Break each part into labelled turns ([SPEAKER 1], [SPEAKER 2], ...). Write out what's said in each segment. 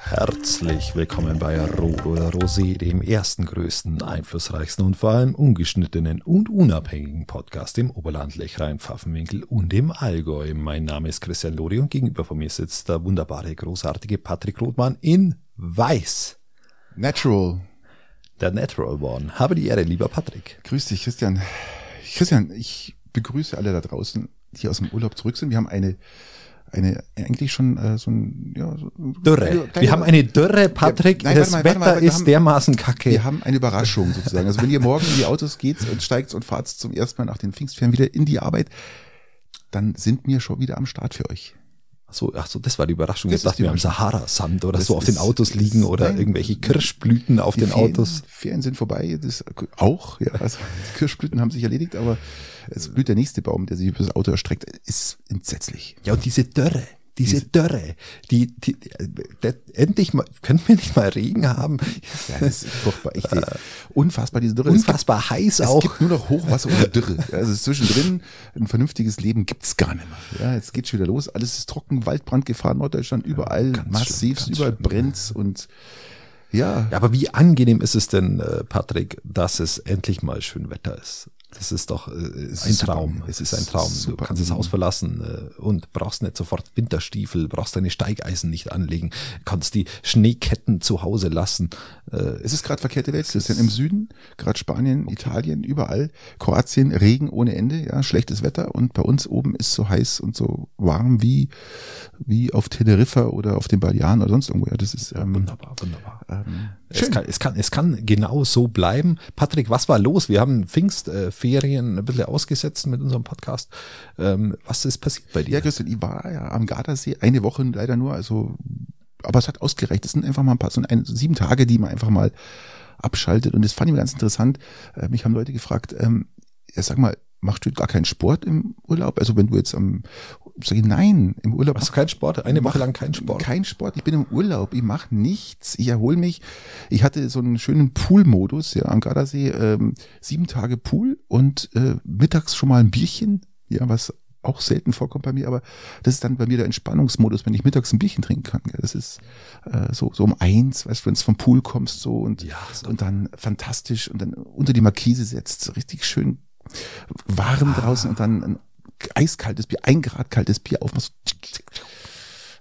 [SPEAKER 1] Herzlich willkommen bei Rot oder Rosé, dem ersten, größten, einflussreichsten und vor allem ungeschnittenen und unabhängigen Podcast im Oberland, Lechrein, Pfaffenwinkel und im Allgäu. Mein Name ist Christian Lodi und gegenüber von mir sitzt der wunderbare, großartige Patrick Rothmann in Weiß,
[SPEAKER 2] Natural.
[SPEAKER 1] der Natural One. Habe die Ehre, lieber Patrick.
[SPEAKER 2] Grüß dich, Christian. Christian, ich begrüße alle da draußen, die aus dem Urlaub zurück sind. Wir haben eine, eine eigentlich schon äh, so ein, ja, so
[SPEAKER 1] Dürre.
[SPEAKER 2] Kleine-
[SPEAKER 1] Wir haben eine Dürre, Patrick.
[SPEAKER 2] nein, warte
[SPEAKER 1] das
[SPEAKER 2] mal, warte
[SPEAKER 1] Wetter
[SPEAKER 2] mal, wir
[SPEAKER 1] ist
[SPEAKER 2] haben-
[SPEAKER 1] dermaßen kacke.
[SPEAKER 2] Wir haben eine Überraschung sozusagen. Also wenn ihr morgen in die Autos geht und steigt und fahrt zum ersten Mal nach den Pfingstferien wieder in die Arbeit, dann sind wir schon wieder am Start für euch.
[SPEAKER 1] Ach so, ach so, das war die Überraschung.
[SPEAKER 2] Das
[SPEAKER 1] Jetzt
[SPEAKER 2] ist
[SPEAKER 1] dachten
[SPEAKER 2] die
[SPEAKER 1] wir am Sahara-Sand oder
[SPEAKER 2] Das
[SPEAKER 1] so auf den
[SPEAKER 2] ist-
[SPEAKER 1] Autos liegen oder
[SPEAKER 2] nein.
[SPEAKER 1] irgendwelche Kirschblüten auf
[SPEAKER 2] Die
[SPEAKER 1] den
[SPEAKER 2] Ferien,
[SPEAKER 1] Autos.
[SPEAKER 2] Ferien sind vorbei, das auch, ja. Also die Kirschblüten haben sich erledigt, aber es blüht der nächste Baum, der sich über das Auto erstreckt, ist entsetzlich.
[SPEAKER 1] Ja, und diese Dörre, diese Dörre, die, die, die das, endlich mal, könnten wir nicht mal Regen haben?
[SPEAKER 2] Ja, das ist furchtbar. Echt,
[SPEAKER 1] Äh.
[SPEAKER 2] die- unfassbar, diese Dürre.
[SPEAKER 1] Unfassbar heiß
[SPEAKER 2] Es gibt,
[SPEAKER 1] auch.
[SPEAKER 2] es gibt nur noch Hochwasser oder Dürre. Also zwischendrin ein vernünftiges Leben gibt's gar nicht mehr. Ja, jetzt geht's schon wieder los. Alles ist trocken, Waldbrandgefahr in Norddeutschland, überall
[SPEAKER 1] ganz
[SPEAKER 2] massiv,
[SPEAKER 1] schlimm, ganz
[SPEAKER 2] überall
[SPEAKER 1] schlimm.
[SPEAKER 2] brennt's und ja,
[SPEAKER 1] Ja, aber wie angenehm ist es denn, äh, Patrick, dass es endlich mal schön Wetter ist? Das ist doch äh,
[SPEAKER 2] ist
[SPEAKER 1] ein
[SPEAKER 2] super.
[SPEAKER 1] Traum.
[SPEAKER 2] Es
[SPEAKER 1] Es ist
[SPEAKER 2] ist
[SPEAKER 1] ein Traum. Du
[SPEAKER 2] super Mhm.
[SPEAKER 1] kannst das
[SPEAKER 2] angenehm.
[SPEAKER 1] Haus verlassen äh, und brauchst nicht sofort Winterstiefel, brauchst deine Steigeisen nicht anlegen, kannst die Schneeketten zu Hause lassen. Äh,
[SPEAKER 2] es ist gerade verkehrte Welt, Christian. Im Süden, gerade Spanien, Italien, überall, Kroatien, Regen ohne Ende, ja, schlechtes Wetter und bei uns oben ist so heiß und so warm wie, wie auf Teneriffa oder auf den Balearen oder sonst irgendwo. Ja, das ist ähm,
[SPEAKER 1] wunderbar, wunderbar. Hm.
[SPEAKER 2] ähm,
[SPEAKER 1] Es kann, es, kann, es kann genau so bleiben. Patrick, was war los? Wir haben Pfingstferien äh, Ferien ein bisschen ausgesetzt mit unserem Podcast. Ähm, was ist passiert bei
[SPEAKER 2] Ja,
[SPEAKER 1] dir?
[SPEAKER 2] Christian, ich war ja am Gardasee eine Woche leider nur, also, aber es hat ausgereicht. Es sind einfach mal ein paar, so ein, sieben Tage, die man einfach mal abschaltet. Und das fand ich ganz interessant. Äh, Mich haben Leute gefragt, ähm, ja, sag mal, machst du gar keinen Sport im Urlaub? Also wenn du jetzt am, sag ich, nein, im Urlaub.
[SPEAKER 1] Machst du keinen Sport? Eine Woche
[SPEAKER 2] mach-
[SPEAKER 1] lang keinen Sport.
[SPEAKER 2] Kein Sport. Ich bin im Urlaub. Ich mache nichts. Ich erhole mich. Ich hatte so einen schönen Pool-Modus ja, am Gardasee. Ähm, sieben Tage Pool und äh, mittags schon mal ein Bierchen. Ja, was auch selten vorkommt bei mir, aber das ist dann bei mir der Entspannungsmodus, wenn ich mittags ein Bierchen trinken kann. Gell. Das ist äh, so, so um eins, weißt du, wenn du vom Pool kommst so und,
[SPEAKER 1] Ja, so.
[SPEAKER 2] und dann fantastisch und dann unter die Markise setzt, so richtig schön warm
[SPEAKER 1] Ah.
[SPEAKER 2] draußen und dann ein eiskaltes Bier, ein Grad kaltes Bier aufmachst.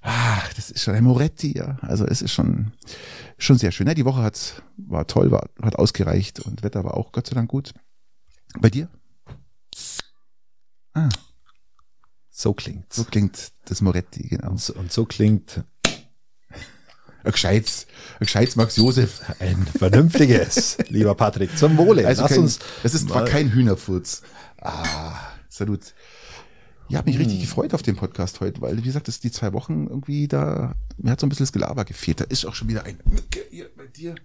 [SPEAKER 2] Ah, das ist schon ein Moretti, ja. Also es ist schon, schon sehr schön. Ja, die Woche hat, war toll, war, hat ausgereicht und Wetter war auch Gott sei Dank gut. Bei dir? Ah,
[SPEAKER 1] So klingt's.
[SPEAKER 2] so klingt das Moretti, genau.
[SPEAKER 1] Und so, und so klingt
[SPEAKER 2] Ein gescheites, ein gescheites Max Josef.
[SPEAKER 1] ein vernünftiges, lieber Patrick. Zum Wohle.
[SPEAKER 2] Also
[SPEAKER 1] Lass
[SPEAKER 2] kein,
[SPEAKER 1] uns
[SPEAKER 2] das ist war
[SPEAKER 1] mal-
[SPEAKER 2] kein Hühnerfurz. Ah, salut. Hm. Ich habe mich richtig gefreut auf den Podcast heute, weil, wie gesagt, das ist die zwei Wochen irgendwie da, mir hat so ein bisschen das Gelaber gefehlt. Da ist auch schon wieder ein Mücke hier bei dir.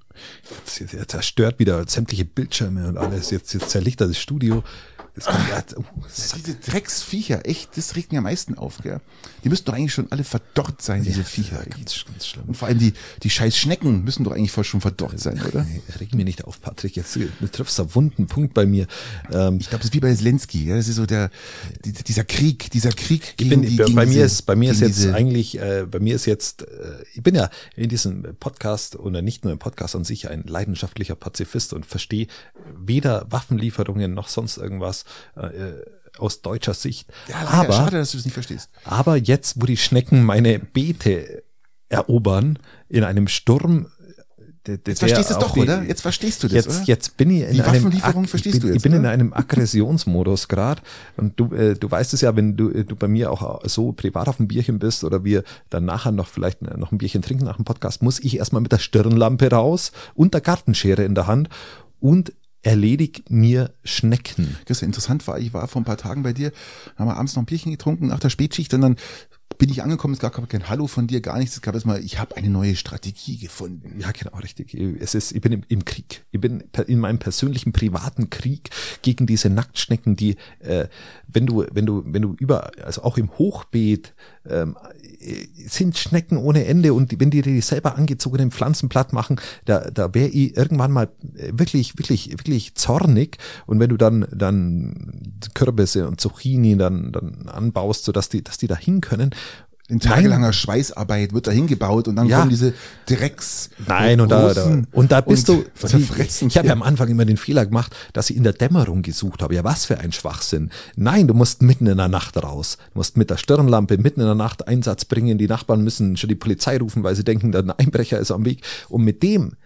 [SPEAKER 1] Er zerstört wieder sämtliche Bildschirme und alles. Jetzt, jetzt zerlichtert das Studio. Das kommt, grad- uh,
[SPEAKER 2] Das sind diese Drecksviecher, echt, das regt mir am meisten auf, gell? Die müssten doch eigentlich schon alle verdorrt sein, diese Viecher.
[SPEAKER 1] ganz, ganz schlimm.
[SPEAKER 2] Und vor allem die, die scheiß Schnecken müssen doch eigentlich voll schon verdorrt sein, oder?
[SPEAKER 1] Nee, Reg mich nicht auf, Patrick. Jetzt äh, du triffst du einen wunden Punkt bei mir. Ähm,
[SPEAKER 2] Ich glaube, das ist wie bei Zelensky, ja? das ist so der, die, dieser Krieg, dieser Krieg
[SPEAKER 1] ich bin,
[SPEAKER 2] die,
[SPEAKER 1] bei, bei mir
[SPEAKER 2] diese-
[SPEAKER 1] ist, bei mir ist
[SPEAKER 2] gegen
[SPEAKER 1] jetzt
[SPEAKER 2] diese-
[SPEAKER 1] eigentlich, äh, bei mir ist jetzt, äh, ich bin ja in diesem Podcast oder nicht nur im Podcast an sich ein leidenschaftlicher Pazifist und verstehe weder Waffenlieferungen noch sonst irgendwas äh, äh, aus deutscher Sicht.
[SPEAKER 2] Ja, leider,
[SPEAKER 1] aber,
[SPEAKER 2] schade, dass du das nicht verstehst.
[SPEAKER 1] aber jetzt, wo die Schnecken meine Beete erobern in einem Sturm, der- der-
[SPEAKER 2] Jetzt verstehst du es
[SPEAKER 1] auf
[SPEAKER 2] doch,
[SPEAKER 1] die-
[SPEAKER 2] oder? Jetzt verstehst du das,
[SPEAKER 1] jetzt,
[SPEAKER 2] oder?
[SPEAKER 1] Jetzt bin ich in
[SPEAKER 2] Die
[SPEAKER 1] einem
[SPEAKER 2] Waffenlieferung
[SPEAKER 1] Ag-
[SPEAKER 2] verstehst
[SPEAKER 1] ich
[SPEAKER 2] du
[SPEAKER 1] bin,
[SPEAKER 2] jetzt,
[SPEAKER 1] Ich bin in
[SPEAKER 2] oder?
[SPEAKER 1] einem Aggressionsmodus gerade und du, äh, du weißt es ja, wenn du, äh, du bei mir auch so privat auf ein Bierchen bist oder wir dann nachher noch vielleicht äh, noch ein Bierchen trinken nach dem Podcast, muss ich erstmal mit der Stirnlampe raus und der Gartenschere in der Hand und erledig mir Schnecken.
[SPEAKER 2] Christian, interessant war, ich war vor ein paar Tagen bei dir, haben wir abends noch ein Bierchen getrunken nach der Spätschicht und dann bin ich angekommen, es gab kein Hallo von dir, gar nichts. Es gab erstmal, ich habe eine neue Strategie gefunden.
[SPEAKER 1] Ja, genau, richtig. Es ist, ich bin im, im Krieg. Ich bin per- in meinem persönlichen privaten Krieg gegen diese Nacktschnecken, die, äh, wenn du, wenn du, wenn du über, also auch im Hochbeet, ähm, äh, sind Schnecken ohne Ende und die- wenn die die selber angezogenen Pflanzen platt machen, da, da wäre ich irgendwann mal äh, wirklich, wirklich, wirklich zornig. Und wenn du dann, dann Kürbisse und Zucchini dann, dann anbaust, sodass die, dass die da hin können,
[SPEAKER 2] in tagelanger Schweißarbeit wird da hingebaut und dann
[SPEAKER 1] Ja.
[SPEAKER 2] kommen diese Drecks.
[SPEAKER 1] Nein, und da, da,
[SPEAKER 2] Russen
[SPEAKER 1] und da bist
[SPEAKER 2] und
[SPEAKER 1] du.
[SPEAKER 2] Zerfressen.
[SPEAKER 1] ich habe ja am Anfang immer den Fehler gemacht, dass ich in der Dämmerung gesucht habe. Ja, was für ein Schwachsinn. Nein, du musst mitten in der Nacht raus. Du musst mit der Stirnlampe mitten in der Nacht Einsatz bringen. Die Nachbarn müssen schon die Polizei rufen, weil sie denken, der Einbrecher ist am Weg. Und mit dem,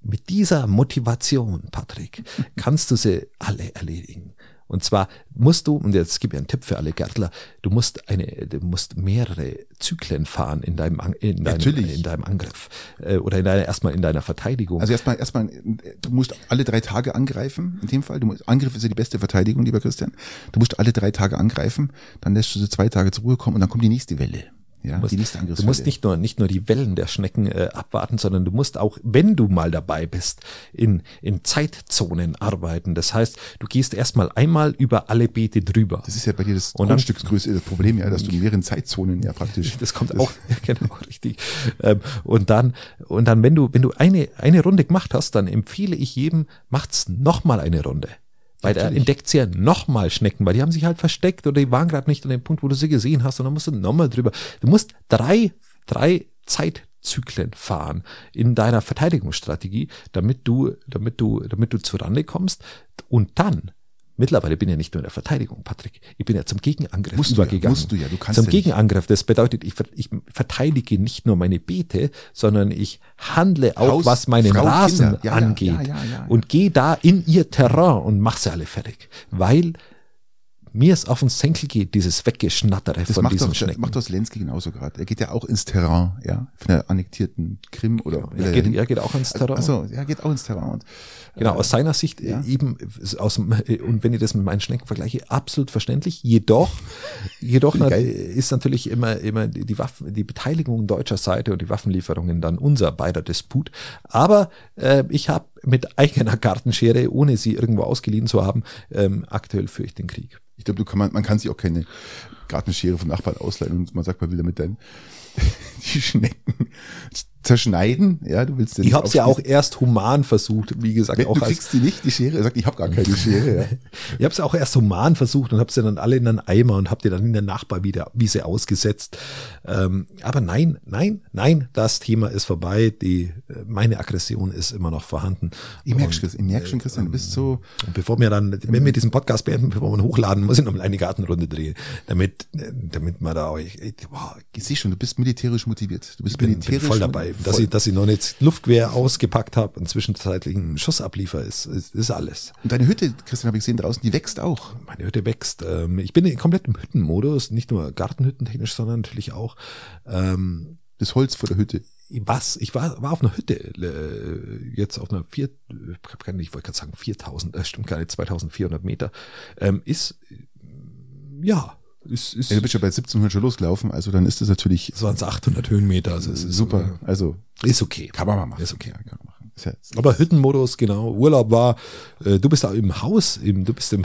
[SPEAKER 1] mit dieser Motivation, Patrick, kannst du sie alle erledigen. Und zwar musst du, und jetzt gebe ich einen Tipp für alle Gärtler, du musst eine, du musst mehrere Zyklen fahren in deinem, An- in deinem,
[SPEAKER 2] Natürlich.
[SPEAKER 1] in deinem Angriff. Äh, oder in deiner, erstmal in deiner Verteidigung.
[SPEAKER 2] Also erstmal, erstmal, du musst alle drei Tage angreifen. In dem Fall, du musst, Angriff ist ja die beste Verteidigung, lieber Christian. Du musst alle drei Tage angreifen, dann lässt du sie zwei Tage zur Ruhe kommen und dann kommt die nächste Welle. Ja, die nächste
[SPEAKER 1] du
[SPEAKER 2] Angriffswelle.
[SPEAKER 1] musst nicht nur, nicht nur die Wellen der Schnecken äh, abwarten, sondern du musst auch, wenn du mal dabei bist, in, in Zeitzonen arbeiten. Das heißt, du gehst erstmal einmal über alle Beete drüber.
[SPEAKER 2] Das ist ja bei dir das
[SPEAKER 1] Und dann-
[SPEAKER 2] Grundstücksgröße, das Problem ja, dass du in mehreren Zeitzonen ja praktisch.
[SPEAKER 1] Das kommt auch, ja, genau, richtig. Ähm, und dann, und dann, wenn du, wenn du eine, eine Runde gemacht hast, dann empfehle ich jedem, macht's nochmal eine Runde. Weil da
[SPEAKER 2] Natürlich.
[SPEAKER 1] entdeckt ja nochmal Schnecken, weil die haben sich halt versteckt oder die waren gerade nicht an dem Punkt, wo du sie gesehen hast und dann musst du nochmal drüber. Du musst drei, drei Zeitzyklen fahren in deiner Verteidigungsstrategie, damit du, damit du, damit du zurande kommst und dann Mittlerweile bin ich ja nicht nur in der Verteidigung, Patrick. Ich bin ja zum Gegenangriff
[SPEAKER 2] Musst du ja,
[SPEAKER 1] übergegangen.
[SPEAKER 2] musst du ja, du kannst
[SPEAKER 1] zum
[SPEAKER 2] ja nicht.
[SPEAKER 1] Gegenangriff. Das bedeutet, ich, ver- ich verteidige nicht nur meine Beete, sondern ich handle auch,
[SPEAKER 2] Haus,
[SPEAKER 1] was meinen
[SPEAKER 2] Frau,
[SPEAKER 1] Rasen
[SPEAKER 2] Kinder. Ja, ja,
[SPEAKER 1] angeht.
[SPEAKER 2] ja, ja, ja,
[SPEAKER 1] Und gehe da in ihr Terrain und mach sie alle fertig. Weil mir es auf den Senkel geht, dieses Weggeschnattere
[SPEAKER 2] Das
[SPEAKER 1] von
[SPEAKER 2] macht
[SPEAKER 1] diesen
[SPEAKER 2] doch, das
[SPEAKER 1] Schnecken.
[SPEAKER 2] macht doch Zelensky genauso gerade. Er geht ja auch ins Terrain, ja, von der annektierten Krim oder.
[SPEAKER 1] Genau. er, geht, er geht auch ins Terrain.
[SPEAKER 2] Achso, er geht auch ins Terrain. Und,
[SPEAKER 1] Genau, aus seiner Sicht
[SPEAKER 2] ja.
[SPEAKER 1] äh, eben äh, aus dem, äh, und wenn ich das mit meinen Schnecken vergleiche, absolut verständlich. Jedoch, jedoch nat
[SPEAKER 2] Geil.
[SPEAKER 1] ist natürlich immer immer die die Waffen, die Beteiligung deutscher Seite und die Waffenlieferungen dann unser beider Disput. Aber äh, ich habe mit eigener Kartenschere, ohne sie irgendwo ausgeliehen zu haben, ähm, aktuell führe ich den Krieg.
[SPEAKER 2] Ich glaube, du kann man, man kann sich auch keine Gartenschere von Nachbarn ausleihen und man sagt, man will damit dann die Schnecken zerschneiden. Ja, du willst den
[SPEAKER 1] Ich habe es ja auch erst human versucht, wie gesagt,
[SPEAKER 2] Wenn,
[SPEAKER 1] auch
[SPEAKER 2] du
[SPEAKER 1] als
[SPEAKER 2] kriegst die nicht, die Schere. Er sagt, ich habe gar keine Schere. Ja.
[SPEAKER 1] Ich habe es auch erst human versucht und habe sie dann alle in einen Eimer und habe die dann in der Nachbarwiese ausgesetzt. Ähm, aber nein, nein, nein, das Thema ist vorbei. Die, äh, meine Aggression ist immer noch vorhanden.
[SPEAKER 2] Ich merk
[SPEAKER 1] Und
[SPEAKER 2] schon, ich merk schon, Christian, du bist so,
[SPEAKER 1] Bevor wir dann, wenn wir diesen Podcast beenden, bevor wir ihn hochladen, muss ich nochmal eine Gartenrunde drehen, damit, äh, damit man da euch, ey, boah,
[SPEAKER 2] ich sehe schon, du bist militärisch motiviert. Du bist
[SPEAKER 1] ich bin, bin
[SPEAKER 2] militärisch
[SPEAKER 1] voll dabei,
[SPEAKER 2] motiviert.
[SPEAKER 1] dass ich, dass ich noch nicht Luftgewehr ausgepackt habe und zwischenzeitlich einen Schussabliefer ist, ist, ist alles.
[SPEAKER 2] Und deine Hütte, Christian, habe ich gesehen draußen, die wächst auch.
[SPEAKER 1] meine Hütte wächst. Ähm, ich bin komplett im Hüttenmodus, nicht nur gartenhüttentechnisch, sondern natürlich auch. Ähm,
[SPEAKER 2] Das Holz vor der Hütte.
[SPEAKER 1] was? Ich war, war auf einer Hütte, äh, jetzt auf einer vier, ich hab keine- ich wollte gerade sagen 4000, das stimmt gar nicht, 2400 Meter. Ähm, ist, äh, ja, ist, ist,
[SPEAKER 2] Ja, du bist ja bei 1700 schon losgelaufen, also dann ist das natürlich
[SPEAKER 1] es waren es 800 Höhenmeter, also es ist
[SPEAKER 2] super. Also
[SPEAKER 1] Ist okay.
[SPEAKER 2] kann man mal machen.
[SPEAKER 1] Ist okay.
[SPEAKER 2] Ja, kann man machen. Ist ja,
[SPEAKER 1] Aber Hüttenmodus, genau. Urlaub war, äh, du bist auch im Haus, im, du bist im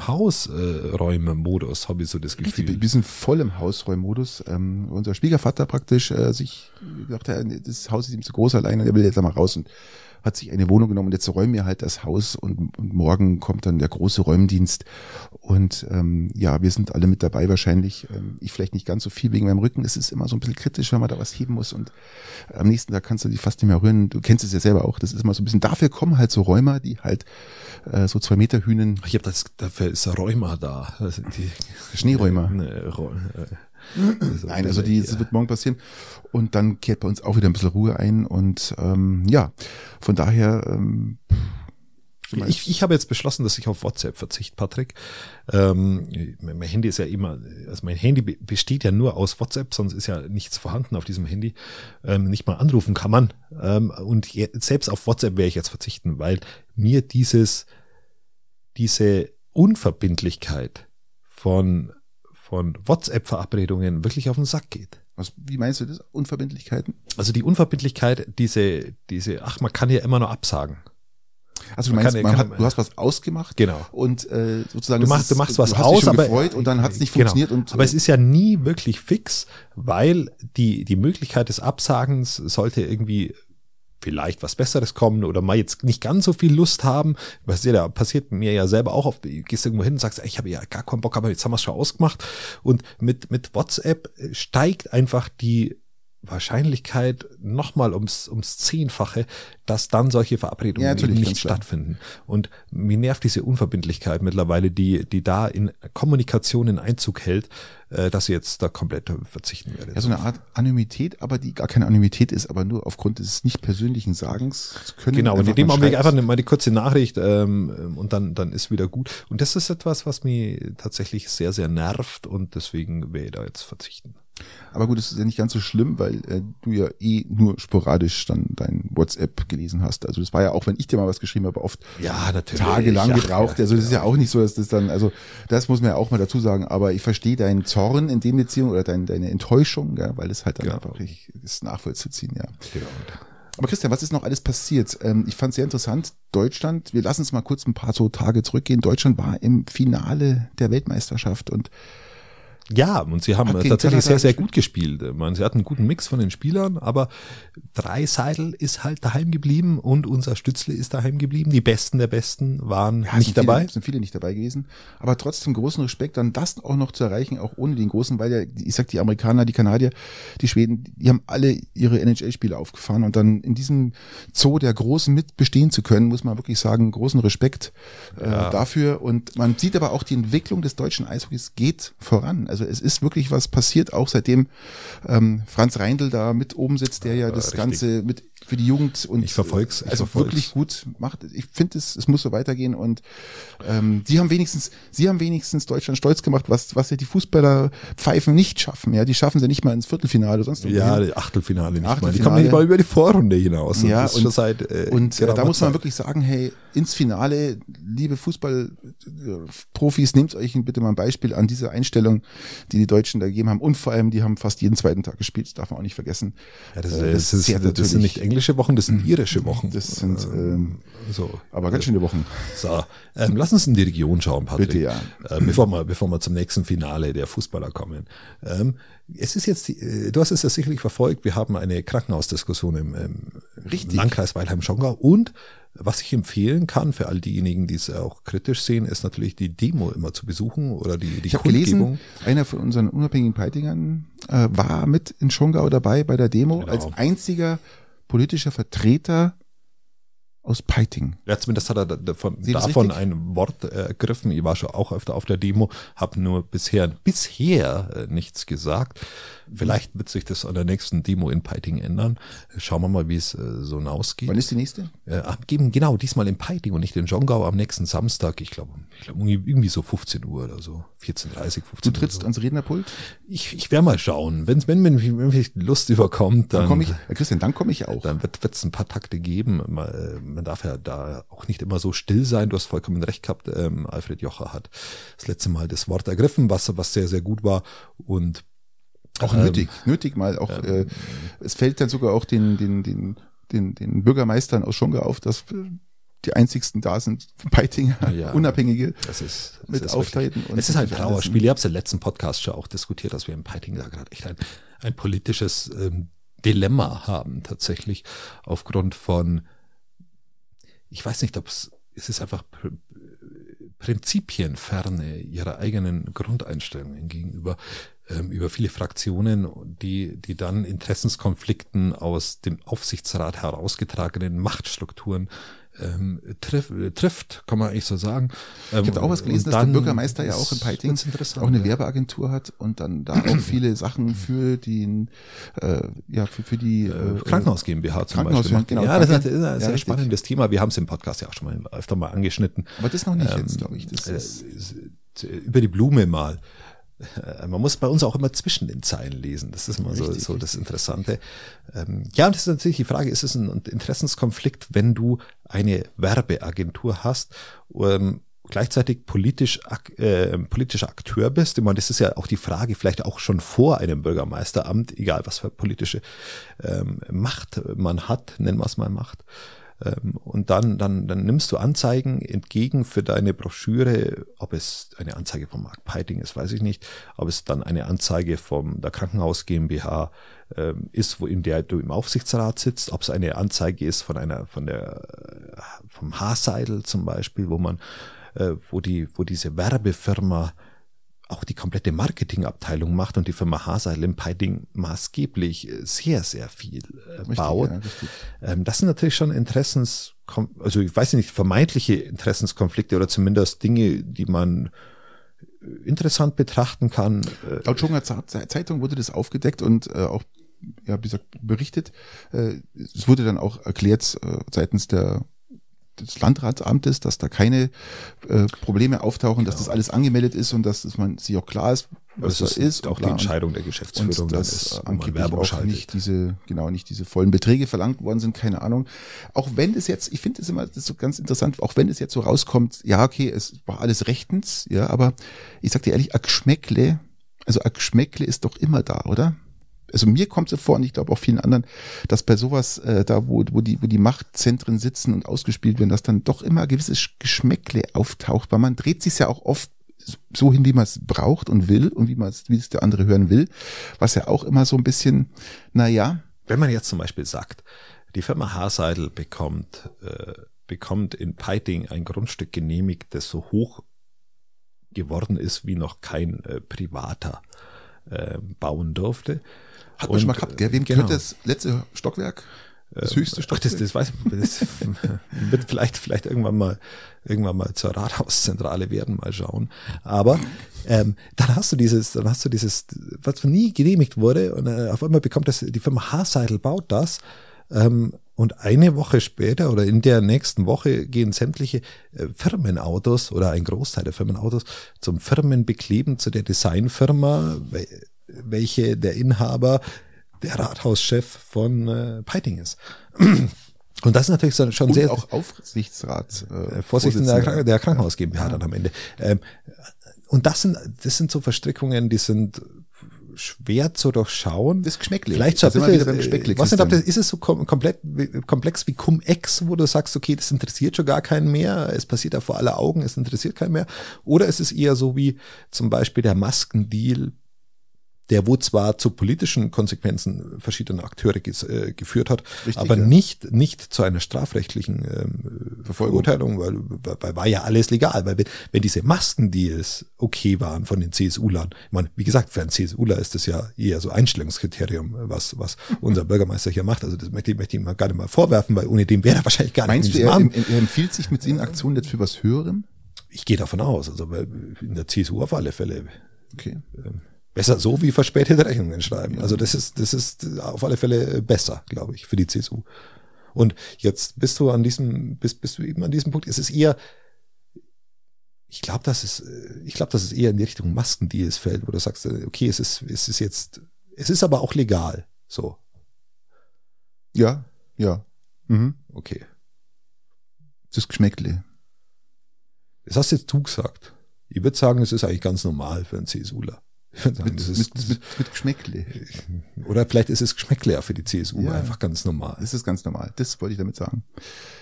[SPEAKER 1] Hausräume-Modus, habe ich so das
[SPEAKER 2] Richtig,
[SPEAKER 1] Gefühl.
[SPEAKER 2] wir sind voll im Hausräummodus. Ähm, unser Schwiegervater praktisch äh, sich gedacht, er, das Haus ist ihm zu groß alleine und er will jetzt einmal raus und hat sich eine Wohnung genommen und jetzt räumen wir halt das Haus und, und morgen kommt dann der große Räumdienst und ähm, ja, wir sind alle mit dabei wahrscheinlich. Ähm, ich vielleicht nicht ganz so viel wegen meinem Rücken. Es ist immer so ein bisschen kritisch, wenn man da was heben muss und am nächsten Tag kannst du dich fast nicht mehr rühren. Du kennst es ja selber auch. Das ist immer so ein bisschen, dafür kommen halt so Räumer, die halt äh, so zwei Meter Hühnen,
[SPEAKER 1] Ich habe das, dafür ist Rheuma da. Also die,
[SPEAKER 2] Schneeräumer.
[SPEAKER 1] Ne, Ro- äh, so
[SPEAKER 2] Nein, also die,
[SPEAKER 1] bitte,
[SPEAKER 2] das wird morgen passieren. Und dann kehrt bei uns auch wieder ein bisschen Ruhe ein. Und ähm, ja, von daher, ähm,
[SPEAKER 1] ja. ich, ich habe jetzt beschlossen, dass ich auf WhatsApp verzichte, Patrick. Ähm, mein mein Handy ist ja immer, also mein Handy be- besteht ja nur aus WhatsApp, sonst ist ja nichts vorhanden auf diesem Handy. Ähm, nicht mal anrufen kann man. Ähm, und je, selbst auf WhatsApp werde ich jetzt verzichten, weil mir dieses, diese Unverbindlichkeit von, von WhatsApp-Verabredungen wirklich auf den Sack geht.
[SPEAKER 2] was, wie meinst du das? Unverbindlichkeiten?
[SPEAKER 1] Also die Unverbindlichkeit, diese, diese, ach, man kann ja immer noch absagen.
[SPEAKER 2] Also du
[SPEAKER 1] Man
[SPEAKER 2] meinst,
[SPEAKER 1] kann-
[SPEAKER 2] man
[SPEAKER 1] kann-
[SPEAKER 2] hat, du hast was ausgemacht
[SPEAKER 1] Genau.
[SPEAKER 2] und äh, sozusagen
[SPEAKER 1] Du
[SPEAKER 2] es
[SPEAKER 1] machst, du machst was
[SPEAKER 2] du hast dich
[SPEAKER 1] aus,
[SPEAKER 2] schon
[SPEAKER 1] aber
[SPEAKER 2] gefreut und dann hat es nicht
[SPEAKER 1] Genau.
[SPEAKER 2] funktioniert und
[SPEAKER 1] aber es ist ja nie wirklich fix, weil die die Möglichkeit des Absagens sollte irgendwie vielleicht was Besseres kommen oder mal jetzt nicht ganz so viel Lust haben. Was ja, passiert mir ja selber auch oft. Du gehst irgendwo hin und sagst, ey, ich habe ja gar keinen Bock, aber jetzt haben wir es schon ausgemacht. Und mit, mit WhatsApp äh, steigt einfach die Wahrscheinlichkeit nochmal ums, ums Zehnfache, dass dann solche Verabredungen
[SPEAKER 2] Ja,
[SPEAKER 1] eben
[SPEAKER 2] natürlich,
[SPEAKER 1] nicht
[SPEAKER 2] ganz klar.
[SPEAKER 1] stattfinden. Und mir nervt diese Unverbindlichkeit mittlerweile, die, die da in Kommunikation in Einzug hält, äh, dass ich jetzt da komplett verzichten werde.
[SPEAKER 2] Ja, so eine Art Anonymität, aber die gar keine Anonymität ist, aber nur aufgrund des nicht persönlichen Sagens können.
[SPEAKER 1] Genau, und in dem
[SPEAKER 2] man
[SPEAKER 1] Augenblick
[SPEAKER 2] schreibt-
[SPEAKER 1] einfach eine- mal die kurze Nachricht ähm, ähm, und dann, dann ist wieder gut. Und das ist etwas, was mir tatsächlich sehr, sehr nervt und deswegen werde ich da jetzt verzichten.
[SPEAKER 2] Aber gut, es ist ja nicht ganz so schlimm, weil äh, du ja eh nur sporadisch dann dein WhatsApp gelesen hast. Also das war ja auch, wenn ich dir mal was geschrieben habe, oft
[SPEAKER 1] Ja, natürlich.
[SPEAKER 2] Äh, tagelang
[SPEAKER 1] Ja,
[SPEAKER 2] gebraucht.
[SPEAKER 1] ja,
[SPEAKER 2] also das ist ja auch nicht so, dass das dann, also das muss man ja auch mal dazu sagen, aber ich verstehe deinen Zorn in dem Beziehung oder dein, deine Enttäuschung, ja, weil es halt dann
[SPEAKER 1] Genau.
[SPEAKER 2] einfach ich, ist nachvollzuziehen, ja.
[SPEAKER 1] Genau.
[SPEAKER 2] Aber Christian, was ist noch alles passiert? Ähm, ich fand es sehr interessant. Deutschland, wir lassen es mal kurz ein paar so Tage zurückgehen. Deutschland war im Finale der Weltmeisterschaft und
[SPEAKER 1] Ja, und sie haben äh,
[SPEAKER 2] Hat gegen
[SPEAKER 1] tatsächlich sehr,
[SPEAKER 2] Kanada
[SPEAKER 1] sehr
[SPEAKER 2] gespielt.
[SPEAKER 1] gut gespielt. Ich meine, sie hatten einen guten Mix von den Spielern, aber Dreiseidel ist halt daheim geblieben und unser Stützle ist daheim geblieben. Die Besten der Besten waren
[SPEAKER 2] Ja,
[SPEAKER 1] nicht
[SPEAKER 2] sind
[SPEAKER 1] dabei.
[SPEAKER 2] Viele, sind viele nicht dabei gewesen. Aber trotzdem großen Respekt, dann das auch noch zu erreichen, auch ohne den großen, weil ja, ich sag, die Amerikaner, die Kanadier, die Schweden, die haben alle ihre NHL-Spiele aufgefahren und dann in diesem Zoo der Großen mit bestehen zu können, muss man wirklich sagen, großen Respekt äh, dafür. Und man sieht aber auch, die Entwicklung des deutschen Eishockeys geht voran. Also es ist wirklich was passiert, auch seitdem ähm, Franz Reindl da mit oben sitzt, der ja das
[SPEAKER 1] richtig.
[SPEAKER 2] Ganze mit für die Jugend und
[SPEAKER 1] Ich verfolg's, ich
[SPEAKER 2] also
[SPEAKER 1] verfolg's.
[SPEAKER 2] wirklich gut macht. Ich finde es, es muss so weitergehen und ähm, die haben wenigstens, sie haben wenigstens Deutschland stolz gemacht, was was ja die Fußballer pfeifen nicht schaffen. Ja, die schaffen sie nicht mal ins Viertelfinale oder sonst
[SPEAKER 1] Ja,
[SPEAKER 2] wohin.
[SPEAKER 1] Achtelfinale nicht mal. Die
[SPEAKER 2] Achtelfinale.
[SPEAKER 1] kommen nicht mal über die Vorrunde hinaus.
[SPEAKER 2] Ja,
[SPEAKER 1] das ist schon seit, äh,
[SPEAKER 2] und äh, da
[SPEAKER 1] geraumer
[SPEAKER 2] muss man
[SPEAKER 1] Zeit.
[SPEAKER 2] wirklich sagen, hey, ins Finale, liebe Fußballprofis, nehmt euch bitte mal ein Beispiel an diese Einstellung, die die Deutschen da gegeben haben. Und vor allem, die haben fast jeden zweiten Tag gespielt, das darf man auch nicht vergessen.
[SPEAKER 1] Ja, das,
[SPEAKER 2] Äh,
[SPEAKER 1] das, ist,
[SPEAKER 2] sehr
[SPEAKER 1] das sind
[SPEAKER 2] natürlich- Mhm.
[SPEAKER 1] nicht englische Wochen, das sind irische Wochen.
[SPEAKER 2] Das sind, ähm,
[SPEAKER 1] so.
[SPEAKER 2] aber ganz schöne Wochen.
[SPEAKER 1] So, ähm, lass uns in die Region schauen, Patrick.
[SPEAKER 2] Bitte, ja.
[SPEAKER 1] Äh, bevor, wir, bevor wir zum nächsten Finale der Fußballer kommen. Ähm, es ist jetzt, die, äh, du hast es ja sicherlich verfolgt, wir haben eine Krankenhausdiskussion im, im
[SPEAKER 2] Richtig.
[SPEAKER 1] Landkreis Weilheim-Schongau und was ich empfehlen kann für all diejenigen, die es auch kritisch sehen, ist natürlich die Demo immer zu besuchen oder die, die
[SPEAKER 2] Ich habe gelesen, einer von unseren unabhängigen Peitingern äh, war mit in Schongau dabei bei der Demo
[SPEAKER 1] Genau.
[SPEAKER 2] als einziger politischer Vertreter aus Peiting.
[SPEAKER 1] Ja, zumindest hat er da- davon,
[SPEAKER 2] Sehe ich das
[SPEAKER 1] davon
[SPEAKER 2] richtig?
[SPEAKER 1] ein Wort äh, ergriffen. Ich war schon auch öfter auf der Demo, habe nur bisher, bisher äh, nichts gesagt. Vielleicht wird sich das an der nächsten Demo in Peiting ändern. Schauen wir mal, wie es äh, so hinausgeht.
[SPEAKER 2] Wann ist die nächste?
[SPEAKER 1] Äh, abgeben, genau, diesmal in Peiting und nicht in Jongau am nächsten Samstag. Ich glaube, ich glaub, irgendwie irgendwie so 15 Uhr oder so. 14.30, 15
[SPEAKER 2] Du
[SPEAKER 1] Uhr.
[SPEAKER 2] trittst
[SPEAKER 1] so.
[SPEAKER 2] ans Rednerpult?
[SPEAKER 1] Ich, ich werde mal schauen. Wenn's, wenn, wenn, wenn mich Lust überkommt, dann,
[SPEAKER 2] Dann komme ich, äh, Christian, dann komme ich auch.
[SPEAKER 1] dann wird es ein paar Takte geben. Man, äh, man darf ja da auch nicht immer so still sein. Du hast vollkommen recht gehabt. Ähm, Alfred Jocher hat das letzte Mal das Wort ergriffen, was, was sehr, sehr gut war. Und ähm,
[SPEAKER 2] Auch nötig, nötig mal auch. äh, es fällt dann sogar auch den den den den, den Bürgermeistern aus Schongau auf, dass die einzigsten da sind, Peitinger,
[SPEAKER 1] Ja.
[SPEAKER 2] Unabhängige.
[SPEAKER 1] das ist, das
[SPEAKER 2] Mit
[SPEAKER 1] ist
[SPEAKER 2] Auftreten
[SPEAKER 1] wirklich-
[SPEAKER 2] und
[SPEAKER 1] Es ist halt ein
[SPEAKER 2] alles, ne?
[SPEAKER 1] Trauerspiel. Ihr habt es im letzten Podcast schon auch diskutiert, dass wir im Peiting da gerade echt ein, ein politisches ähm, Dilemma haben, tatsächlich, aufgrund von, ich weiß nicht, ob es, es ist einfach pr Prinzipienferne ihrer eigenen Grundeinstellungen gegenüber, ähm, über viele Fraktionen, die, die dann Interessenskonflikten aus dem Aufsichtsrat herausgetragenen Machtstrukturen ähm, triff, äh, trifft, kann man eigentlich so sagen. Ähm,
[SPEAKER 2] Ich habe da auch was
[SPEAKER 1] und
[SPEAKER 2] gelesen, dass der
[SPEAKER 1] dann
[SPEAKER 2] Bürgermeister ja auch in
[SPEAKER 1] ist-
[SPEAKER 2] Peiting
[SPEAKER 1] wird's interessant,
[SPEAKER 2] auch eine
[SPEAKER 1] ja.
[SPEAKER 2] Werbeagentur hat und dann da auch viele Sachen für den, äh, ja, für, für die äh,
[SPEAKER 1] Äh, Krankenhaus GmbH zum
[SPEAKER 2] Krankenhaus,
[SPEAKER 1] Beispiel. macht.
[SPEAKER 2] genau,
[SPEAKER 1] ja, das ist ein
[SPEAKER 2] danke.
[SPEAKER 1] das ist ein
[SPEAKER 2] Ja,
[SPEAKER 1] sehr
[SPEAKER 2] richtig.
[SPEAKER 1] spannendes Thema. Wir haben es im Podcast ja auch schon mal öfter mal angeschnitten.
[SPEAKER 2] Aber das noch nicht
[SPEAKER 1] Ähm,
[SPEAKER 2] jetzt, glaube ich. Das
[SPEAKER 1] äh,
[SPEAKER 2] ist,
[SPEAKER 1] s- über die Blume mal. Äh, Man muss bei uns auch immer zwischen den Zeilen lesen. Das ist immer so,
[SPEAKER 2] Richtig,
[SPEAKER 1] so das Interessante. Ähm, Ja, und das ist natürlich die Frage, ist es ein Interessenskonflikt, wenn du eine Werbeagentur hast, ähm, gleichzeitig politisch, ak- äh, politischer Akteur bist? Ich meine, das ist ja auch die Frage, vielleicht auch schon vor einem Bürgermeisteramt, egal was für politische ähm, Macht man hat, nennen wir es mal Macht. Ähm, und dann, dann, dann nimmst du Anzeigen entgegen für deine Broschüre, ob es eine Anzeige vom Mark Peiting ist, weiß ich nicht, ob es dann eine Anzeige vom der Krankenhaus GmbH ähm, ist, wo in der du im Aufsichtsrat sitzt, ob es eine Anzeige ist von einer, von der, äh, vom Haarseidel zum Beispiel, wo man, äh, wo die, wo diese Werbefirma auch die komplette Marketingabteilung macht und die Firma Haseil im Peiting maßgeblich äh, sehr, sehr viel äh,
[SPEAKER 2] Richtig,
[SPEAKER 1] baut.
[SPEAKER 2] ja, richtig.
[SPEAKER 1] Ähm, das sind natürlich schon Interessens, also ich weiß nicht, vermeintliche Interessenskonflikte oder zumindest Dinge, die man äh, interessant betrachten kann. Äh,
[SPEAKER 2] Laut Schunger Za- Za- Zeitung wurde das aufgedeckt und äh, auch ja, wie gesagt, berichtet. Äh, es wurde dann auch erklärt äh, seitens der, des Landratsamtes, dass da keine äh, Probleme auftauchen,
[SPEAKER 1] Genau.
[SPEAKER 2] dass das alles angemeldet ist und dass, dass man sich auch klar ist, was
[SPEAKER 1] das
[SPEAKER 2] das
[SPEAKER 1] ist,
[SPEAKER 2] da ist. und
[SPEAKER 1] Also auch die
[SPEAKER 2] bla.
[SPEAKER 1] Entscheidung der
[SPEAKER 2] und
[SPEAKER 1] Geschäftsführung, dann
[SPEAKER 2] dass
[SPEAKER 1] ist, wo man
[SPEAKER 2] angeblich
[SPEAKER 1] Werbung
[SPEAKER 2] äh, auch
[SPEAKER 1] schaltet.
[SPEAKER 2] nicht diese genau nicht diese vollen Beträge verlangt worden sind, keine Ahnung. Auch wenn es jetzt, ich finde es immer das ist so ganz interessant, auch wenn es jetzt so rauskommt, ja okay, es war alles rechtens, ja, aber ich sag dir ehrlich, ein Geschmäckle, also ein Geschmäckle ist doch immer da, oder? Also mir kommt so vor, und ich glaube auch vielen anderen, dass bei sowas äh, da, wo, wo die wo die Machtzentren sitzen und ausgespielt werden, dass dann doch immer ein gewisses Sch- Geschmäckle auftaucht, weil man dreht sich ja auch oft so hin, wie man es braucht und will und wie man es, wie es der andere hören will, was ja auch immer so ein bisschen, naja,
[SPEAKER 1] Wenn man jetzt zum Beispiel sagt, die Firma Haseidel bekommt, äh, bekommt in Peiting ein Grundstück genehmigt, das so hoch geworden ist, wie noch kein äh, Privater äh, bauen durfte.
[SPEAKER 2] hat man schon mal
[SPEAKER 1] Und,
[SPEAKER 2] gehabt,
[SPEAKER 1] äh,
[SPEAKER 2] gell? Wem
[SPEAKER 1] genau. Äh,
[SPEAKER 2] gehört das letzte Stockwerk? Das höchste
[SPEAKER 1] Ach, das,
[SPEAKER 2] Stockwerk?
[SPEAKER 1] das weiß ich, das wird vielleicht, vielleicht irgendwann mal, irgendwann mal zur Rathauszentrale werden, mal schauen. Aber ähm, dann hast du dieses, dann hast du dieses, was nie genehmigt wurde und äh, auf einmal bekommt das, die Firma Haarseidel baut das ähm, und eine Woche später oder in der nächsten Woche gehen sämtliche äh, Firmenautos oder ein Großteil der Firmenautos zum Firmenbekleben zu der Designfirma, wel- welche der Inhaber der Rathauschef von äh, Peiting ist. Und das ist natürlich so- schon
[SPEAKER 2] und
[SPEAKER 1] sehr
[SPEAKER 2] auch Aufsichtsrat. Äh,
[SPEAKER 1] äh, Vorsitzender der, Kranken-
[SPEAKER 2] Vorsitzender.
[SPEAKER 1] der Krankenhaus GmbH dann am Ende. Ähm, und das sind, das sind so Verstrickungen, die sind schwer zu durchschauen.
[SPEAKER 2] Das Geschmäckle.
[SPEAKER 1] Vielleicht so ein
[SPEAKER 2] Da sind wir wieder beim Geschmäckle,
[SPEAKER 1] bisschen, äh, was nicht, ob das,
[SPEAKER 2] Christian.
[SPEAKER 1] ist es so kom komplett wie- komplex wie Cum-Ex, wo du sagst, okay, das interessiert schon gar keinen mehr, es passiert da vor aller Augen, es interessiert keinen mehr. Oder ist es eher so wie zum Beispiel der Maskendeal, der wo zwar zu politischen Konsequenzen verschiedener Akteure ges, äh, geführt hat,
[SPEAKER 2] Richtig,
[SPEAKER 1] aber
[SPEAKER 2] ja.
[SPEAKER 1] nicht, nicht zu einer strafrechtlichen ähm,
[SPEAKER 2] Verfolgung.
[SPEAKER 1] Verurteilung, weil, weil, weil war ja alles legal. Weil wenn, wenn diese Maskendeals okay waren von den CSU-Lern, ich meine, wie gesagt, für einen CSUler ist das ja eher so Einstellungskriterium, was, was unser Bürgermeister hier macht. Also das möchte ich, möchte ich ihm gar nicht mal vorwerfen, weil ohne den wäre er wahrscheinlich gar
[SPEAKER 2] Meinst
[SPEAKER 1] nicht in
[SPEAKER 2] du,
[SPEAKER 1] diesem
[SPEAKER 2] er,
[SPEAKER 1] Amt.
[SPEAKER 2] em- er empfiehlt sich mit seinen Aktionen jetzt für was Höherem?
[SPEAKER 1] Ich gehe davon aus, also weil in der CSU auf alle Fälle.
[SPEAKER 2] Okay.
[SPEAKER 1] Besser so wie verspätete Rechnungen schreiben. Also das ist, das ist auf alle Fälle äh, besser, glaube ich, für die CSU. Und jetzt bist du an diesem, bist, bist du eben an diesem Punkt. Es ist eher, ich glaube, dass es, äh, ich glaube, dass es eher in die Richtung Maskendeals fällt, wo du sagst, äh, okay, es ist, es ist jetzt, es ist aber auch legal. So,
[SPEAKER 2] Ja, ja. Mhm.
[SPEAKER 1] okay.
[SPEAKER 2] Das Geschmäckle.
[SPEAKER 1] Das hast jetzt du gesagt. Ich würde sagen, es ist eigentlich ganz normal für einen CSUler. Ich würde sagen,
[SPEAKER 2] Mit,
[SPEAKER 1] das
[SPEAKER 2] mit,
[SPEAKER 1] ist,
[SPEAKER 2] mit, mit Geschmäckle.
[SPEAKER 1] oder vielleicht ist es Geschmäckler für die CSU
[SPEAKER 2] Ja.
[SPEAKER 1] einfach ganz normal.
[SPEAKER 2] Das ist ganz normal. Das wollte ich damit sagen.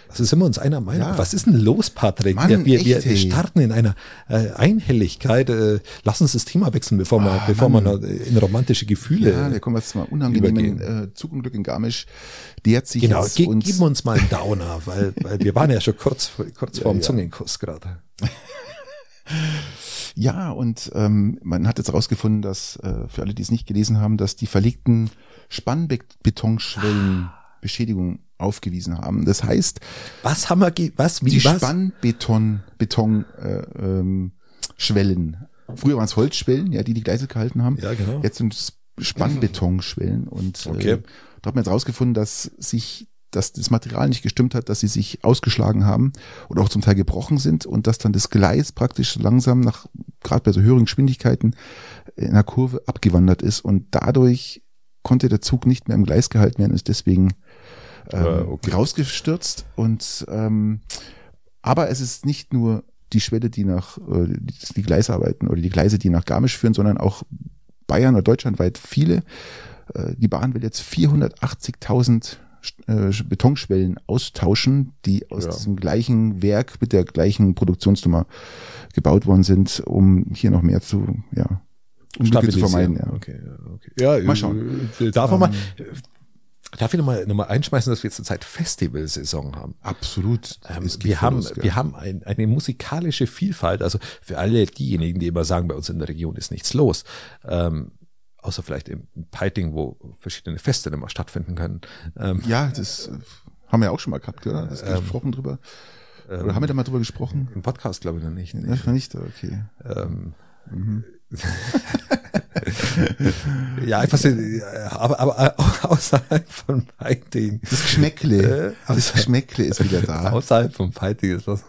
[SPEAKER 1] Also sind wir uns einer Meinung.
[SPEAKER 2] Ja.
[SPEAKER 1] Was ist denn los, Patrick?
[SPEAKER 2] Mann,
[SPEAKER 1] wir, wir, wir
[SPEAKER 2] echt, ey.
[SPEAKER 1] starten in einer äh, Einhelligkeit. Äh, lass uns das Thema wechseln, bevor wir, bevor wir noch in romantische Gefühle.
[SPEAKER 2] Ah, Ja, da kommen wir jetzt mal unangenehmen äh, Zugunglück in Garmisch. Der hat sich
[SPEAKER 1] genau,
[SPEAKER 2] jetzt
[SPEAKER 1] ge
[SPEAKER 2] uns,
[SPEAKER 1] geben wir uns mal einen Downer, weil, weil wir waren ja schon kurz, kurz vorm
[SPEAKER 2] ja.
[SPEAKER 1] Zungenkuss gerade.
[SPEAKER 2] Ja, und ähm, man hat jetzt herausgefunden, dass, äh, für alle, die es nicht gelesen haben, dass die verlegten Spannbetonschwellen Beschädigung aufgewiesen haben. Das heißt,
[SPEAKER 1] Was haben wir, ge was, wie,
[SPEAKER 2] die
[SPEAKER 1] was?
[SPEAKER 2] Spannbeton, Beton, äh, ähm, Schwellen. Früher waren es Holzschwellen, ja, die die Gleise gehalten haben.
[SPEAKER 1] Ja, genau.
[SPEAKER 2] Jetzt sind es Spannbetonschwellen und
[SPEAKER 1] Okay.
[SPEAKER 2] äh, da hat man jetzt rausgefunden, dass sich dass das Material nicht gestimmt hat, dass sie sich ausgeschlagen haben und auch zum Teil gebrochen sind und dass dann das Gleis praktisch langsam nach, gerade bei so höheren Geschwindigkeiten, äh, in einer Kurve abgewandert ist und dadurch konnte der Zug nicht mehr im Gleis gehalten werden und ist deswegen ähm,
[SPEAKER 1] Ah, okay.
[SPEAKER 2] rausgestürzt und ähm, aber es ist nicht nur die Schwelle, die nach äh, die, die Gleisarbeiten oder die Gleise, die nach Garmisch führen, sondern auch Bayern oder deutschlandweit viele. Äh, die Bahn will jetzt 480.000 äh, Betonschwellen austauschen, die aus
[SPEAKER 1] Ja.
[SPEAKER 2] diesem gleichen Werk mit der gleichen Produktionsnummer gebaut worden sind, um hier noch mehr zu, ja, Unglücke zu
[SPEAKER 1] Stabilisieren.
[SPEAKER 2] vermeiden. Ja.
[SPEAKER 1] Okay, okay. Ja,
[SPEAKER 2] Mal schauen.
[SPEAKER 1] äh, Darf man
[SPEAKER 2] Ähm.
[SPEAKER 1] mal, darf ich nochmal noch mal einschmeißen, dass wir zurzeit Festivalsaison haben?
[SPEAKER 2] Absolut.
[SPEAKER 1] Ähm,
[SPEAKER 2] Es geht
[SPEAKER 1] wir, haben,
[SPEAKER 2] voraus, gell?
[SPEAKER 1] wir haben ein, eine musikalische Vielfalt. Also für alle diejenigen, die immer sagen, bei uns in der Region ist nichts los. Ähm, außer vielleicht im Peiting, wo verschiedene Feste immer stattfinden können. Ähm,
[SPEAKER 2] ja, das äh, haben wir auch schon mal gehabt, oder? Das gesprochen drüber.
[SPEAKER 1] ähm,
[SPEAKER 2] Oder haben wir da mal drüber gesprochen?
[SPEAKER 1] Im Podcast glaube ich noch nicht.
[SPEAKER 2] Ja, nicht, okay.
[SPEAKER 1] Ähm, ja, einfach so, aber, aber außerhalb von Peiting.
[SPEAKER 2] Das Geschmäckle.
[SPEAKER 1] Äh,
[SPEAKER 2] das Geschmäckle ist wieder da.
[SPEAKER 1] Außerhalb von Peiting ist das.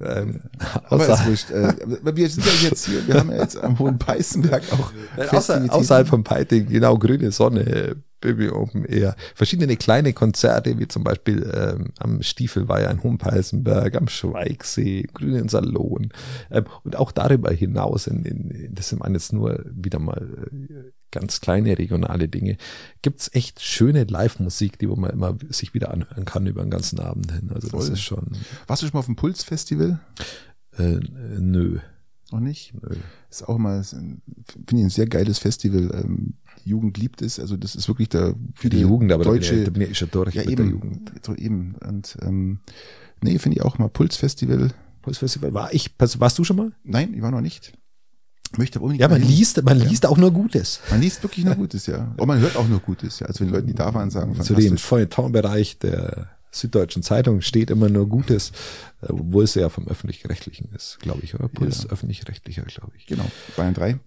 [SPEAKER 1] Ähm,
[SPEAKER 2] Aber ist
[SPEAKER 1] außerhalb,
[SPEAKER 2] wurscht. Äh, aber wir sind ja jetzt hier, wir haben ja jetzt am Hohen Peißenberg auch
[SPEAKER 1] Äh, Außer,
[SPEAKER 2] Festivitäten.
[SPEAKER 1] außerhalb von Peiting, genau, grüne Sonne, äh, Baby Open Air. Verschiedene kleine Konzerte, wie zum Beispiel ähm, am Stiefelweiher in Humpeisenberg, am Schweigsee, im Grünen Salon. Ähm, und auch darüber hinaus, in, in, das sind jetzt nur wieder mal äh, ganz kleine regionale Dinge, gibt's echt schöne Live-Musik, die wo man immer sich wieder anhören kann über den ganzen Abend hin. Also das
[SPEAKER 2] Voll.
[SPEAKER 1] ist schon,
[SPEAKER 2] Warst du schon mal auf dem Puls-Festival?
[SPEAKER 1] äh, nö.
[SPEAKER 2] Noch nicht?
[SPEAKER 1] nö.
[SPEAKER 2] Ist auch immer, ist ein- finde ich, ein sehr geiles Festival. Ähm, die Jugend liebt es. Also das ist wirklich der
[SPEAKER 1] Für die Jugend, aber da, bin ich,
[SPEAKER 2] deutsche,
[SPEAKER 1] da bin ich eh schon durch
[SPEAKER 2] ja
[SPEAKER 1] mit
[SPEAKER 2] eben,
[SPEAKER 1] der Jugend.
[SPEAKER 2] So eben. Und ähm, nee, finde ich auch mal Puls-Festival.
[SPEAKER 1] Pulsfestival, war ich, warst du schon mal?
[SPEAKER 2] Nein, ich war noch nicht. Möchte aber unbedingt
[SPEAKER 1] Ja,
[SPEAKER 2] mal
[SPEAKER 1] man
[SPEAKER 2] hin.
[SPEAKER 1] liest, man liest auch nur Gutes.
[SPEAKER 2] Man liest wirklich nur Gutes, ja. Und man hört auch nur Gutes, ja. Also wenn die Leute, die da waren, sagen,
[SPEAKER 1] Zu dem
[SPEAKER 2] fantastisch.
[SPEAKER 1] Feuilleton-Bereich der Süddeutschen Zeitung steht immer nur Gutes, äh, obwohl es ja vom Öffentlich-Rechtlichen ist, glaube ich, oder? Puls Öffentlich-Rechtlicher, glaube ich.
[SPEAKER 2] Genau, Bayern 3.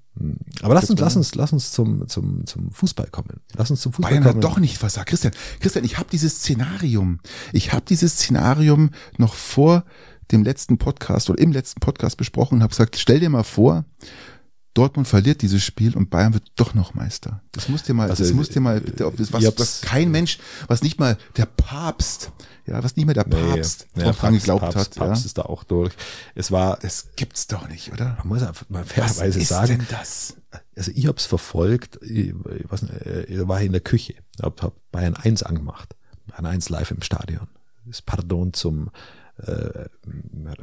[SPEAKER 1] Aber lass uns,
[SPEAKER 2] Bayern.
[SPEAKER 1] lass uns, lass uns zum, zum, zum Fußball kommen. Lass uns zum Fußball
[SPEAKER 2] Bayern
[SPEAKER 1] kommen.
[SPEAKER 2] hat doch nicht versagt. Christian, Christian, ich habe dieses Szenarium. Ich habe dieses Szenarium noch vor dem letzten Podcast oder im letzten Podcast besprochen und habe gesagt, stell dir mal vor, Dortmund verliert dieses Spiel und Bayern wird doch noch Meister. Das muss dir mal,
[SPEAKER 1] Also,
[SPEAKER 2] das muss dir mal bitte auf das,
[SPEAKER 1] ihr
[SPEAKER 2] was,
[SPEAKER 1] habt's-
[SPEAKER 2] was kein Mensch, was nicht mal der Papst, ja, was nicht mal der Papst von dran geglaubt
[SPEAKER 1] Papst,
[SPEAKER 2] hat,
[SPEAKER 1] Papst
[SPEAKER 2] ja.
[SPEAKER 1] ist da auch durch. Es war,
[SPEAKER 2] Das gibt's doch nicht, oder?
[SPEAKER 1] man muss einfach mal fairerweise sagen,
[SPEAKER 2] denn das?
[SPEAKER 1] also ich hab's verfolgt, ich, ich weiß nicht, äh, ich war in der Küche, hab, hab Bayern 1 angemacht, Bayern 1 live im Stadion. Das Pardon zum äh,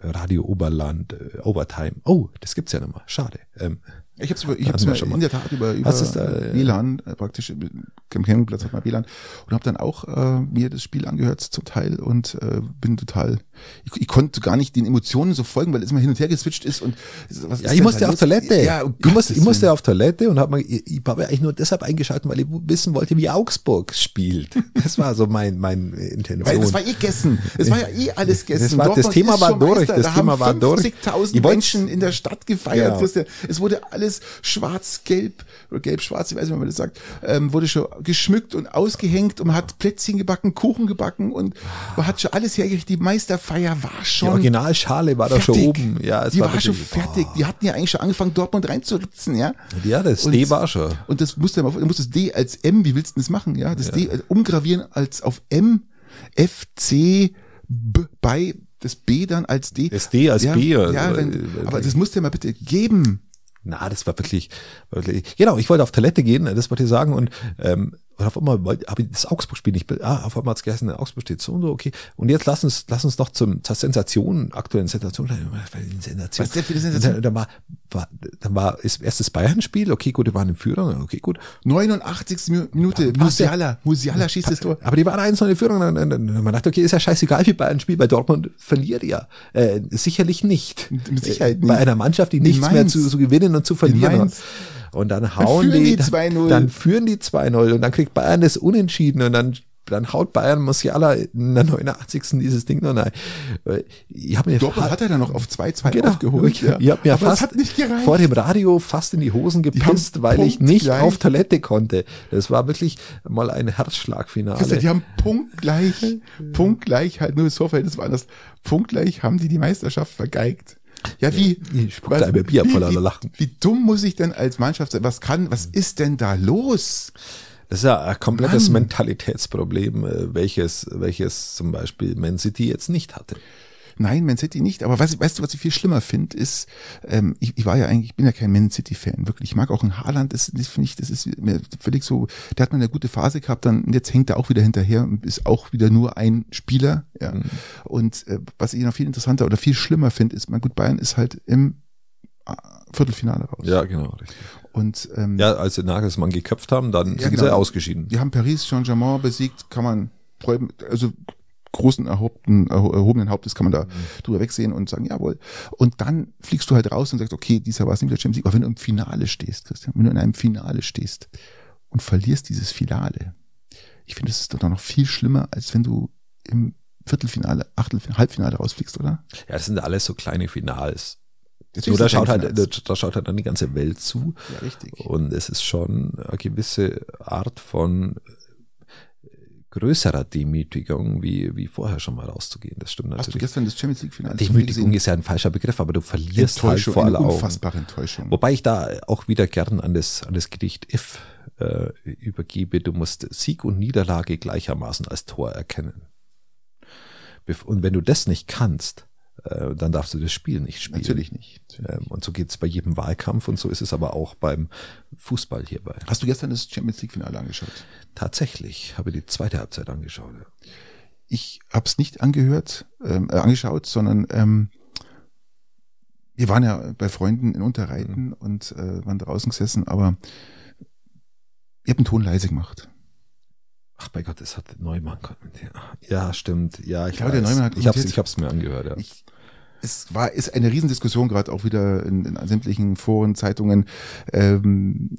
[SPEAKER 1] Radio Oberland, äh, Overtime. Oh, das gibt's ja nochmal, schade. Ähm,
[SPEAKER 2] Ich habe es ich
[SPEAKER 1] Hatten
[SPEAKER 2] hab's
[SPEAKER 1] wir schon
[SPEAKER 2] mir schon
[SPEAKER 1] mal.
[SPEAKER 2] in der Tat über, über
[SPEAKER 1] Hast du's da,
[SPEAKER 2] WLAN äh, praktisch, äh, am Campingplatz hat man WLAN und habe dann auch äh, mir das Spiel angehört zum Teil und äh, bin total, ich, ich konnte gar nicht den Emotionen so folgen, weil es immer hin und her geswitcht ist und was
[SPEAKER 1] ja,
[SPEAKER 2] ist
[SPEAKER 1] ich
[SPEAKER 2] denn
[SPEAKER 1] musste
[SPEAKER 2] da
[SPEAKER 1] auf
[SPEAKER 2] los?
[SPEAKER 1] Toilette.
[SPEAKER 2] Ja, um
[SPEAKER 1] halt ich, musste,
[SPEAKER 2] Gottes
[SPEAKER 1] ich musste
[SPEAKER 2] Willen.
[SPEAKER 1] auf Toilette und hab mir, ich, ich habe eigentlich nur deshalb eingeschaltet, weil ich wissen wollte, wie Augsburg spielt. Das war so mein, mein Intention.
[SPEAKER 2] weil das war eh gegessen. Es war ja eh alles
[SPEAKER 1] Das
[SPEAKER 2] gessen.
[SPEAKER 1] war- das
[SPEAKER 2] Dortmund
[SPEAKER 1] Thema
[SPEAKER 2] ist
[SPEAKER 1] war
[SPEAKER 2] schon
[SPEAKER 1] durch,
[SPEAKER 2] Meister.
[SPEAKER 1] das
[SPEAKER 2] Da
[SPEAKER 1] Thema
[SPEAKER 2] haben
[SPEAKER 1] war durch.
[SPEAKER 2] 50.000
[SPEAKER 1] Ich wollt's-
[SPEAKER 2] Menschen in der Stadt gefeiert,
[SPEAKER 1] Genau.
[SPEAKER 2] Christian. Es wurde alles schwarz-gelb oder gelb-schwarz, ich weiß nicht, wie man das sagt, ähm, wurde schon geschmückt und ausgehängt und man hat Plätzchen gebacken, Kuchen gebacken und man hat schon alles hergerichtet. Die Meisterfeier war
[SPEAKER 1] die
[SPEAKER 2] schon
[SPEAKER 1] Originalschale war da schon oben. Ja, es
[SPEAKER 2] die war, schon
[SPEAKER 1] wirklich-
[SPEAKER 2] fertig. Die hatten ja eigentlich schon angefangen, Dortmund reinzuritzen, ja.
[SPEAKER 1] Ja, das
[SPEAKER 2] Und-
[SPEAKER 1] D war schon.
[SPEAKER 2] Und das musst du, ja mal- du musst das D als M, wie willst du das machen, ja? Das D umgravieren als auf M, F, C, B, bei, das B dann als D.
[SPEAKER 1] Das D als
[SPEAKER 2] ja,
[SPEAKER 1] B,
[SPEAKER 2] Ja,
[SPEAKER 1] also,
[SPEAKER 2] dann,
[SPEAKER 1] äh,
[SPEAKER 2] aber das musst du ja mal bitte geben.
[SPEAKER 1] Na, das war wirklich, wirklich. Genau, ich wollte auf Toilette gehen, das wollte ich sagen. Und, ähm, und auf einmal wollte- habe ich das Augsburg-Spiel nicht. be- Ah, auf einmal hat es geheißen, Augsburg steht so und so, okay. Und jetzt lass uns, lass uns noch zum, zur Sensation, aktuellen Sensation. äh, Was für eine Sensation?
[SPEAKER 2] Was denn für eine Sensation?
[SPEAKER 1] Dann war, war, dann war ist erstes Bayern-Spiel, okay, gut, wir waren im Führung, okay, gut.
[SPEAKER 2] 89. Mi- Minute,
[SPEAKER 1] passt ja.
[SPEAKER 2] Musiala, Musiala schießt das Tor.
[SPEAKER 1] Aber die waren eins in der Führung. Und dann, dann, dann man dachte, okay, ist ja scheißegal, wie Bayern spielt, bei Dortmund verliert ja. Äh, sicherlich nicht.
[SPEAKER 2] Mit Sicherheit
[SPEAKER 1] Äh,
[SPEAKER 2] nicht.
[SPEAKER 1] Bei einer Mannschaft, die nichts
[SPEAKER 2] Mainz.
[SPEAKER 1] mehr zu, zu gewinnen und zu verlieren hat.
[SPEAKER 2] Mainz.
[SPEAKER 1] Und dann hauen
[SPEAKER 2] führen
[SPEAKER 1] die,
[SPEAKER 2] die 2-0.
[SPEAKER 1] dann führen die 2-0 und dann kriegt Bayern das Unentschieden und dann dann haut Bayern Musiala in der 89. dieses Ding noch rein. Äh, Ich habe mir
[SPEAKER 2] Dortmund hat er dann noch auf 2-2
[SPEAKER 1] Genau.
[SPEAKER 2] aufgeholt.
[SPEAKER 1] ich, ich hab mir
[SPEAKER 2] aber
[SPEAKER 1] fast
[SPEAKER 2] es hat nicht gereicht.
[SPEAKER 1] vor dem Radio fast in die Hosen
[SPEAKER 2] haben
[SPEAKER 1] gepisst, weil ich
[SPEAKER 2] punktgleich-
[SPEAKER 1] nicht auf Toilette konnte. Das war wirklich mal ein Herzschlagfinale.
[SPEAKER 2] Christian, die haben punktgleich, punktgleich, halt nur das Torverhältnis war anders, punktgleich haben die die Meisterschaft vergeigt. Ja, wie? Also
[SPEAKER 1] Ich spuckte ein Bier
[SPEAKER 2] wie-
[SPEAKER 1] voll aller
[SPEAKER 2] wie-
[SPEAKER 1] Lachen.
[SPEAKER 2] Wie dumm muss ich denn als Mannschaft sein? Was kann, was ist denn da los?
[SPEAKER 1] Das ist ja ein komplettes
[SPEAKER 2] Mann.
[SPEAKER 1] Mentalitätsproblem, äh, welches, welches zum Beispiel Man City jetzt nicht hatte.
[SPEAKER 2] Nein, Man City nicht. Aber was, weißt du, was ich viel schlimmer finde, ist, ähm, ich, ich war ja eigentlich, ich bin ja kein Man City-Fan, wirklich. Ich mag auch ein Haaland, das, das finde ich, das ist mir völlig so, der hat mal eine gute Phase gehabt, dann und jetzt hängt er auch wieder hinterher und ist auch wieder nur ein Spieler. Ja.
[SPEAKER 1] Mhm.
[SPEAKER 2] Und äh, was ich noch viel interessanter oder viel schlimmer finde, ist, mein gut, Bayern ist halt im äh, Viertelfinale raus.
[SPEAKER 1] Ja, genau. Richtig.
[SPEAKER 2] Und ähm,
[SPEAKER 1] Ja, als sie Nagelsmann geköpft haben, dann
[SPEAKER 2] Ja,
[SPEAKER 1] sind
[SPEAKER 2] genau.
[SPEAKER 1] sie ausgeschieden.
[SPEAKER 2] Wir haben Paris Saint-Germain besiegt, kann man träumen, also großen erhobten, erho- erhobenen Hauptes kann man da
[SPEAKER 1] Mhm.
[SPEAKER 2] drüber wegsehen und sagen, jawohl. Und dann fliegst du halt raus und sagst, okay, dieser war es nicht wieder Champions League. Aber wenn du im Finale stehst, Christian, wenn du in einem Finale stehst und verlierst dieses Finale, ich finde, es ist doch noch viel schlimmer, als wenn du im Viertelfinale, Achtelfinale, Halbfinale rausfliegst, oder?
[SPEAKER 1] Ja, das sind alles so kleine Finals.
[SPEAKER 2] Natürlich
[SPEAKER 1] Nur
[SPEAKER 2] sind
[SPEAKER 1] da
[SPEAKER 2] es
[SPEAKER 1] schaut,
[SPEAKER 2] keine
[SPEAKER 1] halt, Oh,
[SPEAKER 2] Finals.
[SPEAKER 1] da schaut halt dann die ganze Welt zu.
[SPEAKER 2] ja, richtig.
[SPEAKER 1] Und es ist schon eine gewisse Art von äh, größerer Demütigung, wie, wie vorher schon mal rauszugehen. Das stimmt
[SPEAKER 2] Hast du
[SPEAKER 1] natürlich.
[SPEAKER 2] gestern das Champions League Finale
[SPEAKER 1] Demütigung ist ja ein falscher Begriff, aber du verlierst halt
[SPEAKER 2] Enttäuschung,
[SPEAKER 1] vor aller
[SPEAKER 2] eine
[SPEAKER 1] Augen.
[SPEAKER 2] unfassbare Enttäuschung.
[SPEAKER 1] Wobei ich da auch wieder gern an das, an das Gedicht If äh, übergebe, du musst Sieg und Niederlage gleichermaßen als Tor erkennen. Bef- Und wenn du das nicht kannst, äh, dann darfst du das Spiel nicht spielen.
[SPEAKER 2] Natürlich nicht.
[SPEAKER 1] Ähm, und so geht's bei jedem Wahlkampf und so ist es aber auch beim Fußball hierbei.
[SPEAKER 2] Hast du gestern das Champions League Finale angeschaut?
[SPEAKER 1] Tatsächlich habe ich die zweite Halbzeit angeschaut. ja.
[SPEAKER 2] Ich habe es nicht angehört, ähm, äh, angeschaut, sondern ähm, wir waren ja bei Freunden in
[SPEAKER 1] Mhm.
[SPEAKER 2] Unterreiten und äh, waren draußen gesessen, aber ich habe den Ton leise gemacht.
[SPEAKER 1] Ach bei Gott, das hat Neumann kommentiert. Ja, stimmt. Ja, ich
[SPEAKER 2] Claudia
[SPEAKER 1] weiß.
[SPEAKER 2] Neumann hat
[SPEAKER 1] ich hab's,
[SPEAKER 2] kommentiert.
[SPEAKER 1] ich hab's mir angehört. Ja.
[SPEAKER 2] Ich, es war, ist eine Riesendiskussion gerade auch wieder in, in sämtlichen Foren, Zeitungen, ähm,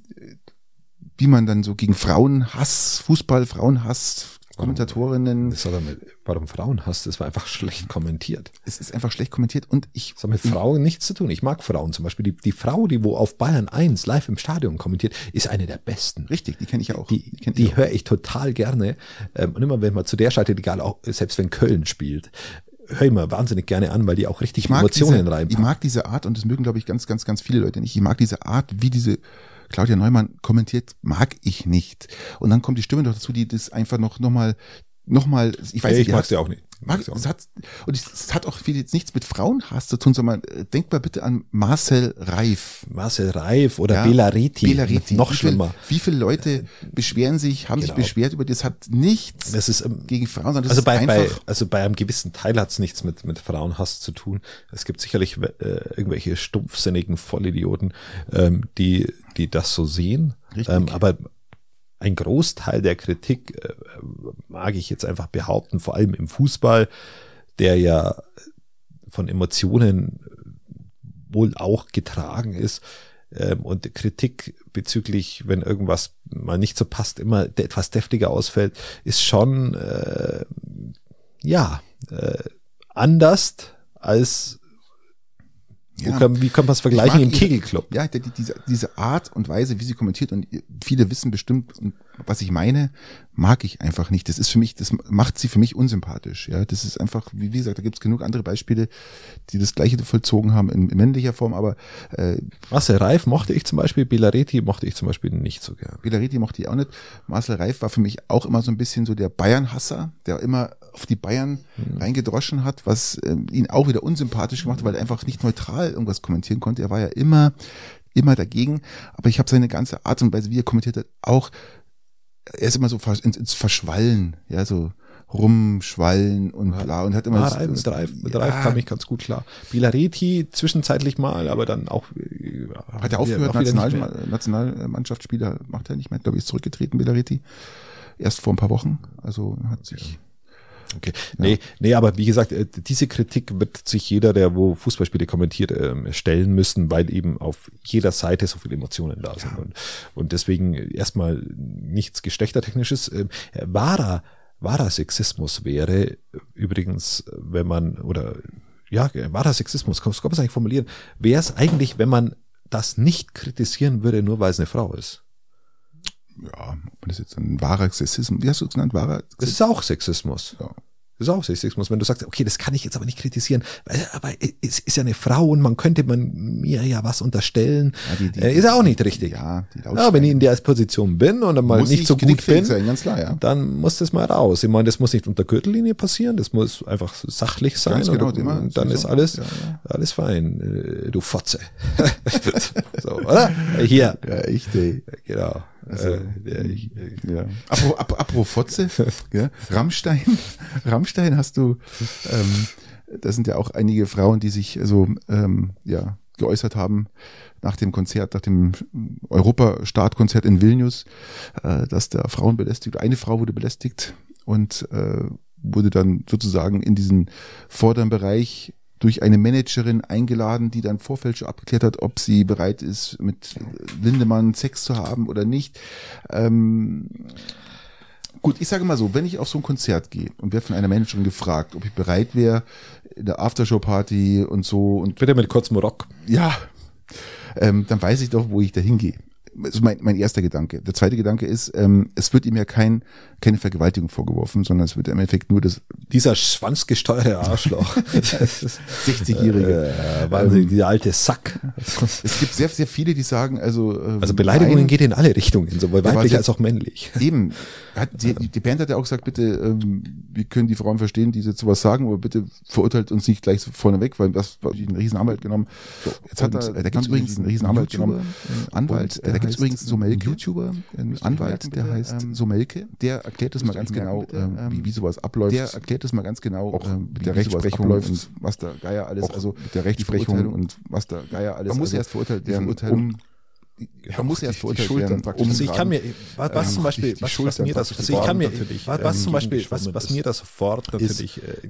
[SPEAKER 2] wie man dann so gegen Frauenhass, Fußball, Frauenhass,
[SPEAKER 1] Oh.
[SPEAKER 2] Kommentatorinnen,
[SPEAKER 1] Das hat er mit, warum Frauenhass? Das war einfach schlecht kommentiert.
[SPEAKER 2] es ist einfach schlecht kommentiert und ich
[SPEAKER 1] Das hat mit Frauen nichts zu tun. Ich mag Frauen zum Beispiel. Die, die Frau, die wo auf Bayern 1 live im Stadion kommentiert, ist eine der besten.
[SPEAKER 2] Richtig, die kenne ich ja auch.
[SPEAKER 1] Die,
[SPEAKER 2] kenn ich
[SPEAKER 1] die
[SPEAKER 2] auch.
[SPEAKER 1] höre ich total gerne. Ähm, Und immer wenn man zu der schaltet, egal auch, selbst wenn Köln spielt, höre ich mir wahnsinnig gerne an, weil die auch richtig
[SPEAKER 2] Ich mag,
[SPEAKER 1] Emotionen
[SPEAKER 2] diese, ich
[SPEAKER 1] reinpacken.
[SPEAKER 2] mag diese Art, und das mögen, glaube ich, ganz, ganz, ganz viele Leute nicht. Ich mag diese Art, wie diese Claudia Neumann kommentiert, mag ich nicht. Und dann kommt die Stimme noch dazu, die das einfach noch, noch mal, noch mal, ich weiß
[SPEAKER 1] Nee,
[SPEAKER 2] nicht, die
[SPEAKER 1] mag
[SPEAKER 2] hat-
[SPEAKER 1] sie auch nicht.
[SPEAKER 2] Mag,
[SPEAKER 1] Mag sie auch
[SPEAKER 2] es
[SPEAKER 1] nicht.
[SPEAKER 2] hat, und es- es hat auch viel jetzt nichts mit Frauenhass zu tun, sondern äh, denkt mal bitte an Marcel Reif.
[SPEAKER 1] Marcel Reif oder
[SPEAKER 2] Ja,
[SPEAKER 1] Belareti.
[SPEAKER 2] Belariti.
[SPEAKER 1] Noch
[SPEAKER 2] wie viel,
[SPEAKER 1] schlimmer. Äh,
[SPEAKER 2] Wie viele Leute beschweren sich, haben sich
[SPEAKER 1] Genau.
[SPEAKER 2] beschwert über das, hat nichts
[SPEAKER 1] Das ist, ähm,
[SPEAKER 2] gegen Frauen, sondern das
[SPEAKER 1] also
[SPEAKER 2] ist
[SPEAKER 1] bei, bei,
[SPEAKER 2] einfach.
[SPEAKER 1] also bei einem gewissen Teil hat es nichts mit, mit Frauenhass zu tun. Es gibt sicherlich äh, irgendwelche stumpfsinnigen Vollidioten, ähm, die, die das so sehen.
[SPEAKER 2] Richtig.
[SPEAKER 1] Ähm, aber ein Großteil der Kritik, äh, mag ich jetzt einfach behaupten, vor allem im Fußball, der ja von Emotionen wohl auch getragen ist. Ähm, und Kritik bezüglich, wenn irgendwas mal nicht so passt, immer de- etwas deftiger ausfällt, ist schon äh, ja äh, anders als wo
[SPEAKER 2] Ja.
[SPEAKER 1] kann, wie kann man es vergleichen
[SPEAKER 2] mag
[SPEAKER 1] im
[SPEAKER 2] ihre-
[SPEAKER 1] Kegelclub?
[SPEAKER 2] Ja, die, die- diese, diese Art und Weise, wie sie kommentiert, und ihr- viele wissen bestimmt, und was ich meine, mag ich einfach nicht. Das ist für mich, das macht sie für mich unsympathisch. Ja, das ist einfach, wie wie gesagt, da gibt's genug andere Beispiele, die das Gleiche vollzogen haben in, in männlicher Form, aber äh,
[SPEAKER 1] Marcel Reif mochte ich zum Beispiel, Bilareti mochte ich zum Beispiel nicht so gern.
[SPEAKER 2] Villariti mochte ich auch nicht. Marcel Reif war für mich auch immer so ein bisschen so der Bayern-Hasser, der immer auf die Bayern
[SPEAKER 1] Mhm.
[SPEAKER 2] reingedroschen hat, was ähm, ihn auch wieder unsympathisch gemacht hat, weil er einfach nicht neutral irgendwas kommentieren konnte. Er war ja immer, immer dagegen. Aber ich habe seine ganze Art und Weise, wie er kommentiert hat, auch, er ist immer so vers- ins, ins Verschwallen, ja, so rumschwallen und bla und hat immer
[SPEAKER 1] Ah,
[SPEAKER 2] so-
[SPEAKER 1] Reif, mit Reif, mit
[SPEAKER 2] Ja,
[SPEAKER 1] Reif kam ich ganz gut klar. Bilareti zwischenzeitlich mal, aber dann auch äh,
[SPEAKER 2] Hat er
[SPEAKER 1] auch wieder-
[SPEAKER 2] aufgehört,
[SPEAKER 1] auch wieder nicht
[SPEAKER 2] National
[SPEAKER 1] mehr.
[SPEAKER 2] Nationalmannschaftsspieler macht er nicht mehr, glaube ich, ist zurückgetreten, Belariti. Erst vor ein paar Wochen. Also hat sich.
[SPEAKER 1] Okay. Nee, nee, aber wie gesagt, äh, diese Kritik wird sich jeder, der wo Fußballspiele kommentiert, ähm, stellen müssen, weil eben auf jeder Seite so viele Emotionen da sind. Und, und deswegen erstmal nichts Geschlechtertechnisches. Ähm, äh, Wahrer, wahrer Sexismus wäre äh, übrigens, äh, wenn man, oder ja, äh, wahrer Sexismus, kann man es eigentlich formulieren, wäre es eigentlich, wenn man das nicht kritisieren würde, nur weil es eine Frau ist.
[SPEAKER 2] Ja, ob man das jetzt ein wahrer Sexismus, wie hast du es genannt, wahrer
[SPEAKER 1] Das ist auch Sexismus.
[SPEAKER 2] Ja.
[SPEAKER 1] Das ist auch Sexismus, wenn du sagst, okay, das kann ich jetzt aber nicht kritisieren, weil, aber es ist ja eine Frau und man könnte man mir ja was unterstellen.
[SPEAKER 2] Ja, die- die-
[SPEAKER 1] Äh, ist ja auch nicht richtig.
[SPEAKER 2] Ja, die
[SPEAKER 1] Ja, wenn ich in der Position bin und dann mal
[SPEAKER 2] Muss
[SPEAKER 1] nicht
[SPEAKER 2] ich
[SPEAKER 1] so gut
[SPEAKER 2] kritikfähig
[SPEAKER 1] bin,
[SPEAKER 2] sein, ganz klar, ja.
[SPEAKER 1] dann muss das mal raus. Ich meine, das muss nicht unter Gürtellinie passieren, das muss einfach sachlich sein.
[SPEAKER 2] Ganz genau,
[SPEAKER 1] und,
[SPEAKER 2] immer,
[SPEAKER 1] und dann ist
[SPEAKER 2] sowieso.
[SPEAKER 1] alles,
[SPEAKER 2] Ja, ja.
[SPEAKER 1] alles fein, äh, du Fotze. so, oder? Äh, Hier,
[SPEAKER 2] Ja, Also, hm. echt, ey.
[SPEAKER 1] genau. äh, der- ich,
[SPEAKER 2] Ja. Apro- ap- Apropos Fotze, gell? Rammstein, Rammstein hast du, ähm, da sind ja auch einige Frauen, die sich so ähm, ja, geäußert haben nach dem Konzert, nach dem Europastartkonzert in Vilnius, äh, dass da Frauen belästigt, eine Frau wurde belästigt und äh, wurde dann sozusagen in diesen vorderen Bereich durch eine Managerin eingeladen, die dann vorfällig schon abgeklärt hat, ob sie bereit ist, mit Lindemann Sex zu haben oder nicht. Ähm, gut, ich sage mal so, wenn ich auf so ein Konzert gehe und werde von einer Managerin gefragt, ob ich bereit wäre, in der Aftershow-Party und so und
[SPEAKER 1] bitte mit kurzem Rock.
[SPEAKER 2] ja, ähm, dann weiß ich doch, wo ich da hingehe. Das ist mein, mein erster Gedanke. Der zweite Gedanke ist, ähm, es wird ihm ja kein, keine Vergewaltigung vorgeworfen, sondern es wird im Endeffekt nur das
[SPEAKER 1] Dieser schwanzgesteuerte Arschloch.
[SPEAKER 2] 60-Jährige.
[SPEAKER 1] Äh, wahnsinnig, dieser alte Sack.
[SPEAKER 2] Es gibt sehr, sehr viele, die sagen, also. äh,
[SPEAKER 1] Also Beleidigungen
[SPEAKER 2] nein,
[SPEAKER 1] geht in alle Richtungen, sowohl
[SPEAKER 2] Ja,
[SPEAKER 1] weiblich
[SPEAKER 2] warte.
[SPEAKER 1] als auch männlich.
[SPEAKER 2] Eben. Hat, die, die Band hat ja auch gesagt, bitte, ähm, wir können die Frauen verstehen, die jetzt sowas sagen, aber bitte verurteilt uns nicht gleich so vorneweg, weil das hat einen Riesenanwalt genommen. Jetzt hat
[SPEAKER 3] Und äh,
[SPEAKER 2] er, da gibt es
[SPEAKER 3] dann
[SPEAKER 2] übrigens einen Riesenanwalt
[SPEAKER 3] YouTuber,
[SPEAKER 2] genommen.
[SPEAKER 3] äh,
[SPEAKER 2] Anwalt,
[SPEAKER 3] und
[SPEAKER 2] äh, da
[SPEAKER 3] der
[SPEAKER 2] gibt es
[SPEAKER 3] heißt
[SPEAKER 2] übrigens Somelke.
[SPEAKER 3] YouTuber, äh,
[SPEAKER 2] Ein
[SPEAKER 3] müsst ihr
[SPEAKER 2] Anwalt,
[SPEAKER 3] merken,
[SPEAKER 2] der
[SPEAKER 3] bitte,
[SPEAKER 2] heißt
[SPEAKER 3] ähm,
[SPEAKER 2] Somelke, der erklärt das mal
[SPEAKER 3] müsst ihr
[SPEAKER 2] ganz
[SPEAKER 3] euch
[SPEAKER 2] genau,
[SPEAKER 3] merken, bitte,
[SPEAKER 2] ähm, wie,
[SPEAKER 3] ähm,
[SPEAKER 2] wie sowas abläuft.
[SPEAKER 3] der erklärt
[SPEAKER 2] das mal ganz genau, auch
[SPEAKER 3] ähm,
[SPEAKER 2] mit
[SPEAKER 3] wie
[SPEAKER 2] der
[SPEAKER 3] sowas
[SPEAKER 2] Rechtsprechung
[SPEAKER 3] abläuft
[SPEAKER 2] und was da Geier alles,
[SPEAKER 3] auch
[SPEAKER 2] also
[SPEAKER 3] mit der Rechtsprechung
[SPEAKER 2] Verurteilung
[SPEAKER 3] und
[SPEAKER 2] was da Geier alles.
[SPEAKER 3] Man muss
[SPEAKER 2] also
[SPEAKER 3] erst verurteilt
[SPEAKER 2] die
[SPEAKER 3] werden, um
[SPEAKER 2] Verurteilung-
[SPEAKER 3] Ja,
[SPEAKER 2] man muss
[SPEAKER 3] die-
[SPEAKER 2] erst
[SPEAKER 3] die
[SPEAKER 2] verurteilt
[SPEAKER 3] Schultern
[SPEAKER 2] werden,
[SPEAKER 3] praktisch
[SPEAKER 2] um
[SPEAKER 1] Also ich kann mir, was, was
[SPEAKER 3] Ähm,
[SPEAKER 1] zum Beispiel, was,
[SPEAKER 3] die
[SPEAKER 1] was
[SPEAKER 3] Schultern
[SPEAKER 1] mir das,
[SPEAKER 3] praktisch
[SPEAKER 1] also ich kann mir,
[SPEAKER 3] natürlich,
[SPEAKER 1] was,
[SPEAKER 3] ähm,
[SPEAKER 1] was zum Beispiel, was,
[SPEAKER 3] entgegengeschwommen
[SPEAKER 1] was
[SPEAKER 3] ist.
[SPEAKER 1] mir das sofort natürlich, äh, ähm, darfst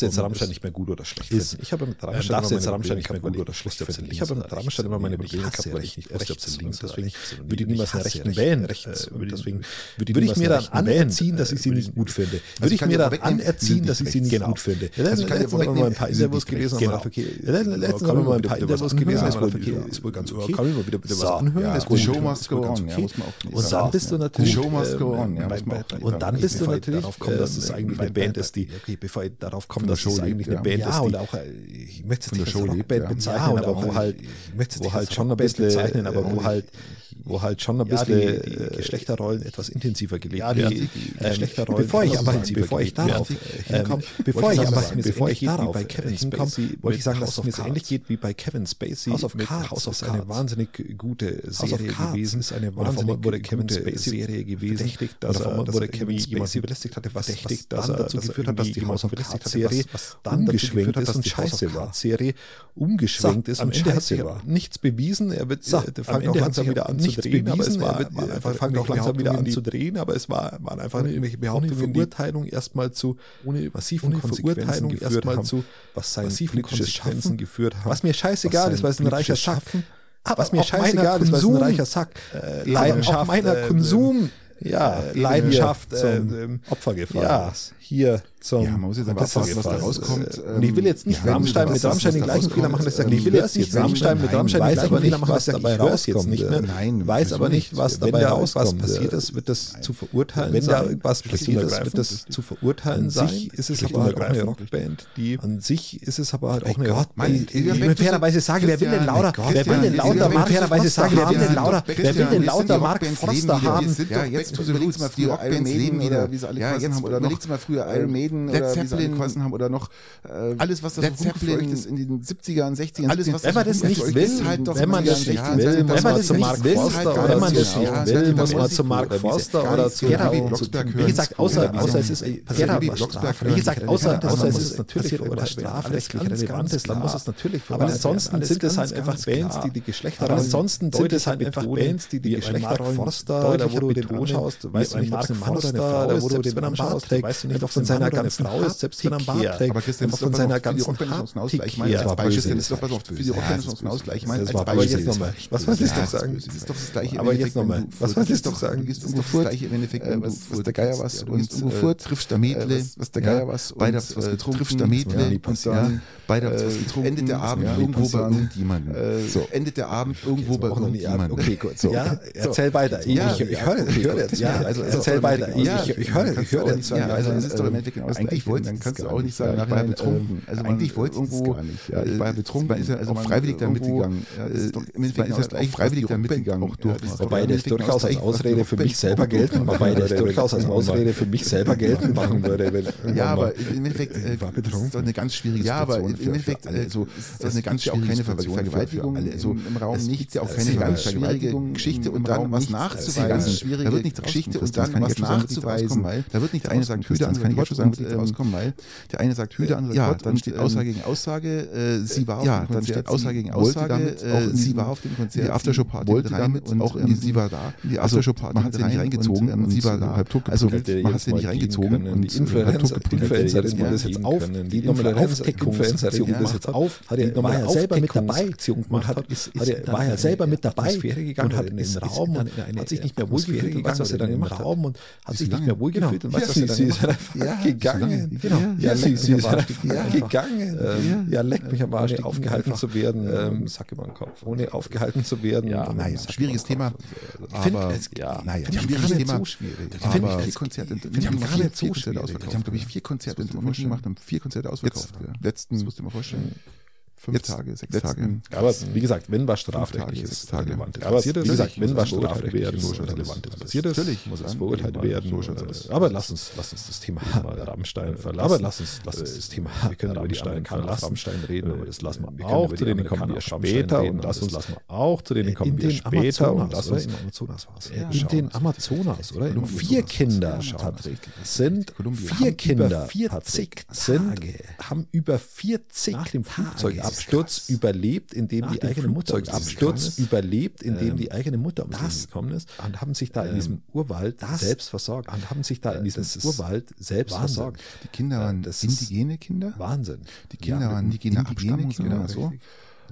[SPEAKER 1] du jetzt
[SPEAKER 3] entgegengeschwommen
[SPEAKER 1] Rammstein
[SPEAKER 3] ist.
[SPEAKER 1] nicht mehr gut oder schlecht
[SPEAKER 3] Ist-
[SPEAKER 1] finden. Ich habe mit
[SPEAKER 3] Rammstein
[SPEAKER 1] Rammstein, darfst du
[SPEAKER 3] immer
[SPEAKER 1] jetzt
[SPEAKER 3] meine
[SPEAKER 1] Rammstein
[SPEAKER 3] Probleme
[SPEAKER 1] nicht mehr
[SPEAKER 3] gehabt,
[SPEAKER 1] gut
[SPEAKER 3] weil
[SPEAKER 1] oder
[SPEAKER 3] ich
[SPEAKER 1] schlecht
[SPEAKER 3] wusste, ob
[SPEAKER 1] finden.
[SPEAKER 3] sie
[SPEAKER 1] Ich habe
[SPEAKER 3] links
[SPEAKER 1] mit
[SPEAKER 3] oder
[SPEAKER 1] Rammstein immer meine Probleme gehabt, weil ich nicht wusste, ob sie links oder rechts sind. Würde ich niemals eine rechten wählen. äh, Würde deswegen würde ich mir dann anerziehen, dass ich sie nicht gut finde. Würde ich
[SPEAKER 2] kann
[SPEAKER 1] mir
[SPEAKER 2] ja
[SPEAKER 1] dann
[SPEAKER 2] wegnehmen,
[SPEAKER 1] anerziehen,
[SPEAKER 2] sind
[SPEAKER 1] dass ich
[SPEAKER 2] nicht
[SPEAKER 1] sie nicht
[SPEAKER 2] rechts.
[SPEAKER 1] gut finde.
[SPEAKER 2] Also ich kann ja
[SPEAKER 1] Letztens haben wir mal ein
[SPEAKER 2] wegnehmen,
[SPEAKER 1] paar
[SPEAKER 2] sie sind
[SPEAKER 1] Interviews
[SPEAKER 2] nicht
[SPEAKER 1] gelesen, haben wir
[SPEAKER 2] rechts.
[SPEAKER 1] gedacht, okay, letztens haben wir mal ein paar Interviews gelesen, haben wir gedacht, okay, ist wohl ganz okay.
[SPEAKER 3] Kann mir mal wieder, wieder was
[SPEAKER 1] So,
[SPEAKER 3] anhören?
[SPEAKER 1] ja,
[SPEAKER 3] das ist
[SPEAKER 1] gut.
[SPEAKER 3] gut.
[SPEAKER 2] Die Show must
[SPEAKER 3] Ist wohl
[SPEAKER 2] go
[SPEAKER 3] ganz
[SPEAKER 2] on, ja, muss man auch nicht
[SPEAKER 1] Und
[SPEAKER 2] sagen,
[SPEAKER 1] dann bist
[SPEAKER 2] ja.
[SPEAKER 1] du natürlich.
[SPEAKER 2] Die Show must go
[SPEAKER 1] ähm,
[SPEAKER 2] on, ja,
[SPEAKER 1] bei-
[SPEAKER 2] muss man auch
[SPEAKER 1] bei-
[SPEAKER 2] nicht
[SPEAKER 1] Und
[SPEAKER 2] sagen.
[SPEAKER 1] dann
[SPEAKER 2] Ich
[SPEAKER 1] bist du
[SPEAKER 2] bevor ich
[SPEAKER 1] natürlich.
[SPEAKER 3] darauf komme, dass es
[SPEAKER 1] ähm,
[SPEAKER 3] eigentlich
[SPEAKER 1] bei
[SPEAKER 3] eine Band ist, die-
[SPEAKER 1] Okay, bevor ich darauf komme,
[SPEAKER 2] von der
[SPEAKER 1] dass es
[SPEAKER 2] Show
[SPEAKER 1] eigentlich
[SPEAKER 2] lebt,
[SPEAKER 1] eine
[SPEAKER 2] ja.
[SPEAKER 1] Band
[SPEAKER 2] Ja,
[SPEAKER 1] ist,
[SPEAKER 2] und
[SPEAKER 1] die. auch, ich möchte es
[SPEAKER 2] der
[SPEAKER 1] nicht
[SPEAKER 2] Show
[SPEAKER 1] als
[SPEAKER 2] lebt,
[SPEAKER 1] Rockband
[SPEAKER 2] ja.
[SPEAKER 1] bezeichnen,
[SPEAKER 3] Ja, und
[SPEAKER 1] aber
[SPEAKER 3] auch
[SPEAKER 1] wo
[SPEAKER 3] halt-
[SPEAKER 1] halt,
[SPEAKER 3] ich möchte es
[SPEAKER 1] wo
[SPEAKER 3] nicht
[SPEAKER 1] halt
[SPEAKER 3] als
[SPEAKER 1] schon ein
[SPEAKER 3] Rockband
[SPEAKER 1] bisschen,
[SPEAKER 3] bezeichnen, aber wo
[SPEAKER 1] wo halt, wo halt schon ein
[SPEAKER 3] Ja, die-
[SPEAKER 1] bisschen
[SPEAKER 3] die
[SPEAKER 1] äh,
[SPEAKER 3] Geschlechterrollen
[SPEAKER 1] etwas intensiver gelegt
[SPEAKER 3] werden.
[SPEAKER 1] werden.
[SPEAKER 3] Die
[SPEAKER 1] Geschlechterrollen.
[SPEAKER 3] Geschlechterrollen
[SPEAKER 1] Bevor ich
[SPEAKER 3] etwas
[SPEAKER 1] aber,
[SPEAKER 3] intensiver
[SPEAKER 1] bevor ich
[SPEAKER 3] gelegt werden.
[SPEAKER 1] darauf
[SPEAKER 3] Ja.
[SPEAKER 1] hinkomme,
[SPEAKER 3] Ähm,
[SPEAKER 1] bevor ich
[SPEAKER 3] wollte ich
[SPEAKER 1] aber
[SPEAKER 3] sagen,
[SPEAKER 1] mir so
[SPEAKER 3] bevor
[SPEAKER 1] ähnlich
[SPEAKER 3] ich
[SPEAKER 1] geht wie
[SPEAKER 3] darauf
[SPEAKER 1] bei Kevin
[SPEAKER 3] hinkomme,
[SPEAKER 1] Spacey,
[SPEAKER 3] wollte
[SPEAKER 1] wollte ich sagen, dass es mir so ähnlich geht wie bei Kevin Spacey.
[SPEAKER 3] House of
[SPEAKER 1] mit
[SPEAKER 3] Cards
[SPEAKER 1] House of
[SPEAKER 3] ist eine
[SPEAKER 1] Cards.
[SPEAKER 3] wahnsinnig gute
[SPEAKER 1] House of
[SPEAKER 3] Serie
[SPEAKER 1] Cards
[SPEAKER 3] gewesen.
[SPEAKER 1] Ist eine
[SPEAKER 3] Und auf einmal
[SPEAKER 1] wahnsinnig
[SPEAKER 3] wurde
[SPEAKER 1] gute
[SPEAKER 3] Kevin Spacey
[SPEAKER 1] Serie gewesen.
[SPEAKER 3] verdächtigt,
[SPEAKER 1] Und auf
[SPEAKER 3] dass er-
[SPEAKER 1] einmal
[SPEAKER 3] dass
[SPEAKER 1] wurde
[SPEAKER 3] er
[SPEAKER 1] Kevin
[SPEAKER 3] irgendwie
[SPEAKER 1] jemanden
[SPEAKER 3] jemanden
[SPEAKER 1] belästigt hatte, was,
[SPEAKER 3] verdächtigt,
[SPEAKER 1] was dann
[SPEAKER 3] dass er-
[SPEAKER 1] dazu
[SPEAKER 3] dass er
[SPEAKER 1] geführt hat, dass die
[SPEAKER 3] irgendwie
[SPEAKER 1] House of
[SPEAKER 3] jemanden
[SPEAKER 1] Cards
[SPEAKER 3] belästigt hat,
[SPEAKER 1] Serie
[SPEAKER 3] was- was dann dazu
[SPEAKER 1] umgeschwenkt
[SPEAKER 3] geführt hat,
[SPEAKER 1] ist
[SPEAKER 3] dass
[SPEAKER 1] und
[SPEAKER 3] die House of
[SPEAKER 1] scheiße war.
[SPEAKER 3] Cards
[SPEAKER 1] Serie umgeschwenkt
[SPEAKER 3] So,
[SPEAKER 1] ist
[SPEAKER 3] am
[SPEAKER 1] und
[SPEAKER 3] Ende hat
[SPEAKER 1] scheiße
[SPEAKER 3] sich
[SPEAKER 1] war.
[SPEAKER 3] nichts bewiesen. Er wird,
[SPEAKER 1] So,
[SPEAKER 3] äh, der
[SPEAKER 1] am
[SPEAKER 3] fängt auch
[SPEAKER 1] Ende hat
[SPEAKER 3] langsam
[SPEAKER 1] sich
[SPEAKER 3] wieder an
[SPEAKER 1] nichts
[SPEAKER 3] zu drehen, aber
[SPEAKER 1] bewiesen,
[SPEAKER 3] es war,
[SPEAKER 1] aber
[SPEAKER 3] war
[SPEAKER 1] er
[SPEAKER 3] einfach
[SPEAKER 1] fängt
[SPEAKER 3] fängt auch langsam wieder an zu
[SPEAKER 1] drehen,
[SPEAKER 3] drehen, aber es war, waren einfach
[SPEAKER 1] ohne-
[SPEAKER 3] irgendwelche
[SPEAKER 1] ohne
[SPEAKER 3] Behauptungen,
[SPEAKER 1] Verurteilung
[SPEAKER 3] Verurteilung erstmal zu
[SPEAKER 1] ohne
[SPEAKER 3] massiven
[SPEAKER 1] ohne Verurteilung
[SPEAKER 3] Konsequenzen geführt
[SPEAKER 1] erstmal
[SPEAKER 3] haben,
[SPEAKER 1] zu
[SPEAKER 3] was sein
[SPEAKER 1] massiven
[SPEAKER 3] politisches
[SPEAKER 1] Konsequenzen
[SPEAKER 3] Schaffen
[SPEAKER 1] geführt haben.
[SPEAKER 3] was mir scheißegal
[SPEAKER 1] sein
[SPEAKER 3] ist, weil es ein reicher
[SPEAKER 1] politisches
[SPEAKER 3] Sack.
[SPEAKER 1] Schaffen,
[SPEAKER 3] was mir
[SPEAKER 1] auch meiner
[SPEAKER 3] scheißegal ist, weil es ein
[SPEAKER 1] Konsum-
[SPEAKER 3] reicher Sack. Äh,
[SPEAKER 1] Leidenschaft,
[SPEAKER 3] Leidenschaft,
[SPEAKER 1] meiner
[SPEAKER 3] äh,
[SPEAKER 1] Konsum,
[SPEAKER 3] ja,
[SPEAKER 1] äh,
[SPEAKER 3] Leidenschaft,
[SPEAKER 1] hier zum
[SPEAKER 3] äh, ähm,
[SPEAKER 1] Opfer gefallen
[SPEAKER 3] ja,
[SPEAKER 1] ist. Hier zum
[SPEAKER 2] Ja, man muss jetzt einfach
[SPEAKER 1] Opfer
[SPEAKER 2] abwarten, was da
[SPEAKER 1] gefallen ist.
[SPEAKER 2] rauskommt.
[SPEAKER 1] Äh, Und ich will jetzt nicht
[SPEAKER 2] Ja,
[SPEAKER 1] Rammstein
[SPEAKER 2] was-
[SPEAKER 1] mit
[SPEAKER 2] was-
[SPEAKER 1] Rammstein
[SPEAKER 2] was
[SPEAKER 1] den
[SPEAKER 2] da
[SPEAKER 1] gleichen
[SPEAKER 2] rauskommt,
[SPEAKER 1] Fehler machen, dass er
[SPEAKER 2] ähm,
[SPEAKER 1] Also ich will jetzt nicht
[SPEAKER 2] wenn-
[SPEAKER 1] Rammstein mit
[SPEAKER 2] nein,
[SPEAKER 1] Rammstein den
[SPEAKER 2] weiß
[SPEAKER 1] gleichen
[SPEAKER 2] aber
[SPEAKER 1] Fehler
[SPEAKER 2] nicht,
[SPEAKER 1] machen, dass
[SPEAKER 2] was da
[SPEAKER 1] dabei
[SPEAKER 2] gehört
[SPEAKER 1] rauskommt.
[SPEAKER 2] jetzt,
[SPEAKER 1] ne?
[SPEAKER 2] ne? Nein,
[SPEAKER 1] weiß
[SPEAKER 2] wieso
[SPEAKER 1] aber nicht,
[SPEAKER 2] nicht?
[SPEAKER 1] was
[SPEAKER 2] Wenn
[SPEAKER 1] dabei
[SPEAKER 2] da
[SPEAKER 1] rauskommt.
[SPEAKER 2] was passiert
[SPEAKER 1] Äh,
[SPEAKER 2] ist,
[SPEAKER 1] wird das zu verurteilen
[SPEAKER 3] Wenn da
[SPEAKER 1] sein.
[SPEAKER 3] irgendwas
[SPEAKER 1] Schlicht
[SPEAKER 3] passiert
[SPEAKER 1] und
[SPEAKER 3] ist, wird
[SPEAKER 1] ergreifend.
[SPEAKER 3] das zu verurteilen
[SPEAKER 1] An
[SPEAKER 3] sein.
[SPEAKER 1] sich ist es
[SPEAKER 3] Schlicht
[SPEAKER 1] aber
[SPEAKER 3] und
[SPEAKER 1] halt auch eine
[SPEAKER 3] ergreifend.
[SPEAKER 1] Rockband, die-
[SPEAKER 3] An sich ist es aber halt
[SPEAKER 1] Mein
[SPEAKER 3] auch eine
[SPEAKER 1] Gott,
[SPEAKER 2] Mann,
[SPEAKER 3] Rockband, die-
[SPEAKER 2] wir-
[SPEAKER 3] die-
[SPEAKER 1] Ich will fairerweise sagen, wer will denn
[SPEAKER 2] Christian,
[SPEAKER 1] lauter,
[SPEAKER 2] mein Gott,
[SPEAKER 1] wer will denn
[SPEAKER 2] Christian,
[SPEAKER 1] lauter,
[SPEAKER 2] Christian,
[SPEAKER 1] Mark, fairerweise sagen, wer will denn lauter, wer will denn lauter Mark Forster haben?
[SPEAKER 2] Ja, jetzt überlegst du mal früher Iron Maiden oder wie sie alle geheißen haben. Oder noch
[SPEAKER 3] mal
[SPEAKER 2] Iron Maiden oder wie sie
[SPEAKER 3] früher
[SPEAKER 2] alle geheißen haben. Oder noch alles, was da
[SPEAKER 3] Led
[SPEAKER 2] so rumgefleucht
[SPEAKER 3] Zeppelin.
[SPEAKER 2] ist in den 70ern, 60ern.
[SPEAKER 3] Alles, was
[SPEAKER 1] Wenn man das nicht will, wenn man das nicht will, muss
[SPEAKER 2] wenn
[SPEAKER 1] man
[SPEAKER 2] man
[SPEAKER 1] zu Mark Forster oder
[SPEAKER 2] man
[SPEAKER 1] zu-
[SPEAKER 2] das
[SPEAKER 1] ja,
[SPEAKER 2] nicht
[SPEAKER 1] will,
[SPEAKER 2] will,
[SPEAKER 1] muss man
[SPEAKER 2] muss
[SPEAKER 1] zu
[SPEAKER 2] man
[SPEAKER 1] Mark
[SPEAKER 2] zu-
[SPEAKER 1] Forster
[SPEAKER 2] gar
[SPEAKER 1] oder
[SPEAKER 2] nichts
[SPEAKER 1] zu
[SPEAKER 2] hören.
[SPEAKER 1] Gerhard
[SPEAKER 2] Bibi
[SPEAKER 1] zu-
[SPEAKER 2] Blocksberg
[SPEAKER 1] Wie
[SPEAKER 2] hören.
[SPEAKER 1] gesagt, außer,
[SPEAKER 2] Bibi
[SPEAKER 1] außer es ist
[SPEAKER 2] Blocksberg
[SPEAKER 1] Gerhard
[SPEAKER 2] hören.
[SPEAKER 1] Wie gesagt, außer, außer es ist passiert oder strafrechtlich relevant ist, dann muss es natürlich Aber ansonsten sind es halt einfach Bands, die die Geschlechterrollen
[SPEAKER 3] Aber ansonsten sind es halt einfach Bands, die die Geschlechterrollen
[SPEAKER 1] Forster, da wo du den
[SPEAKER 3] betonen,
[SPEAKER 1] anschaust, weißt du nicht, ob es ein Mann oder eine Frau
[SPEAKER 3] da
[SPEAKER 1] ist,
[SPEAKER 3] wo du
[SPEAKER 1] selbst
[SPEAKER 3] den
[SPEAKER 1] wenn er am Bart
[SPEAKER 3] anschaust,
[SPEAKER 1] trägt,
[SPEAKER 3] weißt du nicht,
[SPEAKER 1] einfach
[SPEAKER 3] ob es
[SPEAKER 1] von
[SPEAKER 3] ein
[SPEAKER 1] seiner
[SPEAKER 3] Mann oder eine
[SPEAKER 1] ganzen
[SPEAKER 3] Frau ist, selbst wenn er am Bart
[SPEAKER 1] Haptik
[SPEAKER 3] trägt.
[SPEAKER 1] her.
[SPEAKER 3] Aber Christian,
[SPEAKER 1] Einfach
[SPEAKER 3] das
[SPEAKER 1] von
[SPEAKER 3] ist doch
[SPEAKER 1] seiner
[SPEAKER 3] noch für die
[SPEAKER 1] ganzen
[SPEAKER 3] Rockband ist noch ein
[SPEAKER 1] Haptik
[SPEAKER 3] Ausgleich. Ich meine,
[SPEAKER 1] her.
[SPEAKER 3] das
[SPEAKER 1] Das war
[SPEAKER 3] Beispiel
[SPEAKER 1] böse,
[SPEAKER 3] ist
[SPEAKER 1] das war böse, das
[SPEAKER 2] Ja, das ist böse. Das
[SPEAKER 3] doch was auf- für die Rockband ist noch ein Ausgleich. Ich meine, als Beispiel ist doch-
[SPEAKER 1] war-
[SPEAKER 3] Was
[SPEAKER 1] das war
[SPEAKER 3] wolltest du
[SPEAKER 1] böse.
[SPEAKER 3] sagen?
[SPEAKER 2] Das ist doch das gleiche.
[SPEAKER 1] Aber jetzt nochmal, was
[SPEAKER 2] wollte
[SPEAKER 1] wolltest
[SPEAKER 2] ich
[SPEAKER 1] du sagen?
[SPEAKER 2] Du gehst
[SPEAKER 3] Du
[SPEAKER 2] irgendwo
[SPEAKER 3] Um furt.
[SPEAKER 2] furt. Das gleiche im Endeffekt,
[SPEAKER 3] Äh,
[SPEAKER 2] wenn
[SPEAKER 3] was-
[SPEAKER 2] du
[SPEAKER 3] was
[SPEAKER 2] furt
[SPEAKER 3] der Geier
[SPEAKER 2] triffst, ja,
[SPEAKER 3] was
[SPEAKER 2] du
[SPEAKER 3] und,
[SPEAKER 2] gehst irgendwo
[SPEAKER 3] äh,
[SPEAKER 2] furt, triffst der Mädle,
[SPEAKER 3] äh, was- was der Geier was und,
[SPEAKER 2] beide habt was
[SPEAKER 3] äh,
[SPEAKER 2] getrunken,
[SPEAKER 3] triffst der Mädle
[SPEAKER 2] ja,
[SPEAKER 3] und
[SPEAKER 2] und
[SPEAKER 3] dann
[SPEAKER 2] dann beide habt was
[SPEAKER 3] äh,
[SPEAKER 2] getrunken,
[SPEAKER 3] endet der Abend
[SPEAKER 2] ja,
[SPEAKER 3] irgendwo bei
[SPEAKER 2] irgendjemandem.
[SPEAKER 3] äh,
[SPEAKER 2] so. Endet der Abend irgendwo
[SPEAKER 1] Jetzt
[SPEAKER 2] bei
[SPEAKER 1] braucht noch nie-
[SPEAKER 2] irgendjemandem.
[SPEAKER 1] Okay, gut.
[SPEAKER 2] So.
[SPEAKER 1] Ja, erzähl weiter. Ich,
[SPEAKER 2] Ja,
[SPEAKER 1] ich, ich höre ich höre jetzt.
[SPEAKER 2] Ja,
[SPEAKER 1] Ja, also
[SPEAKER 2] also,
[SPEAKER 1] erzähl
[SPEAKER 2] also,
[SPEAKER 1] weiter. Ich,
[SPEAKER 2] ja,
[SPEAKER 1] ich, ich höre ich höre jetzt.
[SPEAKER 2] Ja, also es ist doch im Endeffekt genau das
[SPEAKER 4] eigentlich
[SPEAKER 2] Gleiche.
[SPEAKER 4] wollte
[SPEAKER 2] Dann
[SPEAKER 4] ich das
[SPEAKER 2] kannst du
[SPEAKER 4] gar
[SPEAKER 2] auch nicht sagen,
[SPEAKER 4] ja, ich war ja
[SPEAKER 2] nachher,
[SPEAKER 4] betrunken.
[SPEAKER 2] ähm, also man-
[SPEAKER 4] eigentlich wollte ich das
[SPEAKER 2] irgendwo,
[SPEAKER 4] gar nicht. Ja, ich
[SPEAKER 2] äh,
[SPEAKER 4] war ja
[SPEAKER 2] es-
[SPEAKER 4] betrunken.
[SPEAKER 2] man ist ja also
[SPEAKER 4] aber
[SPEAKER 2] freiwillig da
[SPEAKER 4] irgendwo-
[SPEAKER 2] mitgegangen.
[SPEAKER 4] Ja, das ist doch,
[SPEAKER 2] Äh,
[SPEAKER 4] im Endeffekt
[SPEAKER 2] man ist ja
[SPEAKER 4] auch
[SPEAKER 2] auch freiwillig da
[SPEAKER 4] Rockband
[SPEAKER 2] mitgegangen.
[SPEAKER 4] auch durch.
[SPEAKER 2] Ja, das ist
[SPEAKER 4] Wobei
[SPEAKER 2] doch
[SPEAKER 1] Wobei das
[SPEAKER 2] Endeffekt
[SPEAKER 1] durchaus
[SPEAKER 2] auch
[SPEAKER 1] als
[SPEAKER 2] die
[SPEAKER 1] Ausrede für mich
[SPEAKER 2] Rockband
[SPEAKER 1] selber
[SPEAKER 2] auch durch.
[SPEAKER 1] gelten, wobei das durchaus als Ausrede für mich selber gelten machen würde. Wenn
[SPEAKER 2] Ja, aber im Endeffekt äh, ist das doch eine ganz schwierige
[SPEAKER 4] Ja, aber im
[SPEAKER 2] für- für
[SPEAKER 4] Endeffekt,
[SPEAKER 2] alle.
[SPEAKER 4] äh,
[SPEAKER 2] also
[SPEAKER 4] es
[SPEAKER 2] ist
[SPEAKER 4] ist
[SPEAKER 2] das
[SPEAKER 4] doch
[SPEAKER 2] eine ganz
[SPEAKER 4] ja auch
[SPEAKER 2] schwierige
[SPEAKER 4] keine
[SPEAKER 2] Situation für- für
[SPEAKER 4] Vergewaltigung
[SPEAKER 2] alle.
[SPEAKER 4] im- im Raum
[SPEAKER 2] es
[SPEAKER 4] nicht.
[SPEAKER 2] gibt ja auch
[SPEAKER 4] Es
[SPEAKER 2] keine
[SPEAKER 4] ist eine
[SPEAKER 2] ganz
[SPEAKER 4] ganz
[SPEAKER 2] schwierige
[SPEAKER 4] schwierige
[SPEAKER 2] Geschichte und
[SPEAKER 4] im
[SPEAKER 2] dann
[SPEAKER 4] Raum
[SPEAKER 2] was
[SPEAKER 4] nichts.
[SPEAKER 2] nachzuweisen.
[SPEAKER 4] Es ist eine ganz
[SPEAKER 2] Da wird nicht
[SPEAKER 4] schwierige
[SPEAKER 2] geschichte
[SPEAKER 4] Geschichte
[SPEAKER 2] und dann was nachzuweisen. Da wird nicht der eine sagt Hüde, der andere Gott und ähm,
[SPEAKER 4] weil
[SPEAKER 2] der eine sagt Hüde, der andere
[SPEAKER 4] ja,
[SPEAKER 2] Gott
[SPEAKER 4] dann
[SPEAKER 2] und,
[SPEAKER 4] steht
[SPEAKER 2] ähm,
[SPEAKER 4] Aussage gegen Aussage. Äh, sie war auf
[SPEAKER 2] ja,
[SPEAKER 4] dem
[SPEAKER 2] dann
[SPEAKER 4] Konzert.
[SPEAKER 2] steht Aussage gegen
[SPEAKER 4] wollte
[SPEAKER 2] Aussage.
[SPEAKER 4] Damit
[SPEAKER 2] äh,
[SPEAKER 4] auch in,
[SPEAKER 2] sie war auf dem Konzert.
[SPEAKER 4] Die Aftershow-Party
[SPEAKER 2] wollte
[SPEAKER 4] mit rein
[SPEAKER 2] damit
[SPEAKER 4] und
[SPEAKER 2] auch in
[SPEAKER 4] ähm,
[SPEAKER 2] die, sie war da.
[SPEAKER 4] die
[SPEAKER 2] Also,
[SPEAKER 4] Aftershow-Party
[SPEAKER 2] man hat sie
[SPEAKER 4] mit
[SPEAKER 2] nicht
[SPEAKER 4] rein und,
[SPEAKER 2] reingezogen
[SPEAKER 4] ähm,
[SPEAKER 2] und sie war
[SPEAKER 1] äh,
[SPEAKER 2] da.
[SPEAKER 4] halb tot
[SPEAKER 2] also
[SPEAKER 4] geprügelt.
[SPEAKER 2] man hat sie nicht reingezogen äh,
[SPEAKER 1] und die Influencer, die Influencer, die das jetzt auf, die nochmal Aufdeckung, Influencer, die das jetzt auf, hat er war ja selber mit dabei und hat, hat er war ja selber mit dabei und hat in den Raum und hat sich nicht mehr wohlgefühlt und weiß, was er dann im Raum und hat sich nicht mehr wohlgefühlt und weiß, was er dann im Raum gegangen. Ja, sie ist gegangen. Ja, leck mich am Arsch, aufgehalten zu werden, Sack über den Kopf, ohne aufgehalten zu werden.
[SPEAKER 2] Naja, schwieriges Thema.
[SPEAKER 4] Aber
[SPEAKER 2] Aber
[SPEAKER 4] ja,
[SPEAKER 2] naja,
[SPEAKER 4] find ich
[SPEAKER 2] schwieriges
[SPEAKER 4] gar nicht
[SPEAKER 2] Thema.
[SPEAKER 4] so schwierig.
[SPEAKER 2] Die haben
[SPEAKER 4] Aber-
[SPEAKER 2] nicht vier Konzerte, in-
[SPEAKER 4] Die
[SPEAKER 2] München
[SPEAKER 4] haben
[SPEAKER 2] gemacht,
[SPEAKER 4] gar nicht so
[SPEAKER 2] vier Konzerte
[SPEAKER 4] schwierig.
[SPEAKER 2] ausverkauft. Die haben, glaube ich, vier Konzerte in München gemacht, haben vier Konzerte ausverkauft.
[SPEAKER 4] Jetzt-
[SPEAKER 2] ja. Letzten, das musst du dir mal vorstellen. Fünf
[SPEAKER 4] Jetzt-
[SPEAKER 2] Tage, sechs
[SPEAKER 4] letzten-
[SPEAKER 2] Tage.
[SPEAKER 1] Aber wie gesagt, wenn was
[SPEAKER 2] Tage,
[SPEAKER 1] strafrechtlich
[SPEAKER 2] sechs
[SPEAKER 1] ist,
[SPEAKER 2] Tage.
[SPEAKER 1] relevant ist.
[SPEAKER 2] Aber
[SPEAKER 1] Aber wie
[SPEAKER 2] natürlich
[SPEAKER 1] gesagt, wenn
[SPEAKER 2] muss
[SPEAKER 1] was
[SPEAKER 2] es
[SPEAKER 1] strafrechtlich
[SPEAKER 2] strafrechtlich
[SPEAKER 1] ist,
[SPEAKER 2] so
[SPEAKER 1] relevant
[SPEAKER 2] sein.
[SPEAKER 1] ist. Passiert ist,
[SPEAKER 2] Natürlich.
[SPEAKER 1] muss es
[SPEAKER 2] Dann
[SPEAKER 1] verurteilt
[SPEAKER 2] eben mal
[SPEAKER 1] werden.
[SPEAKER 2] so
[SPEAKER 1] oder-
[SPEAKER 2] schaut's aus.
[SPEAKER 1] Aber lass uns, lass uns das Thema Rammstein verlassen. Aber lass uns, lass uns das Thema
[SPEAKER 4] Wir können über die Amerikaner
[SPEAKER 1] verlassen.
[SPEAKER 4] Rammstein reden, aber
[SPEAKER 1] das
[SPEAKER 4] das
[SPEAKER 1] lassen wir,
[SPEAKER 4] wir
[SPEAKER 1] auch.
[SPEAKER 4] können über die
[SPEAKER 1] Zu denen kommen wir
[SPEAKER 4] Amerikaner Rammstein
[SPEAKER 1] später.
[SPEAKER 4] reden,
[SPEAKER 1] Und
[SPEAKER 4] aber
[SPEAKER 1] lass
[SPEAKER 4] das
[SPEAKER 1] uns,
[SPEAKER 4] lassen
[SPEAKER 1] auch. Zu denen kommen wir später. Und lass uns
[SPEAKER 3] im Amazonas war es.
[SPEAKER 1] in den Amazonas, oder? In vier Kinder, Patrick, sind vier Kinder, 40 sind, haben über 40
[SPEAKER 3] Nach dem
[SPEAKER 1] Flugzeugabsturz
[SPEAKER 3] Flugzeugabsturz
[SPEAKER 1] überlebt, indem
[SPEAKER 3] Nach
[SPEAKER 1] die
[SPEAKER 3] dem
[SPEAKER 1] eigene Mutter
[SPEAKER 2] um
[SPEAKER 3] Flugzeugabsturz
[SPEAKER 1] Absturz
[SPEAKER 3] gekommen
[SPEAKER 1] überlebt, indem
[SPEAKER 3] Ähm,
[SPEAKER 1] die eigene Mutter ums
[SPEAKER 3] das-
[SPEAKER 1] Leben gekommen ist und haben sich da in
[SPEAKER 3] ähm,
[SPEAKER 1] diesem Urwald
[SPEAKER 3] das-
[SPEAKER 1] selbst versorgt und haben sich da in
[SPEAKER 3] äh,
[SPEAKER 1] diesem
[SPEAKER 3] das ist
[SPEAKER 1] Urwald selbst
[SPEAKER 3] Wahnsinn.
[SPEAKER 1] versorgt.
[SPEAKER 2] Die Kinder
[SPEAKER 1] Ja,
[SPEAKER 2] waren
[SPEAKER 1] das ist-
[SPEAKER 2] indigene Kinder.
[SPEAKER 1] Wahnsinn.
[SPEAKER 2] Die Kinder
[SPEAKER 1] ja,
[SPEAKER 2] waren indigene Abstammung, sagen wir mal so.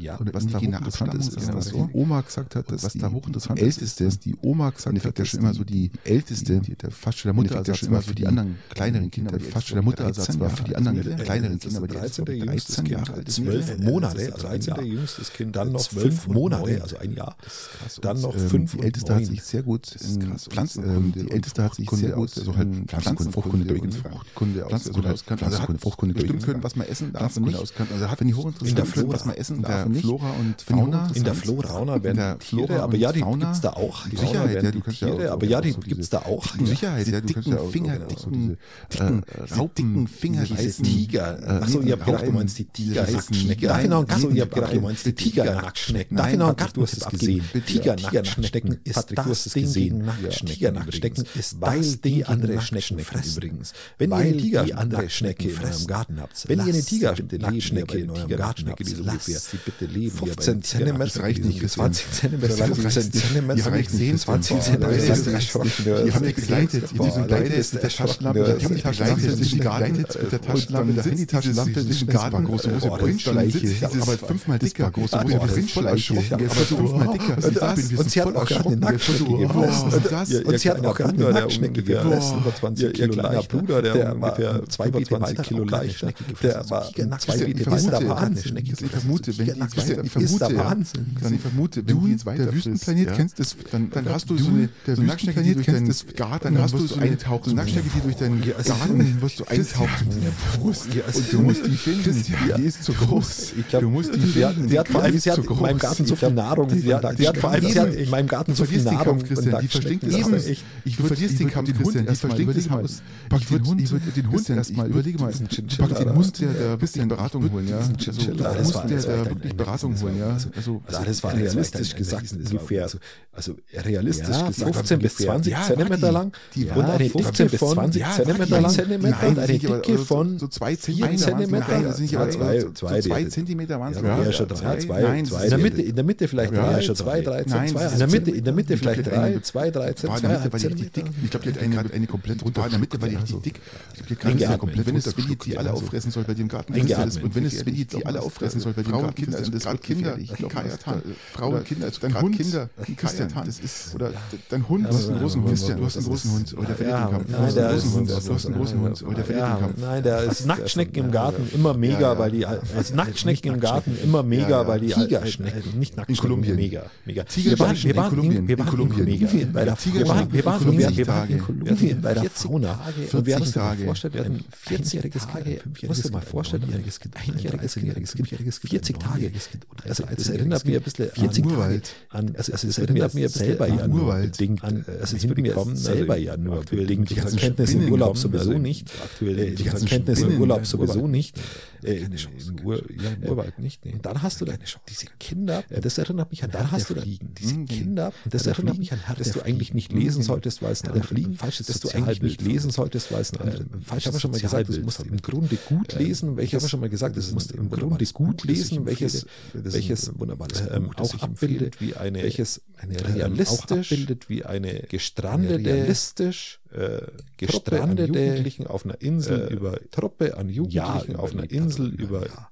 [SPEAKER 1] Ja,
[SPEAKER 2] Und was da
[SPEAKER 4] indigene
[SPEAKER 2] hochinteressant
[SPEAKER 4] Abstammung,
[SPEAKER 2] ist, ist,
[SPEAKER 4] sagen wir
[SPEAKER 2] dass
[SPEAKER 4] mal so.
[SPEAKER 2] die Oma gesagt hat,
[SPEAKER 4] Und
[SPEAKER 2] dass
[SPEAKER 4] was
[SPEAKER 2] die,
[SPEAKER 4] da hochinteressant
[SPEAKER 2] die
[SPEAKER 4] ist,
[SPEAKER 2] Älteste,
[SPEAKER 4] ist, dass
[SPEAKER 2] die Oma gesagt
[SPEAKER 4] Endeffekt
[SPEAKER 2] hat, der
[SPEAKER 4] ist
[SPEAKER 2] schon immer
[SPEAKER 4] die-
[SPEAKER 2] so die
[SPEAKER 4] die Älteste,
[SPEAKER 2] die, der fast schon der
[SPEAKER 4] im Endeffekt
[SPEAKER 2] Mutterersatz
[SPEAKER 4] ist
[SPEAKER 2] immer
[SPEAKER 4] immer
[SPEAKER 2] für
[SPEAKER 4] für
[SPEAKER 2] die
[SPEAKER 4] die
[SPEAKER 2] anderen kleineren
[SPEAKER 4] die
[SPEAKER 2] Kinder, aber
[SPEAKER 4] Älteste
[SPEAKER 2] die fast schon der
[SPEAKER 4] war
[SPEAKER 2] Mutterersatz
[SPEAKER 4] 13
[SPEAKER 2] war für die
[SPEAKER 4] Jahre
[SPEAKER 2] anderen
[SPEAKER 4] alt, die
[SPEAKER 2] kleineren
[SPEAKER 4] älteste
[SPEAKER 2] Kinder, aber die
[SPEAKER 1] 13.
[SPEAKER 2] älteste war
[SPEAKER 1] jüngstes
[SPEAKER 2] 13
[SPEAKER 1] Kind,
[SPEAKER 2] Jahre alt.
[SPEAKER 1] also zwölf
[SPEAKER 2] Zwölf
[SPEAKER 1] Monate, also ein
[SPEAKER 2] 13
[SPEAKER 1] Jahr.
[SPEAKER 2] Jahre.
[SPEAKER 1] jüngstes Kind, dann
[SPEAKER 2] Dann
[SPEAKER 1] noch
[SPEAKER 2] zwölf
[SPEAKER 1] fünf
[SPEAKER 2] und
[SPEAKER 1] Monate,
[SPEAKER 2] neun.
[SPEAKER 1] also ein Jahr.
[SPEAKER 2] Krass.
[SPEAKER 1] Dann
[SPEAKER 2] Und,
[SPEAKER 1] noch
[SPEAKER 2] ähm,
[SPEAKER 1] fünf
[SPEAKER 2] die
[SPEAKER 1] und
[SPEAKER 2] Älteste hat
[SPEAKER 1] neun.
[SPEAKER 2] sich sehr gut
[SPEAKER 4] ist
[SPEAKER 2] in
[SPEAKER 4] krass.
[SPEAKER 2] Pflanzenkunde, die Älteste hat sich sehr gut, also halt Pflanzenkunde, Fruchtkunde durch,
[SPEAKER 4] und
[SPEAKER 2] Fruchtkunde aus, also
[SPEAKER 4] Pflanzenkunde
[SPEAKER 2] halt
[SPEAKER 4] aus-
[SPEAKER 2] Pflanzenkunde,
[SPEAKER 4] Pflanzenkunde, Fruchtkunde
[SPEAKER 2] Fruchtkunde durch. Bestimmt
[SPEAKER 4] durch.
[SPEAKER 2] können, was man essen darf und
[SPEAKER 4] Pflanzenkunde
[SPEAKER 2] nicht.
[SPEAKER 4] aus-
[SPEAKER 2] Also hat, wenn die hochinteressant sind, was man essen darf und nicht.
[SPEAKER 4] Flora und
[SPEAKER 2] Wenn die
[SPEAKER 4] Fauna.
[SPEAKER 2] hochinteressant
[SPEAKER 1] In der Flora, Fauna werden
[SPEAKER 2] In der
[SPEAKER 1] Tiere,
[SPEAKER 2] Flora
[SPEAKER 1] aber
[SPEAKER 2] und
[SPEAKER 1] ja, die
[SPEAKER 2] Fauna.
[SPEAKER 1] gibt's da auch. Die
[SPEAKER 2] Sicherheit,
[SPEAKER 1] Fauna werden
[SPEAKER 2] ja,
[SPEAKER 1] die
[SPEAKER 2] du kannst ja
[SPEAKER 1] Tiere,
[SPEAKER 2] auch-
[SPEAKER 1] aber ja,
[SPEAKER 2] auch
[SPEAKER 1] die
[SPEAKER 2] so diese
[SPEAKER 1] gibt's da auch.
[SPEAKER 2] dicken Sicherheit,
[SPEAKER 4] diese
[SPEAKER 2] ja, du kannst
[SPEAKER 4] dicken
[SPEAKER 2] ja auch-
[SPEAKER 4] Finger,
[SPEAKER 2] genau, so
[SPEAKER 4] dicken-
[SPEAKER 2] diese, äh, Raupen,
[SPEAKER 1] diese
[SPEAKER 2] Fingerreißen,
[SPEAKER 1] Tiger.
[SPEAKER 2] äh,
[SPEAKER 1] Achso, ihr habt gedacht, du
[SPEAKER 2] Reiben,
[SPEAKER 1] meinst die Tiger
[SPEAKER 2] diese
[SPEAKER 1] Nacktschnecken.
[SPEAKER 2] Tiger-
[SPEAKER 1] Darf ich noch einen
[SPEAKER 2] Nein,
[SPEAKER 1] Garten? Ihr habt
[SPEAKER 2] nein,
[SPEAKER 1] gedacht, du meinst die
[SPEAKER 2] bitte,
[SPEAKER 1] Tiger
[SPEAKER 2] Tiger-
[SPEAKER 1] Nacktschnecken.
[SPEAKER 2] Nein,
[SPEAKER 1] Darf ich noch einen
[SPEAKER 2] Patrick, du
[SPEAKER 1] Gartentipp
[SPEAKER 2] hast es
[SPEAKER 1] abgeben?
[SPEAKER 2] gesehen. Bitte.
[SPEAKER 1] Tiger
[SPEAKER 2] Tiger-
[SPEAKER 1] Nacktschnecken ist
[SPEAKER 2] Patrick, du
[SPEAKER 1] das
[SPEAKER 2] hast es
[SPEAKER 1] Ding
[SPEAKER 2] gesehen.
[SPEAKER 1] gegen
[SPEAKER 2] Ja.
[SPEAKER 1] Nacktschnecken.
[SPEAKER 2] Tiger
[SPEAKER 1] Nacktschnecken
[SPEAKER 2] übrigens.
[SPEAKER 1] ist
[SPEAKER 2] Weil
[SPEAKER 1] das
[SPEAKER 2] die
[SPEAKER 1] Ding
[SPEAKER 2] andere
[SPEAKER 1] andere Schnecken
[SPEAKER 2] Schnecken
[SPEAKER 1] fressen
[SPEAKER 2] fressen.
[SPEAKER 1] übrigens. Wenn ihr
[SPEAKER 2] Weil
[SPEAKER 1] eine Tiger
[SPEAKER 2] die andere
[SPEAKER 1] Nacktschnecke in
[SPEAKER 2] Schnecken
[SPEAKER 1] eurem
[SPEAKER 2] fressen.
[SPEAKER 1] Garten habt,
[SPEAKER 2] Wenn
[SPEAKER 1] lasst
[SPEAKER 2] ihr eine
[SPEAKER 1] sie
[SPEAKER 2] Tiger-
[SPEAKER 1] bitte
[SPEAKER 2] Nacktschnecke
[SPEAKER 1] leben,
[SPEAKER 2] in
[SPEAKER 1] aber
[SPEAKER 2] eurem
[SPEAKER 1] die
[SPEAKER 2] Garten
[SPEAKER 1] Nacktschnecke, die
[SPEAKER 2] habt,
[SPEAKER 1] so
[SPEAKER 2] lasst
[SPEAKER 1] ungefähr
[SPEAKER 2] sie bitte leben, ihr
[SPEAKER 1] 15
[SPEAKER 2] beiden Tiger-
[SPEAKER 1] Zentimeter,
[SPEAKER 2] Das reicht nicht,
[SPEAKER 1] bis 20 Zentimeter,
[SPEAKER 2] Das reicht
[SPEAKER 1] 15
[SPEAKER 2] nicht.
[SPEAKER 1] Zentimeter,
[SPEAKER 2] Ja, reicht
[SPEAKER 1] nicht,
[SPEAKER 2] zehn
[SPEAKER 1] 20
[SPEAKER 2] Zentimeter.
[SPEAKER 1] Zentimeter.
[SPEAKER 2] Das reicht nicht. Ihr habt mich begleitet. Ihr
[SPEAKER 1] Boah,
[SPEAKER 2] sind beide
[SPEAKER 1] das ist
[SPEAKER 2] mit der Taschenlampe.
[SPEAKER 1] erschrocken.
[SPEAKER 2] Ich hab mich begleitet zwischen den Garten, mit der Taschenlampe, der Handytaschenlampe zwischen Garten.
[SPEAKER 4] große, große
[SPEAKER 2] Boah, das ist dann
[SPEAKER 4] Brinschleiche.
[SPEAKER 2] sitzt dieses- Aber fünfmal dicker. Große,
[SPEAKER 1] Boah,
[SPEAKER 2] große
[SPEAKER 1] das ist
[SPEAKER 2] Brinschleiche.
[SPEAKER 1] voll erschrocken.
[SPEAKER 2] Ja, aber fünfmal
[SPEAKER 1] Und
[SPEAKER 2] dicker. Als ich da
[SPEAKER 1] das-
[SPEAKER 2] bin, wir
[SPEAKER 1] und
[SPEAKER 2] sind
[SPEAKER 1] sie hat
[SPEAKER 2] voll
[SPEAKER 1] auch gerade
[SPEAKER 2] erschrocken.
[SPEAKER 1] eine Nacktschnecke
[SPEAKER 2] Wow,
[SPEAKER 1] gefressen.
[SPEAKER 2] was ist das?
[SPEAKER 1] Ihr- Und sie hat auch gerade eine Nacktschnecke gefressen. Über 20 Kilo leicht. Der war zwei bis 20 Kilo leicht. Der war zwei
[SPEAKER 2] Christian, ich
[SPEAKER 1] Meter
[SPEAKER 2] vermute,
[SPEAKER 1] weiter war eine Schnecke
[SPEAKER 2] Christian, ich
[SPEAKER 1] gefressen.
[SPEAKER 2] vermute, wenn die
[SPEAKER 1] Nacktschnecke
[SPEAKER 2] jetzt weiter-
[SPEAKER 1] ist
[SPEAKER 2] vermute,
[SPEAKER 1] der
[SPEAKER 2] ja.
[SPEAKER 1] Wahnsinn.
[SPEAKER 2] Dann ich vermute, wenn
[SPEAKER 4] du
[SPEAKER 2] die jetzt weiter
[SPEAKER 4] der
[SPEAKER 2] frisst,
[SPEAKER 4] Wüstenplanet
[SPEAKER 2] ja.
[SPEAKER 4] kennst, das, dann,
[SPEAKER 2] dann hast du so eine
[SPEAKER 4] der
[SPEAKER 2] so eine
[SPEAKER 4] Nacktschnecke, die durch
[SPEAKER 2] deinen-
[SPEAKER 4] deinen
[SPEAKER 2] dann hast du so eine- so eine Nacktschnecke, die durch deinen Garten-
[SPEAKER 4] wirst du
[SPEAKER 2] Christian,
[SPEAKER 4] eintauchen. Brust.
[SPEAKER 2] Und du musst die finden. Die ist zu groß.
[SPEAKER 1] Ich glaub,
[SPEAKER 2] Du musst die
[SPEAKER 1] die hat,
[SPEAKER 2] finden.
[SPEAKER 1] die hat vor allem, sie hat
[SPEAKER 2] Zu
[SPEAKER 1] in
[SPEAKER 2] groß.
[SPEAKER 1] meinem Garten so
[SPEAKER 2] Ich
[SPEAKER 1] viel
[SPEAKER 2] glaub,
[SPEAKER 1] Nahrung. Sie hat, die hat vor allem, sie hat in meinem Garten so viel
[SPEAKER 2] verlierst den
[SPEAKER 1] Nahrung.
[SPEAKER 2] Kampf, Christian.
[SPEAKER 1] und
[SPEAKER 2] Die versteht
[SPEAKER 1] Nacktschnecken.
[SPEAKER 2] das
[SPEAKER 1] Also
[SPEAKER 2] Haus.
[SPEAKER 1] echt,
[SPEAKER 2] Ich verlierst den Kampf, Christian. Die versteht das Haus. Pack den Hund, ich würde den Hund erstmal überlege mal. Pack den Hund, der der bisschen Beratung holen, ja. Also,
[SPEAKER 1] Ja, das
[SPEAKER 2] muss
[SPEAKER 1] war-
[SPEAKER 2] der
[SPEAKER 1] das war
[SPEAKER 2] der
[SPEAKER 1] echt
[SPEAKER 2] wirklich
[SPEAKER 1] ein-
[SPEAKER 2] Beratung
[SPEAKER 1] das war-
[SPEAKER 2] holen, ja.
[SPEAKER 1] also-
[SPEAKER 2] Also,
[SPEAKER 1] also das war
[SPEAKER 2] ein-
[SPEAKER 1] realistisch
[SPEAKER 2] ein-
[SPEAKER 1] gesagt
[SPEAKER 2] ein-
[SPEAKER 1] ungefähr, also, also realistisch
[SPEAKER 2] Ja,
[SPEAKER 1] gesagt
[SPEAKER 2] 15 bis 20
[SPEAKER 1] Zentimeter
[SPEAKER 2] die-
[SPEAKER 1] lang
[SPEAKER 2] die
[SPEAKER 1] und
[SPEAKER 2] war
[SPEAKER 1] eine 15 bis
[SPEAKER 2] von-
[SPEAKER 1] 20
[SPEAKER 2] ja,
[SPEAKER 1] Zentimeter
[SPEAKER 2] die-
[SPEAKER 1] lang
[SPEAKER 2] die-
[SPEAKER 1] und
[SPEAKER 2] nein,
[SPEAKER 1] eine
[SPEAKER 2] sind nicht, aber
[SPEAKER 1] Dicke
[SPEAKER 2] so-
[SPEAKER 1] von
[SPEAKER 2] so zwei
[SPEAKER 1] vier
[SPEAKER 2] Zentimeter.
[SPEAKER 1] also Zentimeter.
[SPEAKER 2] Nein, das sind nicht, aber
[SPEAKER 1] also Zwei-
[SPEAKER 2] so- so
[SPEAKER 1] zwei-
[SPEAKER 2] zwei Zentimeter waren's.
[SPEAKER 1] Ja, ja, schon
[SPEAKER 2] Ja,
[SPEAKER 1] drei,
[SPEAKER 2] zwei-
[SPEAKER 1] zwei,
[SPEAKER 2] nein,
[SPEAKER 1] zwei.
[SPEAKER 2] das
[SPEAKER 1] In der
[SPEAKER 2] ist-
[SPEAKER 1] Mitte, in der Mitte vielleicht
[SPEAKER 2] Ja,
[SPEAKER 1] drei,
[SPEAKER 2] schon
[SPEAKER 1] zwei, drei,
[SPEAKER 2] Nein,
[SPEAKER 1] zwei.
[SPEAKER 2] das
[SPEAKER 1] In der
[SPEAKER 2] ist-
[SPEAKER 1] Mitte, in der Mitte vielleicht
[SPEAKER 2] glaub,
[SPEAKER 1] drei,
[SPEAKER 2] eine-
[SPEAKER 1] zwei, drei, zwei,
[SPEAKER 2] War in der Mitte, war die richtig
[SPEAKER 1] Zentimeter.
[SPEAKER 2] dick. Ich glaube, die hat eine, eine komplett runter. War in der Mitte, weil die richtig dick. Ich glaube, die hat gerade
[SPEAKER 1] Eingeatmet.
[SPEAKER 2] komplett Wenn es Willi die alle
[SPEAKER 1] Also.
[SPEAKER 2] auffressen soll bei dem Garten,
[SPEAKER 1] Eingeatmet.
[SPEAKER 2] und wenn es Willi die alle auffressen soll bei dem
[SPEAKER 4] Frauen,
[SPEAKER 2] Garten,
[SPEAKER 4] Kinder,
[SPEAKER 2] das sind gerade Kinder. Ein Kajatan. Frauen,
[SPEAKER 4] Oder
[SPEAKER 2] Kinder, also
[SPEAKER 4] dein
[SPEAKER 2] gerade
[SPEAKER 4] Hund.
[SPEAKER 2] Kinder. Ein
[SPEAKER 4] Christian,
[SPEAKER 2] Kajatan.
[SPEAKER 4] das ist-
[SPEAKER 2] oder dein Hund.
[SPEAKER 1] Ja,
[SPEAKER 2] Du hast einen
[SPEAKER 1] aber-
[SPEAKER 2] großen Hund.
[SPEAKER 1] Christian,
[SPEAKER 2] Du hast einen
[SPEAKER 1] das
[SPEAKER 2] großen
[SPEAKER 1] ist-
[SPEAKER 2] Hund. Oh, der
[SPEAKER 1] Ja,
[SPEAKER 2] verliert den Kampf. Du
[SPEAKER 1] nein,
[SPEAKER 2] hast einen
[SPEAKER 1] der
[SPEAKER 2] großen
[SPEAKER 1] ist-
[SPEAKER 2] Hund. Du hast einen großen Hund. Oh, der verliert den Kampf.
[SPEAKER 1] nein, da ist äh, Nacktschnecken im Garten immer mega,
[SPEAKER 2] Ja, ja.
[SPEAKER 1] weil die also Nacktschnecken im Garten immer mega,
[SPEAKER 2] Ja, ja.
[SPEAKER 1] weil die
[SPEAKER 2] Tigerschnecken.
[SPEAKER 1] Tigerschnecken, nicht Nacktschnecken,
[SPEAKER 2] Kolumbien.
[SPEAKER 1] mega, mega.
[SPEAKER 2] Tigerschnecken in
[SPEAKER 1] wir waren,
[SPEAKER 2] Kolumbien.
[SPEAKER 1] wir waren in
[SPEAKER 2] In Kolumbien.
[SPEAKER 1] Kolumbien bei der wir
[SPEAKER 2] Tigerschnecken
[SPEAKER 1] waren, wir waren,
[SPEAKER 2] in
[SPEAKER 1] wir waren,
[SPEAKER 2] 40
[SPEAKER 1] wir waren in
[SPEAKER 2] Tage.
[SPEAKER 1] Kolumbien bei der Fauna. und wir haben uns
[SPEAKER 2] 40
[SPEAKER 1] mal
[SPEAKER 2] Tage.
[SPEAKER 1] vorgestellt, wir hatten
[SPEAKER 3] 40
[SPEAKER 1] einjähriges Kind,
[SPEAKER 3] Tage,
[SPEAKER 1] ein
[SPEAKER 3] musst du
[SPEAKER 1] fünfjähriges
[SPEAKER 3] mal
[SPEAKER 1] Kind, ein
[SPEAKER 3] vorstellen,
[SPEAKER 1] einjähriges Kind, ein einjähriges Kind, ein
[SPEAKER 3] fünfjähriges Kind,
[SPEAKER 1] 40
[SPEAKER 3] ein
[SPEAKER 1] Tage.
[SPEAKER 3] neunjähriges Kind und
[SPEAKER 1] Also
[SPEAKER 3] ein
[SPEAKER 1] das
[SPEAKER 3] dreizehnjähriges
[SPEAKER 1] erinnert
[SPEAKER 3] Kind.
[SPEAKER 1] mir ein bisschen
[SPEAKER 3] An den
[SPEAKER 2] Urwald.
[SPEAKER 1] an, also es erinnert mir ein bisschen
[SPEAKER 3] selber ja
[SPEAKER 1] an
[SPEAKER 2] nur
[SPEAKER 1] Urwald.
[SPEAKER 2] bedingt,
[SPEAKER 1] An,
[SPEAKER 3] äh,
[SPEAKER 1] es
[SPEAKER 3] es
[SPEAKER 1] erinnert mir
[SPEAKER 3] hinbekommen,
[SPEAKER 1] selber
[SPEAKER 3] also
[SPEAKER 1] ja nur
[SPEAKER 3] aktuell
[SPEAKER 1] bedingt.
[SPEAKER 3] die
[SPEAKER 1] Die
[SPEAKER 3] ganzen
[SPEAKER 1] ganzen Kenntnisse im
[SPEAKER 2] Spinnen
[SPEAKER 1] Urlaub
[SPEAKER 2] kommen,
[SPEAKER 1] sowieso
[SPEAKER 2] also
[SPEAKER 1] nicht.
[SPEAKER 2] die
[SPEAKER 1] Aktuell die ganzen
[SPEAKER 2] ganzen
[SPEAKER 1] Kenntnisse im
[SPEAKER 2] Spinnen
[SPEAKER 1] Urlaub
[SPEAKER 2] im
[SPEAKER 1] sowieso
[SPEAKER 2] Urwald.
[SPEAKER 1] nicht. Äh,
[SPEAKER 2] Keine Chance,
[SPEAKER 1] Im
[SPEAKER 2] keine
[SPEAKER 1] Ur- ja, im
[SPEAKER 2] Äh,
[SPEAKER 1] Urwald nicht. nee. Und dann hast du dann diese Kinder, das erinnert mich an dann hast du dann diese
[SPEAKER 2] Mhm.
[SPEAKER 1] Kinder, das
[SPEAKER 3] der
[SPEAKER 1] erinnert
[SPEAKER 3] Fliegen.
[SPEAKER 1] mich an
[SPEAKER 3] Herr
[SPEAKER 1] dass
[SPEAKER 3] der
[SPEAKER 1] du eigentlich nicht
[SPEAKER 2] Fliegen.
[SPEAKER 1] lesen
[SPEAKER 2] Mhm.
[SPEAKER 1] solltest, weil es ein
[SPEAKER 3] Herr der
[SPEAKER 1] anderes-
[SPEAKER 3] Fliegen.
[SPEAKER 1] ein falsches
[SPEAKER 3] Das
[SPEAKER 1] das
[SPEAKER 3] du
[SPEAKER 1] du eigentlich nicht
[SPEAKER 3] Sozialbild
[SPEAKER 1] lesen solltest, weil es ein anderes- ein
[SPEAKER 3] Ich
[SPEAKER 1] falsches
[SPEAKER 3] habe schon mal gesagt, das musst du im
[SPEAKER 1] Sozialbild
[SPEAKER 3] Grunde gut
[SPEAKER 1] äh,
[SPEAKER 3] lesen,
[SPEAKER 1] ich habe
[SPEAKER 3] welches
[SPEAKER 1] schon mal gesagt, es
[SPEAKER 3] das
[SPEAKER 1] musste
[SPEAKER 3] ist
[SPEAKER 1] im
[SPEAKER 3] ein
[SPEAKER 1] Grunde
[SPEAKER 3] wunderbares
[SPEAKER 1] gut
[SPEAKER 3] Buch, das ich
[SPEAKER 1] lesen, welches,
[SPEAKER 3] empfehle. Das ist ein
[SPEAKER 1] welches
[SPEAKER 3] wunderbares
[SPEAKER 1] ähm,
[SPEAKER 3] Buch, das
[SPEAKER 1] auch
[SPEAKER 3] ich
[SPEAKER 1] abbildet wie eine,
[SPEAKER 3] welches
[SPEAKER 1] eine
[SPEAKER 3] realistisch-
[SPEAKER 1] auch abbildet wie eine gestrandete,
[SPEAKER 3] realistisch,
[SPEAKER 1] äh,
[SPEAKER 3] gestrandete,
[SPEAKER 1] gestrandete Jugendlichen auf einer Insel
[SPEAKER 3] äh,
[SPEAKER 1] über Truppe an Jugendlichen
[SPEAKER 3] über
[SPEAKER 1] auf einer
[SPEAKER 3] die-
[SPEAKER 1] Insel
[SPEAKER 3] ja,
[SPEAKER 1] über
[SPEAKER 3] ja.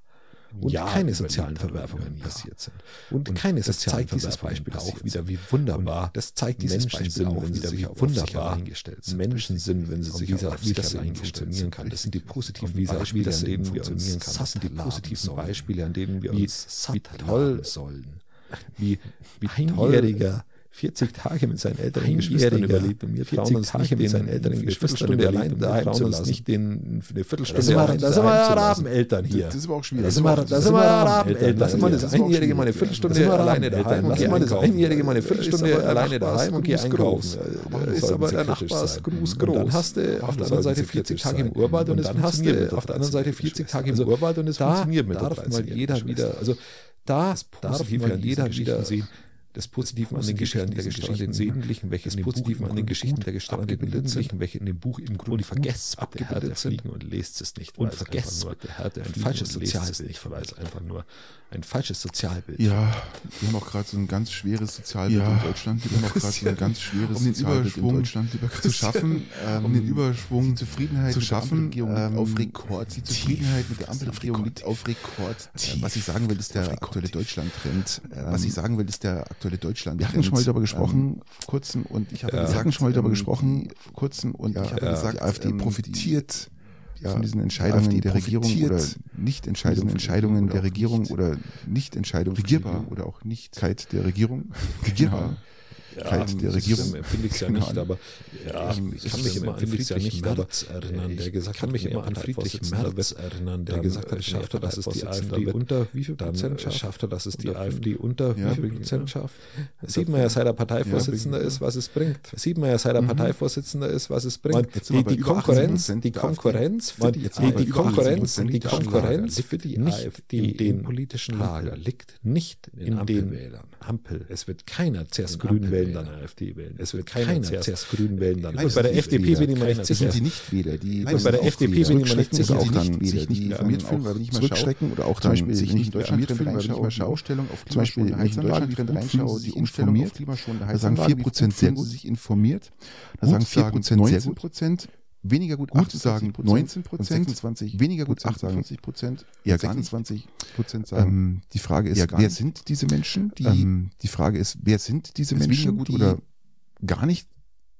[SPEAKER 1] und
[SPEAKER 3] Ja,
[SPEAKER 1] keine
[SPEAKER 3] über
[SPEAKER 1] sozialen
[SPEAKER 3] die-
[SPEAKER 1] Verwerfungen
[SPEAKER 3] ja.
[SPEAKER 1] passiert sind. Und,
[SPEAKER 3] Und
[SPEAKER 1] keine
[SPEAKER 3] das
[SPEAKER 1] sozialen
[SPEAKER 3] zeigt dieses
[SPEAKER 1] Verwerfungen
[SPEAKER 3] Beispiel auch
[SPEAKER 1] passiert
[SPEAKER 3] wieder,
[SPEAKER 1] sind.
[SPEAKER 3] wie wunderbar
[SPEAKER 1] Und das zeigt dieses
[SPEAKER 3] Menschen
[SPEAKER 1] Beispiel
[SPEAKER 3] sind,
[SPEAKER 1] auch
[SPEAKER 3] wenn sie
[SPEAKER 1] wieder,
[SPEAKER 3] sich
[SPEAKER 1] wie
[SPEAKER 3] auf sich
[SPEAKER 1] wunderbar
[SPEAKER 3] allein gestellt sind.
[SPEAKER 1] Menschen sind, wenn sie
[SPEAKER 3] Und
[SPEAKER 1] sich
[SPEAKER 3] wie
[SPEAKER 1] auf,
[SPEAKER 3] sie
[SPEAKER 1] auf
[SPEAKER 3] auf
[SPEAKER 1] wie
[SPEAKER 3] sich
[SPEAKER 1] das
[SPEAKER 3] allein
[SPEAKER 1] Leben
[SPEAKER 3] funktionieren
[SPEAKER 1] funktionieren
[SPEAKER 3] kann.
[SPEAKER 1] kann. Das sind die positiven
[SPEAKER 3] Und wie sie auch
[SPEAKER 1] Beispiele,
[SPEAKER 3] wieder
[SPEAKER 1] an
[SPEAKER 3] an
[SPEAKER 1] denen
[SPEAKER 3] Leben
[SPEAKER 1] wir uns
[SPEAKER 3] funktionieren kann.
[SPEAKER 1] satt
[SPEAKER 3] Das sind die
[SPEAKER 1] laben
[SPEAKER 3] positiven
[SPEAKER 1] sollen.
[SPEAKER 3] Beispiele, an denen wir
[SPEAKER 1] wie,
[SPEAKER 3] uns satt
[SPEAKER 1] wie toll
[SPEAKER 3] laben sollen.
[SPEAKER 1] wie, wie
[SPEAKER 3] Einjähriger,
[SPEAKER 1] einjähriger 40 Tage mit seinen älteren Geschwistern
[SPEAKER 3] Einjähriger,
[SPEAKER 1] überlebt und wir
[SPEAKER 3] 40
[SPEAKER 1] trauen uns
[SPEAKER 3] Tage
[SPEAKER 1] nicht
[SPEAKER 3] mit
[SPEAKER 1] den
[SPEAKER 3] seinen älteren
[SPEAKER 1] eine
[SPEAKER 3] Geschwistern
[SPEAKER 1] Viertelstunde
[SPEAKER 3] überlebt
[SPEAKER 1] allein
[SPEAKER 3] und wir
[SPEAKER 1] daheim
[SPEAKER 3] trauen
[SPEAKER 1] zu
[SPEAKER 3] uns
[SPEAKER 1] lassen.
[SPEAKER 3] nicht
[SPEAKER 1] den eine
[SPEAKER 2] sind
[SPEAKER 1] Viertelstunde
[SPEAKER 2] wir-
[SPEAKER 1] allein
[SPEAKER 2] da sind
[SPEAKER 1] daheim
[SPEAKER 2] wir
[SPEAKER 1] zu lassen.
[SPEAKER 2] Rabeneltern
[SPEAKER 1] hier.
[SPEAKER 2] Das ist aber auch schwierig.
[SPEAKER 1] Da sind wir, da sind wir Rabeneltern. Da
[SPEAKER 2] Das
[SPEAKER 1] sind wir
[SPEAKER 2] ist
[SPEAKER 1] das
[SPEAKER 2] aber auch
[SPEAKER 1] Einjährige
[SPEAKER 2] schwierig,
[SPEAKER 1] mal eine
[SPEAKER 2] ja.
[SPEAKER 1] Viertelstunde
[SPEAKER 2] Da sind wir
[SPEAKER 1] alleine
[SPEAKER 2] Rabeneltern.
[SPEAKER 1] daheim und
[SPEAKER 2] Lass
[SPEAKER 1] geh
[SPEAKER 2] mal
[SPEAKER 1] mal das
[SPEAKER 2] einkaufen.
[SPEAKER 1] Einjährige mal eine
[SPEAKER 2] Ist aber
[SPEAKER 1] Viertelstunde
[SPEAKER 2] der
[SPEAKER 1] alleine
[SPEAKER 2] Nachbar
[SPEAKER 1] daheim und geh
[SPEAKER 2] ist
[SPEAKER 1] einkaufen.
[SPEAKER 2] groß.
[SPEAKER 1] Da
[SPEAKER 2] Da ist
[SPEAKER 1] sollten
[SPEAKER 2] aber
[SPEAKER 1] sie
[SPEAKER 2] der
[SPEAKER 1] kritisch
[SPEAKER 2] Nachbar ist
[SPEAKER 1] sein.
[SPEAKER 2] groß,
[SPEAKER 1] Und Dann
[SPEAKER 2] groß.
[SPEAKER 1] hast du auf
[SPEAKER 2] Da
[SPEAKER 1] der
[SPEAKER 2] sollten
[SPEAKER 1] anderen Seite
[SPEAKER 2] sie
[SPEAKER 1] 40
[SPEAKER 2] kritisch
[SPEAKER 1] Tage im
[SPEAKER 2] sein.
[SPEAKER 1] Urwald und
[SPEAKER 2] Und
[SPEAKER 1] es
[SPEAKER 2] dann hast du
[SPEAKER 1] funktioniert. Auf der anderen Seite 40 Tage im Urwald und es funktioniert mit der
[SPEAKER 2] darf mal
[SPEAKER 1] 13-jährigen
[SPEAKER 2] jeder
[SPEAKER 1] Schwester.
[SPEAKER 2] wieder-
[SPEAKER 1] Also da darf
[SPEAKER 2] Positive
[SPEAKER 1] mal
[SPEAKER 2] an diesen
[SPEAKER 1] jeder
[SPEAKER 2] Geschichten
[SPEAKER 1] wieder
[SPEAKER 2] sehen,
[SPEAKER 1] das Positive an den Geschichten der gestrandeten Jugendlichen, welches
[SPEAKER 2] in dem
[SPEAKER 1] Positive
[SPEAKER 2] Buch
[SPEAKER 1] an den
[SPEAKER 2] im
[SPEAKER 1] Geschichten
[SPEAKER 2] Grunde
[SPEAKER 1] der gestrandeten
[SPEAKER 2] abgebildet sind.
[SPEAKER 1] Jugendlichen, welche in dem Buch im Grunde vergesst
[SPEAKER 2] abgebildet
[SPEAKER 1] abgebildet
[SPEAKER 2] sind.
[SPEAKER 1] sind und lest es nicht weil
[SPEAKER 2] Und
[SPEAKER 1] es einfach
[SPEAKER 2] vergesst
[SPEAKER 1] nur
[SPEAKER 2] bitte, Herr der
[SPEAKER 1] ein
[SPEAKER 2] Fliegen
[SPEAKER 1] falsches
[SPEAKER 2] und lest es
[SPEAKER 1] Sozialbild,
[SPEAKER 2] nicht.
[SPEAKER 1] weil es einfach nur ein falsches Sozialbild.
[SPEAKER 2] Ja, wir haben auch gerade so ein ganz schweres Sozialbild
[SPEAKER 4] Ja.
[SPEAKER 2] in Deutschland. Wir haben auch gerade so ein ganz schweres
[SPEAKER 4] Um den
[SPEAKER 2] Sozialbild in
[SPEAKER 4] Überschwung
[SPEAKER 2] Deutschland lieber
[SPEAKER 4] zu schaffen,
[SPEAKER 2] ähm,
[SPEAKER 4] um den Überschwung
[SPEAKER 2] die Zufriedenheit
[SPEAKER 4] zu
[SPEAKER 2] mit der
[SPEAKER 4] schaffen,
[SPEAKER 2] Ampelregierung liegt
[SPEAKER 4] ähm,
[SPEAKER 2] auf Rekord. Die Zufriedenheit mit der Ampelregierung liegt auf Rekord. Tief.
[SPEAKER 4] Äh, Was ich sagen will, ist der
[SPEAKER 2] Auf Rekord.
[SPEAKER 4] aktuelle Deutschland-Trend.
[SPEAKER 2] Ähm,
[SPEAKER 4] Was ich sagen will, ist der aktuelle Deutschland.
[SPEAKER 2] Wir hatten schon mal darüber gesprochen vor kurzem und ich habe
[SPEAKER 4] Ja.
[SPEAKER 2] gesagt,
[SPEAKER 4] Wir hatten schon mal
[SPEAKER 2] Ähm,
[SPEAKER 4] darüber gesprochen
[SPEAKER 2] vor kurzem und
[SPEAKER 4] Ja,
[SPEAKER 2] ich habe
[SPEAKER 4] ja.
[SPEAKER 2] gesagt, ähm,
[SPEAKER 4] Die AfD profitiert
[SPEAKER 2] ja,
[SPEAKER 4] von diesen Entscheidungen
[SPEAKER 2] AfD
[SPEAKER 4] der Regierung
[SPEAKER 2] profitiert
[SPEAKER 4] oder
[SPEAKER 2] nicht
[SPEAKER 4] Entscheidungen-
[SPEAKER 2] Entscheidungen, Entscheidungen der Regierung oder
[SPEAKER 4] nicht Entscheidung
[SPEAKER 2] Regierbar.
[SPEAKER 4] oder auch nicht
[SPEAKER 2] Zeit der Regierung, Regierbar. Kalt der
[SPEAKER 1] das
[SPEAKER 2] Regierung.
[SPEAKER 1] ist- empfinde ich es ja
[SPEAKER 2] Keine
[SPEAKER 1] nicht,
[SPEAKER 2] Ahnung.
[SPEAKER 1] aber ja, ich, ich kann mich immer an Friedrich Merz erinnern, der gesagt ich kann mich hat, immer wer an Friedrich Merz erinnern, der gesagt hat, schafft er, dass es die AfD wird, unter wie viel dann Prozent schafft, schafft er, dass es die
[SPEAKER 2] Unter fünf.
[SPEAKER 1] AfD unter
[SPEAKER 2] Ja.
[SPEAKER 1] wie viel Prozent schafft. Das sieht man ja, seit er Parteivorsitzender ist, was es bringt. Das sieht man ja, seit er Parteivorsitzender ist, was es bringt.
[SPEAKER 2] jetzt sind wir
[SPEAKER 1] Die,
[SPEAKER 2] bei
[SPEAKER 1] die
[SPEAKER 2] über 18
[SPEAKER 1] Konkurrenz,
[SPEAKER 2] Prozent
[SPEAKER 1] die
[SPEAKER 2] der AfD.
[SPEAKER 1] Konkurrenz für die,
[SPEAKER 2] Jetzt sind wir
[SPEAKER 1] die,
[SPEAKER 2] bei
[SPEAKER 1] die
[SPEAKER 2] über
[SPEAKER 1] Konkurrenz,
[SPEAKER 2] 18 Prozent
[SPEAKER 1] die
[SPEAKER 2] der
[SPEAKER 1] Konkurrenz
[SPEAKER 2] Lager.
[SPEAKER 1] für die
[SPEAKER 2] Nicht
[SPEAKER 1] AfD
[SPEAKER 2] in
[SPEAKER 1] in den
[SPEAKER 2] den
[SPEAKER 1] politischen Lager liegt nicht in den Ampel. Es wird keiner zuerst Grün wählen, dann AfD wählen. Es wird keiner zuerst Grün wählen, dann
[SPEAKER 2] Nein,
[SPEAKER 1] Bei der
[SPEAKER 2] das
[SPEAKER 1] FDP
[SPEAKER 2] sind
[SPEAKER 1] bin ich mir
[SPEAKER 2] Keiner.
[SPEAKER 1] nicht
[SPEAKER 2] Das
[SPEAKER 1] sicher.
[SPEAKER 2] sind die Nichtwähler, die
[SPEAKER 1] Nein, bei der FDP bin ich mir nicht sicher.
[SPEAKER 2] auch dann
[SPEAKER 4] Nichtwähler,
[SPEAKER 2] sich
[SPEAKER 4] die
[SPEAKER 2] nicht
[SPEAKER 4] dann
[SPEAKER 2] informiert
[SPEAKER 4] auch
[SPEAKER 2] fühlen, weil wenn ich mal
[SPEAKER 4] zurückschrecken
[SPEAKER 2] schaue,
[SPEAKER 4] oder auch
[SPEAKER 2] zum
[SPEAKER 4] dann
[SPEAKER 2] Beispiel,
[SPEAKER 4] sich
[SPEAKER 2] wenn ich
[SPEAKER 4] nicht
[SPEAKER 2] in Deutschland
[SPEAKER 4] informiert fühlen,
[SPEAKER 2] drin
[SPEAKER 4] weil wenn ich mal
[SPEAKER 2] reinschaue,
[SPEAKER 4] schaue, Umstellung auf
[SPEAKER 2] zum Beispiel wenn ich in
[SPEAKER 4] Klimaschonende
[SPEAKER 2] Deutschland drin
[SPEAKER 4] Heizanlagen,
[SPEAKER 2] reinschaue,
[SPEAKER 4] die
[SPEAKER 2] die
[SPEAKER 4] Umstellung
[SPEAKER 2] Umstellung
[SPEAKER 4] auf
[SPEAKER 2] auf
[SPEAKER 4] klimaschonende
[SPEAKER 2] Da sagen
[SPEAKER 4] Heizanlagen,
[SPEAKER 2] 4 Prozent
[SPEAKER 4] die
[SPEAKER 2] sehr
[SPEAKER 4] fühlen
[SPEAKER 2] gut
[SPEAKER 4] sich
[SPEAKER 2] sich informiert.
[SPEAKER 4] Da sagen 4 Prozent sehr gut.
[SPEAKER 2] Prozent.
[SPEAKER 4] Weniger gut
[SPEAKER 2] Gut sagen 19 Prozent.
[SPEAKER 4] 26
[SPEAKER 2] Weniger gut
[SPEAKER 4] 28
[SPEAKER 2] 28 Prozent.
[SPEAKER 4] Ja,
[SPEAKER 2] Ja,
[SPEAKER 4] gar nicht.
[SPEAKER 2] 26 Prozent sagen.
[SPEAKER 4] Ähm, die Frage ist,
[SPEAKER 2] Ja, gar
[SPEAKER 4] wer
[SPEAKER 2] nicht.
[SPEAKER 4] sind diese Menschen, die
[SPEAKER 2] ähm, die Frage ist, wer sind diese
[SPEAKER 4] Es weniger
[SPEAKER 2] Menschen,
[SPEAKER 4] gut
[SPEAKER 2] die
[SPEAKER 4] oder
[SPEAKER 2] gar nicht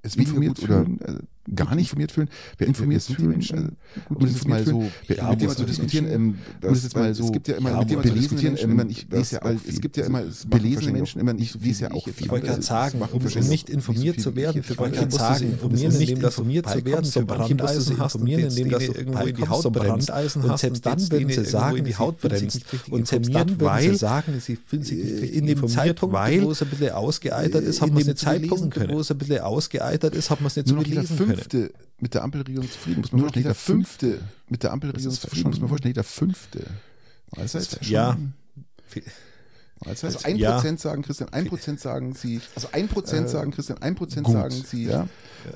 [SPEAKER 4] es
[SPEAKER 2] informiert
[SPEAKER 4] weniger
[SPEAKER 2] oder
[SPEAKER 4] gut
[SPEAKER 2] äh, gar nicht informiert fühlen? äh, Wer informiert sind die Menschen?
[SPEAKER 4] um das jetzt mal so
[SPEAKER 2] Ja,
[SPEAKER 4] mit dem
[SPEAKER 2] muss
[SPEAKER 4] mal zu
[SPEAKER 2] man
[SPEAKER 4] diskutieren,
[SPEAKER 2] nicht.
[SPEAKER 4] ähm,
[SPEAKER 2] Um das jetzt mal
[SPEAKER 4] weil
[SPEAKER 2] so-
[SPEAKER 4] es gibt ja immer
[SPEAKER 2] ja,
[SPEAKER 4] mit dem mal zu
[SPEAKER 2] belesene
[SPEAKER 4] diskutieren,
[SPEAKER 2] Menschen,
[SPEAKER 4] ähm,
[SPEAKER 2] immer nicht-
[SPEAKER 4] das
[SPEAKER 2] lese
[SPEAKER 4] ja
[SPEAKER 2] ja
[SPEAKER 4] auch
[SPEAKER 2] auch
[SPEAKER 4] es
[SPEAKER 2] viel.
[SPEAKER 4] gibt ja
[SPEAKER 2] Also
[SPEAKER 4] immer
[SPEAKER 2] es machen
[SPEAKER 4] belesene
[SPEAKER 2] wahrscheinlich
[SPEAKER 4] Menschen immer nicht
[SPEAKER 2] auch
[SPEAKER 4] wie es ja auch
[SPEAKER 2] viel wie ich jetzt.
[SPEAKER 4] viel.
[SPEAKER 1] Ich wollte gerade
[SPEAKER 4] Das
[SPEAKER 1] sagen,
[SPEAKER 4] machen
[SPEAKER 1] um
[SPEAKER 4] wahrscheinlich
[SPEAKER 1] nicht
[SPEAKER 4] auch
[SPEAKER 1] informiert
[SPEAKER 4] viel
[SPEAKER 1] zu
[SPEAKER 4] wie ich
[SPEAKER 1] werden,
[SPEAKER 4] jetzt. Manche
[SPEAKER 1] ich wollte gerade
[SPEAKER 4] musst du
[SPEAKER 1] sagen,
[SPEAKER 4] sie
[SPEAKER 1] informieren,
[SPEAKER 4] nicht
[SPEAKER 1] indem du vorbeikommst, so Brandeisen hast und denen, indem du irgendwo in die Haut brennst. Und selbst dann, wenn sie sagen, die Haut brennst. Und selbst dann, wenn sie sagen, sie fühlen sich nicht richtig in dem Zeitpunkt, äh, weil, wo es ein bisschen ausgeeitert ist, hat man es nicht so lesen können. Wo es ein bisschen ausgeeitert ist, hat man es nicht so
[SPEAKER 2] Nur noch jeder
[SPEAKER 1] lesen können.
[SPEAKER 2] fünfte mit der Ampelregierung zufrieden. Muss man
[SPEAKER 4] Nur noch
[SPEAKER 2] vorstellen,
[SPEAKER 4] jeder
[SPEAKER 2] jeder fünfte mit der Ampelregierung
[SPEAKER 4] Das ist
[SPEAKER 2] zufrieden. Muss man
[SPEAKER 4] schon-
[SPEAKER 2] vorstellen, jeder fünfte. Mahlzeit.
[SPEAKER 1] Ja.
[SPEAKER 2] Mahlzeit. Also ein
[SPEAKER 1] Ja.
[SPEAKER 2] Prozent sagen, Christian, ein Prozent sagen äh, sie, also ein Prozent sagen, Christian, ein Prozent
[SPEAKER 4] gut.
[SPEAKER 2] sagen sie,
[SPEAKER 4] Ja.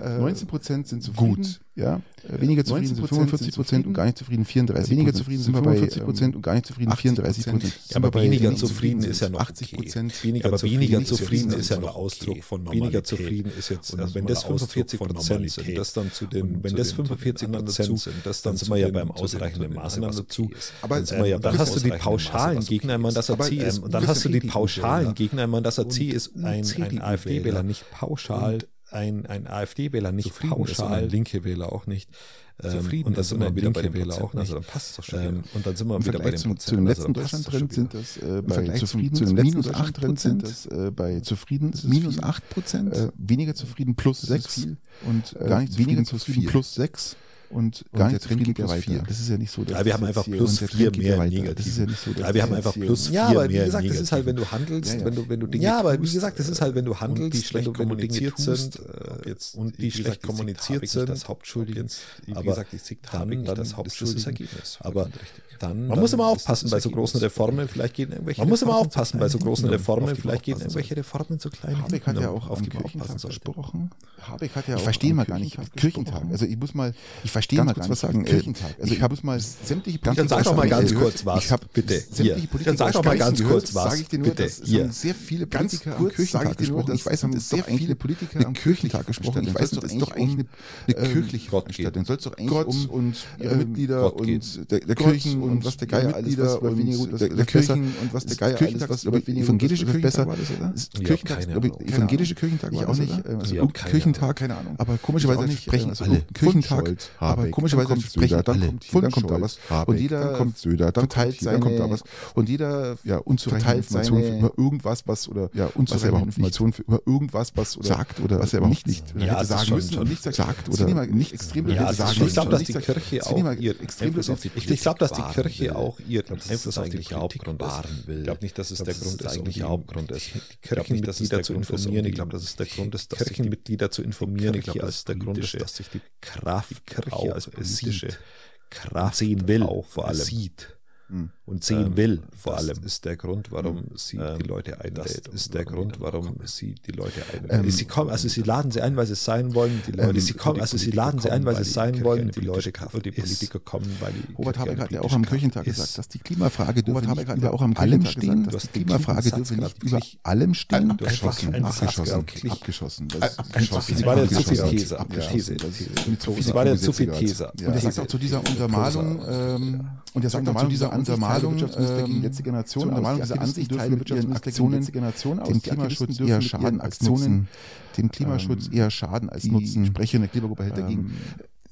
[SPEAKER 2] äh, 19 Prozent sind zufrieden.
[SPEAKER 4] Gut.
[SPEAKER 2] Ja, äh, weniger zufrieden sind
[SPEAKER 4] 19%
[SPEAKER 2] 45 Prozent und gar nicht zufrieden 34. Weniger zufrieden sind wir bei
[SPEAKER 4] 45%
[SPEAKER 2] 45 Prozent und gar nicht zufrieden 34 Prozent.
[SPEAKER 1] Ja, aber
[SPEAKER 2] Sind wir bei
[SPEAKER 1] weniger
[SPEAKER 2] nicht
[SPEAKER 1] zufrieden ist ja noch
[SPEAKER 2] 80 Prozent.
[SPEAKER 1] okay. Weniger aber weniger zufrieden ist ja noch
[SPEAKER 3] Ausdruck von
[SPEAKER 1] okay. Weniger
[SPEAKER 3] Normalität.
[SPEAKER 1] zufrieden ist jetzt
[SPEAKER 3] Und
[SPEAKER 1] erstmal
[SPEAKER 3] wenn das
[SPEAKER 1] ein Ausdruck
[SPEAKER 3] 45%
[SPEAKER 1] von
[SPEAKER 3] sind,
[SPEAKER 1] Normalität.
[SPEAKER 3] das dann zu den-
[SPEAKER 1] und wenn
[SPEAKER 3] zu
[SPEAKER 1] das
[SPEAKER 3] den- zu den
[SPEAKER 1] 45
[SPEAKER 3] anderen
[SPEAKER 1] dazu sind, das dann, sind wir ja beim ausreichenden Maßnahmen dazu.
[SPEAKER 4] Aber
[SPEAKER 1] Dann sind wir ja, dann
[SPEAKER 4] Christian,
[SPEAKER 1] hast du die
[SPEAKER 3] ausreichende Maße,
[SPEAKER 1] pauschalen
[SPEAKER 3] was okay
[SPEAKER 1] Gegner, man
[SPEAKER 3] ist.
[SPEAKER 1] dass er
[SPEAKER 4] Aber
[SPEAKER 1] C
[SPEAKER 4] es-
[SPEAKER 1] ist. Und dann hast du die
[SPEAKER 4] befriedigen wir,
[SPEAKER 1] pauschalen
[SPEAKER 4] ja.
[SPEAKER 1] Gegner, man dass er
[SPEAKER 4] Und
[SPEAKER 1] C ist. Ein, ein
[SPEAKER 4] CDU-Wähler.
[SPEAKER 1] AfD-Wähler nicht pauschal. Ein, ein AfD-Wähler nicht
[SPEAKER 3] Zufrieden ist und
[SPEAKER 1] pauschal.
[SPEAKER 3] ein linke Wähler auch nicht.
[SPEAKER 1] Ähm,
[SPEAKER 3] Zufrieden
[SPEAKER 1] und das
[SPEAKER 3] ist
[SPEAKER 1] sind
[SPEAKER 3] und
[SPEAKER 1] wir
[SPEAKER 3] ein
[SPEAKER 1] wieder bei
[SPEAKER 3] linke
[SPEAKER 1] den
[SPEAKER 3] Wähler auch
[SPEAKER 1] Prozenten.
[SPEAKER 3] nicht. Also dann passt das schon
[SPEAKER 1] Ähm,
[SPEAKER 3] wieder.
[SPEAKER 1] und dann sind wir
[SPEAKER 2] Im
[SPEAKER 1] wieder bei
[SPEAKER 2] Vergleich
[SPEAKER 1] den
[SPEAKER 2] zum, zu
[SPEAKER 1] Prozenten.
[SPEAKER 2] dem
[SPEAKER 1] Also
[SPEAKER 2] letzten
[SPEAKER 1] dann passt das schon
[SPEAKER 2] Deutschlandtrend
[SPEAKER 1] wieder.
[SPEAKER 2] sind das äh, bei
[SPEAKER 4] Vergleich zum-
[SPEAKER 2] zufrieden
[SPEAKER 4] zum
[SPEAKER 2] zu
[SPEAKER 4] letzten
[SPEAKER 2] minus 8 Prozent sind
[SPEAKER 4] Deutschlandtrend
[SPEAKER 2] das äh, bei zufrieden ist
[SPEAKER 4] Minus
[SPEAKER 2] viel.
[SPEAKER 4] 8 Prozent.
[SPEAKER 2] äh, weniger zufrieden plus
[SPEAKER 4] Das ist
[SPEAKER 2] 6
[SPEAKER 4] viel.
[SPEAKER 2] und
[SPEAKER 4] Äh,
[SPEAKER 2] gar nicht
[SPEAKER 4] weniger
[SPEAKER 2] zufrieden,
[SPEAKER 4] zufrieden
[SPEAKER 2] zufrieden plus 6 und
[SPEAKER 4] Und der
[SPEAKER 2] gar
[SPEAKER 4] Trend
[SPEAKER 2] nicht zufrieden
[SPEAKER 4] geht ja
[SPEAKER 2] plus
[SPEAKER 4] weiter.
[SPEAKER 2] 4. Das ist ja nicht so, dass
[SPEAKER 1] Ja, wir haben einfach plus
[SPEAKER 2] und der
[SPEAKER 1] vier
[SPEAKER 2] Trend geht
[SPEAKER 1] mehr
[SPEAKER 2] weiter.
[SPEAKER 1] negativ.
[SPEAKER 2] Das ist ja nicht so, dass
[SPEAKER 1] Ja, wir
[SPEAKER 2] das
[SPEAKER 1] haben
[SPEAKER 2] jetzt
[SPEAKER 1] einfach
[SPEAKER 2] hier-
[SPEAKER 1] plus
[SPEAKER 3] Ja,
[SPEAKER 1] vier
[SPEAKER 3] aber wie
[SPEAKER 1] mehr
[SPEAKER 3] gesagt, das
[SPEAKER 1] Negativen.
[SPEAKER 3] ist halt, wenn du handelst,
[SPEAKER 2] Ja, ja.
[SPEAKER 3] wenn du, wenn du Dinge
[SPEAKER 1] ja, aber wie
[SPEAKER 3] tust,
[SPEAKER 1] gesagt, das ist halt, wenn du
[SPEAKER 3] und die
[SPEAKER 1] handelst, wenn
[SPEAKER 3] schlecht
[SPEAKER 1] du, wenn du Dinge
[SPEAKER 3] kommuniziert
[SPEAKER 1] tust
[SPEAKER 3] sind,
[SPEAKER 1] äh,
[SPEAKER 3] ob jetzt,
[SPEAKER 1] und
[SPEAKER 3] wie
[SPEAKER 1] die
[SPEAKER 3] gesagt,
[SPEAKER 1] schlecht
[SPEAKER 3] die Siktat
[SPEAKER 1] kommuniziert
[SPEAKER 3] ist nicht
[SPEAKER 1] sind,
[SPEAKER 3] das Hauptschuldige,
[SPEAKER 1] ob jetzt-
[SPEAKER 3] wie
[SPEAKER 1] aber
[SPEAKER 3] gesagt, die Siktat
[SPEAKER 1] dann,
[SPEAKER 3] wirklich
[SPEAKER 1] dann
[SPEAKER 3] das
[SPEAKER 1] ist
[SPEAKER 3] Hauptschuldige.
[SPEAKER 1] Ergebnis.
[SPEAKER 3] Aber
[SPEAKER 1] Aber dann,
[SPEAKER 3] Man muss immer
[SPEAKER 1] dann ist das
[SPEAKER 3] aufpassen bei so
[SPEAKER 1] Ergebnis.
[SPEAKER 3] großen Reformen, vielleicht gehen irgendwelche
[SPEAKER 1] Man muss immer
[SPEAKER 3] Reformen
[SPEAKER 1] aufpassen
[SPEAKER 3] zu
[SPEAKER 1] bei so
[SPEAKER 3] kleinen
[SPEAKER 1] großen
[SPEAKER 3] Händen,
[SPEAKER 1] Reformen,
[SPEAKER 3] auf die man
[SPEAKER 1] vielleicht gehen
[SPEAKER 3] aufpassen sollte.
[SPEAKER 1] irgendwelche Reformen zu kleinen
[SPEAKER 2] Habeck hat
[SPEAKER 1] Händen,
[SPEAKER 2] ja auch
[SPEAKER 1] auf
[SPEAKER 2] am
[SPEAKER 1] die man aufpassen
[SPEAKER 2] Kirchentag
[SPEAKER 1] sollte.
[SPEAKER 2] gesprochen. Habeck hat ja
[SPEAKER 4] Ich
[SPEAKER 2] auch
[SPEAKER 4] verstehe
[SPEAKER 2] am
[SPEAKER 4] mal gar nicht,
[SPEAKER 2] Kirchentag
[SPEAKER 4] Kirchentag.
[SPEAKER 2] gesprochen.
[SPEAKER 4] Also ich muss mal,
[SPEAKER 2] ich verstehe
[SPEAKER 4] ganz
[SPEAKER 2] mal
[SPEAKER 4] kurz
[SPEAKER 2] gar
[SPEAKER 4] was
[SPEAKER 2] nicht
[SPEAKER 4] sagen. Äh,
[SPEAKER 2] Kirchentag.
[SPEAKER 4] Also ich
[SPEAKER 2] hab
[SPEAKER 4] habe mal sämtliche
[SPEAKER 1] Dann sag doch mal ganz kurz was,
[SPEAKER 2] Ich habe
[SPEAKER 1] bitte, hier.
[SPEAKER 2] sämtliche Politiker
[SPEAKER 1] Dann sag doch mal ganz kurz was,
[SPEAKER 2] Sage ich dir nur,
[SPEAKER 1] bitte,
[SPEAKER 2] dass es
[SPEAKER 1] hier.
[SPEAKER 2] haben sehr viele
[SPEAKER 4] Ganz
[SPEAKER 2] Politiker am
[SPEAKER 4] kurz
[SPEAKER 2] Kirchentag
[SPEAKER 4] sag ich dir nur,
[SPEAKER 2] gesprochen.
[SPEAKER 4] dass
[SPEAKER 2] ich weiß,
[SPEAKER 4] es haben
[SPEAKER 2] es sehr
[SPEAKER 4] doch eigentlich
[SPEAKER 2] viele
[SPEAKER 4] eine-
[SPEAKER 2] Politiker
[SPEAKER 4] eine
[SPEAKER 2] am
[SPEAKER 4] kirchliche
[SPEAKER 2] Kirchentag gesprochen.
[SPEAKER 4] Veranstaltung.
[SPEAKER 2] Ich weiß,
[SPEAKER 4] Soll's
[SPEAKER 2] es
[SPEAKER 4] doch
[SPEAKER 2] ist doch
[SPEAKER 4] eigentlich
[SPEAKER 2] eigentlich
[SPEAKER 4] um,
[SPEAKER 2] eine
[SPEAKER 4] ähm,
[SPEAKER 2] kirchliche
[SPEAKER 1] Gott
[SPEAKER 2] Veranstaltung. Soll es doch eigentlich
[SPEAKER 4] Gott
[SPEAKER 2] um
[SPEAKER 4] und
[SPEAKER 2] ihre Mitglieder
[SPEAKER 1] Gott geht.
[SPEAKER 2] und der, der
[SPEAKER 4] Gott
[SPEAKER 2] Kirchen und,
[SPEAKER 4] und
[SPEAKER 2] was der Geier alles
[SPEAKER 4] Mitglieder
[SPEAKER 2] was läuft
[SPEAKER 4] und
[SPEAKER 2] weniger gut, was der- der
[SPEAKER 4] läuft besser.
[SPEAKER 2] Kirchen und was der
[SPEAKER 4] Ist
[SPEAKER 2] Geier
[SPEAKER 4] Kirchentag,
[SPEAKER 2] alles was
[SPEAKER 4] glaub ich,
[SPEAKER 2] läuft weniger gut, evangelische was läuft Kirchentag besser. war das, oder? Ist
[SPEAKER 1] Ja,
[SPEAKER 2] Kirchentag,
[SPEAKER 1] keine
[SPEAKER 2] glaub ich,
[SPEAKER 1] Ahnung.
[SPEAKER 2] evangelische Kirchentag war
[SPEAKER 4] Ich
[SPEAKER 2] das,
[SPEAKER 4] auch nicht.
[SPEAKER 2] oder?
[SPEAKER 4] ähm, Also
[SPEAKER 1] Ja,
[SPEAKER 4] um
[SPEAKER 1] keine
[SPEAKER 4] Kirchentag,
[SPEAKER 1] Ahnung.
[SPEAKER 4] keine Ahnung.
[SPEAKER 2] Aber
[SPEAKER 4] Ich auch
[SPEAKER 2] komischerweise
[SPEAKER 4] nicht,
[SPEAKER 2] sprechen
[SPEAKER 4] ähm,
[SPEAKER 2] also
[SPEAKER 4] alle.
[SPEAKER 2] um Kirchentag,
[SPEAKER 4] Von Scholz,
[SPEAKER 2] aber
[SPEAKER 4] Habeck,
[SPEAKER 2] komischerweise
[SPEAKER 4] dann kommt
[SPEAKER 2] sprechen
[SPEAKER 4] Söder,
[SPEAKER 2] alle
[SPEAKER 4] dann kommt hier,
[SPEAKER 2] von
[SPEAKER 4] dann kommt da
[SPEAKER 2] Scholz,
[SPEAKER 4] was.
[SPEAKER 2] Habeck,
[SPEAKER 4] und jeder
[SPEAKER 2] dann kommt Söder, dann
[SPEAKER 4] verteilt
[SPEAKER 2] kommt hier, dann kommt da
[SPEAKER 4] seine-
[SPEAKER 2] was. Und jeder
[SPEAKER 4] ja,
[SPEAKER 2] verteilt
[SPEAKER 4] unzureichende Informationen
[SPEAKER 2] seine-
[SPEAKER 4] über irgendwas, was oder was
[SPEAKER 2] Ja,
[SPEAKER 4] er überhaupt
[SPEAKER 2] unzureichend nicht
[SPEAKER 4] Informationen für, über irgendwas, was oder
[SPEAKER 2] sagt oder
[SPEAKER 4] was er überhaupt
[SPEAKER 2] nicht,
[SPEAKER 4] nicht
[SPEAKER 2] nicht
[SPEAKER 1] Ja,
[SPEAKER 2] hätte
[SPEAKER 1] das ist
[SPEAKER 2] sagen
[SPEAKER 1] schon-
[SPEAKER 2] müssen
[SPEAKER 1] schon
[SPEAKER 2] und nicht sagt,
[SPEAKER 4] sagt
[SPEAKER 2] oder
[SPEAKER 4] oder nicht extrem
[SPEAKER 2] Ja,
[SPEAKER 1] Ja,
[SPEAKER 2] das
[SPEAKER 1] das
[SPEAKER 2] sagen
[SPEAKER 1] ist- ich
[SPEAKER 2] schon.
[SPEAKER 1] glaube, dass die
[SPEAKER 2] Nicht-
[SPEAKER 1] Kirche
[SPEAKER 2] das
[SPEAKER 1] auch
[SPEAKER 2] sind immer
[SPEAKER 1] ihr
[SPEAKER 2] extrem
[SPEAKER 1] Einfluss auf die
[SPEAKER 2] Politik.
[SPEAKER 1] Ich glaube, dass die
[SPEAKER 3] wahren
[SPEAKER 1] Kirche
[SPEAKER 3] will.
[SPEAKER 1] auch ihr
[SPEAKER 3] Ich glaub, das ist
[SPEAKER 1] Einfluss auf die
[SPEAKER 3] eigentlich der
[SPEAKER 1] Politik
[SPEAKER 3] Hauptgrund, wahren will.
[SPEAKER 1] Ich glaube nicht, dass es
[SPEAKER 3] Ich glaub,
[SPEAKER 1] der
[SPEAKER 3] das ist
[SPEAKER 1] Grund ist,
[SPEAKER 3] eigentlich
[SPEAKER 1] eigentlich
[SPEAKER 3] der
[SPEAKER 1] der
[SPEAKER 3] Hauptgrund
[SPEAKER 1] Hauptgrund ist.
[SPEAKER 3] ist.
[SPEAKER 1] Die
[SPEAKER 3] Ich glaub nicht, dass es
[SPEAKER 1] Kirchenmitglieder
[SPEAKER 3] der
[SPEAKER 1] zu informieren,
[SPEAKER 3] Grund ist, um die-
[SPEAKER 1] ich glaube, das ist der Grund, dass
[SPEAKER 3] die
[SPEAKER 1] dass sich die Kirchenmitglieder zu informieren, ich
[SPEAKER 3] Kirche
[SPEAKER 1] glaube, das
[SPEAKER 3] als
[SPEAKER 1] ist der Grund, ist,
[SPEAKER 3] politische-
[SPEAKER 1] dass sich die Kraft
[SPEAKER 3] Kirche
[SPEAKER 1] auch
[SPEAKER 3] als politische
[SPEAKER 1] sieht, Kraft
[SPEAKER 3] sehen will,
[SPEAKER 1] auch vor allem
[SPEAKER 3] sieht
[SPEAKER 1] und sehen will vor
[SPEAKER 3] das
[SPEAKER 1] allem.
[SPEAKER 3] ist der Grund, warum sie die Leute einlädt.
[SPEAKER 1] Das ist der Grund, warum sie die Leute
[SPEAKER 2] Ähm,
[SPEAKER 1] einladen. sie kommen, also sie laden sie ein, weil sie es sein wollen. Die Leute,
[SPEAKER 2] Ähm,
[SPEAKER 1] sie kommen,
[SPEAKER 3] die
[SPEAKER 1] also sie
[SPEAKER 3] Politiker
[SPEAKER 1] laden sie ein,
[SPEAKER 3] kommen,
[SPEAKER 1] weil
[SPEAKER 3] weil
[SPEAKER 1] sie es
[SPEAKER 3] die
[SPEAKER 1] sein
[SPEAKER 3] Kirche
[SPEAKER 1] wollen.
[SPEAKER 3] eine
[SPEAKER 1] Die
[SPEAKER 3] politische
[SPEAKER 1] Leute,
[SPEAKER 3] Kraft
[SPEAKER 1] und die
[SPEAKER 3] ist.
[SPEAKER 1] Politiker kommen, weil die
[SPEAKER 2] Robert
[SPEAKER 1] Kirche
[SPEAKER 2] Habeck
[SPEAKER 1] eine
[SPEAKER 2] hat ja auch
[SPEAKER 1] politische
[SPEAKER 2] am
[SPEAKER 1] Kraft
[SPEAKER 2] Kirchentag
[SPEAKER 1] ist.
[SPEAKER 2] gesagt, dass die Klimafrage dürfe
[SPEAKER 4] Robert Habeck
[SPEAKER 2] nicht
[SPEAKER 4] hat ja
[SPEAKER 2] über
[SPEAKER 4] auch am
[SPEAKER 2] allem
[SPEAKER 4] Kirchentag
[SPEAKER 2] stehen,
[SPEAKER 4] gesagt,
[SPEAKER 2] dass
[SPEAKER 1] dass
[SPEAKER 2] die
[SPEAKER 1] die
[SPEAKER 2] Klimafrage
[SPEAKER 1] Klimasatz
[SPEAKER 2] dürfe nicht
[SPEAKER 1] gerade
[SPEAKER 2] über
[SPEAKER 1] wirklich
[SPEAKER 2] allem
[SPEAKER 1] abgeschossen,
[SPEAKER 2] stehen. abgeschossen,
[SPEAKER 1] abgeschossen,
[SPEAKER 2] abgeschossen.
[SPEAKER 1] abgeschossen. Sie war jetzt zu viel Käse, Käse. Sie war jetzt zu viel Käse.
[SPEAKER 2] Ja. Und er sagt auch zu dieser Untermalung, ähm, und er sagt auch zu dieser Untermalung, ähm,
[SPEAKER 4] letzte Generation,
[SPEAKER 2] zur Untermalung
[SPEAKER 4] aus. Die Aktivisten
[SPEAKER 2] dieser Ansicht
[SPEAKER 4] dürfen
[SPEAKER 2] teilen
[SPEAKER 4] mit ihren
[SPEAKER 2] Wirtschaftsminister
[SPEAKER 4] Aktionen
[SPEAKER 2] gegen letzte Generation aus.
[SPEAKER 4] dem
[SPEAKER 2] Die Aktivisten
[SPEAKER 4] Klimaschutz
[SPEAKER 2] dürfen
[SPEAKER 4] eher
[SPEAKER 2] mit ihren
[SPEAKER 4] Schaden als
[SPEAKER 2] Aktionen-
[SPEAKER 4] Nutzen.
[SPEAKER 2] Dem Klimaschutz eher Schaden als
[SPEAKER 4] die
[SPEAKER 2] Nutzen. Ähm,
[SPEAKER 4] sprechende Klimagruppe hält dagegen.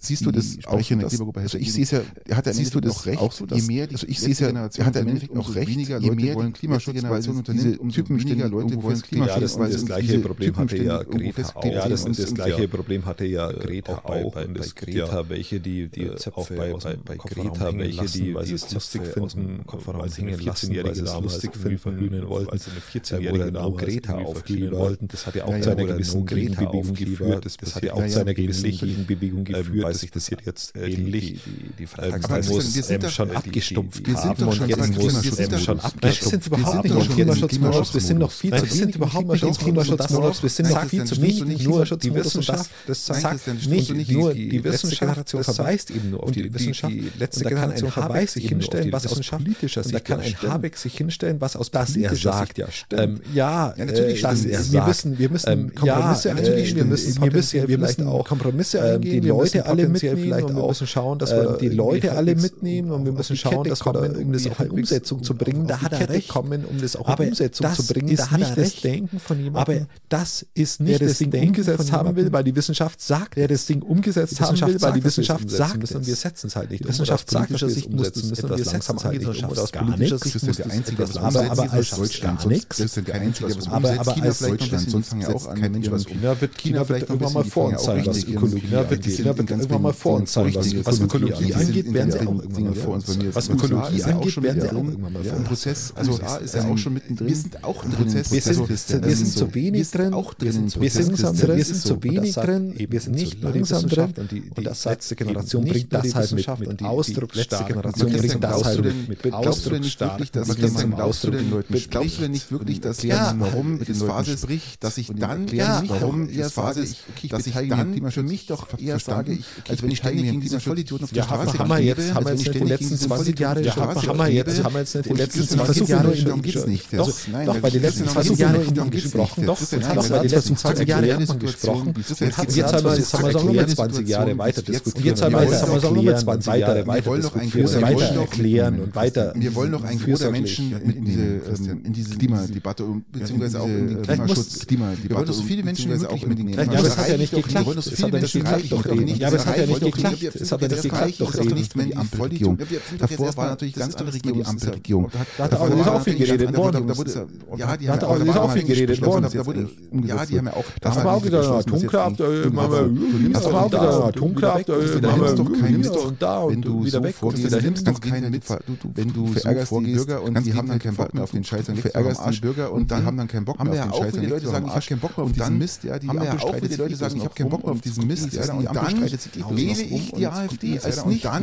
[SPEAKER 2] Siehst du das auch,
[SPEAKER 4] sprechende
[SPEAKER 2] dass,
[SPEAKER 4] Klimagruppe hält
[SPEAKER 2] also ich sehe
[SPEAKER 4] dagegen.
[SPEAKER 2] es ja, er hat ja im
[SPEAKER 4] Siehst du
[SPEAKER 2] Endeffekt
[SPEAKER 4] das
[SPEAKER 2] auch recht,
[SPEAKER 4] auch so, dass-
[SPEAKER 2] je mehr die
[SPEAKER 4] also ich
[SPEAKER 2] letzte
[SPEAKER 4] sehe es ja,
[SPEAKER 2] Generation
[SPEAKER 4] er hat ja im
[SPEAKER 2] unternimmt,
[SPEAKER 4] Endeffekt auch
[SPEAKER 2] umso
[SPEAKER 4] recht,
[SPEAKER 2] weniger
[SPEAKER 4] je
[SPEAKER 2] Leute
[SPEAKER 4] mehr
[SPEAKER 2] wollen
[SPEAKER 4] die
[SPEAKER 2] Klimaschutz,
[SPEAKER 4] letzte
[SPEAKER 2] weil sie
[SPEAKER 4] Generation
[SPEAKER 2] diese
[SPEAKER 4] unternimmt, umso
[SPEAKER 2] Typen
[SPEAKER 4] weniger
[SPEAKER 2] ständig
[SPEAKER 4] Leute
[SPEAKER 2] irgendwo
[SPEAKER 4] wollen
[SPEAKER 2] festkleben,
[SPEAKER 4] Klimaschutz,
[SPEAKER 1] Ja, das,
[SPEAKER 4] weil
[SPEAKER 1] das
[SPEAKER 4] sie
[SPEAKER 1] gleiche
[SPEAKER 4] diese
[SPEAKER 1] Problem
[SPEAKER 4] Typen
[SPEAKER 1] hatte ja
[SPEAKER 4] ständig irgendwo
[SPEAKER 1] Greta auch.
[SPEAKER 4] festkleben
[SPEAKER 1] Ja, das,
[SPEAKER 4] und-
[SPEAKER 1] das
[SPEAKER 4] und-
[SPEAKER 1] gleiche
[SPEAKER 4] ja.
[SPEAKER 1] Problem hatte ja Greta
[SPEAKER 3] auch bei-
[SPEAKER 1] auch.
[SPEAKER 3] bei-
[SPEAKER 1] und
[SPEAKER 3] bei
[SPEAKER 1] es gibt
[SPEAKER 3] Greta
[SPEAKER 1] ja welche, die, die
[SPEAKER 3] äh,
[SPEAKER 1] Zöpfe
[SPEAKER 3] auch bei-
[SPEAKER 1] aus
[SPEAKER 3] bei-
[SPEAKER 1] dem
[SPEAKER 3] bei
[SPEAKER 1] Kofferraum
[SPEAKER 3] Greta
[SPEAKER 1] hängen
[SPEAKER 3] welche,
[SPEAKER 1] lassen,
[SPEAKER 3] die-
[SPEAKER 1] weil sie
[SPEAKER 3] die
[SPEAKER 1] es lustig
[SPEAKER 3] Zöpfe aus dem
[SPEAKER 1] finden,
[SPEAKER 3] Kofferraum
[SPEAKER 1] weil sie
[SPEAKER 3] hängen
[SPEAKER 1] eine
[SPEAKER 3] lassen,
[SPEAKER 1] 14-Jährige
[SPEAKER 3] weil sie es
[SPEAKER 1] damals
[SPEAKER 3] lustig
[SPEAKER 1] irgendwie
[SPEAKER 3] finden,
[SPEAKER 1] verhöhnen wollten,
[SPEAKER 3] als sie eine 14-Jährige
[SPEAKER 1] oder no
[SPEAKER 3] damals
[SPEAKER 1] Greta
[SPEAKER 3] irgendwie
[SPEAKER 1] aufklären
[SPEAKER 3] verhöhnen
[SPEAKER 1] wollten. Das hat ja auch
[SPEAKER 2] Ja,
[SPEAKER 1] zu
[SPEAKER 2] ja,
[SPEAKER 1] einer
[SPEAKER 2] oder
[SPEAKER 1] gewissen
[SPEAKER 2] no Greta
[SPEAKER 1] Gegenbewegung
[SPEAKER 2] aufklären.
[SPEAKER 1] geführt. Das
[SPEAKER 3] Das
[SPEAKER 1] hat ja
[SPEAKER 3] hat
[SPEAKER 1] auch
[SPEAKER 2] ja
[SPEAKER 1] zu einer
[SPEAKER 2] auch
[SPEAKER 1] gewissen
[SPEAKER 2] gewissen
[SPEAKER 1] Gegenbewegung geführt. Ähm,
[SPEAKER 3] weil
[SPEAKER 1] das
[SPEAKER 3] sich das
[SPEAKER 1] passiert jetzt
[SPEAKER 3] ähnlich.
[SPEAKER 1] ähnlich. äh, Die, die
[SPEAKER 2] Aber
[SPEAKER 1] Freitagsdemos
[SPEAKER 2] Christian, wir sind
[SPEAKER 1] ähm,
[SPEAKER 2] doch-
[SPEAKER 1] schon
[SPEAKER 2] die-
[SPEAKER 1] abgestumpft
[SPEAKER 2] wir sind
[SPEAKER 1] haben
[SPEAKER 2] doch
[SPEAKER 1] und
[SPEAKER 2] schon
[SPEAKER 1] jetzt
[SPEAKER 2] beim
[SPEAKER 1] muss ähm,
[SPEAKER 2] Klimaschutz-
[SPEAKER 1] Nein,
[SPEAKER 2] schon
[SPEAKER 1] wir sind überhaupt
[SPEAKER 2] Wir
[SPEAKER 1] nicht
[SPEAKER 2] sind
[SPEAKER 1] im
[SPEAKER 2] doch schon im
[SPEAKER 1] Klimaschutzmodus. Wir sind noch viel zu
[SPEAKER 2] Klimaschutzmodus.
[SPEAKER 1] wenig überhaupt nicht im Klimaschutzmodus. Wir sind noch viel zu wenig im Klimaschutzmodus. Und das, das sagt nicht nur die Wissenschaft, das verweist eben nur auf die Wissenschaft.
[SPEAKER 3] die
[SPEAKER 1] Und
[SPEAKER 3] letzte
[SPEAKER 1] da kann ein
[SPEAKER 3] Generation
[SPEAKER 1] Habeck
[SPEAKER 3] verweist
[SPEAKER 1] sich
[SPEAKER 3] eben nur auf
[SPEAKER 1] hinstellen,
[SPEAKER 3] die
[SPEAKER 1] was aus
[SPEAKER 3] Wissenschaft.
[SPEAKER 1] politischer
[SPEAKER 3] Und
[SPEAKER 1] Sicht
[SPEAKER 3] da kann
[SPEAKER 1] ja
[SPEAKER 3] ein
[SPEAKER 1] stimmt.
[SPEAKER 3] Habeck sich hinstellen, was aus
[SPEAKER 1] dass er
[SPEAKER 3] politischer
[SPEAKER 1] sagt,
[SPEAKER 3] Sicht
[SPEAKER 1] ja,
[SPEAKER 3] ja stimmt.
[SPEAKER 1] ähm, ja,
[SPEAKER 4] Ja, natürlich
[SPEAKER 1] äh,
[SPEAKER 4] stimmt
[SPEAKER 1] dass
[SPEAKER 4] es.
[SPEAKER 1] er
[SPEAKER 4] Wir
[SPEAKER 1] sagt,
[SPEAKER 3] müssen- wir müssen
[SPEAKER 1] ähm,
[SPEAKER 3] Kompromisse
[SPEAKER 1] ja,
[SPEAKER 3] eingehen,
[SPEAKER 1] äh, wir
[SPEAKER 3] stimmt es.
[SPEAKER 1] müssen, wir müssen ja
[SPEAKER 3] Wir
[SPEAKER 1] vielleicht
[SPEAKER 3] müssen
[SPEAKER 1] auch
[SPEAKER 3] Kompromisse
[SPEAKER 1] ähm,
[SPEAKER 3] eingehen,
[SPEAKER 1] die
[SPEAKER 3] wir müssen
[SPEAKER 1] Leute alle
[SPEAKER 3] potenziell
[SPEAKER 1] mitnehmen
[SPEAKER 3] vielleicht
[SPEAKER 1] und wir
[SPEAKER 3] auch,
[SPEAKER 1] müssen schauen, dass wir da
[SPEAKER 3] ähm, die
[SPEAKER 1] irgendwie
[SPEAKER 3] Leute alle
[SPEAKER 1] halbwegs
[SPEAKER 3] mitnehmen und wir
[SPEAKER 1] auf
[SPEAKER 3] müssen
[SPEAKER 1] die
[SPEAKER 3] schauen,
[SPEAKER 1] Kette
[SPEAKER 3] dass wir da
[SPEAKER 1] kommen, um
[SPEAKER 3] irgendwie
[SPEAKER 1] das auch in
[SPEAKER 3] halbwegs
[SPEAKER 1] Umsetzung zu bringen.
[SPEAKER 3] auf
[SPEAKER 1] Da
[SPEAKER 3] die
[SPEAKER 1] hat er
[SPEAKER 3] Kette
[SPEAKER 1] recht.
[SPEAKER 3] kommen, um das auch in
[SPEAKER 1] Aber
[SPEAKER 3] Umsetzung
[SPEAKER 1] das
[SPEAKER 3] zu bringen.
[SPEAKER 1] ist
[SPEAKER 3] Da hat er
[SPEAKER 1] nicht das
[SPEAKER 3] recht.
[SPEAKER 1] Denken von jemandem,
[SPEAKER 3] Aber das ist
[SPEAKER 1] der
[SPEAKER 3] nicht
[SPEAKER 1] das Ding umgesetzt haben will, weil
[SPEAKER 3] weil
[SPEAKER 1] die Wissenschaft sagt, der das Ding umgesetzt haben will, weil die Wissenschaft sagt,
[SPEAKER 3] es.
[SPEAKER 1] und wir setzen es halt nicht.
[SPEAKER 3] Die
[SPEAKER 1] um. Oder
[SPEAKER 3] Wissenschaft
[SPEAKER 1] aus
[SPEAKER 3] sagt,
[SPEAKER 1] politischer
[SPEAKER 3] dass wir es
[SPEAKER 1] Sicht muss
[SPEAKER 3] umsetzen
[SPEAKER 1] es
[SPEAKER 3] müssen,
[SPEAKER 1] etwas
[SPEAKER 3] wir setzen
[SPEAKER 1] langsam
[SPEAKER 3] es halt
[SPEAKER 1] angehen,
[SPEAKER 3] nicht um.
[SPEAKER 1] sonst
[SPEAKER 3] Oder aus
[SPEAKER 1] schafft es gar
[SPEAKER 3] politischer
[SPEAKER 1] nichts.
[SPEAKER 3] Sicht
[SPEAKER 2] Das ist
[SPEAKER 3] muss
[SPEAKER 2] der
[SPEAKER 3] es
[SPEAKER 2] Einzige,
[SPEAKER 3] etwas
[SPEAKER 2] was
[SPEAKER 1] Aber-
[SPEAKER 2] umsetzt,
[SPEAKER 1] aber
[SPEAKER 2] ist
[SPEAKER 1] als-
[SPEAKER 2] Deutschland
[SPEAKER 1] gar
[SPEAKER 2] nichts.
[SPEAKER 1] nichts.
[SPEAKER 2] Das ist denn der Einzige, was
[SPEAKER 1] Aber-
[SPEAKER 2] umsetzt.
[SPEAKER 1] aber
[SPEAKER 2] China
[SPEAKER 1] als
[SPEAKER 2] vielleicht
[SPEAKER 1] Deutschland
[SPEAKER 2] ein bisschen,
[SPEAKER 4] setzt kein Mensch was um.
[SPEAKER 1] China wird, China wird
[SPEAKER 2] vielleicht noch ein
[SPEAKER 1] irgendwann mal
[SPEAKER 2] bisschen,
[SPEAKER 1] vor
[SPEAKER 2] die
[SPEAKER 1] uns
[SPEAKER 2] fangen
[SPEAKER 1] sein,
[SPEAKER 2] ja auch
[SPEAKER 1] was
[SPEAKER 2] richtig
[SPEAKER 1] Ökologie
[SPEAKER 2] an. Ja,
[SPEAKER 1] angeht.
[SPEAKER 2] die sind
[SPEAKER 1] China wird
[SPEAKER 2] ganz
[SPEAKER 1] irgendwann mal vor
[SPEAKER 2] wenig vor
[SPEAKER 1] uns sein,
[SPEAKER 2] uns.
[SPEAKER 1] was
[SPEAKER 2] Die
[SPEAKER 1] was
[SPEAKER 2] sind
[SPEAKER 1] Ökologie
[SPEAKER 2] ganz
[SPEAKER 1] angeht,
[SPEAKER 2] wenig
[SPEAKER 1] werden sie
[SPEAKER 2] vor
[SPEAKER 1] auch
[SPEAKER 2] uns.
[SPEAKER 1] irgendwann mal vor uns sein. Was
[SPEAKER 2] USA
[SPEAKER 1] Ökologie
[SPEAKER 2] ist ja auch
[SPEAKER 1] angeht,
[SPEAKER 2] schon
[SPEAKER 1] werden sie
[SPEAKER 2] wieder
[SPEAKER 1] auch
[SPEAKER 2] im-
[SPEAKER 1] irgendwann mal
[SPEAKER 2] ja,
[SPEAKER 1] vor
[SPEAKER 2] im
[SPEAKER 1] uns sein.
[SPEAKER 2] Prozess. Also USA ist ja auch schon mittendrin.
[SPEAKER 4] Wir sind auch im Prozess.
[SPEAKER 2] Wir sind,
[SPEAKER 1] Also,
[SPEAKER 2] wir sind
[SPEAKER 1] so-
[SPEAKER 2] zu wenig drin.
[SPEAKER 1] Wir sind,
[SPEAKER 2] langsam
[SPEAKER 1] drin, wir
[SPEAKER 2] drin.
[SPEAKER 1] sind
[SPEAKER 2] so.
[SPEAKER 1] zu wenig
[SPEAKER 3] sagt
[SPEAKER 1] drin,
[SPEAKER 3] eben
[SPEAKER 1] wir sind
[SPEAKER 3] zu
[SPEAKER 1] nicht nur die
[SPEAKER 3] langsam
[SPEAKER 1] Wissenschaft
[SPEAKER 3] drin.
[SPEAKER 1] und die, die
[SPEAKER 3] Und das sagt
[SPEAKER 1] letzte
[SPEAKER 3] eben
[SPEAKER 1] Generation
[SPEAKER 3] nicht
[SPEAKER 1] bringt
[SPEAKER 3] nur die
[SPEAKER 1] das halt mit,
[SPEAKER 3] Wissenschaft
[SPEAKER 1] mit
[SPEAKER 3] und die- die
[SPEAKER 1] Ausdruck. Letzte
[SPEAKER 3] starken
[SPEAKER 1] Generation
[SPEAKER 3] Christian,
[SPEAKER 1] bringt das
[SPEAKER 2] glaubst
[SPEAKER 1] halt
[SPEAKER 2] du
[SPEAKER 1] mit,
[SPEAKER 2] denn-
[SPEAKER 1] mit
[SPEAKER 2] glaubst du denn nicht
[SPEAKER 1] stark.
[SPEAKER 2] wirklich, dass
[SPEAKER 1] Was
[SPEAKER 2] man
[SPEAKER 1] man
[SPEAKER 2] zum
[SPEAKER 1] zum Ausdruck den Leuten
[SPEAKER 2] glaubst du denn nicht wirklich, dass ja, warum das Phase spricht, dass ich dann
[SPEAKER 4] ja,
[SPEAKER 2] ja, warum das Phase ist, dass ich dann für mich doch eher sage, ich als wenn ich
[SPEAKER 4] steige
[SPEAKER 2] ständig
[SPEAKER 4] mir
[SPEAKER 2] gegen diese
[SPEAKER 4] immer schon-
[SPEAKER 2] Vollidioten auf der
[SPEAKER 1] Ja,
[SPEAKER 2] Straße
[SPEAKER 1] aber haben wir
[SPEAKER 2] anklebe,
[SPEAKER 1] jetzt, haben wir jetzt
[SPEAKER 2] als wenn
[SPEAKER 1] nicht
[SPEAKER 2] ich
[SPEAKER 1] die
[SPEAKER 2] ständig gegen
[SPEAKER 1] letzten
[SPEAKER 2] diese
[SPEAKER 1] 20 Jahre,
[SPEAKER 2] Vollidioten auf der
[SPEAKER 1] haben
[SPEAKER 2] Straße
[SPEAKER 1] wir jetzt,
[SPEAKER 2] anklebe.
[SPEAKER 1] haben wir jetzt nicht die
[SPEAKER 2] Und
[SPEAKER 1] letzten
[SPEAKER 2] Christian,
[SPEAKER 1] 20
[SPEAKER 2] darum
[SPEAKER 1] Jahre
[SPEAKER 2] geht's
[SPEAKER 1] in
[SPEAKER 2] nicht, darum geht's nicht.
[SPEAKER 1] Doch,
[SPEAKER 2] Das- nein,
[SPEAKER 1] doch,
[SPEAKER 2] das-
[SPEAKER 1] bei den
[SPEAKER 2] das-
[SPEAKER 1] letzten
[SPEAKER 2] darum
[SPEAKER 1] 20
[SPEAKER 2] geht's
[SPEAKER 1] Jahren
[SPEAKER 2] nicht, darum
[SPEAKER 1] haben wir
[SPEAKER 2] geht's
[SPEAKER 1] gesprochen.
[SPEAKER 2] nicht.
[SPEAKER 1] Doch,
[SPEAKER 2] Christian,
[SPEAKER 1] doch,
[SPEAKER 2] nein,
[SPEAKER 1] doch,
[SPEAKER 2] das
[SPEAKER 1] bei den
[SPEAKER 2] ist
[SPEAKER 1] letzten
[SPEAKER 2] eine
[SPEAKER 1] 20 Jahren
[SPEAKER 2] erklärte
[SPEAKER 1] haben wir
[SPEAKER 2] Situation.
[SPEAKER 1] gesprochen.
[SPEAKER 2] Das ist
[SPEAKER 1] Jetzt
[SPEAKER 2] jetzt
[SPEAKER 1] haben
[SPEAKER 2] eine
[SPEAKER 1] jetzt einmal,
[SPEAKER 2] erklärte
[SPEAKER 1] jetzt haben wir sagen wir
[SPEAKER 2] Situation.
[SPEAKER 1] 20
[SPEAKER 2] Wir
[SPEAKER 1] Jahre
[SPEAKER 2] wollen
[SPEAKER 1] weiter
[SPEAKER 2] doch ein
[SPEAKER 1] diskutieren.
[SPEAKER 2] Groß-
[SPEAKER 1] Jetzt einmal, jetzt haben wir sagen wir
[SPEAKER 2] wir
[SPEAKER 1] 20 Jahre Äh, weiter
[SPEAKER 2] wollen doch ein
[SPEAKER 1] diskutieren,
[SPEAKER 2] großer
[SPEAKER 1] weiter
[SPEAKER 2] Mensch-
[SPEAKER 1] erklären und weiter.
[SPEAKER 2] Wir wollen doch ein großer Menschen
[SPEAKER 1] fürsorglich.
[SPEAKER 2] mit in diese,
[SPEAKER 4] mitnehmen,
[SPEAKER 2] ähm,
[SPEAKER 4] Christian.
[SPEAKER 2] in diese um-
[SPEAKER 4] Klimadebatte
[SPEAKER 2] und
[SPEAKER 4] beziehungsweise auch in die
[SPEAKER 1] Vielleicht muss-
[SPEAKER 2] Klimaschutz, Klimadebatte. um-
[SPEAKER 4] Wir wollen doch so viele Menschen wie
[SPEAKER 2] beziehungsweise
[SPEAKER 4] möglich
[SPEAKER 2] auch in die
[SPEAKER 4] mitnehmen.
[SPEAKER 1] Ja,
[SPEAKER 2] Klimaschutz-
[SPEAKER 1] aber es hat ja
[SPEAKER 2] Erreicht
[SPEAKER 1] nicht
[SPEAKER 2] doch
[SPEAKER 1] geklappt.
[SPEAKER 2] Wir wollen doch so
[SPEAKER 1] Es
[SPEAKER 2] viele
[SPEAKER 1] hat ja nicht
[SPEAKER 2] Menschen
[SPEAKER 1] geklappt,
[SPEAKER 2] erreichen,
[SPEAKER 1] doch
[SPEAKER 2] doch
[SPEAKER 1] reden.
[SPEAKER 2] nicht.
[SPEAKER 1] Ja, aber es hat ja
[SPEAKER 2] Erreichen
[SPEAKER 1] nicht
[SPEAKER 2] doch nicht.
[SPEAKER 1] geklappt.
[SPEAKER 2] Wir
[SPEAKER 1] Es hat ja nicht
[SPEAKER 2] erreichen
[SPEAKER 1] geklappt,
[SPEAKER 2] doch
[SPEAKER 1] doch
[SPEAKER 2] reden.
[SPEAKER 1] reden.
[SPEAKER 2] nicht mehr die Ampelregierung.
[SPEAKER 4] Davor war natürlich ganz andere Regierung, Ampelregierung.
[SPEAKER 1] Da hat aber- da ist auch viel geredet worden.
[SPEAKER 2] Da wurde, ja, die
[SPEAKER 1] Da
[SPEAKER 2] haben
[SPEAKER 1] hat auch- da ist auch viel geredet worden.
[SPEAKER 2] Da wurde, ja, die haben ja auch.
[SPEAKER 1] Das haben wir auch wieder Atomkraft, äh, machen wir, das haben wir auch wieder Atomkraft, äh, machen wir,
[SPEAKER 2] doch keinen
[SPEAKER 1] nimmst du und da und
[SPEAKER 2] wenn du
[SPEAKER 1] wieder
[SPEAKER 2] so
[SPEAKER 1] weg,
[SPEAKER 2] vorgehst,
[SPEAKER 1] wieder
[SPEAKER 2] dann
[SPEAKER 1] hin.
[SPEAKER 2] nimmst du keinen mit, du, du, wenn du
[SPEAKER 4] verärgerst
[SPEAKER 2] so
[SPEAKER 4] die
[SPEAKER 2] vorgehst,
[SPEAKER 4] Bürger und
[SPEAKER 2] ganz
[SPEAKER 4] die haben
[SPEAKER 2] gegen
[SPEAKER 4] dann keinen Bock mehr auf
[SPEAKER 2] du
[SPEAKER 4] den Scheiß, dann legst du
[SPEAKER 2] verärgerst
[SPEAKER 4] am Arsch.
[SPEAKER 2] die Bürger und dann haben dann keinen Bock mehr
[SPEAKER 4] haben
[SPEAKER 2] auf
[SPEAKER 4] wir ja auch
[SPEAKER 2] den Scheiß, dann
[SPEAKER 4] viele Leute
[SPEAKER 2] legst du am
[SPEAKER 4] sagen, ich habe
[SPEAKER 2] Arsch.
[SPEAKER 4] keinen Bock mehr auf
[SPEAKER 2] Und
[SPEAKER 4] diesen
[SPEAKER 2] dann
[SPEAKER 4] Mist, ja, die
[SPEAKER 2] haben wir ja
[SPEAKER 4] Ampel
[SPEAKER 2] auch
[SPEAKER 4] streitet
[SPEAKER 2] viele
[SPEAKER 4] sich
[SPEAKER 2] Leute
[SPEAKER 4] bloß
[SPEAKER 2] sagen, ich
[SPEAKER 4] noch
[SPEAKER 2] habe keinen
[SPEAKER 4] rum
[SPEAKER 2] Bock mehr auf
[SPEAKER 4] und
[SPEAKER 2] diesen Mist, ja,
[SPEAKER 4] und
[SPEAKER 2] und
[SPEAKER 4] dann
[SPEAKER 2] dann
[SPEAKER 4] streitet sich die bloß noch
[SPEAKER 2] wähle
[SPEAKER 4] rum
[SPEAKER 2] ich
[SPEAKER 4] und
[SPEAKER 2] die
[SPEAKER 4] es kommt nichts
[SPEAKER 2] AfD als
[SPEAKER 4] weiter und
[SPEAKER 2] nicht
[SPEAKER 4] dann-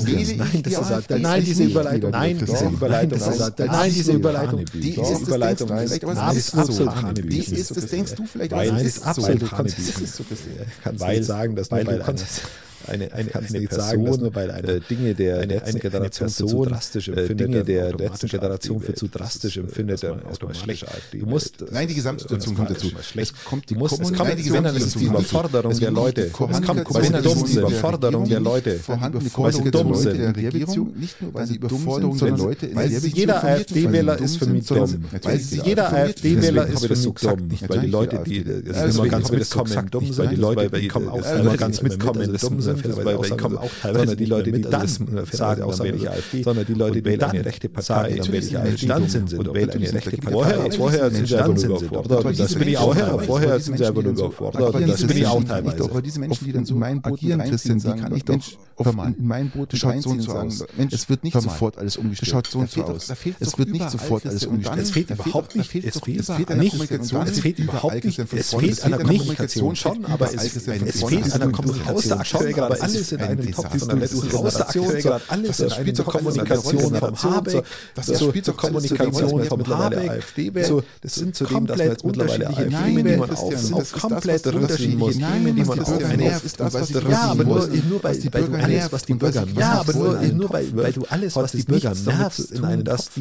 [SPEAKER 2] an,
[SPEAKER 4] Nein,
[SPEAKER 1] Nein,
[SPEAKER 4] Christian,
[SPEAKER 1] nein,
[SPEAKER 2] wähle ich
[SPEAKER 1] das
[SPEAKER 2] die
[SPEAKER 1] ist
[SPEAKER 2] AfD
[SPEAKER 1] nein,
[SPEAKER 2] als
[SPEAKER 1] diese
[SPEAKER 2] nicht
[SPEAKER 1] Überleitung,
[SPEAKER 2] an.
[SPEAKER 1] nein, diese
[SPEAKER 2] Christian,
[SPEAKER 1] Überleitung,
[SPEAKER 2] nein, das ist-
[SPEAKER 1] nein, diese Überleitung,
[SPEAKER 2] Die ist
[SPEAKER 1] diese
[SPEAKER 2] das
[SPEAKER 1] Überleitung
[SPEAKER 2] Denkst-
[SPEAKER 1] ist
[SPEAKER 2] vielleicht aber es
[SPEAKER 1] absolut
[SPEAKER 2] ist so.
[SPEAKER 1] absolut
[SPEAKER 2] Die
[SPEAKER 1] Hanebüchen.
[SPEAKER 2] ist, das denkst du vielleicht,
[SPEAKER 1] Weil
[SPEAKER 2] aber
[SPEAKER 1] es
[SPEAKER 2] es
[SPEAKER 1] ist
[SPEAKER 2] ist so.
[SPEAKER 1] absolut
[SPEAKER 2] Du kannst-
[SPEAKER 1] Hanebüchen.
[SPEAKER 2] es ist so, Christian.
[SPEAKER 1] kannst
[SPEAKER 3] Weil-
[SPEAKER 1] nicht sagen, dass
[SPEAKER 3] weil
[SPEAKER 1] nur weil
[SPEAKER 3] du
[SPEAKER 1] eine,
[SPEAKER 3] kannst-
[SPEAKER 1] eine, eine,
[SPEAKER 3] kannst
[SPEAKER 1] eine
[SPEAKER 3] nicht
[SPEAKER 1] Person,
[SPEAKER 3] sagen, dass nur weil eine-
[SPEAKER 1] äh, Dinge der,
[SPEAKER 3] eine-
[SPEAKER 1] der letzten
[SPEAKER 3] eine
[SPEAKER 1] Generation für zu
[SPEAKER 3] Person,
[SPEAKER 1] drastisch
[SPEAKER 3] äh,
[SPEAKER 1] empfindet,
[SPEAKER 3] Dinge der
[SPEAKER 1] dann
[SPEAKER 3] letzten
[SPEAKER 1] automatisch
[SPEAKER 3] Generation
[SPEAKER 1] AfD
[SPEAKER 3] für zu
[SPEAKER 1] wird. Das ist,
[SPEAKER 3] drastisch
[SPEAKER 1] äh,
[SPEAKER 3] empfindet,
[SPEAKER 1] erstmal-
[SPEAKER 3] dann
[SPEAKER 1] erstmal
[SPEAKER 3] automatisch
[SPEAKER 1] schlecht.
[SPEAKER 3] AfD
[SPEAKER 1] Du musst, äh,
[SPEAKER 3] wird.
[SPEAKER 2] Nein, die Gesamtsituation kommt dazu.
[SPEAKER 3] erstmal schlecht.
[SPEAKER 2] Es kommt die
[SPEAKER 1] Du musst, es kommt
[SPEAKER 2] nein, die
[SPEAKER 1] nicht zu ändern, es ist die
[SPEAKER 2] Gesamtsituation-
[SPEAKER 1] Überforderung
[SPEAKER 2] es
[SPEAKER 1] der
[SPEAKER 2] kommt die
[SPEAKER 1] Leute. Es kommt
[SPEAKER 2] Kommunikation
[SPEAKER 1] kommt dumm
[SPEAKER 2] der
[SPEAKER 1] die
[SPEAKER 2] Regierung,
[SPEAKER 1] Überforderung der Leute.
[SPEAKER 2] vorhanden, die
[SPEAKER 1] Weil sie dumm
[SPEAKER 2] Überforderung der Leute
[SPEAKER 1] sind.
[SPEAKER 2] in der Regierung, nicht nur weil sie dumm sind, sondern Leute in der
[SPEAKER 1] weil
[SPEAKER 2] Regierung,
[SPEAKER 1] sie- jeder
[SPEAKER 2] informiert sind, weil sie
[SPEAKER 1] AfD-Wähler
[SPEAKER 2] dumm
[SPEAKER 1] ist für
[SPEAKER 2] sind,
[SPEAKER 1] mich
[SPEAKER 2] sondern
[SPEAKER 1] dumm.
[SPEAKER 2] natürlich
[SPEAKER 1] Weil
[SPEAKER 2] sind
[SPEAKER 1] sie-
[SPEAKER 2] sie
[SPEAKER 1] jeder
[SPEAKER 2] informiert.
[SPEAKER 1] AfD-Wähler
[SPEAKER 2] Deswegen
[SPEAKER 1] ist
[SPEAKER 2] habe ich
[SPEAKER 1] für
[SPEAKER 2] das
[SPEAKER 1] mich
[SPEAKER 2] so gesagt,
[SPEAKER 1] dumm.
[SPEAKER 2] nicht,
[SPEAKER 1] Weil
[SPEAKER 2] weil
[SPEAKER 1] die
[SPEAKER 2] ich
[SPEAKER 1] Leute,
[SPEAKER 2] AfD
[SPEAKER 1] die,
[SPEAKER 2] bin.
[SPEAKER 1] das ist
[SPEAKER 2] Also
[SPEAKER 1] immer
[SPEAKER 2] deswegen
[SPEAKER 1] ganz
[SPEAKER 2] habe ich
[SPEAKER 1] mit
[SPEAKER 2] das so
[SPEAKER 1] kommen
[SPEAKER 2] gesagt,
[SPEAKER 1] dumm
[SPEAKER 2] nicht,
[SPEAKER 1] sind,
[SPEAKER 2] weil
[SPEAKER 1] die
[SPEAKER 2] die
[SPEAKER 1] Leute,
[SPEAKER 2] Leute
[SPEAKER 1] die
[SPEAKER 2] kommen
[SPEAKER 1] kommen
[SPEAKER 2] auch
[SPEAKER 1] auch
[SPEAKER 2] teilweise
[SPEAKER 1] ganz
[SPEAKER 2] nicht
[SPEAKER 1] mit
[SPEAKER 2] mehr mit,
[SPEAKER 1] kommen
[SPEAKER 2] also
[SPEAKER 1] dumm
[SPEAKER 2] das
[SPEAKER 1] sind,
[SPEAKER 2] muss man
[SPEAKER 1] weil die
[SPEAKER 2] fairerweise auch
[SPEAKER 1] kommen
[SPEAKER 2] sagen,
[SPEAKER 1] auch teilweise die Leute, die dann sagen, auch
[SPEAKER 2] dann
[SPEAKER 1] sagen,
[SPEAKER 2] wähle
[SPEAKER 1] ich
[SPEAKER 2] ich
[SPEAKER 1] AfD,
[SPEAKER 3] sondern die
[SPEAKER 1] und
[SPEAKER 3] Leute, die
[SPEAKER 1] wählen
[SPEAKER 3] dann
[SPEAKER 1] eine rechte
[SPEAKER 3] sagen,
[SPEAKER 1] Partei, dann wähle
[SPEAKER 2] natürlich
[SPEAKER 1] ich
[SPEAKER 2] sind
[SPEAKER 1] AfD,
[SPEAKER 2] Menschen
[SPEAKER 1] dann
[SPEAKER 2] dumm.
[SPEAKER 1] sind sie
[SPEAKER 2] Und
[SPEAKER 1] und wähle
[SPEAKER 2] natürlich
[SPEAKER 1] eine
[SPEAKER 2] sind
[SPEAKER 1] rechte
[SPEAKER 2] die
[SPEAKER 1] Partei.
[SPEAKER 2] Partei.
[SPEAKER 1] Vorher, vorher sind sie
[SPEAKER 2] Dann
[SPEAKER 1] aber
[SPEAKER 2] sind
[SPEAKER 1] nur
[SPEAKER 2] sie
[SPEAKER 1] überfordert.
[SPEAKER 2] dumm.
[SPEAKER 1] Das bin ich auch,
[SPEAKER 2] Aber
[SPEAKER 1] vorher
[SPEAKER 2] diese
[SPEAKER 1] sind sie aber nur
[SPEAKER 2] Menschen, die dann so
[SPEAKER 1] überfordert.
[SPEAKER 2] agieren,
[SPEAKER 1] Das bin ich auch
[SPEAKER 2] Menschen, die dann
[SPEAKER 1] teilweise.
[SPEAKER 2] nicht auf-
[SPEAKER 4] Aber diese Menschen, die dann so
[SPEAKER 2] in mein Boot
[SPEAKER 4] agieren,
[SPEAKER 2] reinziehen,
[SPEAKER 4] Christian, die
[SPEAKER 2] sagen,
[SPEAKER 4] kann
[SPEAKER 2] doch,
[SPEAKER 4] ich
[SPEAKER 2] Mensch,
[SPEAKER 4] doch
[SPEAKER 2] hör mal an.
[SPEAKER 4] in mein Boot
[SPEAKER 2] Das schaut so
[SPEAKER 4] reinziehen
[SPEAKER 2] und so
[SPEAKER 4] und
[SPEAKER 2] aus.
[SPEAKER 4] sagen,
[SPEAKER 2] Mensch,
[SPEAKER 4] es wird nicht
[SPEAKER 2] hör mal.
[SPEAKER 4] sofort alles
[SPEAKER 2] Das
[SPEAKER 4] umgestellt.
[SPEAKER 2] schaut so
[SPEAKER 4] Da
[SPEAKER 2] und so
[SPEAKER 4] fehlt doch-
[SPEAKER 2] aus.
[SPEAKER 4] da fehlt
[SPEAKER 2] Es
[SPEAKER 4] doch
[SPEAKER 2] wird nicht
[SPEAKER 4] überall,
[SPEAKER 2] sofort
[SPEAKER 4] Christian.
[SPEAKER 2] alles
[SPEAKER 4] Und dann-
[SPEAKER 2] umgestellt.
[SPEAKER 1] Es fehlt
[SPEAKER 4] Da fehlt
[SPEAKER 1] überhaupt
[SPEAKER 4] doch-
[SPEAKER 1] nicht.
[SPEAKER 4] da fehlt
[SPEAKER 1] Es
[SPEAKER 4] doch-
[SPEAKER 1] fehlt
[SPEAKER 4] da fehlt
[SPEAKER 1] an
[SPEAKER 4] an
[SPEAKER 1] der
[SPEAKER 4] Kommunikation.
[SPEAKER 1] Kommunikation. Es fehlt
[SPEAKER 4] Überall,
[SPEAKER 1] überhaupt nicht.
[SPEAKER 4] Christian, von
[SPEAKER 1] Es
[SPEAKER 4] vorne
[SPEAKER 1] fehlt
[SPEAKER 4] bis
[SPEAKER 1] an der
[SPEAKER 4] hinten.
[SPEAKER 1] Kommunikation schon, aber
[SPEAKER 4] Überall,
[SPEAKER 1] es,
[SPEAKER 4] Christian, von
[SPEAKER 1] es
[SPEAKER 4] vorne
[SPEAKER 1] fehlt
[SPEAKER 4] bis
[SPEAKER 1] an der
[SPEAKER 4] hinten.
[SPEAKER 1] Kommunikation
[SPEAKER 4] Das ist
[SPEAKER 1] schon,
[SPEAKER 4] aktuell
[SPEAKER 1] aber
[SPEAKER 4] gerade
[SPEAKER 1] es ist in
[SPEAKER 4] ein
[SPEAKER 1] einem Kopf
[SPEAKER 4] Desaster. Das
[SPEAKER 1] von der letzten
[SPEAKER 4] ist eine
[SPEAKER 1] Hausaktion,
[SPEAKER 4] Situation.
[SPEAKER 1] alles
[SPEAKER 4] Das
[SPEAKER 1] in
[SPEAKER 4] spielt doch
[SPEAKER 1] einer
[SPEAKER 4] alles eine
[SPEAKER 1] Kommunikation
[SPEAKER 4] Rolle.
[SPEAKER 1] vom
[SPEAKER 4] Zur-
[SPEAKER 1] Habeck,
[SPEAKER 4] das
[SPEAKER 1] zur
[SPEAKER 4] spielt doch alles eine Rolle.
[SPEAKER 1] Kommunikation vom
[SPEAKER 4] Mittlerweile
[SPEAKER 1] Habeck,
[SPEAKER 4] AfD
[SPEAKER 1] zu- das sind zu dem, dass wir jetzt mittlerweile
[SPEAKER 4] unterschiedliche
[SPEAKER 1] AfD,
[SPEAKER 4] Themen,
[SPEAKER 1] die man
[SPEAKER 4] Christian.
[SPEAKER 1] auf,
[SPEAKER 4] Das ist
[SPEAKER 1] auf
[SPEAKER 4] das, was
[SPEAKER 1] komplett
[SPEAKER 4] die
[SPEAKER 1] rütteln muss,
[SPEAKER 4] Bürger
[SPEAKER 1] Themen, die
[SPEAKER 4] nervt.
[SPEAKER 1] man
[SPEAKER 4] Das ist ja nervt,
[SPEAKER 1] aufnimmt.
[SPEAKER 4] ist das, was die Bürger
[SPEAKER 1] Ja, aber nur,
[SPEAKER 4] wollen.
[SPEAKER 1] nur
[SPEAKER 4] Was
[SPEAKER 1] weil,
[SPEAKER 4] die
[SPEAKER 1] weil du
[SPEAKER 4] Bürger
[SPEAKER 1] alles,
[SPEAKER 4] nervt
[SPEAKER 1] was die
[SPEAKER 4] und was
[SPEAKER 1] Bürger
[SPEAKER 4] die
[SPEAKER 1] Ja, aber
[SPEAKER 4] Bürger
[SPEAKER 1] nur,
[SPEAKER 4] wollen,
[SPEAKER 1] nur weil, weil du alles, was die Bürger nervt, in einen Kopf wirft, hat es nichts damit zu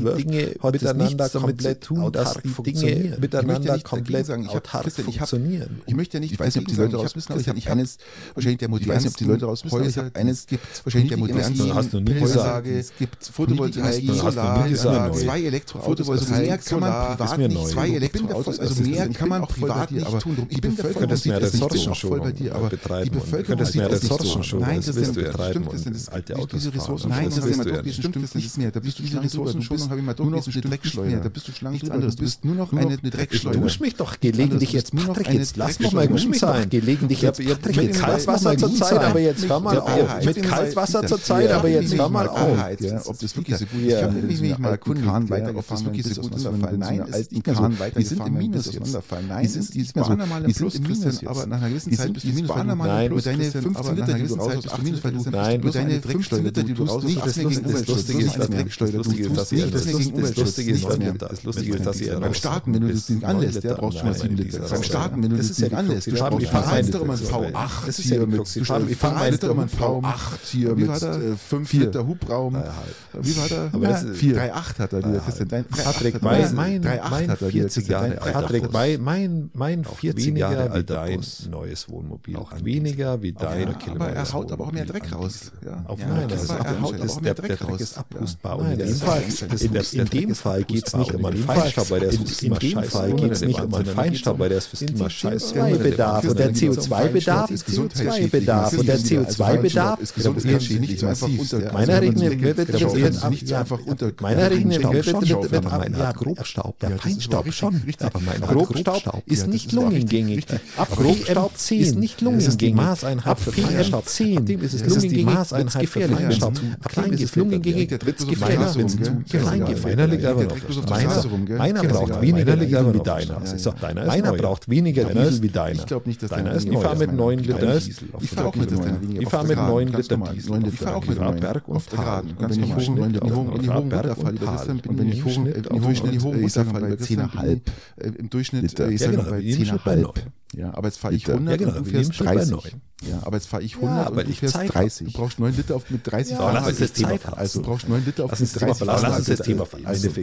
[SPEAKER 1] tun, dass die Dinge miteinander komplett autark funktionieren.
[SPEAKER 2] Ich möchte ja nicht,
[SPEAKER 4] Ich weiß nicht, ob die Leute raus wissen, aber ich habe eines,
[SPEAKER 2] wahrscheinlich der
[SPEAKER 4] ich weiß nicht, ob die Leute raus
[SPEAKER 2] raus
[SPEAKER 4] wissen, aber ich habe eines,
[SPEAKER 2] gibt
[SPEAKER 4] wahrscheinlich der modernsten
[SPEAKER 1] hast du nie gesagt.
[SPEAKER 2] es gibt
[SPEAKER 4] Photovoltaik,
[SPEAKER 2] Photovoltaik,
[SPEAKER 1] Solar,
[SPEAKER 2] Solar,
[SPEAKER 1] Solar,
[SPEAKER 2] zwei Elektroautos, also mehr kann man privat
[SPEAKER 1] mir
[SPEAKER 2] nicht,
[SPEAKER 1] neu.
[SPEAKER 2] zwei
[SPEAKER 1] Ich bin
[SPEAKER 2] Elektroautos,
[SPEAKER 4] davon-
[SPEAKER 2] also mehr kann man privat nicht tun. Ich bin
[SPEAKER 4] davon-
[SPEAKER 2] davon,
[SPEAKER 4] Könntest
[SPEAKER 1] mehr Ressourcen
[SPEAKER 2] voll bei dir, aber die
[SPEAKER 1] betreiben und-
[SPEAKER 2] Bevölkerung
[SPEAKER 1] könntest
[SPEAKER 2] sieht
[SPEAKER 1] mehr
[SPEAKER 2] das nicht so.
[SPEAKER 1] Ressourcen schon,
[SPEAKER 2] Nein,
[SPEAKER 1] das
[SPEAKER 2] das
[SPEAKER 1] willst du ja
[SPEAKER 2] stimmt,
[SPEAKER 1] treiben
[SPEAKER 2] das
[SPEAKER 1] und
[SPEAKER 2] stimmt, das
[SPEAKER 1] alte
[SPEAKER 2] stimmt,
[SPEAKER 1] Autos
[SPEAKER 2] diese
[SPEAKER 1] fahren
[SPEAKER 2] Ressourcen.
[SPEAKER 1] und
[SPEAKER 2] Nein,
[SPEAKER 1] alles
[SPEAKER 2] das
[SPEAKER 1] willst
[SPEAKER 2] ist
[SPEAKER 1] du ja
[SPEAKER 2] ja
[SPEAKER 1] nicht.
[SPEAKER 2] nicht. Stimmt das nicht mehr. Da bist du diese Ressourcen schon, habe ich mal
[SPEAKER 4] nur noch eine Dreckschleuder.
[SPEAKER 2] Da bist du Schlangen
[SPEAKER 4] Nichts anderes. Du bist nur noch eine Dreckschleuder.
[SPEAKER 2] Du
[SPEAKER 1] Dusch mich doch gelegentlich jetzt, Patrick, jetzt lass mich mal gut sein. Gelegentlich jetzt, Patrick,
[SPEAKER 2] mit
[SPEAKER 1] jetzt lass
[SPEAKER 2] kaltem
[SPEAKER 1] mich mal
[SPEAKER 2] Wasser
[SPEAKER 1] gut
[SPEAKER 2] zur
[SPEAKER 1] sein.
[SPEAKER 2] Zeit,
[SPEAKER 1] Aber jetzt hör mal
[SPEAKER 2] Ja,
[SPEAKER 1] auf.
[SPEAKER 2] Wahrheit.
[SPEAKER 1] Mit Kaltwasser zur Zeit,
[SPEAKER 2] Ja,
[SPEAKER 1] aber jetzt
[SPEAKER 2] nicht
[SPEAKER 1] hör mal
[SPEAKER 2] mal
[SPEAKER 1] auf.
[SPEAKER 2] Wahrheit, ja,
[SPEAKER 4] ob das wirklich so gut
[SPEAKER 1] Ja.
[SPEAKER 4] ist. Ich habe mich
[SPEAKER 2] Ja.
[SPEAKER 4] nicht mal erkundigt,
[SPEAKER 2] Kahn
[SPEAKER 4] ja, ob
[SPEAKER 2] weitergefahren
[SPEAKER 4] das wirklich
[SPEAKER 2] bin,
[SPEAKER 4] so
[SPEAKER 2] bis
[SPEAKER 4] gut
[SPEAKER 2] aus
[SPEAKER 4] auseinanderfallen.
[SPEAKER 2] Nein,
[SPEAKER 4] Nein,
[SPEAKER 2] ist
[SPEAKER 4] ist
[SPEAKER 2] nicht
[SPEAKER 4] nicht
[SPEAKER 2] mehr so.
[SPEAKER 4] mehr so.
[SPEAKER 2] Die sind im Minus jetzt.
[SPEAKER 4] Nein,
[SPEAKER 2] Die
[SPEAKER 4] ist
[SPEAKER 2] sind-
[SPEAKER 4] nicht
[SPEAKER 2] die sind
[SPEAKER 4] mehr so.
[SPEAKER 2] Bahnermal im
[SPEAKER 4] Die sind
[SPEAKER 2] Plus,
[SPEAKER 4] im
[SPEAKER 2] Christian,
[SPEAKER 4] Minus
[SPEAKER 2] aber
[SPEAKER 4] jetzt.
[SPEAKER 2] nach einer gewissen
[SPEAKER 4] Die
[SPEAKER 2] Zeit
[SPEAKER 4] sind-
[SPEAKER 2] bist du
[SPEAKER 4] die
[SPEAKER 2] im
[SPEAKER 4] sind
[SPEAKER 2] Minus, weil du-
[SPEAKER 4] Bahnermal im
[SPEAKER 2] Nein.
[SPEAKER 4] Plus,
[SPEAKER 2] Deine
[SPEAKER 4] Christian,
[SPEAKER 2] 15
[SPEAKER 4] aber
[SPEAKER 2] Liter,
[SPEAKER 4] nach
[SPEAKER 2] die du
[SPEAKER 4] einer gewissen
[SPEAKER 2] raus hast,
[SPEAKER 4] Zeit
[SPEAKER 2] bist du im Minus, weil du-
[SPEAKER 1] Nein.
[SPEAKER 2] du deine
[SPEAKER 4] Deine
[SPEAKER 2] 15 Liter, die du raus hast,
[SPEAKER 4] hast,
[SPEAKER 2] nichts mehr
[SPEAKER 4] das Lustige
[SPEAKER 2] gegen
[SPEAKER 4] ist,
[SPEAKER 2] Umweltschutz.
[SPEAKER 4] das
[SPEAKER 2] Du
[SPEAKER 4] Lustige ist,
[SPEAKER 2] machst nichts mehr gegen
[SPEAKER 1] das Lustige ist, dass
[SPEAKER 2] Umweltschutz.
[SPEAKER 1] ihr-
[SPEAKER 2] Nichts mehr gegen
[SPEAKER 1] das
[SPEAKER 2] Umweltschutz.
[SPEAKER 1] Lustige ist,
[SPEAKER 2] Nichts mehr.
[SPEAKER 1] das Lustige ist, dass ihr
[SPEAKER 2] Beim Starten, wenn du das Ding anlässt, ja, brauchst du schon 7 Liter. Beim Starten, wenn du das Ding anlässt,
[SPEAKER 1] Wir
[SPEAKER 2] du
[SPEAKER 1] haben
[SPEAKER 2] brauchst
[SPEAKER 1] die
[SPEAKER 2] schon
[SPEAKER 1] Fahrer
[SPEAKER 2] Vereinst doch immer ein V8
[SPEAKER 1] Das ist ja
[SPEAKER 2] hier
[SPEAKER 1] die
[SPEAKER 2] mit,
[SPEAKER 1] Krux. Die fahren- die
[SPEAKER 2] du
[SPEAKER 1] fahren
[SPEAKER 2] vereinst doch immer ein
[SPEAKER 1] Hubraum.
[SPEAKER 2] V8 hier
[SPEAKER 4] Wie
[SPEAKER 2] mit
[SPEAKER 4] war der?
[SPEAKER 2] 5
[SPEAKER 4] Vier.
[SPEAKER 2] Liter Hubraum. Wie war der?
[SPEAKER 1] Aber das ist-
[SPEAKER 2] 3,8 hat er, dieser Christian. halt. Dein- 3,8
[SPEAKER 1] Patrick,
[SPEAKER 2] hat er.
[SPEAKER 1] mein, mein,
[SPEAKER 2] 3,8
[SPEAKER 1] mein
[SPEAKER 2] hat er, dieser
[SPEAKER 1] 40
[SPEAKER 2] Christian.
[SPEAKER 1] Jahre
[SPEAKER 2] Dein
[SPEAKER 1] alter
[SPEAKER 2] 3,8
[SPEAKER 1] Patrick, mein, mein, mein 40 Jahre
[SPEAKER 3] weniger wie
[SPEAKER 1] alter
[SPEAKER 3] dein
[SPEAKER 1] Bus.
[SPEAKER 3] neues Wohnmobil.
[SPEAKER 1] Auch
[SPEAKER 3] Ein
[SPEAKER 1] weniger wie
[SPEAKER 2] Ja,
[SPEAKER 1] dein
[SPEAKER 2] aber er haut aber auch mehr Dreck raus. Ja.
[SPEAKER 1] Auf
[SPEAKER 2] ja,
[SPEAKER 1] nein,
[SPEAKER 2] das
[SPEAKER 1] das
[SPEAKER 2] war-
[SPEAKER 1] ist
[SPEAKER 2] er haut aber auch mehr
[SPEAKER 1] der, der
[SPEAKER 2] Dreck
[SPEAKER 1] Dreck
[SPEAKER 2] raus.
[SPEAKER 1] ist
[SPEAKER 2] Ja.
[SPEAKER 1] abpustbar.
[SPEAKER 2] Nein,
[SPEAKER 1] Und in
[SPEAKER 2] das
[SPEAKER 1] dem
[SPEAKER 2] ist-
[SPEAKER 1] Fall,
[SPEAKER 2] das
[SPEAKER 1] in, der,
[SPEAKER 2] ist-
[SPEAKER 1] in dem Fall geht es nicht um einen Feinstaub, weil der ist
[SPEAKER 3] In-
[SPEAKER 1] fürs
[SPEAKER 3] in
[SPEAKER 1] Klima
[SPEAKER 3] dem
[SPEAKER 1] scheiße.
[SPEAKER 3] Fall
[SPEAKER 1] In
[SPEAKER 3] geht's
[SPEAKER 1] dem
[SPEAKER 3] nicht um einen
[SPEAKER 1] Fall
[SPEAKER 3] Feinstaub, weil der ist fürs
[SPEAKER 1] in
[SPEAKER 3] Klima
[SPEAKER 1] den
[SPEAKER 3] scheiße.
[SPEAKER 1] CO2-Bedarf und der CO2-Bedarf ist CO2-Bedarf und der CO2-Bedarf
[SPEAKER 2] ist gesundheitlich nicht so einfach unter.
[SPEAKER 1] Meiner Regen wird
[SPEAKER 2] Der Stoff
[SPEAKER 1] wird
[SPEAKER 2] ist nicht so einfach unter.
[SPEAKER 1] Meiner Regen
[SPEAKER 2] Staub
[SPEAKER 1] wird
[SPEAKER 2] schon
[SPEAKER 1] wird
[SPEAKER 2] schaufeln,
[SPEAKER 1] wird
[SPEAKER 2] aber mein
[SPEAKER 1] ja
[SPEAKER 2] Grob-
[SPEAKER 1] Grobstaub, ja
[SPEAKER 2] Ja, das ist
[SPEAKER 1] Feinstaub
[SPEAKER 2] richtig,
[SPEAKER 1] schon,
[SPEAKER 2] richtig.
[SPEAKER 1] aber mein
[SPEAKER 2] Aber
[SPEAKER 1] Grobstaub
[SPEAKER 2] Grobstaub,
[SPEAKER 1] ist
[SPEAKER 2] ja,
[SPEAKER 1] nicht
[SPEAKER 2] das ist aber richtig,
[SPEAKER 1] lungengängig.
[SPEAKER 2] richtig.
[SPEAKER 1] Ab
[SPEAKER 2] Aber
[SPEAKER 1] PM10 ist nicht lungengängig.
[SPEAKER 2] Das ist die
[SPEAKER 1] Ab
[SPEAKER 2] Maßeinheit für Feinstaub.
[SPEAKER 1] PM10
[SPEAKER 2] Ab dem ist es
[SPEAKER 1] das ist die
[SPEAKER 2] lungengängig,
[SPEAKER 1] Maßeinheit
[SPEAKER 2] wird's
[SPEAKER 1] für
[SPEAKER 2] gefährlich.
[SPEAKER 1] Feinstaub.
[SPEAKER 2] Ja,
[SPEAKER 1] Ab
[SPEAKER 2] klar,
[SPEAKER 1] dem ist
[SPEAKER 2] ist
[SPEAKER 1] es
[SPEAKER 2] gefährlich.
[SPEAKER 1] lungengängig,
[SPEAKER 2] Der tritt
[SPEAKER 1] wird's
[SPEAKER 2] bloß auf die
[SPEAKER 1] gefährlich,
[SPEAKER 2] Straße
[SPEAKER 1] wenn's
[SPEAKER 2] rum,
[SPEAKER 1] zu
[SPEAKER 2] gell?
[SPEAKER 1] klein
[SPEAKER 2] Ja,
[SPEAKER 1] geht.
[SPEAKER 2] ja.
[SPEAKER 1] Meiner liegt aber noch.
[SPEAKER 2] Der tritt bloß auf die
[SPEAKER 1] Meiner-
[SPEAKER 2] Straße rum, gell?
[SPEAKER 1] Meiner
[SPEAKER 2] Ja,
[SPEAKER 1] braucht
[SPEAKER 2] ja.
[SPEAKER 1] weniger
[SPEAKER 2] Meiner liegt
[SPEAKER 1] Liter
[SPEAKER 2] aber
[SPEAKER 1] wie
[SPEAKER 2] noch auf der
[SPEAKER 1] deiner.
[SPEAKER 2] Straße.
[SPEAKER 1] So,
[SPEAKER 2] Ja,
[SPEAKER 1] deiner ist
[SPEAKER 3] ja. Meiner
[SPEAKER 1] neu.
[SPEAKER 3] braucht
[SPEAKER 1] weniger
[SPEAKER 2] Deiner
[SPEAKER 1] Diesel
[SPEAKER 2] ist-
[SPEAKER 1] wie deiner.
[SPEAKER 2] ich glaub nicht, dass
[SPEAKER 1] deiner
[SPEAKER 2] deiner
[SPEAKER 1] ist
[SPEAKER 2] neu
[SPEAKER 1] neu. Ich fahre
[SPEAKER 2] ist,
[SPEAKER 1] mit
[SPEAKER 2] mein
[SPEAKER 1] 9
[SPEAKER 2] Lieber.
[SPEAKER 1] Liter.
[SPEAKER 2] Deiner
[SPEAKER 1] Diesel.
[SPEAKER 2] ist-
[SPEAKER 1] Auf
[SPEAKER 2] Ich
[SPEAKER 1] der
[SPEAKER 2] fahr auch mit
[SPEAKER 1] Kilometer.
[SPEAKER 2] deiner weniger
[SPEAKER 1] Ich
[SPEAKER 2] auf
[SPEAKER 1] fahre
[SPEAKER 2] der
[SPEAKER 1] mit
[SPEAKER 2] Geraden,
[SPEAKER 1] 9
[SPEAKER 2] ganz
[SPEAKER 1] Liter
[SPEAKER 2] normal.
[SPEAKER 1] Diesel.
[SPEAKER 2] Neun Liter.
[SPEAKER 1] Ich fahre auch
[SPEAKER 2] Ich
[SPEAKER 1] mit
[SPEAKER 2] fahr auch
[SPEAKER 1] 9
[SPEAKER 2] mit
[SPEAKER 1] Berg und
[SPEAKER 2] auf der
[SPEAKER 1] Tal.
[SPEAKER 2] Geraden,
[SPEAKER 1] Und
[SPEAKER 2] ganz
[SPEAKER 1] wenn ich
[SPEAKER 2] normal.
[SPEAKER 1] hoch- wenn ich
[SPEAKER 2] Neun
[SPEAKER 1] hoch-
[SPEAKER 2] Liter
[SPEAKER 1] wenn ich hoch-
[SPEAKER 2] Berg und Tal.
[SPEAKER 1] runterfall,
[SPEAKER 2] Christian,
[SPEAKER 1] und
[SPEAKER 2] wenn
[SPEAKER 1] wenn
[SPEAKER 2] ich
[SPEAKER 1] ich
[SPEAKER 2] hoch-
[SPEAKER 1] hoch-
[SPEAKER 2] im Durchschnitt
[SPEAKER 1] runterfall,
[SPEAKER 2] hoch-
[SPEAKER 1] bei
[SPEAKER 2] ich sag mal bei 10,5.
[SPEAKER 1] 10,5.
[SPEAKER 2] Äh, Im Durchschnitt,
[SPEAKER 1] Liter.
[SPEAKER 2] äh, ich
[SPEAKER 1] Ja,
[SPEAKER 2] sag mal
[SPEAKER 1] genau.
[SPEAKER 2] bei
[SPEAKER 1] Wie
[SPEAKER 2] eben schon bei
[SPEAKER 5] Zehneinhalb.
[SPEAKER 2] neun. Ja, aber jetzt fahre ich
[SPEAKER 1] Liter.
[SPEAKER 2] 100
[SPEAKER 1] Ja, genau,
[SPEAKER 2] und du
[SPEAKER 1] wir
[SPEAKER 2] fährst
[SPEAKER 1] nehmen schon bei
[SPEAKER 2] 30. Ja, aber jetzt fahre ich 100
[SPEAKER 1] aber
[SPEAKER 2] und du
[SPEAKER 1] ich
[SPEAKER 2] fährst
[SPEAKER 1] Zeit hab.
[SPEAKER 2] 30. Du brauchst 9 Liter auf mit 30.
[SPEAKER 1] Ja, aber lass uns das Thema
[SPEAKER 2] fahren. Also du brauchst 9 Liter auf
[SPEAKER 1] Lass uns
[SPEAKER 2] mit
[SPEAKER 1] das Thema
[SPEAKER 2] 30.
[SPEAKER 1] verlassen. Lass uns das
[SPEAKER 2] Also,
[SPEAKER 1] Thema verlassen.
[SPEAKER 2] also,
[SPEAKER 1] Lass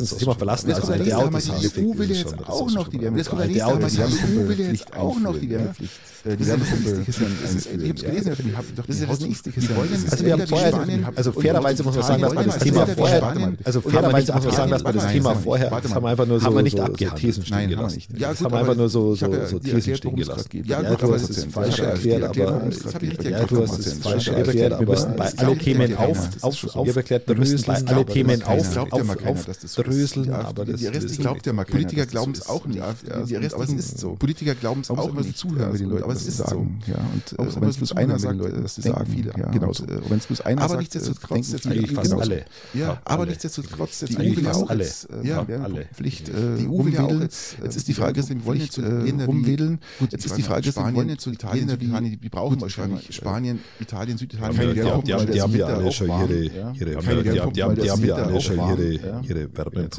[SPEAKER 1] uns das Thema verlassen.
[SPEAKER 2] Jetzt kommt
[SPEAKER 1] Also,
[SPEAKER 2] der
[SPEAKER 1] die
[SPEAKER 2] nächste, haben wir
[SPEAKER 1] Autos haben
[SPEAKER 2] die Autos
[SPEAKER 1] Defekte,
[SPEAKER 2] EU will
[SPEAKER 1] das ist
[SPEAKER 2] jetzt
[SPEAKER 1] schon- das ist
[SPEAKER 2] auch
[SPEAKER 1] schon
[SPEAKER 2] noch die
[SPEAKER 1] mal-
[SPEAKER 2] Wärme. Jetzt kommt der
[SPEAKER 1] Die
[SPEAKER 2] nächste, haben wir
[SPEAKER 1] Autos
[SPEAKER 2] die
[SPEAKER 1] haben
[SPEAKER 2] EU will
[SPEAKER 4] Wärmepumpe
[SPEAKER 2] jetzt auch noch die
[SPEAKER 4] einführen, ja.
[SPEAKER 2] Wärmepflicht. Äh, Die Wärmepumpe.
[SPEAKER 4] ist ja-
[SPEAKER 2] Das ist- Ich hab's gelesen, ich hab doch,
[SPEAKER 4] Das ist
[SPEAKER 2] die
[SPEAKER 4] ja das
[SPEAKER 2] Haut-
[SPEAKER 4] nächste,
[SPEAKER 2] die
[SPEAKER 4] ist ja-
[SPEAKER 2] wollen jetzt-
[SPEAKER 1] Also wir haben
[SPEAKER 2] die Spanien-
[SPEAKER 1] vorher, also
[SPEAKER 2] und- und
[SPEAKER 1] fairerweise muss man sagen, dass man das
[SPEAKER 2] Italien-
[SPEAKER 1] Thema
[SPEAKER 2] Italien-
[SPEAKER 1] vorher,
[SPEAKER 2] Spanien-
[SPEAKER 1] also
[SPEAKER 2] Und
[SPEAKER 1] fairerweise
[SPEAKER 2] haben
[SPEAKER 1] muss
[SPEAKER 2] wir
[SPEAKER 1] man sagen,
[SPEAKER 2] nicht
[SPEAKER 1] dass man das Thema
[SPEAKER 2] abgehandelt? Nein, haben wir
[SPEAKER 1] vorher,
[SPEAKER 2] nicht. Warte
[SPEAKER 1] das
[SPEAKER 2] mal.
[SPEAKER 1] haben wir einfach nur so,
[SPEAKER 2] Haben wir nicht
[SPEAKER 1] so, so
[SPEAKER 2] abgehandelt.
[SPEAKER 1] Thesen stehen
[SPEAKER 2] Nein, haben wir
[SPEAKER 1] gelassen.
[SPEAKER 2] nicht.
[SPEAKER 1] Das
[SPEAKER 2] Ja, gut,
[SPEAKER 1] haben wir einfach
[SPEAKER 2] aber
[SPEAKER 1] nur so,
[SPEAKER 2] ich hab
[SPEAKER 1] so,
[SPEAKER 2] ja
[SPEAKER 1] so
[SPEAKER 2] die
[SPEAKER 1] Thesen
[SPEAKER 2] erklärt,
[SPEAKER 1] stehen
[SPEAKER 2] worum es
[SPEAKER 1] gelassen.
[SPEAKER 2] grad geht.
[SPEAKER 1] Ja,
[SPEAKER 2] Ja,
[SPEAKER 1] du
[SPEAKER 2] aber
[SPEAKER 1] hast
[SPEAKER 2] das
[SPEAKER 1] es
[SPEAKER 2] ist-
[SPEAKER 1] falsch
[SPEAKER 2] ich hab ja
[SPEAKER 1] erklärt,
[SPEAKER 2] erklärt,
[SPEAKER 1] aber
[SPEAKER 2] worum es- das hab ich
[SPEAKER 1] ja,
[SPEAKER 2] richtig erklärt,
[SPEAKER 1] du hast
[SPEAKER 2] Martin.
[SPEAKER 1] es
[SPEAKER 2] Das
[SPEAKER 1] falsch
[SPEAKER 2] erklärt
[SPEAKER 1] erklärt. Wir
[SPEAKER 2] aber
[SPEAKER 1] müssen
[SPEAKER 2] es
[SPEAKER 1] bei
[SPEAKER 2] glaubt
[SPEAKER 1] alle
[SPEAKER 2] ja
[SPEAKER 1] Themen
[SPEAKER 2] keiner.
[SPEAKER 1] auf,
[SPEAKER 2] Das ist
[SPEAKER 1] auf,
[SPEAKER 2] schon so.
[SPEAKER 1] aufgeklärt, wir müssen bei alle
[SPEAKER 2] glaubt ja
[SPEAKER 1] Themen
[SPEAKER 2] keiner.
[SPEAKER 1] auf,
[SPEAKER 2] Glaubt ja mal
[SPEAKER 1] auf,
[SPEAKER 2] keiner, dass das so ist.
[SPEAKER 1] aufdröseln,
[SPEAKER 2] Die AfD-
[SPEAKER 1] aber das
[SPEAKER 2] die
[SPEAKER 1] das-
[SPEAKER 2] restlichen glaubt ja mal keiner,
[SPEAKER 4] Politiker
[SPEAKER 2] dass das
[SPEAKER 4] glauben es
[SPEAKER 2] so
[SPEAKER 4] auch
[SPEAKER 2] ist.
[SPEAKER 4] nicht. Die-
[SPEAKER 2] Ja,
[SPEAKER 4] die
[SPEAKER 2] aber
[SPEAKER 4] restlichen
[SPEAKER 2] es ist so. Politiker glauben es auch, wenn
[SPEAKER 4] wenn
[SPEAKER 2] sie
[SPEAKER 4] sie
[SPEAKER 2] zuhören,
[SPEAKER 4] zuhören,
[SPEAKER 2] aber es ist so. Ja, und
[SPEAKER 4] Auch
[SPEAKER 2] äh,
[SPEAKER 4] wenn
[SPEAKER 2] wenn es
[SPEAKER 4] sie
[SPEAKER 2] bloß
[SPEAKER 4] zuhören,
[SPEAKER 2] einer
[SPEAKER 4] wenn die
[SPEAKER 2] sagt,
[SPEAKER 4] Leute das
[SPEAKER 2] das
[SPEAKER 4] denken
[SPEAKER 2] sagen
[SPEAKER 4] viele.
[SPEAKER 2] viele. Ja,
[SPEAKER 4] Genauso.
[SPEAKER 2] und, äh, wenn es bloß einer
[SPEAKER 4] Aber
[SPEAKER 2] sagt,
[SPEAKER 4] nichtsdestotrotz,
[SPEAKER 2] äh, denken
[SPEAKER 4] jetzt-
[SPEAKER 2] viele
[SPEAKER 1] eigentlich fast
[SPEAKER 2] genauso.
[SPEAKER 1] alle.
[SPEAKER 2] Ja,
[SPEAKER 1] Fast
[SPEAKER 2] aber
[SPEAKER 1] alle.
[SPEAKER 2] nichtsdestotrotz, jetzt
[SPEAKER 1] Die EU will
[SPEAKER 2] ja
[SPEAKER 1] ja
[SPEAKER 2] auch
[SPEAKER 1] alle.
[SPEAKER 2] jetzt, äh,
[SPEAKER 1] Ja,
[SPEAKER 2] ja,
[SPEAKER 1] alle.
[SPEAKER 2] Pflicht, äh,
[SPEAKER 4] Die EU will ja auch
[SPEAKER 2] rumwedeln.
[SPEAKER 4] jetzt, äh,
[SPEAKER 2] Jetzt ist die Frage, sind wir wollen jetzt äh,
[SPEAKER 4] Länder wie-
[SPEAKER 2] rumwedeln.
[SPEAKER 4] Gut,
[SPEAKER 2] Jetzt
[SPEAKER 4] ich
[SPEAKER 2] ist die
[SPEAKER 4] meine,
[SPEAKER 2] Frage,
[SPEAKER 4] Spanien
[SPEAKER 2] wir wollen jetzt so Italien,
[SPEAKER 4] Länder wie-
[SPEAKER 2] Süditalien, die brauchen
[SPEAKER 4] Gut, ich meine,
[SPEAKER 2] wahrscheinlich Spanien, Italien, Süditalien.
[SPEAKER 1] Ja, die,
[SPEAKER 2] brauchen
[SPEAKER 1] haben- die, haben-
[SPEAKER 2] wahrscheinlich
[SPEAKER 1] die
[SPEAKER 2] das
[SPEAKER 1] haben ja
[SPEAKER 2] Winter
[SPEAKER 1] alle
[SPEAKER 2] auch
[SPEAKER 1] schon
[SPEAKER 2] warm,
[SPEAKER 1] ihre,
[SPEAKER 2] ja.
[SPEAKER 1] ihre,
[SPEAKER 2] Keine
[SPEAKER 1] haben ja- die
[SPEAKER 2] Wärmepumpen,
[SPEAKER 1] haben, die
[SPEAKER 2] weil
[SPEAKER 1] haben, die
[SPEAKER 2] das
[SPEAKER 1] haben ja
[SPEAKER 2] Winter
[SPEAKER 1] alle
[SPEAKER 2] auch
[SPEAKER 1] schon
[SPEAKER 2] warm,
[SPEAKER 1] ihre,
[SPEAKER 2] ja.
[SPEAKER 1] ihre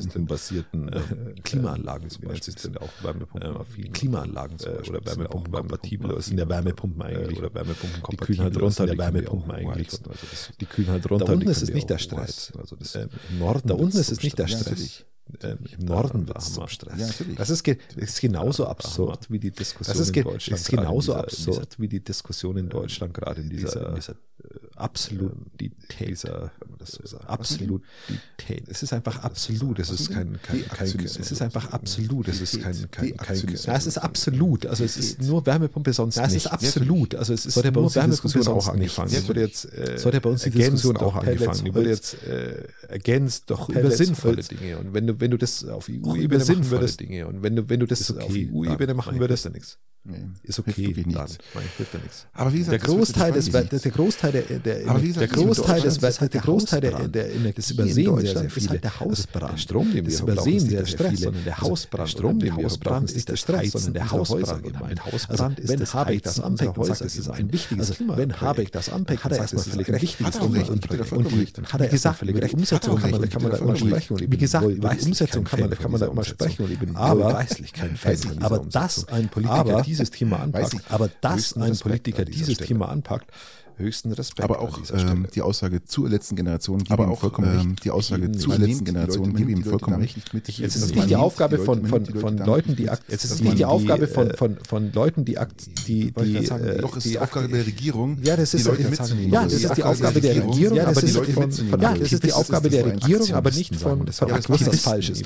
[SPEAKER 1] Wärmepumpenbasierten äh, Klimaanlagen zum Beispiel. Sind auch Wärmepumpen Klimaanlagen zum Beispiel. Oder Wärmepumpen kompatibel. Das sind ja Wärmepumpen eigentlich. Oder Wärmepumpen kompatibel. Die kühlen halt runter, die Wärmepumpen eigentlich. Die kühlen halt runter. Da unten ist es nicht der Stress. Äh, Im Norden, da unten ist es nicht der Stress. Ähm, Im Norden wird es zum Stress.
[SPEAKER 2] Ja, natürlich.
[SPEAKER 1] Das ist, ge das ist genauso absurd wie die Diskussion
[SPEAKER 3] Das ist
[SPEAKER 1] in
[SPEAKER 3] ge-
[SPEAKER 1] Deutschland.
[SPEAKER 3] ist
[SPEAKER 1] gerade
[SPEAKER 3] genauso
[SPEAKER 1] in dieser,
[SPEAKER 3] absurd.
[SPEAKER 1] in dieser, wie die Diskussion in Deutschland gerade in dieser, in dieser äh, Absolutität. Dieser, äh, Absolutität. Es ist einfach absolut. Es ist kein, kein, kein es ist einfach absolut. Es ist kein, kein, kein, Ja, es ist absolut. Also es ist nur Wärmepumpe sonst nicht. Es ist absolut. Also es ist
[SPEAKER 3] Sollte bei
[SPEAKER 1] nur
[SPEAKER 3] uns die Diskussion
[SPEAKER 1] sonst
[SPEAKER 3] auch angefangen.
[SPEAKER 1] nichts.
[SPEAKER 3] Die würde jetzt, äh,
[SPEAKER 1] Sollte bei uns die
[SPEAKER 3] ergänzt
[SPEAKER 1] Diskussion
[SPEAKER 3] durch
[SPEAKER 1] auch
[SPEAKER 3] Pellets
[SPEAKER 1] angefangen. Die
[SPEAKER 3] und
[SPEAKER 1] würde
[SPEAKER 3] Holz.
[SPEAKER 1] jetzt äh, ergänzt doch über
[SPEAKER 3] Pellets und
[SPEAKER 1] sinnvolle
[SPEAKER 3] Holz.
[SPEAKER 1] Dinge. Und wenn du, wenn du das auf
[SPEAKER 3] Über
[SPEAKER 1] EU-Ebene machen
[SPEAKER 3] sinnvolle
[SPEAKER 1] würdest, Dinge. Und wenn du, wenn du das
[SPEAKER 3] Ist okay,
[SPEAKER 1] auf EU-Ebene
[SPEAKER 3] dann
[SPEAKER 1] machen
[SPEAKER 3] macht
[SPEAKER 1] würdest,
[SPEAKER 3] das
[SPEAKER 1] nichts.
[SPEAKER 2] Nee.
[SPEAKER 1] Ist
[SPEAKER 2] Hilft
[SPEAKER 1] okay,
[SPEAKER 2] wirklich
[SPEAKER 1] dann.
[SPEAKER 2] nichts.
[SPEAKER 1] Nein, hilft ja nichts.
[SPEAKER 2] Aber wie
[SPEAKER 1] Der
[SPEAKER 2] gesagt, das wird-
[SPEAKER 1] Großteil
[SPEAKER 2] das
[SPEAKER 1] des,
[SPEAKER 2] weiß
[SPEAKER 1] der
[SPEAKER 2] ich nicht.
[SPEAKER 1] Großteil der, der,
[SPEAKER 2] Aber wie
[SPEAKER 1] der
[SPEAKER 2] gesagt, das ist in
[SPEAKER 1] Großteil
[SPEAKER 2] Deutschland
[SPEAKER 1] des,
[SPEAKER 2] ist halt
[SPEAKER 1] der,
[SPEAKER 2] der
[SPEAKER 1] Großteil der,
[SPEAKER 2] Hausbrand.
[SPEAKER 1] der Energie
[SPEAKER 2] Hier in
[SPEAKER 1] übersehen sehr, sehr
[SPEAKER 2] Deutschland
[SPEAKER 1] viele.
[SPEAKER 2] ist halt der
[SPEAKER 1] Hausbrand. Strom, den wir
[SPEAKER 3] Das
[SPEAKER 1] übersehen sehr, sehr viele.
[SPEAKER 3] sondern der
[SPEAKER 1] Also
[SPEAKER 3] Hausbrand.
[SPEAKER 1] Strom, den wir
[SPEAKER 3] brauchen,
[SPEAKER 1] brauchen, ist nicht der Stress, sondern der Hausbrand. Und Mit Hausbrand ist wenn das Habeck Heizen das unserer anpackt und sagt, Häuser es ist gemeint. ein wichtiges Also,
[SPEAKER 3] Klima-
[SPEAKER 1] Wenn Habeck das anpackt,
[SPEAKER 3] hat
[SPEAKER 1] dann
[SPEAKER 3] er
[SPEAKER 1] sagt, es
[SPEAKER 3] erstmal
[SPEAKER 1] ist
[SPEAKER 3] völlig
[SPEAKER 1] ein
[SPEAKER 3] recht.
[SPEAKER 1] wichtiges
[SPEAKER 2] Hat er auch recht,
[SPEAKER 1] Umwelt-
[SPEAKER 2] gibt er
[SPEAKER 1] und-
[SPEAKER 2] vollkommen recht.
[SPEAKER 1] und- Hat er erstmal völlig recht. Umsetzung kann
[SPEAKER 2] Hat er auch
[SPEAKER 1] man,
[SPEAKER 2] recht,
[SPEAKER 1] kann man da
[SPEAKER 2] gibt er
[SPEAKER 1] immer
[SPEAKER 2] vollkommen
[SPEAKER 1] sprechen. Und
[SPEAKER 2] recht.
[SPEAKER 1] ich bin, wie gesagt,
[SPEAKER 3] Wohl-
[SPEAKER 1] über die
[SPEAKER 3] weiß ich
[SPEAKER 1] Umsetzung
[SPEAKER 3] kein
[SPEAKER 1] kann man,
[SPEAKER 3] Fan
[SPEAKER 1] kann man da
[SPEAKER 3] von
[SPEAKER 1] immer
[SPEAKER 3] dieser
[SPEAKER 1] sprechen. Und ich bin
[SPEAKER 3] Aber-
[SPEAKER 1] aber,
[SPEAKER 3] Weiß ich nicht,
[SPEAKER 1] aber
[SPEAKER 3] warum sie
[SPEAKER 1] dass
[SPEAKER 3] so-
[SPEAKER 1] ein Politiker
[SPEAKER 3] Aber-
[SPEAKER 1] dieses Thema
[SPEAKER 2] Weiß
[SPEAKER 1] anpackt,
[SPEAKER 2] ich.
[SPEAKER 1] aber dass
[SPEAKER 2] Höchsten
[SPEAKER 1] ein
[SPEAKER 2] Respekt
[SPEAKER 1] Politiker
[SPEAKER 2] an dieser
[SPEAKER 1] dieses
[SPEAKER 2] Stelle.
[SPEAKER 1] Thema anpackt, höchsten Respekt.
[SPEAKER 2] Aber
[SPEAKER 1] an
[SPEAKER 2] auch
[SPEAKER 1] dieser Stelle.
[SPEAKER 2] ähm, die Aussage zur letzten Generation, gib
[SPEAKER 4] Aber
[SPEAKER 2] ihm
[SPEAKER 4] auch,
[SPEAKER 2] ähm, die Aussage
[SPEAKER 1] geben-
[SPEAKER 2] zur
[SPEAKER 1] übernimmt
[SPEAKER 2] letzten
[SPEAKER 4] die
[SPEAKER 2] Generation,
[SPEAKER 4] Leute-
[SPEAKER 2] gebe ihm
[SPEAKER 4] nimmt die Leute
[SPEAKER 2] vollkommen
[SPEAKER 4] damit
[SPEAKER 2] recht mit.
[SPEAKER 1] Jetzt ist
[SPEAKER 2] Man
[SPEAKER 1] es nicht die
[SPEAKER 2] nimmt
[SPEAKER 1] Aufgabe
[SPEAKER 2] Leute-
[SPEAKER 1] von,
[SPEAKER 2] man
[SPEAKER 1] von,
[SPEAKER 2] nimmt die
[SPEAKER 1] von
[SPEAKER 2] damit
[SPEAKER 1] Leuten,
[SPEAKER 2] mit.
[SPEAKER 1] die ak-
[SPEAKER 2] Jetzt
[SPEAKER 1] es
[SPEAKER 2] dass
[SPEAKER 1] ist nicht
[SPEAKER 2] man
[SPEAKER 1] die Aufgabe von, von, von Leuten, die ak- die,
[SPEAKER 2] Wollte ich
[SPEAKER 1] die,
[SPEAKER 2] grad sagen,
[SPEAKER 1] äh,
[SPEAKER 2] doch ist
[SPEAKER 1] die
[SPEAKER 2] die Aufgabe der Regierung,
[SPEAKER 1] ja, das ist
[SPEAKER 2] die Leute
[SPEAKER 1] ja,
[SPEAKER 2] mitzunehmen.
[SPEAKER 1] Ja, das ist die Aufgabe der Regierung. Ja,
[SPEAKER 2] aber
[SPEAKER 1] das
[SPEAKER 2] die
[SPEAKER 1] ist
[SPEAKER 2] Leute
[SPEAKER 1] von,
[SPEAKER 2] mitzunehmen.
[SPEAKER 1] von, ja, das ist die Aufgabe der Regierung, aber nicht von, von
[SPEAKER 2] Ja, aber das macht
[SPEAKER 1] Aktivisten.
[SPEAKER 2] nichts.
[SPEAKER 1] Falsches.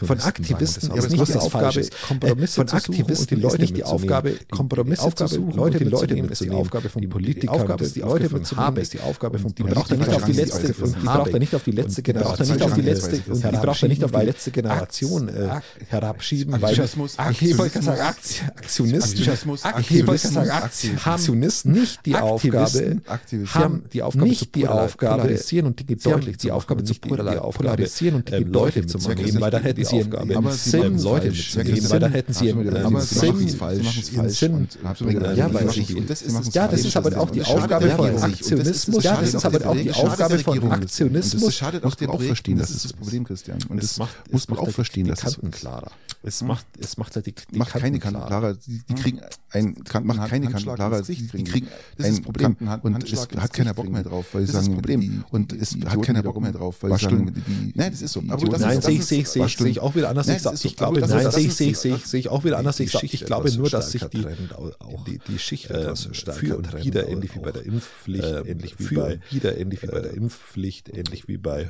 [SPEAKER 1] Äh, Von
[SPEAKER 3] Aktionisten
[SPEAKER 1] Aktivisten
[SPEAKER 3] sagen
[SPEAKER 2] das
[SPEAKER 1] ist
[SPEAKER 2] auch.
[SPEAKER 1] nicht die
[SPEAKER 2] Ja, aber das macht
[SPEAKER 1] Aufgabe,
[SPEAKER 2] nichts
[SPEAKER 1] äh,
[SPEAKER 3] Kompromisse
[SPEAKER 1] von
[SPEAKER 3] zu suchen und die
[SPEAKER 1] Aktivisten
[SPEAKER 3] Leute
[SPEAKER 1] ist nicht die
[SPEAKER 3] mitzunehmen.
[SPEAKER 1] Aufgabe,
[SPEAKER 3] Die-
[SPEAKER 1] Kompromisse
[SPEAKER 3] die
[SPEAKER 1] zu
[SPEAKER 3] Aufgabe,
[SPEAKER 1] suchen,
[SPEAKER 3] Leute
[SPEAKER 1] Leute, Leute
[SPEAKER 3] mitzunehmen,
[SPEAKER 1] nehmen, ist die
[SPEAKER 3] mitzunehmen.
[SPEAKER 1] Aufgabe von
[SPEAKER 3] Die
[SPEAKER 1] Politikern,
[SPEAKER 3] Aufgabe,
[SPEAKER 1] das ist die
[SPEAKER 3] die Aufgabe
[SPEAKER 1] Leute
[SPEAKER 3] von
[SPEAKER 1] mitzunehmen,
[SPEAKER 3] Habeck.
[SPEAKER 1] ist die Aufgabe von,
[SPEAKER 3] Und
[SPEAKER 1] die
[SPEAKER 3] die
[SPEAKER 1] braucht er nicht auf die letzte,
[SPEAKER 3] Aufgabe
[SPEAKER 1] und die braucht er nicht auf die letzte, die braucht er nicht auf die letzte, und die braucht er nicht auf die letzte Generation äh, herabschieben, weil,
[SPEAKER 2] Aktionismus,
[SPEAKER 1] Ak- ich wollte gerade sagen, Akt- Aktionisten,
[SPEAKER 2] Aktionismus,
[SPEAKER 1] Ak- ich wollte gerade sagen,
[SPEAKER 2] Aktionismus,
[SPEAKER 1] Akt-
[SPEAKER 2] Aktivisten.
[SPEAKER 1] Aktionisten nicht die Aufgabe,
[SPEAKER 2] Aktivisten, Aktivisten
[SPEAKER 1] haben die Aufgabe
[SPEAKER 3] nicht
[SPEAKER 1] zu
[SPEAKER 3] die
[SPEAKER 1] polar-
[SPEAKER 3] Aufgabe,
[SPEAKER 1] polarisieren und Dinge
[SPEAKER 3] sie haben
[SPEAKER 1] deutlich
[SPEAKER 3] die
[SPEAKER 1] zu
[SPEAKER 3] Aufgabe
[SPEAKER 1] machen,
[SPEAKER 3] zu
[SPEAKER 1] nicht die- die
[SPEAKER 3] polar-
[SPEAKER 1] Aufgabe
[SPEAKER 3] polarisieren und Dinge
[SPEAKER 1] ähm,
[SPEAKER 3] deutlich zu machen.
[SPEAKER 1] nehmen, weil dann hätten sie ihren
[SPEAKER 2] Aber
[SPEAKER 1] ihren
[SPEAKER 2] sie
[SPEAKER 1] Sinn ähm,
[SPEAKER 2] machen es
[SPEAKER 1] Leute
[SPEAKER 2] falsch.
[SPEAKER 1] mitnehmen,
[SPEAKER 2] Sie
[SPEAKER 1] weil dann
[SPEAKER 2] machen
[SPEAKER 1] hätten sie ihren
[SPEAKER 2] Ja,
[SPEAKER 1] ihren
[SPEAKER 2] aber sie machen
[SPEAKER 1] Sinn,
[SPEAKER 2] es falsch. Sie machen es
[SPEAKER 1] ihren
[SPEAKER 2] falsch
[SPEAKER 1] Sinn
[SPEAKER 2] und bringen-
[SPEAKER 1] ja,
[SPEAKER 2] ja,
[SPEAKER 1] weil
[SPEAKER 2] weiß
[SPEAKER 1] sie-
[SPEAKER 2] ich. Und das ist das
[SPEAKER 1] ja, das ist
[SPEAKER 2] Falsche,
[SPEAKER 1] aber
[SPEAKER 2] das
[SPEAKER 1] auch
[SPEAKER 2] sie
[SPEAKER 1] die
[SPEAKER 2] machen.
[SPEAKER 1] Aufgabe
[SPEAKER 2] Schadet
[SPEAKER 1] von
[SPEAKER 2] der Regierung. Und das ist
[SPEAKER 1] Aktionismus. Ja, das
[SPEAKER 2] schadet
[SPEAKER 1] ist
[SPEAKER 2] auch
[SPEAKER 1] aber
[SPEAKER 2] der-
[SPEAKER 1] auch die
[SPEAKER 2] schadet der
[SPEAKER 1] Aufgabe von
[SPEAKER 2] Regierung. Und das
[SPEAKER 1] Aktionismus.
[SPEAKER 2] schadet auch
[SPEAKER 1] Muss
[SPEAKER 2] der
[SPEAKER 1] man auch
[SPEAKER 2] Briten.
[SPEAKER 1] verstehen,
[SPEAKER 2] Das
[SPEAKER 1] dass
[SPEAKER 2] ist
[SPEAKER 1] es
[SPEAKER 2] das
[SPEAKER 1] so
[SPEAKER 2] Problem, Christian. Und
[SPEAKER 1] Es
[SPEAKER 2] das
[SPEAKER 1] macht, es
[SPEAKER 2] muss man
[SPEAKER 1] macht
[SPEAKER 2] auch
[SPEAKER 1] die-
[SPEAKER 2] verstehen,
[SPEAKER 1] die
[SPEAKER 2] dass das so
[SPEAKER 1] Kanten
[SPEAKER 2] ist.
[SPEAKER 1] klarer. Es macht, es macht halt die, die
[SPEAKER 2] macht keine Kanten klarer. Die, die kriegen ein, kann, macht keine Kanten
[SPEAKER 4] Handschlag
[SPEAKER 2] klarer.
[SPEAKER 4] ins
[SPEAKER 2] Die,
[SPEAKER 4] Gesicht
[SPEAKER 2] die
[SPEAKER 4] kriegen.
[SPEAKER 2] kriegen
[SPEAKER 4] Das ist
[SPEAKER 2] ein
[SPEAKER 4] das Problem.
[SPEAKER 2] Problem. Und es
[SPEAKER 4] Handschlag ins
[SPEAKER 2] hat keiner
[SPEAKER 4] Gesicht
[SPEAKER 2] Bock mehr
[SPEAKER 4] kriegen.
[SPEAKER 2] drauf, weil sie
[SPEAKER 4] Das ist
[SPEAKER 2] sagen,
[SPEAKER 4] das Problem.
[SPEAKER 2] die- Und es
[SPEAKER 4] die
[SPEAKER 2] hat
[SPEAKER 4] Idioten
[SPEAKER 2] keiner
[SPEAKER 4] da
[SPEAKER 2] Bock mehr
[SPEAKER 4] oben.
[SPEAKER 2] drauf, weil
[SPEAKER 4] War
[SPEAKER 2] sie sagen,
[SPEAKER 4] stumm.
[SPEAKER 2] die, nein, das ist so.
[SPEAKER 4] Idioten. Nein,
[SPEAKER 2] das ist-
[SPEAKER 1] Nein,
[SPEAKER 2] das
[SPEAKER 1] sehe ich,
[SPEAKER 2] ist-
[SPEAKER 1] sehe ich, sehe
[SPEAKER 2] war
[SPEAKER 1] ich,
[SPEAKER 2] stumm.
[SPEAKER 1] sehe ich auch wieder anders.
[SPEAKER 2] Nein,
[SPEAKER 1] ich,
[SPEAKER 2] das
[SPEAKER 1] sag,
[SPEAKER 2] ist so.
[SPEAKER 1] ich glaube,
[SPEAKER 2] Aber das ist-
[SPEAKER 1] nein,
[SPEAKER 2] das
[SPEAKER 1] sehe ich,
[SPEAKER 2] ist-
[SPEAKER 1] sehe ich, sehe ich, sehe ich auch wieder anders. Ich, sag,
[SPEAKER 3] Schicht
[SPEAKER 1] ich glaube
[SPEAKER 3] etwas
[SPEAKER 1] nur, dass sich
[SPEAKER 3] stärker
[SPEAKER 1] die,
[SPEAKER 3] trennt, au- auch
[SPEAKER 1] die, die Schicht
[SPEAKER 3] äh,
[SPEAKER 1] etwas stärker
[SPEAKER 3] für und
[SPEAKER 1] trennt,
[SPEAKER 3] wieder,
[SPEAKER 1] auch-
[SPEAKER 3] ähnlich wie bei der Impfpflicht,
[SPEAKER 1] ähm,
[SPEAKER 3] ähnlich wie
[SPEAKER 1] für
[SPEAKER 3] bei-
[SPEAKER 1] und wieder, ähnlich wie bei der
[SPEAKER 3] äh,
[SPEAKER 1] Impfpflicht, ähnlich wie bei,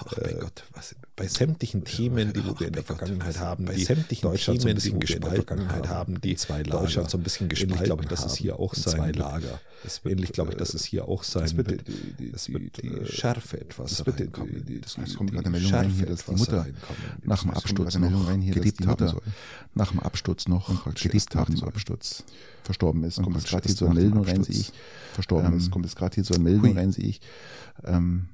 [SPEAKER 3] Ach,
[SPEAKER 1] äh,
[SPEAKER 3] mein Gott, was,
[SPEAKER 1] bei sämtlichen Themen, die wo wir in der
[SPEAKER 3] mein Gott,
[SPEAKER 1] Vergangenheit
[SPEAKER 3] was-
[SPEAKER 1] haben,
[SPEAKER 3] bei
[SPEAKER 1] die
[SPEAKER 3] sämtlichen
[SPEAKER 1] Deutschland so ein
[SPEAKER 3] Themen,
[SPEAKER 1] bisschen
[SPEAKER 3] die wir in der
[SPEAKER 1] gespalten
[SPEAKER 3] Vergangenheit
[SPEAKER 1] haben,
[SPEAKER 3] haben,
[SPEAKER 1] die
[SPEAKER 3] in zwei Lager.
[SPEAKER 1] Deutschland so ein bisschen
[SPEAKER 3] Ähnlich,
[SPEAKER 1] gespalten
[SPEAKER 3] glaube ich, dass es
[SPEAKER 1] haben,
[SPEAKER 3] hier auch
[SPEAKER 1] in
[SPEAKER 3] sein
[SPEAKER 1] zwei
[SPEAKER 3] wird.
[SPEAKER 1] Lager.
[SPEAKER 3] Es wird,
[SPEAKER 1] Ähnlich glaube ich,
[SPEAKER 3] äh,
[SPEAKER 1] dass es hier auch sein
[SPEAKER 3] es wird
[SPEAKER 1] wird.
[SPEAKER 3] die- die-
[SPEAKER 1] Es
[SPEAKER 3] die-
[SPEAKER 1] wird die
[SPEAKER 3] die-
[SPEAKER 1] Schärfe etwas
[SPEAKER 3] es wird die-
[SPEAKER 1] reinkommen.
[SPEAKER 3] die-
[SPEAKER 1] Das
[SPEAKER 2] Es
[SPEAKER 1] muss
[SPEAKER 2] kommt
[SPEAKER 1] die
[SPEAKER 2] gerade eine Meldung rein,
[SPEAKER 1] Schärfe
[SPEAKER 2] hier, dass die
[SPEAKER 1] etwas
[SPEAKER 2] Mutter
[SPEAKER 1] reinkommen.
[SPEAKER 2] nach dem
[SPEAKER 1] Es kommt
[SPEAKER 2] Absturz
[SPEAKER 1] eine
[SPEAKER 2] noch
[SPEAKER 1] Meldung rein hier, dass
[SPEAKER 2] gelebt
[SPEAKER 1] die
[SPEAKER 2] haben
[SPEAKER 1] Mutter
[SPEAKER 2] soll. Nach dem Absturz noch gelebt haben soll. Absturz verstorben ist. Kommt jetzt
[SPEAKER 1] praktisch
[SPEAKER 2] gerade hier
[SPEAKER 1] erst
[SPEAKER 2] so eine
[SPEAKER 1] nach dem
[SPEAKER 2] Meldung rein, sehe
[SPEAKER 1] Absturz
[SPEAKER 2] ich. Verstorben
[SPEAKER 1] Ähm,
[SPEAKER 2] ist. Kommt jetzt gerade hier so eine Meldung
[SPEAKER 1] hui.
[SPEAKER 2] rein, sehe ich. Ähm,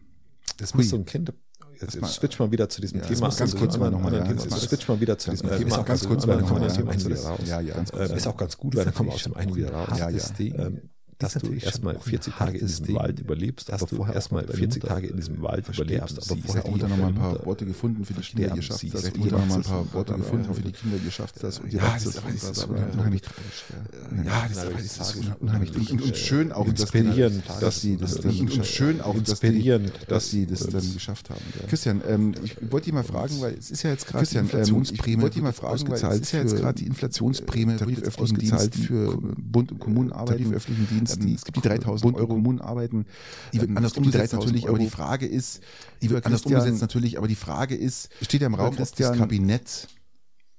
[SPEAKER 1] Das
[SPEAKER 2] Hui.
[SPEAKER 1] muss so ein Kind. Jetzt,
[SPEAKER 2] mal-
[SPEAKER 1] jetzt switch mal wieder zu diesem
[SPEAKER 2] ja, das
[SPEAKER 1] Thema.
[SPEAKER 2] muss ganz
[SPEAKER 1] Also
[SPEAKER 2] kurz
[SPEAKER 1] zu
[SPEAKER 2] mal
[SPEAKER 1] einem
[SPEAKER 2] noch mal,
[SPEAKER 1] anderen
[SPEAKER 2] ja,
[SPEAKER 1] Thema.
[SPEAKER 2] das
[SPEAKER 1] Jetzt
[SPEAKER 2] muss-
[SPEAKER 1] switch mal wieder zu diesem
[SPEAKER 2] ganz-
[SPEAKER 1] Thema.
[SPEAKER 2] ist auch ganz
[SPEAKER 1] Also,
[SPEAKER 2] kurz
[SPEAKER 1] weil
[SPEAKER 2] mal
[SPEAKER 1] dann
[SPEAKER 2] noch
[SPEAKER 1] kommen wir
[SPEAKER 2] mal,
[SPEAKER 1] aus dem
[SPEAKER 2] ja,
[SPEAKER 1] einen
[SPEAKER 2] ja,
[SPEAKER 1] wieder
[SPEAKER 2] ganz
[SPEAKER 1] raus.
[SPEAKER 2] kurz. Ja, ja, ganz kurz,
[SPEAKER 1] Ähm,
[SPEAKER 2] ja.
[SPEAKER 1] Ist auch ganz gut, weil dann kommen wir aus dem einen wieder raus.
[SPEAKER 2] Ja, ja.
[SPEAKER 1] Ähm, dass du
[SPEAKER 2] natürlich schon
[SPEAKER 1] erstmal
[SPEAKER 2] auch ein
[SPEAKER 1] 40 Tage in
[SPEAKER 2] hartes
[SPEAKER 1] diesem
[SPEAKER 2] Ding,
[SPEAKER 1] Wald überlebst,
[SPEAKER 2] dass
[SPEAKER 1] aber
[SPEAKER 2] du
[SPEAKER 1] vorher
[SPEAKER 2] auch
[SPEAKER 1] erstmal
[SPEAKER 2] deine
[SPEAKER 1] 40
[SPEAKER 2] Mutter,
[SPEAKER 1] Tage in diesem
[SPEAKER 2] äh,
[SPEAKER 1] Welt
[SPEAKER 2] verstirbst.
[SPEAKER 1] überlebst, aber
[SPEAKER 2] Sie
[SPEAKER 1] vorher auch
[SPEAKER 2] hat auch da
[SPEAKER 1] deine
[SPEAKER 2] noch mal ein paar
[SPEAKER 1] Mutter-
[SPEAKER 2] Worte gefunden für die Kinder,
[SPEAKER 1] versterben
[SPEAKER 2] ihr schafft
[SPEAKER 1] sie.
[SPEAKER 2] das.
[SPEAKER 1] Sie
[SPEAKER 2] Ihr noch mal ein
[SPEAKER 1] macht
[SPEAKER 2] paar
[SPEAKER 1] das.
[SPEAKER 2] Worte
[SPEAKER 1] Ja,
[SPEAKER 2] gefunden
[SPEAKER 1] ja,
[SPEAKER 2] für die Kinder, ihr schafft das. Und ihr
[SPEAKER 4] Ja,
[SPEAKER 2] macht
[SPEAKER 4] das ist aber das ist aber
[SPEAKER 2] unheimlich
[SPEAKER 4] unheimlich
[SPEAKER 2] ja, das
[SPEAKER 1] aber
[SPEAKER 2] ist
[SPEAKER 1] das
[SPEAKER 2] aber
[SPEAKER 1] ist
[SPEAKER 2] unheimlich
[SPEAKER 1] unheimlich
[SPEAKER 2] und, und schön auch, dass die-
[SPEAKER 1] inspirierend,
[SPEAKER 2] dass sie das dann
[SPEAKER 1] inspirierend.
[SPEAKER 2] und schön auch, dass die,
[SPEAKER 1] Inspirierend,
[SPEAKER 2] dass sie das
[SPEAKER 1] dass-
[SPEAKER 2] dann geschafft haben. Ja. Christian, ähm, ich wollte dich mal fragen, weil es ist ja jetzt gerade
[SPEAKER 4] Christian, ähm,
[SPEAKER 2] die Inflationsprämie
[SPEAKER 4] ich wollte dich mal
[SPEAKER 2] wird
[SPEAKER 4] fragen, weil es
[SPEAKER 2] ausgezahlt
[SPEAKER 4] ist ja jetzt
[SPEAKER 2] für-
[SPEAKER 4] gerade die Inflationsprämie
[SPEAKER 2] äh,
[SPEAKER 4] wird
[SPEAKER 2] wird
[SPEAKER 4] jetzt
[SPEAKER 2] ausgezahlt
[SPEAKER 4] Diensten-
[SPEAKER 2] für Bund und Kommunen arbeiten,
[SPEAKER 4] Tarif- öffentlichen Dienst,
[SPEAKER 2] Ähm,
[SPEAKER 4] die
[SPEAKER 2] es gibt die 3000
[SPEAKER 4] Bund und
[SPEAKER 2] Euro Kommunen arbeiten,
[SPEAKER 4] Die wird anders umgesetzt natürlich, aber die
[SPEAKER 2] Frage ist,
[SPEAKER 4] die wird anders
[SPEAKER 2] Christian-
[SPEAKER 4] umgesetzt natürlich, aber die Frage ist,
[SPEAKER 2] steht ja im Raum, ob das
[SPEAKER 4] Christian-
[SPEAKER 2] Kabinett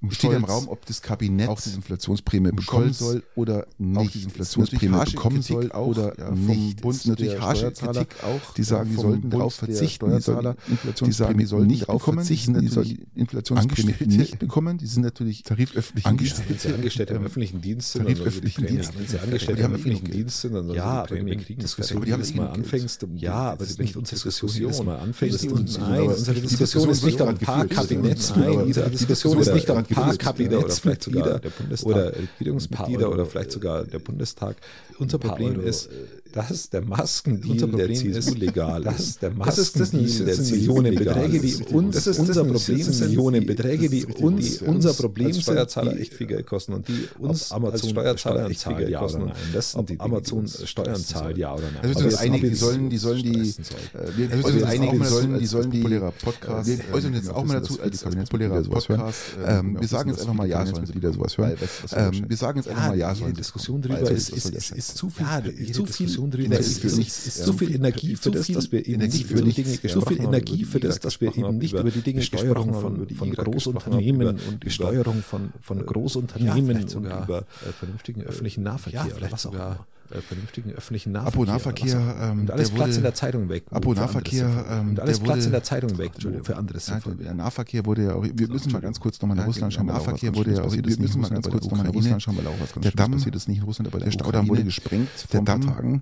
[SPEAKER 4] steht ja im
[SPEAKER 2] Scholz-
[SPEAKER 4] Raum, ob das Kabinett
[SPEAKER 2] auch diese Inflationsprämie bekommen
[SPEAKER 4] Scholz
[SPEAKER 2] soll oder nicht.
[SPEAKER 4] auch diese Inflationsprämie bekommen soll oder nicht.
[SPEAKER 2] Bund
[SPEAKER 4] Es ist natürlich
[SPEAKER 2] der
[SPEAKER 4] harsche
[SPEAKER 2] Steuerzahler,
[SPEAKER 4] Kritik auch
[SPEAKER 2] Die sagen, die
[SPEAKER 4] vom
[SPEAKER 2] sollten
[SPEAKER 4] Bund
[SPEAKER 2] darauf
[SPEAKER 4] der
[SPEAKER 2] verzichten. Die
[SPEAKER 4] Steuerzahler.
[SPEAKER 2] sollen die
[SPEAKER 4] die sagen,
[SPEAKER 2] Inflationsprämie
[SPEAKER 4] die
[SPEAKER 2] sollen
[SPEAKER 4] sollten
[SPEAKER 2] nicht
[SPEAKER 4] nicht
[SPEAKER 2] darauf
[SPEAKER 4] bekommen,
[SPEAKER 2] verzichten. Die
[SPEAKER 4] die
[SPEAKER 2] sollen
[SPEAKER 4] sollen
[SPEAKER 2] die Inflationsprämie
[SPEAKER 4] Angestellte-
[SPEAKER 2] nicht bekommen. Die sind natürlich tariföffentlich
[SPEAKER 1] Wenn sie Angestellte im öffentlichen Dienst sind, dann sollen sie die
[SPEAKER 2] Tariföffentlichen
[SPEAKER 1] Prämie,
[SPEAKER 2] Dienst.
[SPEAKER 1] wenn sie
[SPEAKER 2] Aber
[SPEAKER 1] Angestellte
[SPEAKER 2] die
[SPEAKER 1] im
[SPEAKER 2] haben
[SPEAKER 1] öffentlichen
[SPEAKER 2] eh genug
[SPEAKER 1] Dienst sind, dann sollen
[SPEAKER 2] Ja,
[SPEAKER 1] sie
[SPEAKER 2] aber
[SPEAKER 1] die Prämie
[SPEAKER 2] die-
[SPEAKER 1] kriegen.
[SPEAKER 2] die
[SPEAKER 1] Diskussion,
[SPEAKER 2] aber die haben
[SPEAKER 1] jedes
[SPEAKER 2] eh
[SPEAKER 1] Mal
[SPEAKER 2] genug Geld.
[SPEAKER 1] anfängst, um-
[SPEAKER 2] Ja, aber
[SPEAKER 1] das
[SPEAKER 2] das
[SPEAKER 1] ist
[SPEAKER 2] ist
[SPEAKER 1] nicht
[SPEAKER 2] nicht-
[SPEAKER 1] unsere
[SPEAKER 2] das ist
[SPEAKER 1] Diskussion.
[SPEAKER 2] Diskussion.
[SPEAKER 1] Jedes Mal
[SPEAKER 2] Das
[SPEAKER 1] anfängst,
[SPEAKER 2] ist
[SPEAKER 1] und
[SPEAKER 2] die Diskussion,
[SPEAKER 1] nein,
[SPEAKER 2] aber
[SPEAKER 1] unsere
[SPEAKER 2] die
[SPEAKER 1] Diskussion
[SPEAKER 2] Diskussion
[SPEAKER 1] ist nicht
[SPEAKER 2] wird
[SPEAKER 1] am
[SPEAKER 2] gerade
[SPEAKER 1] paar
[SPEAKER 2] geführt,
[SPEAKER 1] Kabinetts,
[SPEAKER 2] ja. Die
[SPEAKER 1] nein, unsere
[SPEAKER 2] Diskussion
[SPEAKER 1] Diskussion ist
[SPEAKER 2] wird
[SPEAKER 1] nicht am
[SPEAKER 2] gerade
[SPEAKER 1] paar
[SPEAKER 2] geführt, ja.
[SPEAKER 1] Kabinetts,
[SPEAKER 2] Oder
[SPEAKER 1] vielleicht sogar der oder Bundestag Regierungsmitglieder oder vielleicht sogar der Bundestag. Unser Problem ist, dass der Maskendeal der CSU legal ist. Dass der
[SPEAKER 3] Das ist- das sind-
[SPEAKER 1] Maskendeal der
[SPEAKER 3] das sind
[SPEAKER 1] CSU legal
[SPEAKER 3] Millionenbeträge, die
[SPEAKER 1] ist.
[SPEAKER 3] uns-
[SPEAKER 1] Das ist unser
[SPEAKER 3] das sind
[SPEAKER 1] Problem, sind Millionenbeträge, die uns, unser Problem sind, Steuerzahler echt viel Geld kosten und die uns Amazon Steuerzahler echt viel Geld kosten. und
[SPEAKER 3] Das sind
[SPEAKER 1] ob
[SPEAKER 3] die Dinge,
[SPEAKER 1] Amazon
[SPEAKER 3] die uns
[SPEAKER 1] Steuern
[SPEAKER 3] leisten
[SPEAKER 1] zahlt,
[SPEAKER 3] sollen.
[SPEAKER 1] ja oder nein.
[SPEAKER 2] Also wir
[SPEAKER 1] Aber
[SPEAKER 2] sind uns
[SPEAKER 1] jetzt
[SPEAKER 2] einig,
[SPEAKER 1] haben
[SPEAKER 2] die sollen, die
[SPEAKER 1] es
[SPEAKER 2] sollen die,
[SPEAKER 1] leisten sollen.
[SPEAKER 2] äh, wir
[SPEAKER 4] Also wir
[SPEAKER 2] äußern
[SPEAKER 4] sind
[SPEAKER 2] uns
[SPEAKER 4] uns einig,
[SPEAKER 2] auch
[SPEAKER 4] die
[SPEAKER 2] mal dazu
[SPEAKER 4] sollen- die
[SPEAKER 2] als
[SPEAKER 4] sollen die-
[SPEAKER 2] populärer Podcast.
[SPEAKER 4] wir äußern uns
[SPEAKER 2] äh,
[SPEAKER 4] auch mal
[SPEAKER 2] wissen,
[SPEAKER 4] dazu
[SPEAKER 2] dass
[SPEAKER 4] als
[SPEAKER 2] viele
[SPEAKER 4] populärer
[SPEAKER 2] Kabinettsmitglieder sowas hören.
[SPEAKER 4] Podcast, äh,
[SPEAKER 2] Ähm, Wir sagen jetzt einfach mal ja, sollen sie wieder sowas hören. Ähm, Wir sagen jetzt einfach mal ja, sollen
[SPEAKER 1] Die
[SPEAKER 2] sie.
[SPEAKER 1] Diskussion darüber
[SPEAKER 2] Also,
[SPEAKER 1] ist,
[SPEAKER 2] das
[SPEAKER 1] ist,
[SPEAKER 2] soll
[SPEAKER 1] ist,
[SPEAKER 2] sein.
[SPEAKER 1] ist zu viel,
[SPEAKER 3] Ja, jede
[SPEAKER 1] zu viel
[SPEAKER 3] Diskussion
[SPEAKER 1] darüber
[SPEAKER 2] Energie
[SPEAKER 1] ist,
[SPEAKER 2] für
[SPEAKER 1] ist,
[SPEAKER 2] nichts.
[SPEAKER 1] ist zu viel Energie für das, dass wir eben
[SPEAKER 2] Energie
[SPEAKER 1] nicht
[SPEAKER 2] für
[SPEAKER 1] über die
[SPEAKER 2] nichts.
[SPEAKER 1] Dinge
[SPEAKER 2] Ja,
[SPEAKER 1] gesprochen
[SPEAKER 2] viel
[SPEAKER 1] haben,
[SPEAKER 2] Energie
[SPEAKER 1] über
[SPEAKER 2] für
[SPEAKER 1] die
[SPEAKER 2] das,
[SPEAKER 1] wir dass wir eben nicht über die Dinge Steuerung von, von Großunternehmen und die Steuerung von, von Großunternehmen und über äh, vernünftigen öffentlichen Nahverkehr oder was auch immer. Äh, vernünftigen öffentlichen Nahverkehr. oder was auch
[SPEAKER 2] Nahverkehr,
[SPEAKER 1] immer.
[SPEAKER 2] ähm,
[SPEAKER 1] und alles
[SPEAKER 2] der
[SPEAKER 1] Platz
[SPEAKER 2] wurde-
[SPEAKER 1] in der Zeitung weg. wo für
[SPEAKER 2] Apo
[SPEAKER 1] anderes
[SPEAKER 2] Nahverkehr,
[SPEAKER 1] sinnvoll wäre.
[SPEAKER 2] ähm,
[SPEAKER 1] Und alles
[SPEAKER 2] der
[SPEAKER 1] Platz
[SPEAKER 2] wurde-
[SPEAKER 1] in der Zeitung weg, wo für anderes
[SPEAKER 2] Ja,
[SPEAKER 1] sinnvoll wäre.
[SPEAKER 2] der Nahverkehr wurde ja auch, wir müssen mal ganz kurz nochmal nach
[SPEAKER 4] Ja,
[SPEAKER 2] Russland schauen.
[SPEAKER 4] genau,
[SPEAKER 2] Der
[SPEAKER 4] aber auch
[SPEAKER 2] Nahverkehr
[SPEAKER 4] was
[SPEAKER 2] wurde ja
[SPEAKER 4] ganz Schlimmes
[SPEAKER 2] auch, wir
[SPEAKER 4] passiert ist nicht
[SPEAKER 2] müssen mal
[SPEAKER 4] in
[SPEAKER 2] ganz
[SPEAKER 4] Russland,
[SPEAKER 2] kurz
[SPEAKER 4] aber
[SPEAKER 2] nochmal nach
[SPEAKER 4] Ukraine.
[SPEAKER 2] Russland schauen, weil auch was ganz
[SPEAKER 4] Der
[SPEAKER 2] Schlimmes
[SPEAKER 4] Damm-
[SPEAKER 2] passiert ist nicht in Russland, aber
[SPEAKER 4] Der Staudamm wurde gesprengt vor
[SPEAKER 2] Der
[SPEAKER 4] ein paar
[SPEAKER 2] Damm
[SPEAKER 4] Tagen.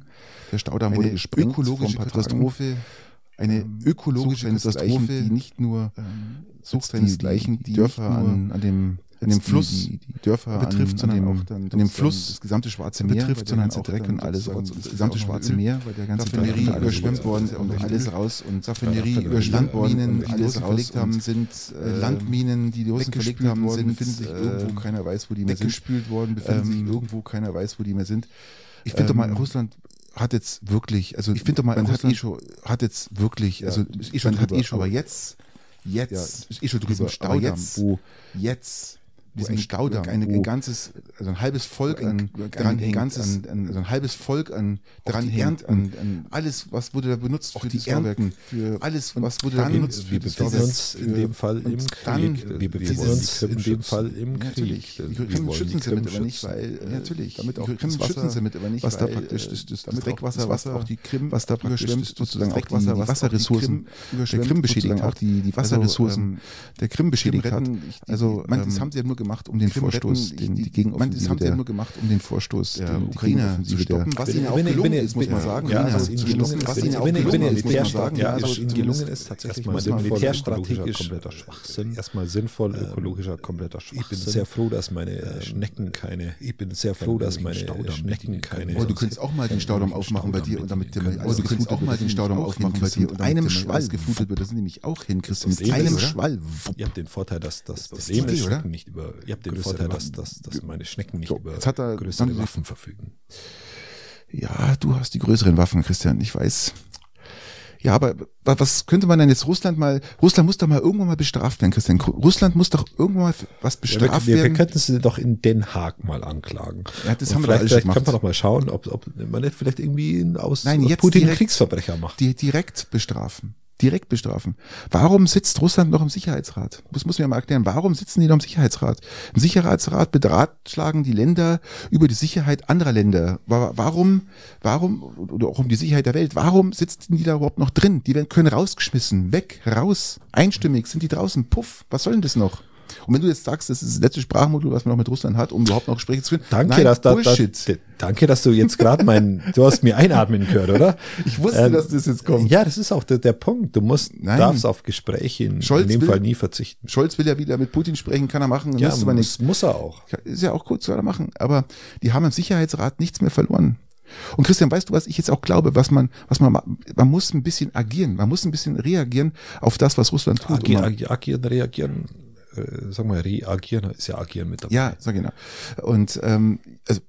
[SPEAKER 2] Der Staudamm wurde
[SPEAKER 4] Eine
[SPEAKER 2] gesprengt.
[SPEAKER 4] ökologische
[SPEAKER 2] vor ein paar
[SPEAKER 4] Katastrophe,
[SPEAKER 2] Tagen. eine
[SPEAKER 4] ähm,
[SPEAKER 2] ökologische
[SPEAKER 4] Suchteinsgleichen,
[SPEAKER 2] Katastrophe, ähm,
[SPEAKER 4] die ähm,
[SPEAKER 2] nicht nur
[SPEAKER 4] sucht seinesgleichen, die
[SPEAKER 2] Dörfer
[SPEAKER 4] nicht nur
[SPEAKER 2] an, an dem an
[SPEAKER 4] jetzt
[SPEAKER 2] dem
[SPEAKER 4] die-
[SPEAKER 2] Fluss
[SPEAKER 4] die- die
[SPEAKER 2] Dörfer
[SPEAKER 4] betrifft,
[SPEAKER 2] an, an
[SPEAKER 4] sondern
[SPEAKER 2] dem,
[SPEAKER 4] auch dann
[SPEAKER 2] an dem
[SPEAKER 4] sozusagen
[SPEAKER 2] Fluss
[SPEAKER 4] das gesamte Schwarze
[SPEAKER 2] Meer,
[SPEAKER 4] Meer
[SPEAKER 2] betrifft, sondern ganze Dreck und alles
[SPEAKER 4] sozusagen
[SPEAKER 2] und das gesamte Schwarze Meer, weil der ganze
[SPEAKER 4] Raffinerie
[SPEAKER 2] Dreck und alles
[SPEAKER 4] überschwemmt worden ist,
[SPEAKER 2] und
[SPEAKER 4] auch
[SPEAKER 2] alles
[SPEAKER 4] alles raus und
[SPEAKER 2] Raffinerie überschwemmt worden, äh, die Russen verlegt haben, sind äh, Landminen, die die Russen verlegt
[SPEAKER 4] weggespült
[SPEAKER 2] haben,
[SPEAKER 4] worden,
[SPEAKER 2] sind äh,
[SPEAKER 4] befinden sich irgendwo,
[SPEAKER 2] keiner weiß, wo die mehr sind.
[SPEAKER 4] weggespült worden, befinden sich
[SPEAKER 2] Ähm,
[SPEAKER 4] irgendwo, keiner weiß, wo die mehr sind.
[SPEAKER 2] Ich finde doch mal,
[SPEAKER 4] Ähm,
[SPEAKER 2] Russland hat jetzt wirklich, also
[SPEAKER 4] ich finde doch mal,
[SPEAKER 2] man hat
[SPEAKER 4] Russland-
[SPEAKER 2] eh schon, hat jetzt wirklich, also
[SPEAKER 4] Ja,
[SPEAKER 2] ist eh schon
[SPEAKER 4] man hat
[SPEAKER 2] drüber,
[SPEAKER 4] eh schon-
[SPEAKER 2] aber jetzt, jetzt
[SPEAKER 4] Ja,
[SPEAKER 2] ist eh
[SPEAKER 4] diesen
[SPEAKER 2] schon drüber, aber
[SPEAKER 4] Staudamm,
[SPEAKER 2] jetzt,
[SPEAKER 4] wo
[SPEAKER 2] jetzt
[SPEAKER 4] ein-
[SPEAKER 2] diesen Staudamm,
[SPEAKER 4] ein- ein
[SPEAKER 2] wo
[SPEAKER 4] ganzes-
[SPEAKER 2] also ein halbes Volk
[SPEAKER 4] ein-
[SPEAKER 2] an
[SPEAKER 4] ein
[SPEAKER 2] dranhängt,
[SPEAKER 4] ganzes-
[SPEAKER 2] an, an, also ein halbes Volk an
[SPEAKER 4] die
[SPEAKER 2] dranhängt,
[SPEAKER 4] Ernten,
[SPEAKER 2] an,
[SPEAKER 4] an-
[SPEAKER 2] alles, was wurde da benutzt
[SPEAKER 4] auch die
[SPEAKER 2] das Bauwerk,
[SPEAKER 4] Ernten, für-
[SPEAKER 2] alles,
[SPEAKER 4] und
[SPEAKER 2] was wurde da
[SPEAKER 4] dann-
[SPEAKER 2] benutzt
[SPEAKER 4] wir
[SPEAKER 1] Wir
[SPEAKER 2] das
[SPEAKER 1] befinden
[SPEAKER 2] Bauwerk.
[SPEAKER 1] uns in dem Fall im
[SPEAKER 2] und dann
[SPEAKER 1] Krieg. Wir befinden uns
[SPEAKER 2] dieses-
[SPEAKER 1] in dem Fall im
[SPEAKER 2] Ja,
[SPEAKER 1] Krieg.
[SPEAKER 2] natürlich. Die Krim schützen sie damit aber nicht, weil äh, natürlich.
[SPEAKER 4] damit
[SPEAKER 2] Die
[SPEAKER 4] auch
[SPEAKER 2] Krim
[SPEAKER 4] das Wasser-
[SPEAKER 2] schützen sie damit aber nicht,
[SPEAKER 4] was da
[SPEAKER 2] weil,
[SPEAKER 4] praktisch
[SPEAKER 2] äh,
[SPEAKER 4] das- das-
[SPEAKER 2] damit
[SPEAKER 4] das Dreckwasser,
[SPEAKER 2] auch-
[SPEAKER 4] was auch die Krim
[SPEAKER 2] was da praktisch
[SPEAKER 4] überschwemmt,
[SPEAKER 2] das-
[SPEAKER 4] sozusagen
[SPEAKER 2] das
[SPEAKER 4] auch die-
[SPEAKER 2] Dreckwasser,
[SPEAKER 4] die
[SPEAKER 2] was auch die
[SPEAKER 4] Wasserressourcen
[SPEAKER 2] Krim
[SPEAKER 4] überschwemmt,
[SPEAKER 2] der Krim beschädigt
[SPEAKER 4] sozusagen
[SPEAKER 2] auch die, die Wasserressourcen der Krim beschädigt hat.
[SPEAKER 4] retten, ich- die-
[SPEAKER 2] Also
[SPEAKER 4] man, das
[SPEAKER 2] ähm,
[SPEAKER 4] haben sie ja nur gemacht, um
[SPEAKER 2] den
[SPEAKER 4] Krim
[SPEAKER 2] Vorstoß,
[SPEAKER 4] retten,
[SPEAKER 2] den
[SPEAKER 4] ich-
[SPEAKER 2] die
[SPEAKER 4] die-
[SPEAKER 2] Gegenoffensive,
[SPEAKER 4] man, das haben sie ja
[SPEAKER 2] der-
[SPEAKER 4] nur gemacht,
[SPEAKER 2] um den Vorstoß
[SPEAKER 4] der
[SPEAKER 2] der
[SPEAKER 4] Ukraine
[SPEAKER 2] Ukraine
[SPEAKER 4] zu stoppen, was
[SPEAKER 2] ihnen
[SPEAKER 4] ihnen auch
[SPEAKER 1] Wenn-
[SPEAKER 4] gelungen
[SPEAKER 1] wenn-
[SPEAKER 4] ist, muss man sagen.
[SPEAKER 1] Ja,
[SPEAKER 2] Ja,
[SPEAKER 1] also
[SPEAKER 2] also
[SPEAKER 1] ihnen
[SPEAKER 2] zumindest,
[SPEAKER 1] gelungen
[SPEAKER 2] was
[SPEAKER 1] ist,
[SPEAKER 2] ihnen
[SPEAKER 1] wenn-
[SPEAKER 2] auch
[SPEAKER 1] wenn-
[SPEAKER 2] gelungen
[SPEAKER 1] wenn
[SPEAKER 2] ist,
[SPEAKER 1] der
[SPEAKER 2] muss man
[SPEAKER 1] Militärstaat-
[SPEAKER 2] sagen.
[SPEAKER 1] ja,
[SPEAKER 2] Also
[SPEAKER 1] was ihnen
[SPEAKER 2] zumindest
[SPEAKER 1] gelungen ist, tatsächlich
[SPEAKER 2] erstmal
[SPEAKER 1] mal dem
[SPEAKER 2] sinnvoll-
[SPEAKER 1] militärstrategisch
[SPEAKER 3] kompletter Schwachsinn.
[SPEAKER 1] erstmal sinnvoll ökologischer kompletter Schwachsinn. Ich bin sehr froh, dass meine äh, Schnecken keine. Ich bin sehr froh, dass meine
[SPEAKER 3] Staudamm-
[SPEAKER 1] Schnecken keine.
[SPEAKER 2] Oh, du könntest auch mal den Staudamm aufmachen bei dir und damit dem,
[SPEAKER 1] Können-
[SPEAKER 2] also du könntest auch mal den Staudamm aufmachen bei dir und
[SPEAKER 4] einem
[SPEAKER 2] einem
[SPEAKER 4] Schwall
[SPEAKER 2] Schwall geflutet wird, das sind nämlich auch hin, Christian,
[SPEAKER 1] Das
[SPEAKER 2] mit
[SPEAKER 1] ist ähnlich,
[SPEAKER 2] einem
[SPEAKER 1] oder?
[SPEAKER 2] Schwall.
[SPEAKER 1] Ihr habt den Vorteil, dass das
[SPEAKER 2] ist
[SPEAKER 1] Problem
[SPEAKER 2] die
[SPEAKER 1] ist,
[SPEAKER 2] Idee, oder?
[SPEAKER 1] Schnecken nicht über. Ihr habt den Vorteil, dass, dass, dass meine Schnecken nicht
[SPEAKER 2] So,
[SPEAKER 1] über
[SPEAKER 2] jetzt hat er-
[SPEAKER 1] größere
[SPEAKER 2] dann-
[SPEAKER 1] Waffen verfügen.
[SPEAKER 2] Ja, du hast die größeren Waffen, Christian, ich weiß. Ja, aber wa- was könnte man denn jetzt Russland mal, Russland muss doch mal irgendwann mal bestraft werden, Christian. Gru- Russland muss doch irgendwann mal f- was bestraft
[SPEAKER 1] wir, wir, wir
[SPEAKER 2] werden.
[SPEAKER 1] könnten sie doch in Den Haag mal anklagen.
[SPEAKER 2] Ja, das
[SPEAKER 1] Und
[SPEAKER 2] haben wir doch
[SPEAKER 1] vielleicht
[SPEAKER 2] alles
[SPEAKER 1] vielleicht
[SPEAKER 2] gemacht.
[SPEAKER 1] können wir doch mal schauen, ob, ob man nicht vielleicht irgendwie einen aus
[SPEAKER 2] Nein,
[SPEAKER 1] aus
[SPEAKER 2] jetzt
[SPEAKER 1] Putin
[SPEAKER 2] direkt-
[SPEAKER 1] Kriegsverbrecher macht.
[SPEAKER 2] Die direkt bestrafen. Direkt bestrafen. Warum sitzt Russland noch im Sicherheitsrat? Das muss man ja mal erklären. Warum sitzen die noch im Sicherheitsrat? Im Sicherheitsrat beratschlagen die Länder über die Sicherheit anderer Länder. Wa- Warum, warum, oder auch um die Sicherheit der Welt, warum sitzen die da überhaupt noch drin? Die werden, können rausgeschmissen. Weg, raus. Einstimmig sind die draußen. Puff. Was soll denn das noch? Und wenn du jetzt sagst, das ist das letzte Sprachmodul, was man noch mit Russland hat, um überhaupt noch Gespräche zu führen.
[SPEAKER 1] Danke,
[SPEAKER 2] Nein,
[SPEAKER 1] dass, da, da,
[SPEAKER 2] Bullshit.
[SPEAKER 1] d- danke, dass du jetzt gerade meinen, du hast mir einatmen gehört, oder? Ähm,
[SPEAKER 2] Ich wusste, dass das jetzt kommt.
[SPEAKER 1] Ja, das ist auch der, der Punkt. Du musst,
[SPEAKER 2] Nein.
[SPEAKER 1] darfst auf Gespräche in, in
[SPEAKER 2] Scholz
[SPEAKER 1] dem
[SPEAKER 2] will-
[SPEAKER 1] Fall nie verzichten.
[SPEAKER 2] Scholz will ja wieder mit Putin sprechen, kann er machen, dann müsste man nichts
[SPEAKER 1] muss er auch.
[SPEAKER 2] ist ja auch kurz zu machen, aber die haben im Sicherheitsrat nichts mehr verloren. Und Christian, weißt du, was ich jetzt auch glaube, was man, was man, ma- man muss ein bisschen agieren, man muss ein bisschen reagieren auf das, was Russland tut. Und
[SPEAKER 1] Agieren,
[SPEAKER 2] man,
[SPEAKER 1] agieren, agieren, reagieren, äh, sag mal, reagieren, ist ja agieren mit dabei.
[SPEAKER 2] ja, so genau. Und ähm, also,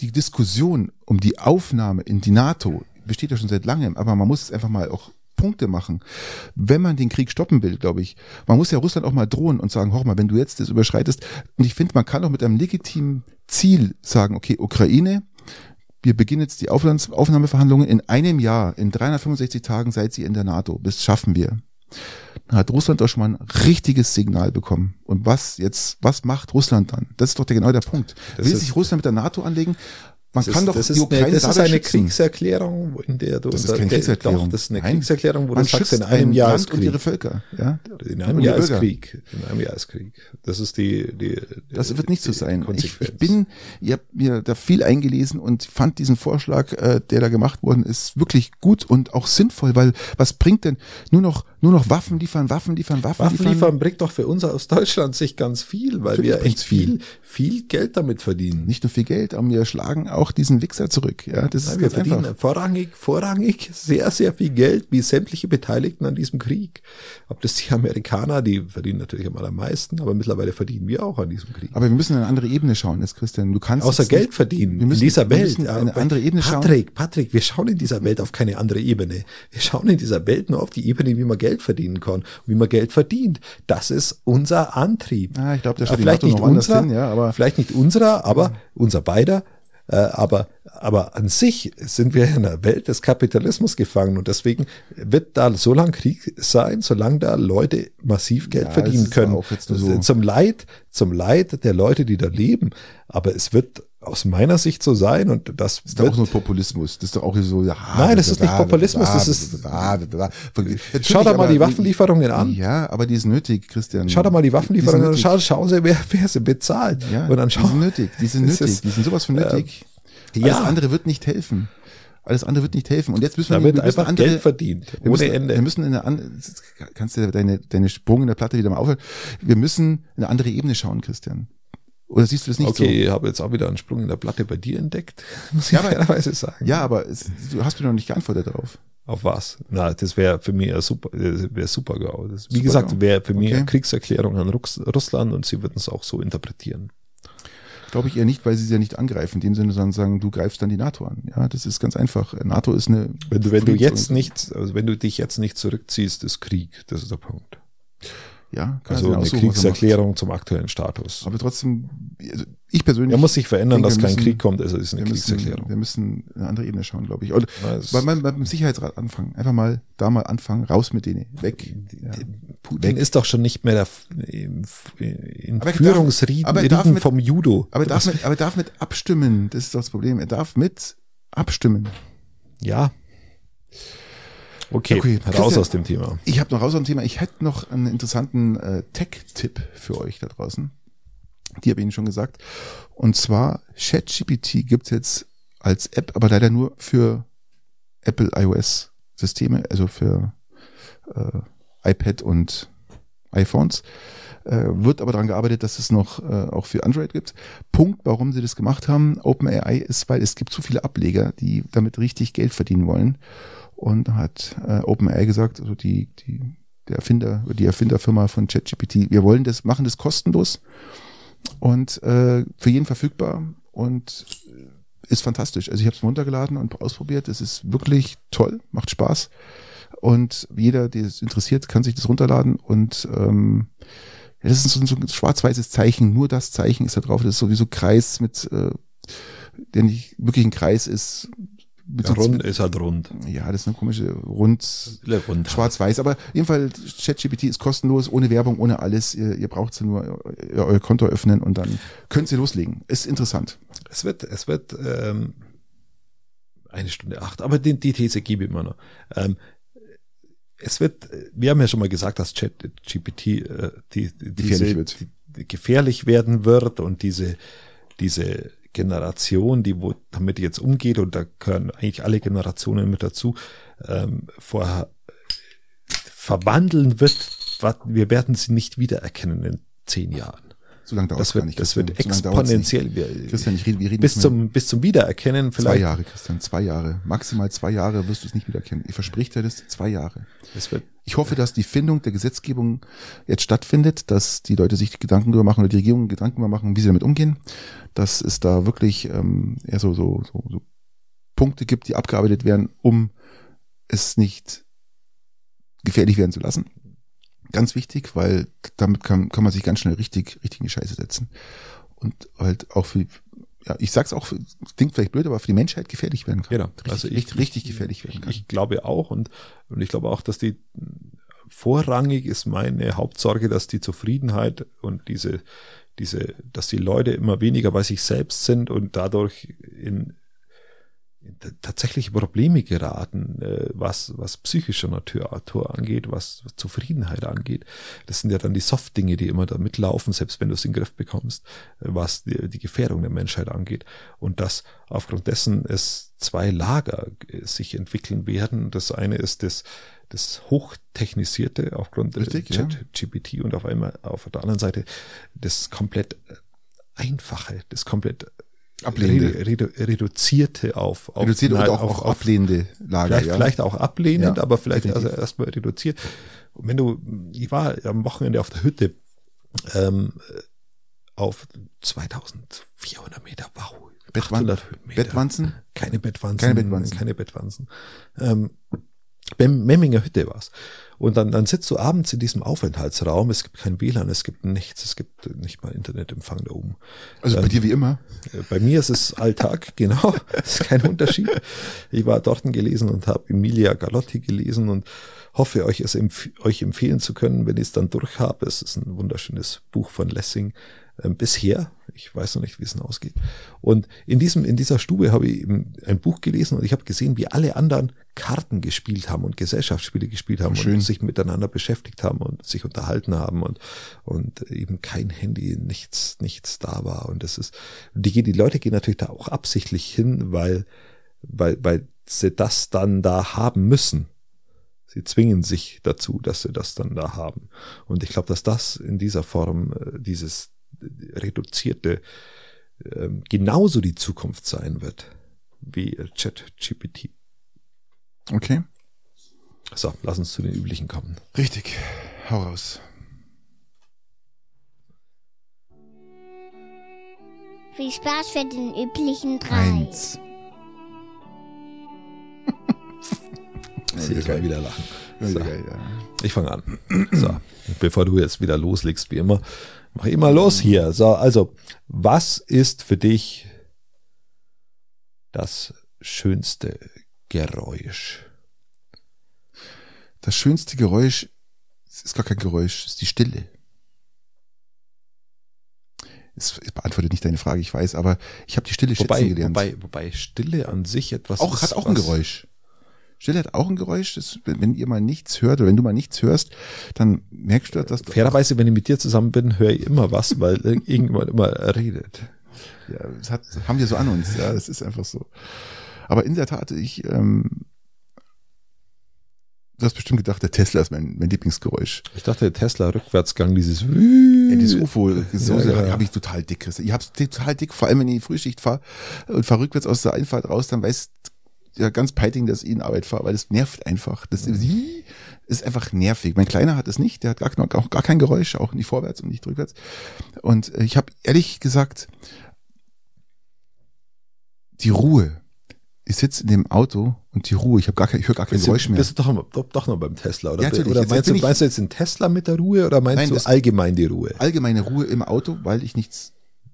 [SPEAKER 2] die Diskussion um die Aufnahme in die NATO besteht ja schon seit langem, aber man muss es einfach mal auch Punkte machen. Wenn man den Krieg stoppen will, glaube ich, man muss ja Russland auch mal drohen und sagen, hoch mal, wenn du jetzt das überschreitest, und ich finde, man kann auch mit einem legitimen Ziel sagen, okay, Ukraine, wir beginnen jetzt die Auflands- Aufnahmeverhandlungen in einem Jahr, in 365 Tagen seid sie in der NATO. Das schaffen wir. Dann hat Russland doch schon mal ein richtiges Signal bekommen. Und was jetzt, was macht Russland dann? Das ist doch der, genau der Punkt.
[SPEAKER 1] Das
[SPEAKER 2] Will
[SPEAKER 1] ist-
[SPEAKER 2] sich Russland mit der NATO anlegen? Man kann doch
[SPEAKER 1] das ist eine, das ist
[SPEAKER 2] dadurch
[SPEAKER 1] eine
[SPEAKER 2] schützen.
[SPEAKER 1] Kriegserklärung, in der du
[SPEAKER 2] Das ist keine Kriegserklärung.
[SPEAKER 1] Doch, das ist eine
[SPEAKER 2] Nein.
[SPEAKER 1] Kriegserklärung, wo
[SPEAKER 2] Man
[SPEAKER 1] du sagst, in
[SPEAKER 2] schützt
[SPEAKER 1] einem
[SPEAKER 2] ein
[SPEAKER 1] Jahr
[SPEAKER 2] Land
[SPEAKER 1] ist
[SPEAKER 2] und ihre
[SPEAKER 1] Krieg.
[SPEAKER 2] Völker. Ja?
[SPEAKER 1] In
[SPEAKER 2] und
[SPEAKER 1] einem
[SPEAKER 2] die
[SPEAKER 1] Jahr ist
[SPEAKER 2] Bürger.
[SPEAKER 1] Krieg. In einem Jahr ist Krieg. Das ist die, die, die
[SPEAKER 2] Das wird nicht so
[SPEAKER 1] die
[SPEAKER 2] sein. Ich,
[SPEAKER 1] Äh, Konsequenz.
[SPEAKER 2] ich bin, ich habe mir da viel eingelesen und fand diesen Vorschlag, äh, der da gemacht worden ist, wirklich gut und auch sinnvoll, weil was bringt denn nur noch nur noch Waffen liefern, Waffen liefern, Waffen,
[SPEAKER 1] Waffen
[SPEAKER 2] liefern?
[SPEAKER 1] liefern bringt doch für uns aus Deutschland sich ganz viel, weil
[SPEAKER 2] Natürlich
[SPEAKER 1] wir echt
[SPEAKER 2] bringt's viel.
[SPEAKER 1] viel, viel Geld damit verdienen.
[SPEAKER 2] Nicht nur viel Geld, aber wir schlagen auch diesen Wichser zurück. Ja, das
[SPEAKER 1] Nein,
[SPEAKER 2] ist
[SPEAKER 1] wir
[SPEAKER 2] ganz
[SPEAKER 1] verdienen
[SPEAKER 2] einfach.
[SPEAKER 1] vorrangig, vorrangig sehr, sehr viel Geld, wie sämtliche Beteiligten an diesem Krieg. Ob das die Amerikaner, die verdienen natürlich einmal am meisten, aber mittlerweile verdienen wir auch an diesem Krieg.
[SPEAKER 2] Aber wir müssen in eine andere Ebene schauen, jetzt Christian. Du kannst
[SPEAKER 1] Außer
[SPEAKER 2] jetzt
[SPEAKER 1] Geld
[SPEAKER 2] nicht-
[SPEAKER 1] verdienen
[SPEAKER 2] Wir müssen,
[SPEAKER 1] in dieser
[SPEAKER 2] wir
[SPEAKER 1] Welt.
[SPEAKER 2] müssen eine
[SPEAKER 1] Aber
[SPEAKER 2] andere Ebene schauen.
[SPEAKER 1] Patrick, Patrick, wir schauen in dieser Welt auf keine andere Ebene. Wir schauen in dieser Welt nur auf die Ebene, wie man Geld verdienen kann, und wie man Geld verdient. Das ist unser Antrieb.
[SPEAKER 2] Ah, ich glaube, da steht die
[SPEAKER 1] vielleicht
[SPEAKER 2] NATO
[SPEAKER 1] nicht
[SPEAKER 2] noch anders
[SPEAKER 1] unserer,
[SPEAKER 2] hin, ja, aber-
[SPEAKER 1] vielleicht nicht unserer, aber unser beider. Äh, aber, aber an sich sind wir in einer Welt des Kapitalismus gefangen und deswegen wird da so lange Krieg sein, solange da Leute massiv Geld
[SPEAKER 2] Ja, es
[SPEAKER 1] verdienen
[SPEAKER 2] ist
[SPEAKER 1] können.
[SPEAKER 2] auch jetzt nur so.
[SPEAKER 1] Zum Leid, zum Leid der Leute, die da leben. Aber es wird aus meiner Sicht so sein und das
[SPEAKER 2] Das ist doch
[SPEAKER 1] wird,
[SPEAKER 2] auch nur Populismus. Das ist doch auch so. Ja,
[SPEAKER 1] Nein, das ist nicht Populismus, das ist- schau da mal die Waffenlieferungen an.
[SPEAKER 2] Ja, aber die ist nötig, Christian.
[SPEAKER 1] Schau da mal die Waffenlieferungen an,
[SPEAKER 2] Die sind
[SPEAKER 1] schau, schau sie, wer, wer sie bezahlt.
[SPEAKER 2] Ja,
[SPEAKER 1] und dann
[SPEAKER 2] die
[SPEAKER 1] schau,
[SPEAKER 2] sind nötig, die sind
[SPEAKER 1] Das
[SPEAKER 2] nötig,
[SPEAKER 1] ist- Ähm,
[SPEAKER 2] die sind sowas von nötig.
[SPEAKER 1] ja.
[SPEAKER 2] Alles andere wird nicht helfen. Alles andere wird nicht helfen. Und jetzt müssen
[SPEAKER 1] da
[SPEAKER 2] wir,
[SPEAKER 1] wird
[SPEAKER 2] wir müssen
[SPEAKER 1] einfach
[SPEAKER 2] andere,
[SPEAKER 1] Geld verdient.
[SPEAKER 2] wir
[SPEAKER 1] ohne
[SPEAKER 2] müssen,
[SPEAKER 1] Ende.
[SPEAKER 2] Wir müssen in eine andere, kannst du deine, deine Sprung in der Platte wieder mal aufhören. Wir müssen in eine andere Ebene schauen, Christian. Oder siehst du das nicht
[SPEAKER 1] okay, ich habe jetzt auch wieder einen Sprung in der Platte bei dir entdeckt, muss ich
[SPEAKER 2] Ja, aber-
[SPEAKER 1] fairerweise sagen.
[SPEAKER 2] so? Ja, aber es, du hast mir noch nicht geantwortet darauf.
[SPEAKER 1] Auf was? Na, das wäre für mich ein super, wäre super GAU. Das, wie
[SPEAKER 2] Super GAU.
[SPEAKER 1] gesagt, wäre für mich
[SPEAKER 2] Okay.
[SPEAKER 1] eine Kriegserklärung an Rucks- Russland und sie würden es auch so interpretieren.
[SPEAKER 2] Glaube ich eher nicht, weil sie es ja nicht angreifen. In dem Sinne, sondern sagen, du greifst dann die NATO an. Ja, das ist ganz einfach. NATO ist eine.
[SPEAKER 1] Wenn du, wenn du
[SPEAKER 2] Friedens-
[SPEAKER 1] jetzt nicht, also wenn du dich jetzt nicht zurückziehst, ist Krieg. Das ist der Punkt.
[SPEAKER 2] Ja, kann
[SPEAKER 1] Also
[SPEAKER 2] er
[SPEAKER 1] eine
[SPEAKER 2] sich aussuchen, was er macht.
[SPEAKER 1] Kriegserklärung zum aktuellen Status.
[SPEAKER 2] Aber trotzdem, also ich persönlich.
[SPEAKER 1] Er muss sich verändern,
[SPEAKER 2] denke,
[SPEAKER 1] dass
[SPEAKER 2] wir
[SPEAKER 1] kein
[SPEAKER 2] müssen-
[SPEAKER 1] Krieg kommt. Also ist eine
[SPEAKER 2] wir müssen,
[SPEAKER 1] Kriegserklärung.
[SPEAKER 2] wir müssen eine andere Ebene schauen, glaube ich. Und
[SPEAKER 1] Ja, es-
[SPEAKER 2] bei, beim- beim Sicherheitsrat anfangen. Einfach mal da mal anfangen, raus mit denen. Weg. Ja.
[SPEAKER 1] Putin ist doch schon nicht mehr der, F- in, in
[SPEAKER 2] Aber er darf-
[SPEAKER 1] Führungsrieden
[SPEAKER 2] aber er darf
[SPEAKER 1] Rieden
[SPEAKER 2] mit-
[SPEAKER 1] vom Judo.
[SPEAKER 2] Aber er darf mit, aber er darf mit abstimmen. Das ist doch das Problem. Er darf mit abstimmen.
[SPEAKER 1] Ja. Okay,
[SPEAKER 2] Okay,
[SPEAKER 1] raus
[SPEAKER 2] Christian.
[SPEAKER 1] aus dem Thema.
[SPEAKER 2] Ich habe noch raus am Thema. Ich hätte noch einen interessanten äh, Tech-Tipp für euch da draußen. Die habe ich Ihnen schon gesagt. Und zwar ChatGPT gibt's jetzt als App, aber leider nur für Apple iOS Systeme, also für äh, iPad und iPhones. Äh, wird aber daran gearbeitet, dass es noch äh, auch für Android gibt. Punkt, warum sie das gemacht haben, OpenAI ist, weil es gibt zu viele Ableger, die damit richtig Geld verdienen wollen. Und da hat äh, OpenAI gesagt, also die, die, der Erfinder, oder die Erfinderfirma von ChatGPT, wir wollen das, machen das kostenlos und äh, für jeden verfügbar und äh, ist fantastisch. Also ich habe es runtergeladen und ausprobiert. Es ist wirklich toll, macht Spaß. Und jeder, der es interessiert, kann sich das runterladen und ähm, ja, das ist so ein, so ein schwarz-weißes Zeichen, nur das Zeichen ist da drauf. Das ist sowieso Kreis mit, äh, der nicht wirklich ein Kreis ist. Mit so-
[SPEAKER 1] Rund ist halt rund.
[SPEAKER 2] ja, das ist eine komische rund
[SPEAKER 1] Rund.
[SPEAKER 2] schwarz-weiß, aber jedenfalls ChatGPT ist kostenlos, ohne Werbung, ohne alles. Ihr, ihr braucht sie nur äh, euer Konto öffnen und dann könnt ihr loslegen. Ist interessant.
[SPEAKER 1] Es wird, es wird ähm, eine Stunde acht, aber die, die These gebe ich immer noch. Ähm, es wird, äh, wir haben ja schon mal gesagt, dass ChatGPT äh, die, die,
[SPEAKER 2] Gefährlich
[SPEAKER 1] diese-
[SPEAKER 2] wird.
[SPEAKER 1] Die, die gefährlich werden wird und diese, diese Generation, die wo damit jetzt umgeht, und da gehören eigentlich alle Generationen mit dazu, ähm, vorher verwandeln wird, wat- wir werden sie nicht wiedererkennen in zehn Jahren.
[SPEAKER 2] So lange dauert
[SPEAKER 1] Das
[SPEAKER 2] es gar nicht.
[SPEAKER 1] wird, das wird
[SPEAKER 2] Christian. So lange dauert's nicht.
[SPEAKER 1] exponentiell. Wir,
[SPEAKER 2] Christian, ich rede, wir reden
[SPEAKER 1] bis,
[SPEAKER 2] nicht mehr-
[SPEAKER 1] zum, bis zum Wiedererkennen
[SPEAKER 2] zwei
[SPEAKER 1] vielleicht.
[SPEAKER 2] Jahre, Christian, zwei Jahre. Maximal zwei Jahre wirst du es nicht wiedererkennen. Ich verspreche dir das, zwei Jahre.
[SPEAKER 1] Das wird,
[SPEAKER 2] Ich hoffe, dass die Findung der Gesetzgebung jetzt stattfindet, dass die Leute sich Gedanken darüber machen oder die Regierung Gedanken darüber machen, wie sie damit umgehen. Dass es da wirklich ähm, eher so, so, so, so Punkte gibt, die abgearbeitet werden, um es nicht gefährlich werden zu lassen. Ganz wichtig, weil damit kann, kann man sich ganz schnell richtig, richtig in die Scheiße setzen. Und halt auch für, ja, ich sag's auch, für, klingt vielleicht blöd, aber für die Menschheit gefährlich werden kann.
[SPEAKER 1] genau.
[SPEAKER 2] Richtig, richtig, richtig gefährlich werden kann.
[SPEAKER 1] Ich glaube auch und, und ich glaube auch, dass die vorrangig ist meine Hauptsorge, dass die Zufriedenheit und diese, diese, dass die Leute immer weniger bei sich selbst sind und dadurch in, in t- tatsächliche Probleme geraten, äh, was, was psychischer Natur Natur angeht, was Zufriedenheit angeht. Das sind ja dann die Soft-Dinge, die immer da mitlaufen, selbst wenn du es in den Griff bekommst, äh, was die, die Gefährdung der Menschheit angeht. Und dass aufgrund dessen es zwei Lager äh, sich entwickeln werden. Das eine ist das, das Hochtechnisierte aufgrund äh, der
[SPEAKER 2] Richtig, ja.
[SPEAKER 1] GPT und auf einmal auf der anderen Seite das komplett äh, Einfache, das komplett
[SPEAKER 2] Ablehnende.
[SPEAKER 1] redu- redu- reduzierte auf, auf
[SPEAKER 2] Reduziert
[SPEAKER 1] nein,
[SPEAKER 2] oder auch, auch ablehnende Lager.
[SPEAKER 1] vielleicht,
[SPEAKER 2] ja.
[SPEAKER 1] vielleicht auch ablehnend,
[SPEAKER 2] Ja,
[SPEAKER 1] aber vielleicht also
[SPEAKER 2] definitiv.
[SPEAKER 1] erstmal reduziert. Und wenn du, ich war am Wochenende auf der Hütte ähm, auf 2400 Meter, wow,
[SPEAKER 2] Bettwan-
[SPEAKER 1] 800 Meter.
[SPEAKER 2] Bettwanzen?
[SPEAKER 1] Keine Bettwanzen.
[SPEAKER 2] Keine Bettwanzen.
[SPEAKER 1] Keine Bettwanzen. Ähm, Mem- Memminger Hütte war's. Und dann, dann sitzt du abends in diesem Aufenthaltsraum. Es gibt kein WLAN, es gibt nichts, es gibt nicht mal Internetempfang da oben.
[SPEAKER 2] Also bei
[SPEAKER 1] Ähm,
[SPEAKER 2] dir wie immer.
[SPEAKER 1] Äh, Bei mir ist es Alltag, genau. Es ist kein Unterschied. Ich war dort gelesen und habe Emilia Galotti gelesen und hoffe, euch es empf euch empfehlen zu können, wenn ich es dann durch habe. Es ist ein wunderschönes Buch von Lessing ähm, bisher. Ich weiß noch nicht, wie es denn ausgeht. Und in diesem in dieser Stube habe ich eben ein Buch gelesen und ich habe gesehen, wie alle anderen Karten gespielt haben und Gesellschaftsspiele gespielt haben
[SPEAKER 2] Schön.
[SPEAKER 1] und sich miteinander beschäftigt haben und sich unterhalten haben und und eben kein Handy, nichts, nichts da war. Und das ist, die, gehen- die Leute gehen natürlich da auch absichtlich hin, weil, weil, weil sie das dann da haben müssen. Sie zwingen sich dazu, dass sie das dann da haben. Und ich glaube, dass das in dieser Form, äh, dieses äh, reduzierte, ähm, genauso die Zukunft sein wird wie äh, ChatGPT.
[SPEAKER 2] Okay.
[SPEAKER 1] So, lass uns zu den üblichen kommen.
[SPEAKER 2] Richtig. Hau raus.
[SPEAKER 3] Viel Spaß für den üblichen drei.
[SPEAKER 2] Eins.
[SPEAKER 1] Sehr geil wieder lachen.
[SPEAKER 2] Also,
[SPEAKER 1] So.
[SPEAKER 2] geil, ja.
[SPEAKER 1] Ich fange an. So, bevor du jetzt wieder loslegst, wie immer, mach immer los hier. So, also, was ist für dich das schönste Geräusch?
[SPEAKER 2] Das schönste Geräusch es ist gar kein Geräusch, es ist die Stille. Es es beantwortet nicht deine Frage, ich weiß, aber ich habe die Stille schätzen
[SPEAKER 1] Wobei,
[SPEAKER 2] gelernt.
[SPEAKER 1] wobei, wobei Stille an sich etwas
[SPEAKER 2] auch,
[SPEAKER 1] ist,
[SPEAKER 2] hat auch ein
[SPEAKER 1] was-
[SPEAKER 2] Geräusch. Stille hat auch ein Geräusch. Das, wenn wenn ihr mal nichts hört oder wenn du mal nichts hörst, dann merkst du, dass
[SPEAKER 1] Fairerweise, wenn ich mit dir zusammen bin, höre ich immer was, weil irgendjemand immer redet.
[SPEAKER 2] Ja, das hat, haben wir so an uns. Ja, das ist einfach so. Aber in der Tat, ich, ähm, du hast bestimmt gedacht, der Tesla ist mein, mein Lieblingsgeräusch.
[SPEAKER 1] Ich dachte, Tesla-Rückwärtsgang, dieses
[SPEAKER 2] Ey, dieses UFO, so
[SPEAKER 1] Ja, genau.
[SPEAKER 2] sehr
[SPEAKER 1] ja, ja.
[SPEAKER 2] habe ich total dick. Chris. Ich habe es total dick, vor allem wenn ich in die Frühschicht fahre und fahre rückwärts aus der Einfahrt raus, dann weiß ja ganz peiting, dass ich in Arbeit fahre, weil das nervt einfach. Das ist einfach nervig. Mein Kleiner hat es nicht, der hat gar, auch gar kein Geräusch, auch nicht vorwärts und nicht rückwärts. Und äh, ich habe ehrlich gesagt, die Ruhe. Ich sitze in dem Auto und die Ruhe, ich habe gar kein, ich höre gar kein
[SPEAKER 1] Bist du,
[SPEAKER 2] Geräusch mehr.
[SPEAKER 1] bist du doch, am- doch, doch noch beim Tesla, oder?
[SPEAKER 2] Ja, natürlich.
[SPEAKER 1] oder
[SPEAKER 2] Jetzt- jetzt
[SPEAKER 1] meinst,
[SPEAKER 2] bin
[SPEAKER 1] du,
[SPEAKER 2] ich-
[SPEAKER 1] meinst du jetzt den Tesla mit der Ruhe oder meinst
[SPEAKER 2] Nein,
[SPEAKER 1] du
[SPEAKER 2] das-
[SPEAKER 1] allgemein die Ruhe?
[SPEAKER 2] Allgemeine Ruhe im Auto, weil ich nichts,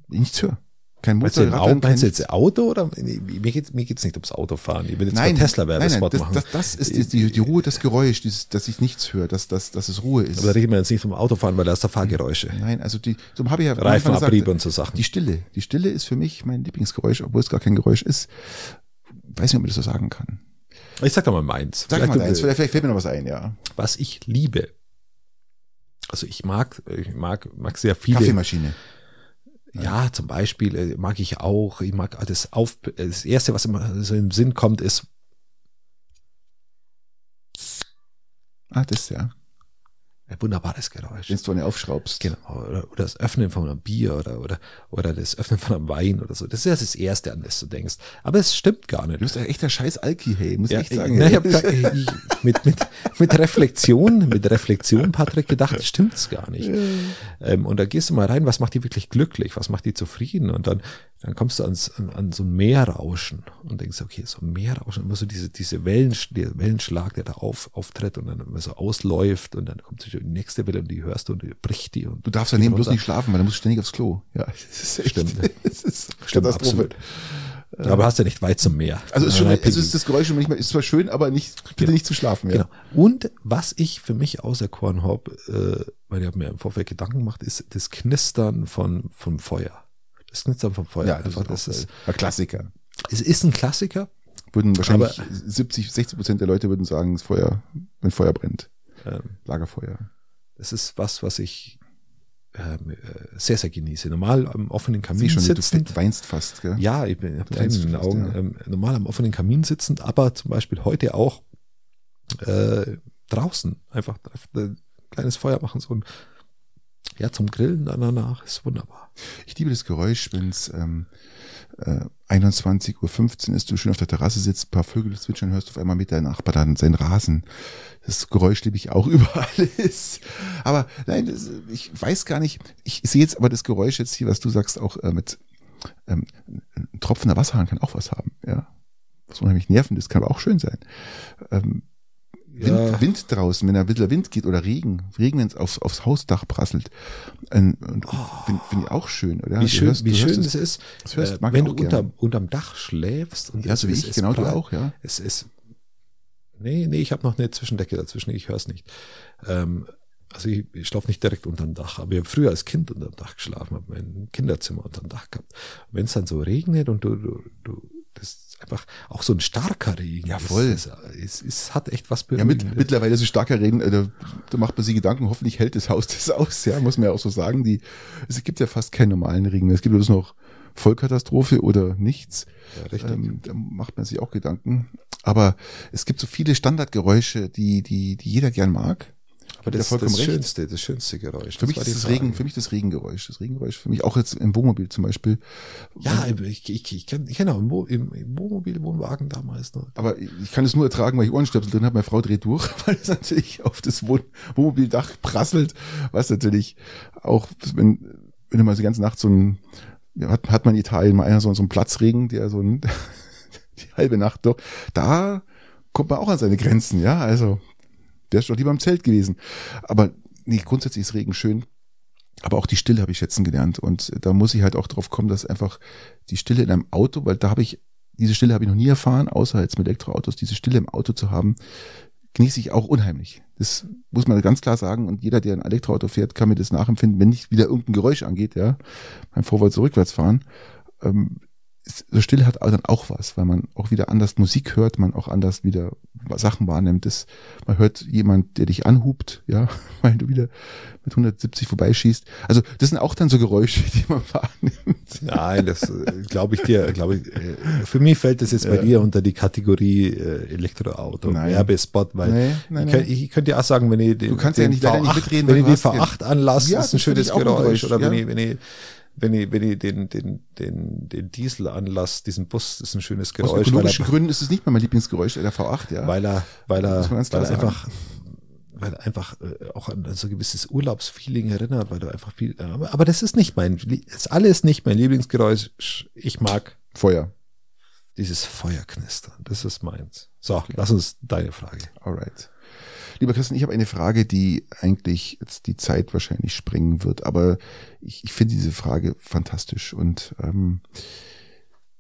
[SPEAKER 2] nichts höre. Kein
[SPEAKER 1] Meinst du, im
[SPEAKER 2] Motor,
[SPEAKER 1] Auto,
[SPEAKER 2] Rattern, kein
[SPEAKER 1] meinst du
[SPEAKER 2] nichts.
[SPEAKER 1] jetzt Auto oder? Nee, Mir geht's mir geht's nicht ums Autofahren. Ich will jetzt kein Tesla-Werbespot
[SPEAKER 2] das,
[SPEAKER 1] machen.
[SPEAKER 2] Das, das ist die, die, die Ruhe, das Geräusch, dieses, dass ich nichts höre, dass, dass, dass es Ruhe ist.
[SPEAKER 1] Aber da reden wir jetzt nicht vom Autofahren, weil da ist da Fahrgeräusche.
[SPEAKER 2] Nein, also die, so habe ich ja am Anfang
[SPEAKER 1] Reifenabrieb und so Sachen.
[SPEAKER 2] Die Stille. Die Stille ist für mich mein Lieblingsgeräusch, obwohl es gar kein Geräusch ist. Weiß nicht, ob ich das so sagen kann.
[SPEAKER 1] ich sag doch mal meins.
[SPEAKER 2] Sag
[SPEAKER 1] Vielleicht
[SPEAKER 2] mal
[SPEAKER 1] du- äh,
[SPEAKER 2] eins, vielleicht, vielleicht fällt mir noch was ein, ja.
[SPEAKER 1] Was ich liebe. Also ich mag, ich mag, mag sehr viele.
[SPEAKER 2] Kaffeemaschine.
[SPEAKER 1] Ja, zum Beispiel äh, mag ich auch, ich mag alles auf, äh, das erste, was immer so im Sinn kommt, ist,
[SPEAKER 2] Ah, das ja.
[SPEAKER 1] Ein wunderbares Geräusch.
[SPEAKER 2] wenn du eine aufschraubst.
[SPEAKER 1] Genau, oder, oder das Öffnen von einem Bier oder, oder, oder das Öffnen von einem Wein oder so. Das ist ja das Erste, an das du denkst. Aber es stimmt gar nicht.
[SPEAKER 2] Du bist ein echter scheiß Alki, hey, muss
[SPEAKER 1] Ja,
[SPEAKER 2] ich echt sagen.
[SPEAKER 1] na, ich hab gesagt, ich, mit, mit, mit Reflexion, mit Reflexion, Patrick, gedacht, stimmt's gar nicht. Ähm, und da gehst du mal rein, was macht die wirklich glücklich, was macht die zufrieden? Und dann, dann kommst du ans, an, an so ein Meerrauschen und denkst, okay, so ein Meerrauschen, immer so diese, diese Wellen, der Wellenschlag, der da auf, auftritt und dann immer so ausläuft und dann kommt so die nächste Welle und die hörst du und die bricht die und
[SPEAKER 2] Du darfst daneben bloß
[SPEAKER 1] runter.
[SPEAKER 2] nicht schlafen, weil du musst ständig aufs Klo. Ja, das ist echt,
[SPEAKER 1] Stimmt.
[SPEAKER 2] Das ist
[SPEAKER 1] Stimmt,
[SPEAKER 2] Katastrophe. Ähm,
[SPEAKER 1] absolut. Aber hast ja nicht weit zum Meer. Äh,
[SPEAKER 2] Also es ist, schon,
[SPEAKER 1] Nein,
[SPEAKER 2] es ist das Geräusch immer nicht mehr, ist zwar schön, aber nicht, bitte
[SPEAKER 1] Genau.
[SPEAKER 2] nicht zum Schlafen. Ja.
[SPEAKER 1] Genau. Und was ich für mich auserkoren habe, äh, weil ich hab mir im Vorfeld Gedanken gemacht, ist das Knistern von, vom Feuer. Das Knistern vom Feuer.
[SPEAKER 2] Ja, das,
[SPEAKER 1] Einfach,
[SPEAKER 2] ist auch, äh,
[SPEAKER 1] das ist,
[SPEAKER 2] ein Klassiker.
[SPEAKER 1] es ist ein Klassiker.
[SPEAKER 2] Würden wahrscheinlich 70, 60 Prozent der Leute würden sagen, das Feuer, wenn Feuer brennt.
[SPEAKER 1] Ähm,
[SPEAKER 2] Lagerfeuer.
[SPEAKER 1] das ist was, was ich ähm, äh, sehr, sehr genieße. Normal am offenen Kamin
[SPEAKER 2] Sieh schon, du
[SPEAKER 1] sitzend.
[SPEAKER 2] fe- weinst fast, gell?
[SPEAKER 1] Ja, ich bin- ich hab
[SPEAKER 2] Du
[SPEAKER 1] Tränen in den
[SPEAKER 2] weinst
[SPEAKER 1] Augen.
[SPEAKER 2] fast, ja.
[SPEAKER 1] Ähm, normal am offenen Kamin sitzend, aber zum Beispiel heute auch äh, draußen einfach ein kleines Feuer machen. So ein, ja, zum Grillen dann danach ist wunderbar.
[SPEAKER 2] Ich liebe das Geräusch, wenn es ähm, äh, 21.15 Uhr ist, du schön auf der Terrasse sitzt, ein paar Vögel zwitschern, hörst auf einmal mit deinen Nachbarn dann sein Rasen. Das Geräusch liebe ich auch über alles. Aber nein, das, ich weiß gar nicht, ich sehe jetzt aber das Geräusch jetzt hier, was du sagst, auch äh, mit ähm, ein tropfender Wasserhahn kann auch was haben, ja. Was unheimlich nervend ist, kann aber auch schön sein. Ähm, Wind, Wind draußen, wenn ein bisschen Wind geht oder Regen, Regen, wenn es aufs, aufs Hausdach prasselt. Ähm, und Finde find ich auch schön, oder?
[SPEAKER 1] Wie
[SPEAKER 2] Du
[SPEAKER 1] schön,
[SPEAKER 2] hörst-
[SPEAKER 1] wie
[SPEAKER 2] du hörst
[SPEAKER 1] schön
[SPEAKER 2] es-
[SPEAKER 1] das ist,
[SPEAKER 2] das hörst,
[SPEAKER 1] äh,
[SPEAKER 2] mag ich
[SPEAKER 1] wenn du
[SPEAKER 2] auch gerne.
[SPEAKER 1] unterm, unterm Dach schläfst. Und
[SPEAKER 2] Ja, so wie
[SPEAKER 1] es-
[SPEAKER 2] ich,
[SPEAKER 1] es
[SPEAKER 2] genau, du
[SPEAKER 1] prall-
[SPEAKER 2] auch, ja.
[SPEAKER 1] Es ist, nee, nee, ich habe noch eine Zwischendecke dazwischen, ich höre es nicht. Ähm, also ich, ich schlafe nicht direkt unterm Dach, aber ich habe früher als Kind unterm Dach geschlafen, habe mein Kinderzimmer unterm Dach gehabt. Wenn es dann so regnet und du, du, du das ist einfach auch so ein starker Regen.
[SPEAKER 2] Ja, voll.
[SPEAKER 1] Es, es, es hat echt was
[SPEAKER 2] Ja, mit,
[SPEAKER 1] Beruhigendes.
[SPEAKER 2] mittlerweile ist es starker Reden, äh, da, da macht man sich Gedanken, hoffentlich hält das Haus das aus, ja, muss man ja auch so sagen. Die, es gibt ja fast keinen normalen Regen mehr. Es gibt bloß noch Vollkatastrophe oder nichts.
[SPEAKER 1] Ja, richtig.
[SPEAKER 2] Ähm, da macht man sich auch Gedanken. Aber es gibt so viele Standardgeräusche, die, die, die jeder gern mag.
[SPEAKER 1] aber
[SPEAKER 2] da
[SPEAKER 1] das ist
[SPEAKER 2] vollkommen
[SPEAKER 1] das
[SPEAKER 2] recht.
[SPEAKER 1] schönste, das schönste Geräusch.
[SPEAKER 2] Für mich
[SPEAKER 1] war
[SPEAKER 2] ist
[SPEAKER 1] die
[SPEAKER 2] das
[SPEAKER 1] Frage.
[SPEAKER 2] Regen, für mich das Regengeräusch. Das Regengeräusch für mich auch jetzt im Wohnmobil zum Beispiel.
[SPEAKER 1] Ja, ich, ich, ich kenne genau, im, Wo- im, im Wohnmobil, Wohnwagen damals noch.
[SPEAKER 2] Aber ich kann es nur ertragen, weil ich Ohrenstöpsel drin habe. Meine Frau dreht durch, weil es natürlich auf das Wohn Wohnmobildach prasselt. Was natürlich auch, wenn, wenn du mal die ganze Nacht so ein, ja, hat, hat man in Italien mal einer so, so einen Platzregen, der so ein, die halbe Nacht durch. Da kommt man auch an seine Grenzen, ja. Also, wärst du doch lieber im Zelt gewesen. Aber nee, grundsätzlich ist Regen schön. Aber auch die Stille habe ich schätzen gelernt. Und da muss ich halt auch drauf kommen, dass einfach die Stille in einem Auto, weil da habe ich, diese Stille habe ich noch nie erfahren, außer jetzt mit Elektroautos, diese Stille im Auto zu haben, genieße ich auch unheimlich. Das muss man ganz klar sagen. Und jeder, der ein Elektroauto fährt, kann mir das nachempfinden, wenn nicht wieder irgendein Geräusch angeht, ja, beim Vorwärts-Rückwärtsfahren. Ähm, es- so Stille hat dann auch was, weil man auch wieder anders Musik hört, man auch anders wieder Sachen wahrnimmt. Das, man hört jemand, der dich anhupt, ja, weil du wieder mit 170 vorbeischießt. Also das sind auch dann so Geräusche, die man wahrnimmt.
[SPEAKER 1] Nein, das glaube ich dir, glaube ich. äh, Für mich fällt das jetzt bei dir unter die Kategorie äh, Elektroauto,
[SPEAKER 2] Nein.
[SPEAKER 1] Werbespot, weil
[SPEAKER 2] Nee, nein,
[SPEAKER 1] ich, könnt-
[SPEAKER 2] nein.
[SPEAKER 1] ich könnte ja auch sagen, wenn ich den,
[SPEAKER 2] Du kannst ja
[SPEAKER 1] den
[SPEAKER 2] nicht- leider nicht
[SPEAKER 1] V8,
[SPEAKER 2] mitreden,
[SPEAKER 1] wenn
[SPEAKER 2] weil
[SPEAKER 1] ich
[SPEAKER 2] du
[SPEAKER 1] den
[SPEAKER 2] hast ja-
[SPEAKER 1] V8 anlasse,
[SPEAKER 2] Ja,
[SPEAKER 1] ist ein
[SPEAKER 2] das finde ich
[SPEAKER 1] schönes
[SPEAKER 2] auch ein
[SPEAKER 1] Geräusch,
[SPEAKER 2] Geräusch,
[SPEAKER 1] oder wenn
[SPEAKER 2] ja.
[SPEAKER 1] ich, wenn ich wenn ich, wenn ich den, den, den, den Diesel anlasse, diesen Bus, ist ein schönes
[SPEAKER 2] Aus
[SPEAKER 1] Geräusch, weil
[SPEAKER 2] ökologischen
[SPEAKER 1] er,
[SPEAKER 2] Gründen ist es nicht mehr mein Lieblingsgeräusch, der V8, ja.
[SPEAKER 1] weil er, weil er,
[SPEAKER 2] Muss man ganz
[SPEAKER 1] weil
[SPEAKER 2] klar
[SPEAKER 1] er einfach, weil er einfach äh, auch an so ein gewisses Urlaubsfeeling erinnert, weil du einfach viel, äh, aber aber das ist nicht mein, Lie- das alles ist nicht mein Lieblingsgeräusch. Ich mag
[SPEAKER 2] Feuer.
[SPEAKER 1] dieses Feuerknistern. Das ist meins. So, lass uns deine Frage.
[SPEAKER 2] Alright. Lieber Christian, ich habe eine Frage, die eigentlich jetzt die Zeit wahrscheinlich sprengen wird, aber ich, ich finde diese Frage fantastisch und ähm,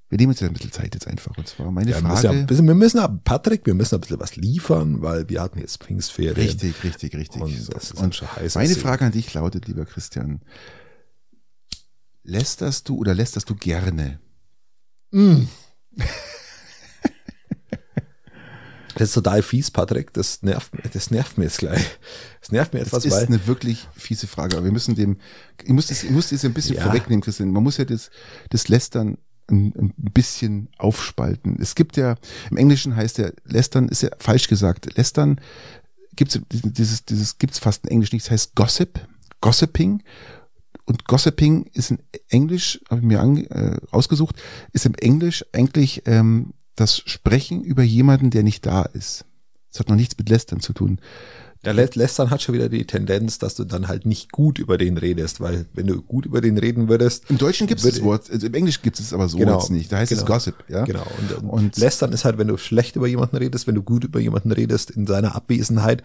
[SPEAKER 2] wir nehmen uns ja ein bisschen Zeit jetzt einfach. Und zwar meine
[SPEAKER 1] Ja, wir, müssen ja, ein
[SPEAKER 2] Frage.
[SPEAKER 1] bisschen, wir müssen ab, Patrick, wir müssen ein bisschen was liefern, weil wir hatten jetzt Pfingstferien.
[SPEAKER 2] Richtig, richtig, richtig.
[SPEAKER 1] Und
[SPEAKER 2] So.
[SPEAKER 1] das ist
[SPEAKER 2] und
[SPEAKER 1] schon heiß.
[SPEAKER 2] meine
[SPEAKER 1] deswegen-
[SPEAKER 2] Frage an dich lautet, lieber Christian, lästerst du oder lästerst du gerne?
[SPEAKER 1] Das ist total fies, Patrick. Das nervt, das nervt mir jetzt gleich. Das nervt mir etwas,
[SPEAKER 2] Das ist
[SPEAKER 1] weil.
[SPEAKER 2] eine wirklich fiese Frage, aber wir müssen dem, ich muss das, ich muss das ein bisschen
[SPEAKER 1] Ja.
[SPEAKER 2] vorwegnehmen, Christian. Man muss ja das, das Lästern ein, ein bisschen aufspalten. Es gibt ja, im Englischen heißt ja, Lästern ist ja falsch gesagt. Lästern gibt es dieses, dieses gibt's fast in Englisch nicht, das heißt Gossip, Gossiping. Und Gossiping ist in Englisch, habe ich mir ange, äh, ausgesucht, ist im Englisch eigentlich ähm, das Sprechen über jemanden, der nicht da ist. Das hat noch nichts mit Lästern zu tun.
[SPEAKER 1] Ja, Lä- Lästern hat schon wieder die Tendenz, dass du dann halt nicht gut über den redest, weil wenn du gut über den reden würdest,
[SPEAKER 2] Im Deutschen gibt es das Wort, also im Englisch gibt es aber so
[SPEAKER 1] Genau.
[SPEAKER 2] jetzt nicht. Da heißt es
[SPEAKER 1] Genau.
[SPEAKER 2] Gossip, ja.
[SPEAKER 1] Genau. Und, und,
[SPEAKER 2] Und-
[SPEAKER 1] Lästern ist halt, wenn du schlecht über jemanden redest, wenn du gut über jemanden redest, in seiner Abwesenheit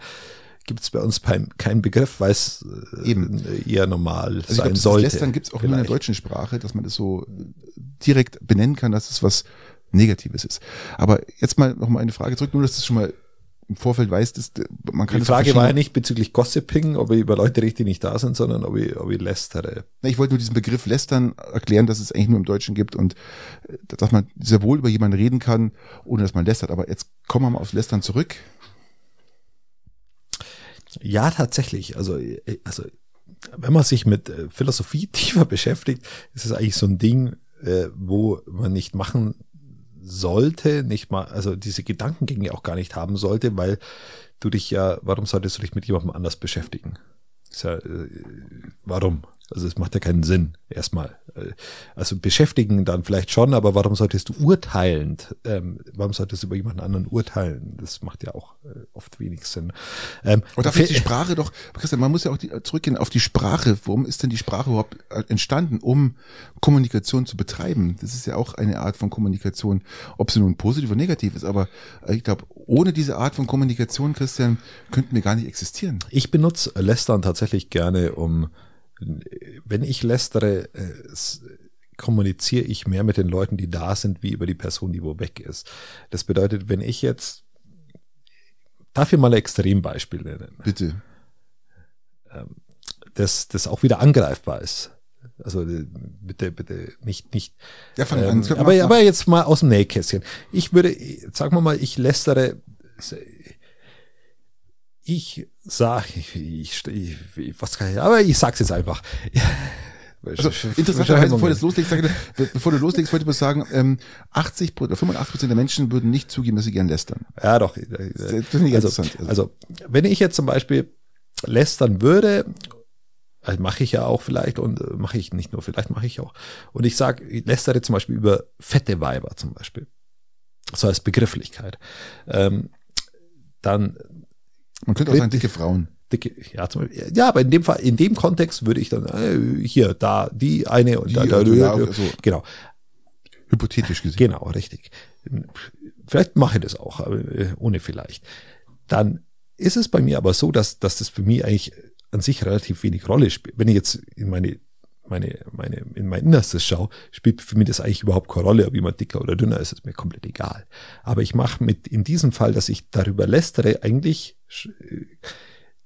[SPEAKER 1] gibt es bei uns kein- keinen Begriff, weil es äh,
[SPEAKER 2] Eben.
[SPEAKER 1] eher normal
[SPEAKER 2] Also ich
[SPEAKER 1] sein
[SPEAKER 2] glaube, das
[SPEAKER 1] sollte.
[SPEAKER 2] Lästern gibt es auch nur in
[SPEAKER 1] vielleicht.
[SPEAKER 2] der deutschen Sprache, dass man das so äh, direkt benennen kann, dass es was Negatives ist. Aber jetzt mal noch mal eine Frage zurück, nur dass du es schon mal im Vorfeld weißt, dass, äh, man kann
[SPEAKER 1] Die
[SPEAKER 2] das
[SPEAKER 1] Frage
[SPEAKER 2] verschieden-
[SPEAKER 1] war ja nicht bezüglich Gossiping, ob ich über Leute rede, die nicht da sind, sondern ob ich, ob ich lästere.
[SPEAKER 2] Na, Ich wollte nur diesen Begriff lästern erklären, dass es eigentlich nur im Deutschen gibt und äh, dass man sehr wohl über jemanden reden kann, ohne dass man lästert. Aber jetzt kommen wir mal aufs Lästern zurück.
[SPEAKER 1] Ja, tatsächlich. Also, äh, also wenn man sich mit äh, Philosophie tiefer beschäftigt, ist es eigentlich so ein Ding, äh, wo man nicht machen sollte, nicht mal, also diese Gedankengänge auch gar nicht haben sollte, weil du dich ja, warum solltest du dich mit jemandem anders beschäftigen? Ist ja, äh, warum? Also es macht ja keinen Sinn, erstmal. Äh, Also beschäftigen dann vielleicht schon, aber warum solltest du urteilend, ähm, warum solltest du über jemanden anderen urteilen? Das macht ja auch äh, oft wenig Sinn. Ähm,
[SPEAKER 2] Und dafür ist
[SPEAKER 1] fe-
[SPEAKER 2] die Sprache doch, Christian, man muss ja auch die, zurückgehen auf die Sprache. Warum ist denn die Sprache überhaupt äh, entstanden, um Kommunikation zu betreiben? Das ist ja auch eine Art von Kommunikation, ob sie nun positiv oder negativ ist. Aber äh, ich glaube, ohne diese Art von Kommunikation, Christian, könnten wir gar nicht existieren.
[SPEAKER 1] Ich benutze Lästern tatsächlich gerne, um, wenn ich lästere, äh, s- kommuniziere ich mehr mit den Leuten, die da sind, wie über die Person, die wo weg ist. Das bedeutet, wenn ich jetzt, darf ich mal ein Extrembeispiel nennen,
[SPEAKER 2] Bitte.
[SPEAKER 1] das, das auch wieder angreifbar ist. Also äh, bitte, bitte nicht, nicht.
[SPEAKER 2] Ja, fang an.
[SPEAKER 1] Ähm,
[SPEAKER 2] Jetzt können wir
[SPEAKER 1] aber,
[SPEAKER 2] mal-
[SPEAKER 1] aber jetzt mal aus dem Nähkästchen. Ich würde, äh, sagen wir mal, ich lästere. Ich sag, ich, ich, ich was kann ich, aber ich sag's jetzt einfach.
[SPEAKER 2] Also, interessanterweise, bevor, du das loslegst, sag ich dir, be- bevor du loslegst, wollte ich mal sagen, ähm, 80 Pro- oder 85 Prozent der Menschen würden nicht zugeben, dass sie gern lästern.
[SPEAKER 1] Ja, doch.
[SPEAKER 2] Das finde ich
[SPEAKER 1] also,
[SPEAKER 2] interessant. Also-
[SPEAKER 1] also, wenn ich jetzt zum Beispiel lästern würde, also mache ich ja auch vielleicht und äh, mache ich nicht nur, vielleicht mache ich auch. Und ich sage, ich lästere zum Beispiel über fette Weiber zum Beispiel. So als Begrifflichkeit. Ähm, dann
[SPEAKER 2] Man könnte auch sagen, dicke Frauen.
[SPEAKER 1] dicke, ja, zum Beispiel, äh, ja, aber in dem Fall, in dem Kontext würde ich dann, äh, hier, da, die eine und
[SPEAKER 2] Die,
[SPEAKER 1] da, da,
[SPEAKER 2] also,
[SPEAKER 1] da,
[SPEAKER 2] ja,
[SPEAKER 1] da,
[SPEAKER 2] so.
[SPEAKER 1] genau.
[SPEAKER 2] Hypothetisch gesehen.
[SPEAKER 1] Genau, richtig. Vielleicht mache ich das auch, aber äh, ohne vielleicht. Dann ist es bei mir aber so, dass, dass das für mich eigentlich an sich relativ wenig Rolle spielt. Wenn ich jetzt in meine, meine, meine, in mein Innerstes schaue, spielt für mich das eigentlich überhaupt keine Rolle, ob jemand dicker oder dünner ist, ist mir komplett egal. Aber ich mache mit, in diesem Fall, dass ich darüber lästere, eigentlich sch- äh,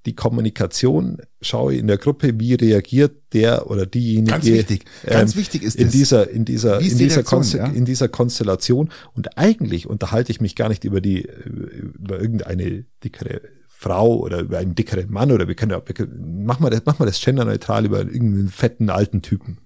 [SPEAKER 1] die Kommunikation schaue in der Gruppe, wie reagiert der oder diejenige.
[SPEAKER 2] Ganz wichtig. Ganz
[SPEAKER 1] ähm,
[SPEAKER 2] wichtig ist
[SPEAKER 1] in
[SPEAKER 2] das.
[SPEAKER 1] dieser in dieser
[SPEAKER 2] Wie ist
[SPEAKER 1] in
[SPEAKER 2] die
[SPEAKER 1] dieser,
[SPEAKER 2] Reaktion,
[SPEAKER 1] Konse-
[SPEAKER 2] ja?
[SPEAKER 1] in dieser Konstellation und eigentlich unterhalte ich mich gar nicht über die über irgendeine dickere Frau oder über einen dickeren Mann oder wir können, ja- wir können mach mal das mach mal das genderneutral über irgendeinen fetten alten Typen.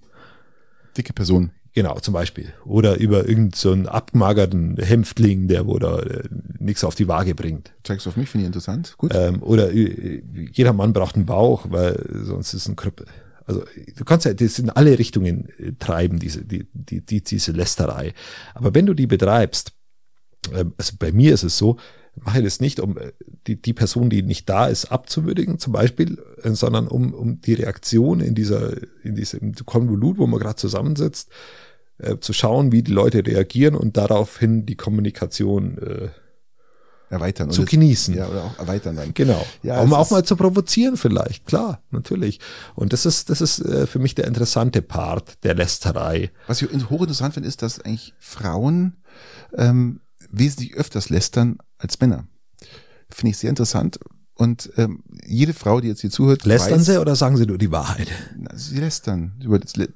[SPEAKER 2] dicke Person.
[SPEAKER 1] Genau, zum Beispiel. Oder über irgendeinen so einen abgemagerten Hämpfling, der oder äh, nichts auf die Waage bringt.
[SPEAKER 2] Zeigst du auf mich, finde ich interessant. Gut.
[SPEAKER 1] Ähm, oder äh, jeder Mann braucht einen Bauch, weil sonst ist ein Krüppel. Also du kannst ja das in alle Richtungen äh, treiben, diese, die, die, die, diese Lästerei. Aber wenn du die betreibst, ähm, also bei mir ist es so, mache ich das nicht, um äh, die, die Person, die nicht da ist, abzuwürdigen, zum Beispiel, äh, sondern um, um die Reaktion in dieser, in diesem Konvolut, wo man gerade zusammensitzt, äh, zu schauen, wie die Leute reagieren und daraufhin die Kommunikation äh,
[SPEAKER 2] erweitern.
[SPEAKER 1] zu
[SPEAKER 2] oder-
[SPEAKER 1] genießen.
[SPEAKER 2] Ja, oder auch erweitern dann.
[SPEAKER 1] Genau.
[SPEAKER 2] Ja,
[SPEAKER 1] um
[SPEAKER 2] es
[SPEAKER 1] auch
[SPEAKER 2] ist-
[SPEAKER 1] mal zu provozieren vielleicht, klar, natürlich. Und das ist, das ist äh, für mich der interessante Part der Lästerei.
[SPEAKER 2] Was ich in- hochinteressant finde, ist, dass eigentlich Frauen ähm, wesentlich öfters lästern als Männer. Finde ich sehr interessant. Und ähm, jede Frau, die jetzt hier zuhört,
[SPEAKER 1] Lästern
[SPEAKER 2] weiß,
[SPEAKER 1] sie oder sagen sie nur die Wahrheit?
[SPEAKER 2] na, sie lästern. Über das, Lä-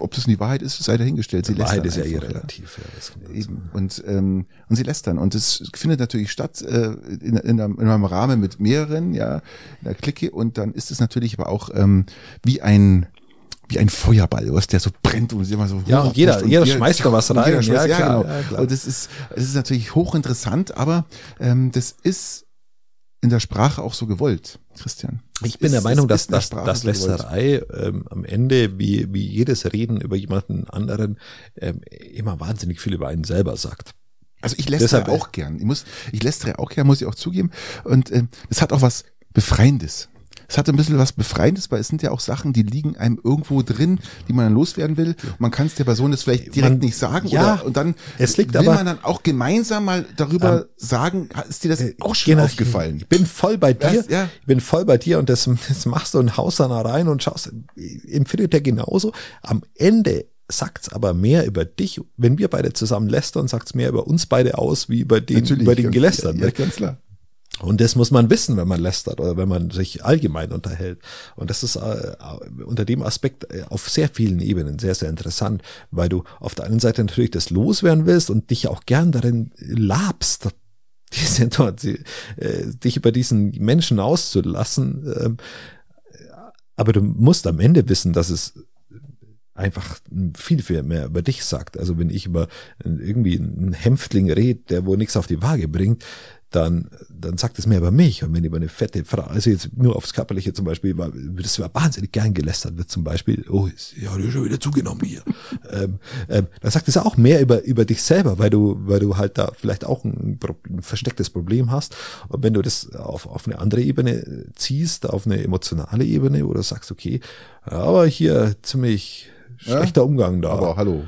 [SPEAKER 2] ob das nun die Wahrheit ist, sei dahingestellt. Sie
[SPEAKER 1] Wahrheit
[SPEAKER 2] lästern
[SPEAKER 1] ist ja eh
[SPEAKER 2] einfach,
[SPEAKER 1] relativ. Ja. das kommt dazu.
[SPEAKER 2] Eben. Und, ähm, und sie lästern. Und das findet natürlich statt äh, in, in, einem, in einem Rahmen mit mehreren, ja, in einer Clique. Und dann ist es natürlich aber auch ähm, wie ein wie ein Feuerball, was der so brennt und immer so
[SPEAKER 1] Ja, und
[SPEAKER 2] hochpusht
[SPEAKER 1] jeder- jeder schmeißt da was
[SPEAKER 2] und
[SPEAKER 1] rein.
[SPEAKER 2] jeder
[SPEAKER 1] Ja,
[SPEAKER 2] schmeißt- ja,
[SPEAKER 1] klar,
[SPEAKER 2] genau.
[SPEAKER 1] ja, klar.
[SPEAKER 2] Und das ist, das ist natürlich hochinteressant, aber ähm, das ist in der Sprache auch so gewollt, Christian.
[SPEAKER 1] Ich bin
[SPEAKER 2] Ist-
[SPEAKER 1] der Meinung,
[SPEAKER 2] ist
[SPEAKER 1] dass,
[SPEAKER 2] in der
[SPEAKER 1] dass,
[SPEAKER 2] Sprache
[SPEAKER 1] dass
[SPEAKER 2] so gewollt.
[SPEAKER 1] Lästerei ähm, am Ende, wie, wie jedes Reden über jemanden anderen, ähm, immer wahnsinnig viel über einen selber sagt.
[SPEAKER 2] Also ich lästere
[SPEAKER 1] Deshalb- äh,
[SPEAKER 2] auch gern. Ich muss, ich lästere auch gern, muss ich auch zugeben. Und ähm, es hat auch was Befreiendes. Es hat ein bisschen was Befreiendes, weil es sind ja auch Sachen, die liegen einem irgendwo drin, die man dann loswerden will. Und man kann es der Person jetzt vielleicht direkt
[SPEAKER 1] Man-
[SPEAKER 2] nicht sagen.
[SPEAKER 1] ja,
[SPEAKER 2] oder, und dann
[SPEAKER 1] es liegt
[SPEAKER 2] will
[SPEAKER 1] aber-
[SPEAKER 2] man dann auch gemeinsam mal darüber sagen, ist dir das auch schon
[SPEAKER 1] Genau,
[SPEAKER 2] aufgefallen?
[SPEAKER 1] Ich bin voll bei dir.
[SPEAKER 2] Das- ja.
[SPEAKER 1] Ich bin voll bei dir und das, das machst du und haust dann da rein und schaust, empfindet er genauso. Am Ende sagt's aber mehr über dich, wenn wir beide zusammen lästern, sagt's mehr über uns beide aus, wie über den, über den
[SPEAKER 2] ganz-
[SPEAKER 1] Gelästern.
[SPEAKER 2] Ja,
[SPEAKER 1] ne?
[SPEAKER 2] ganz klar.
[SPEAKER 1] Und das muss man wissen, wenn man lästert oder wenn man sich allgemein unterhält. Und das ist äh, unter dem Aspekt äh, auf sehr vielen Ebenen sehr, sehr interessant, weil du auf der einen Seite natürlich das loswerden willst und dich auch gern darin labst, die Situation, äh, dich über diesen Menschen auszulassen. ähm, aber du musst am Ende wissen, dass es einfach viel, viel mehr über dich sagt. Also wenn ich über irgendwie einen Hämpfling rede, der wohl nichts auf die Waage bringt, dann, dann sagt es mehr über mich. Und wenn über eine fette Frau, also jetzt nur aufs Körperliche zum Beispiel, weil das war wahnsinnig gern gelästert wird zum Beispiel, oh, ja, du hast schon wieder zugenommen hier. ähm, ähm, dann sagt es auch mehr über, über dich selber, weil du, weil du halt da vielleicht auch ein, Pro- ein verstecktes Problem hast. Und wenn du das auf, auf eine andere Ebene ziehst, auf eine emotionale Ebene, wo du sagst, okay, aber hier ziemlich schlechter Umgang da.
[SPEAKER 6] Aber hallo.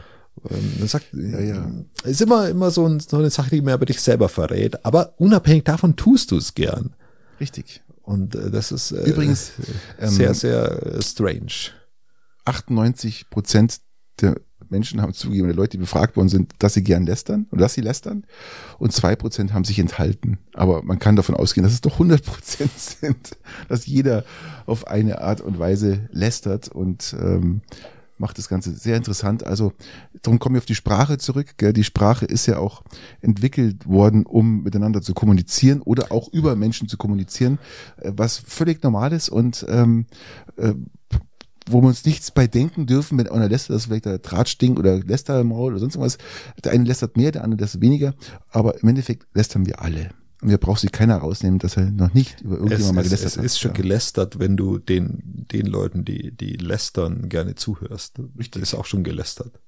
[SPEAKER 1] Ähm, Man sagt,
[SPEAKER 6] ja.
[SPEAKER 1] ist immer, immer so, ein, so eine Sache, die mehr über dich selber verrät. Aber unabhängig davon tust du es gern.
[SPEAKER 2] Richtig.
[SPEAKER 1] Und äh, das ist äh,
[SPEAKER 2] Übrigens, ähm,
[SPEAKER 1] sehr, sehr äh, strange.
[SPEAKER 2] 98 Prozent der Menschen haben zugegeben, der Leute, die befragt worden sind, dass sie gern lästern oder dass sie lästern. Und zwei Prozent haben sich enthalten. Aber man kann davon ausgehen, dass es doch 100 Prozent sind, dass jeder auf eine Art und Weise lästert und ähm, macht das Ganze sehr interessant. Also darum kommen wir auf die Sprache zurück. Gell? Die Sprache ist ja auch entwickelt worden, um miteinander zu kommunizieren oder auch über Menschen zu kommunizieren, äh, was völlig normal ist und ähm, äh, wo wir uns nichts bei denken dürfen, wenn einer lästert, das ist vielleicht der Drahtsting oder Lästermaul oder sonst irgendwas. Der eine lästert mehr, der andere lästert weniger, aber im Endeffekt lästern wir alle. Und da braucht sich keiner rausnehmen, dass er noch nicht über irgendjemand
[SPEAKER 1] Es,
[SPEAKER 2] mal
[SPEAKER 1] es,
[SPEAKER 2] gelästert
[SPEAKER 1] es
[SPEAKER 2] hat.
[SPEAKER 1] ist schon
[SPEAKER 2] ja.
[SPEAKER 1] gelästert, wenn du den, den Leuten, die, die lästern, gerne zuhörst. Richtig. Ist auch schon gelästert. Weil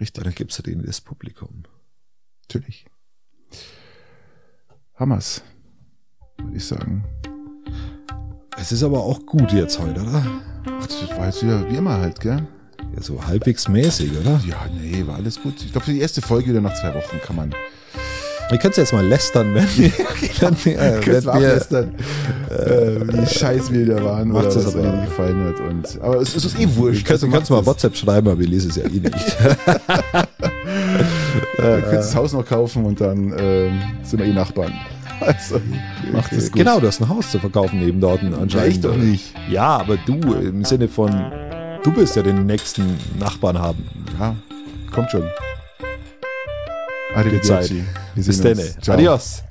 [SPEAKER 2] Richtig,
[SPEAKER 1] dann gibst du denen das Publikum.
[SPEAKER 2] natürlich. Hammers, würde ich sagen.
[SPEAKER 1] Es ist aber auch gut jetzt heute, oder?
[SPEAKER 2] Ach, das war jetzt wieder wie immer halt, gell?
[SPEAKER 1] Ja, so halbwegs mäßig, oder?
[SPEAKER 2] Ja, nee, war alles gut. Ich glaube, für die erste Folge wieder nach zwei Wochen kann man.
[SPEAKER 1] Äh, Ihr könnt jetzt mal lästern, wenn wir, wenn wir,
[SPEAKER 2] Kurz
[SPEAKER 1] wenn
[SPEAKER 2] mal
[SPEAKER 1] wir
[SPEAKER 2] ablästern, äh, wie scheiß wir da waren,
[SPEAKER 1] Macht
[SPEAKER 2] oder
[SPEAKER 1] es
[SPEAKER 2] was
[SPEAKER 1] aber.
[SPEAKER 2] mir gefallen hat. Und, aber es, es ist eh
[SPEAKER 1] Ich
[SPEAKER 2] wurscht.
[SPEAKER 1] kann du kannst mal WhatsApp schreiben, aber ich lese es ja eh nicht.
[SPEAKER 2] Ihr könnt
[SPEAKER 1] Äh.
[SPEAKER 2] das Haus noch kaufen und dann ähm, sind wir eh Nachbarn. Also, macht es gut.
[SPEAKER 1] Genau, du hast ein Haus zu verkaufen neben dort anscheinend. äh,
[SPEAKER 2] Ich doch nicht.
[SPEAKER 1] Ja, aber du im Sinne von, du bist ja den nächsten Nachbarn haben.
[SPEAKER 2] Ja, kommt schon. Arrivederci.
[SPEAKER 1] Zeit.
[SPEAKER 2] Wir sehen
[SPEAKER 1] Bis dann.
[SPEAKER 2] uns. Ciao.
[SPEAKER 1] Adios.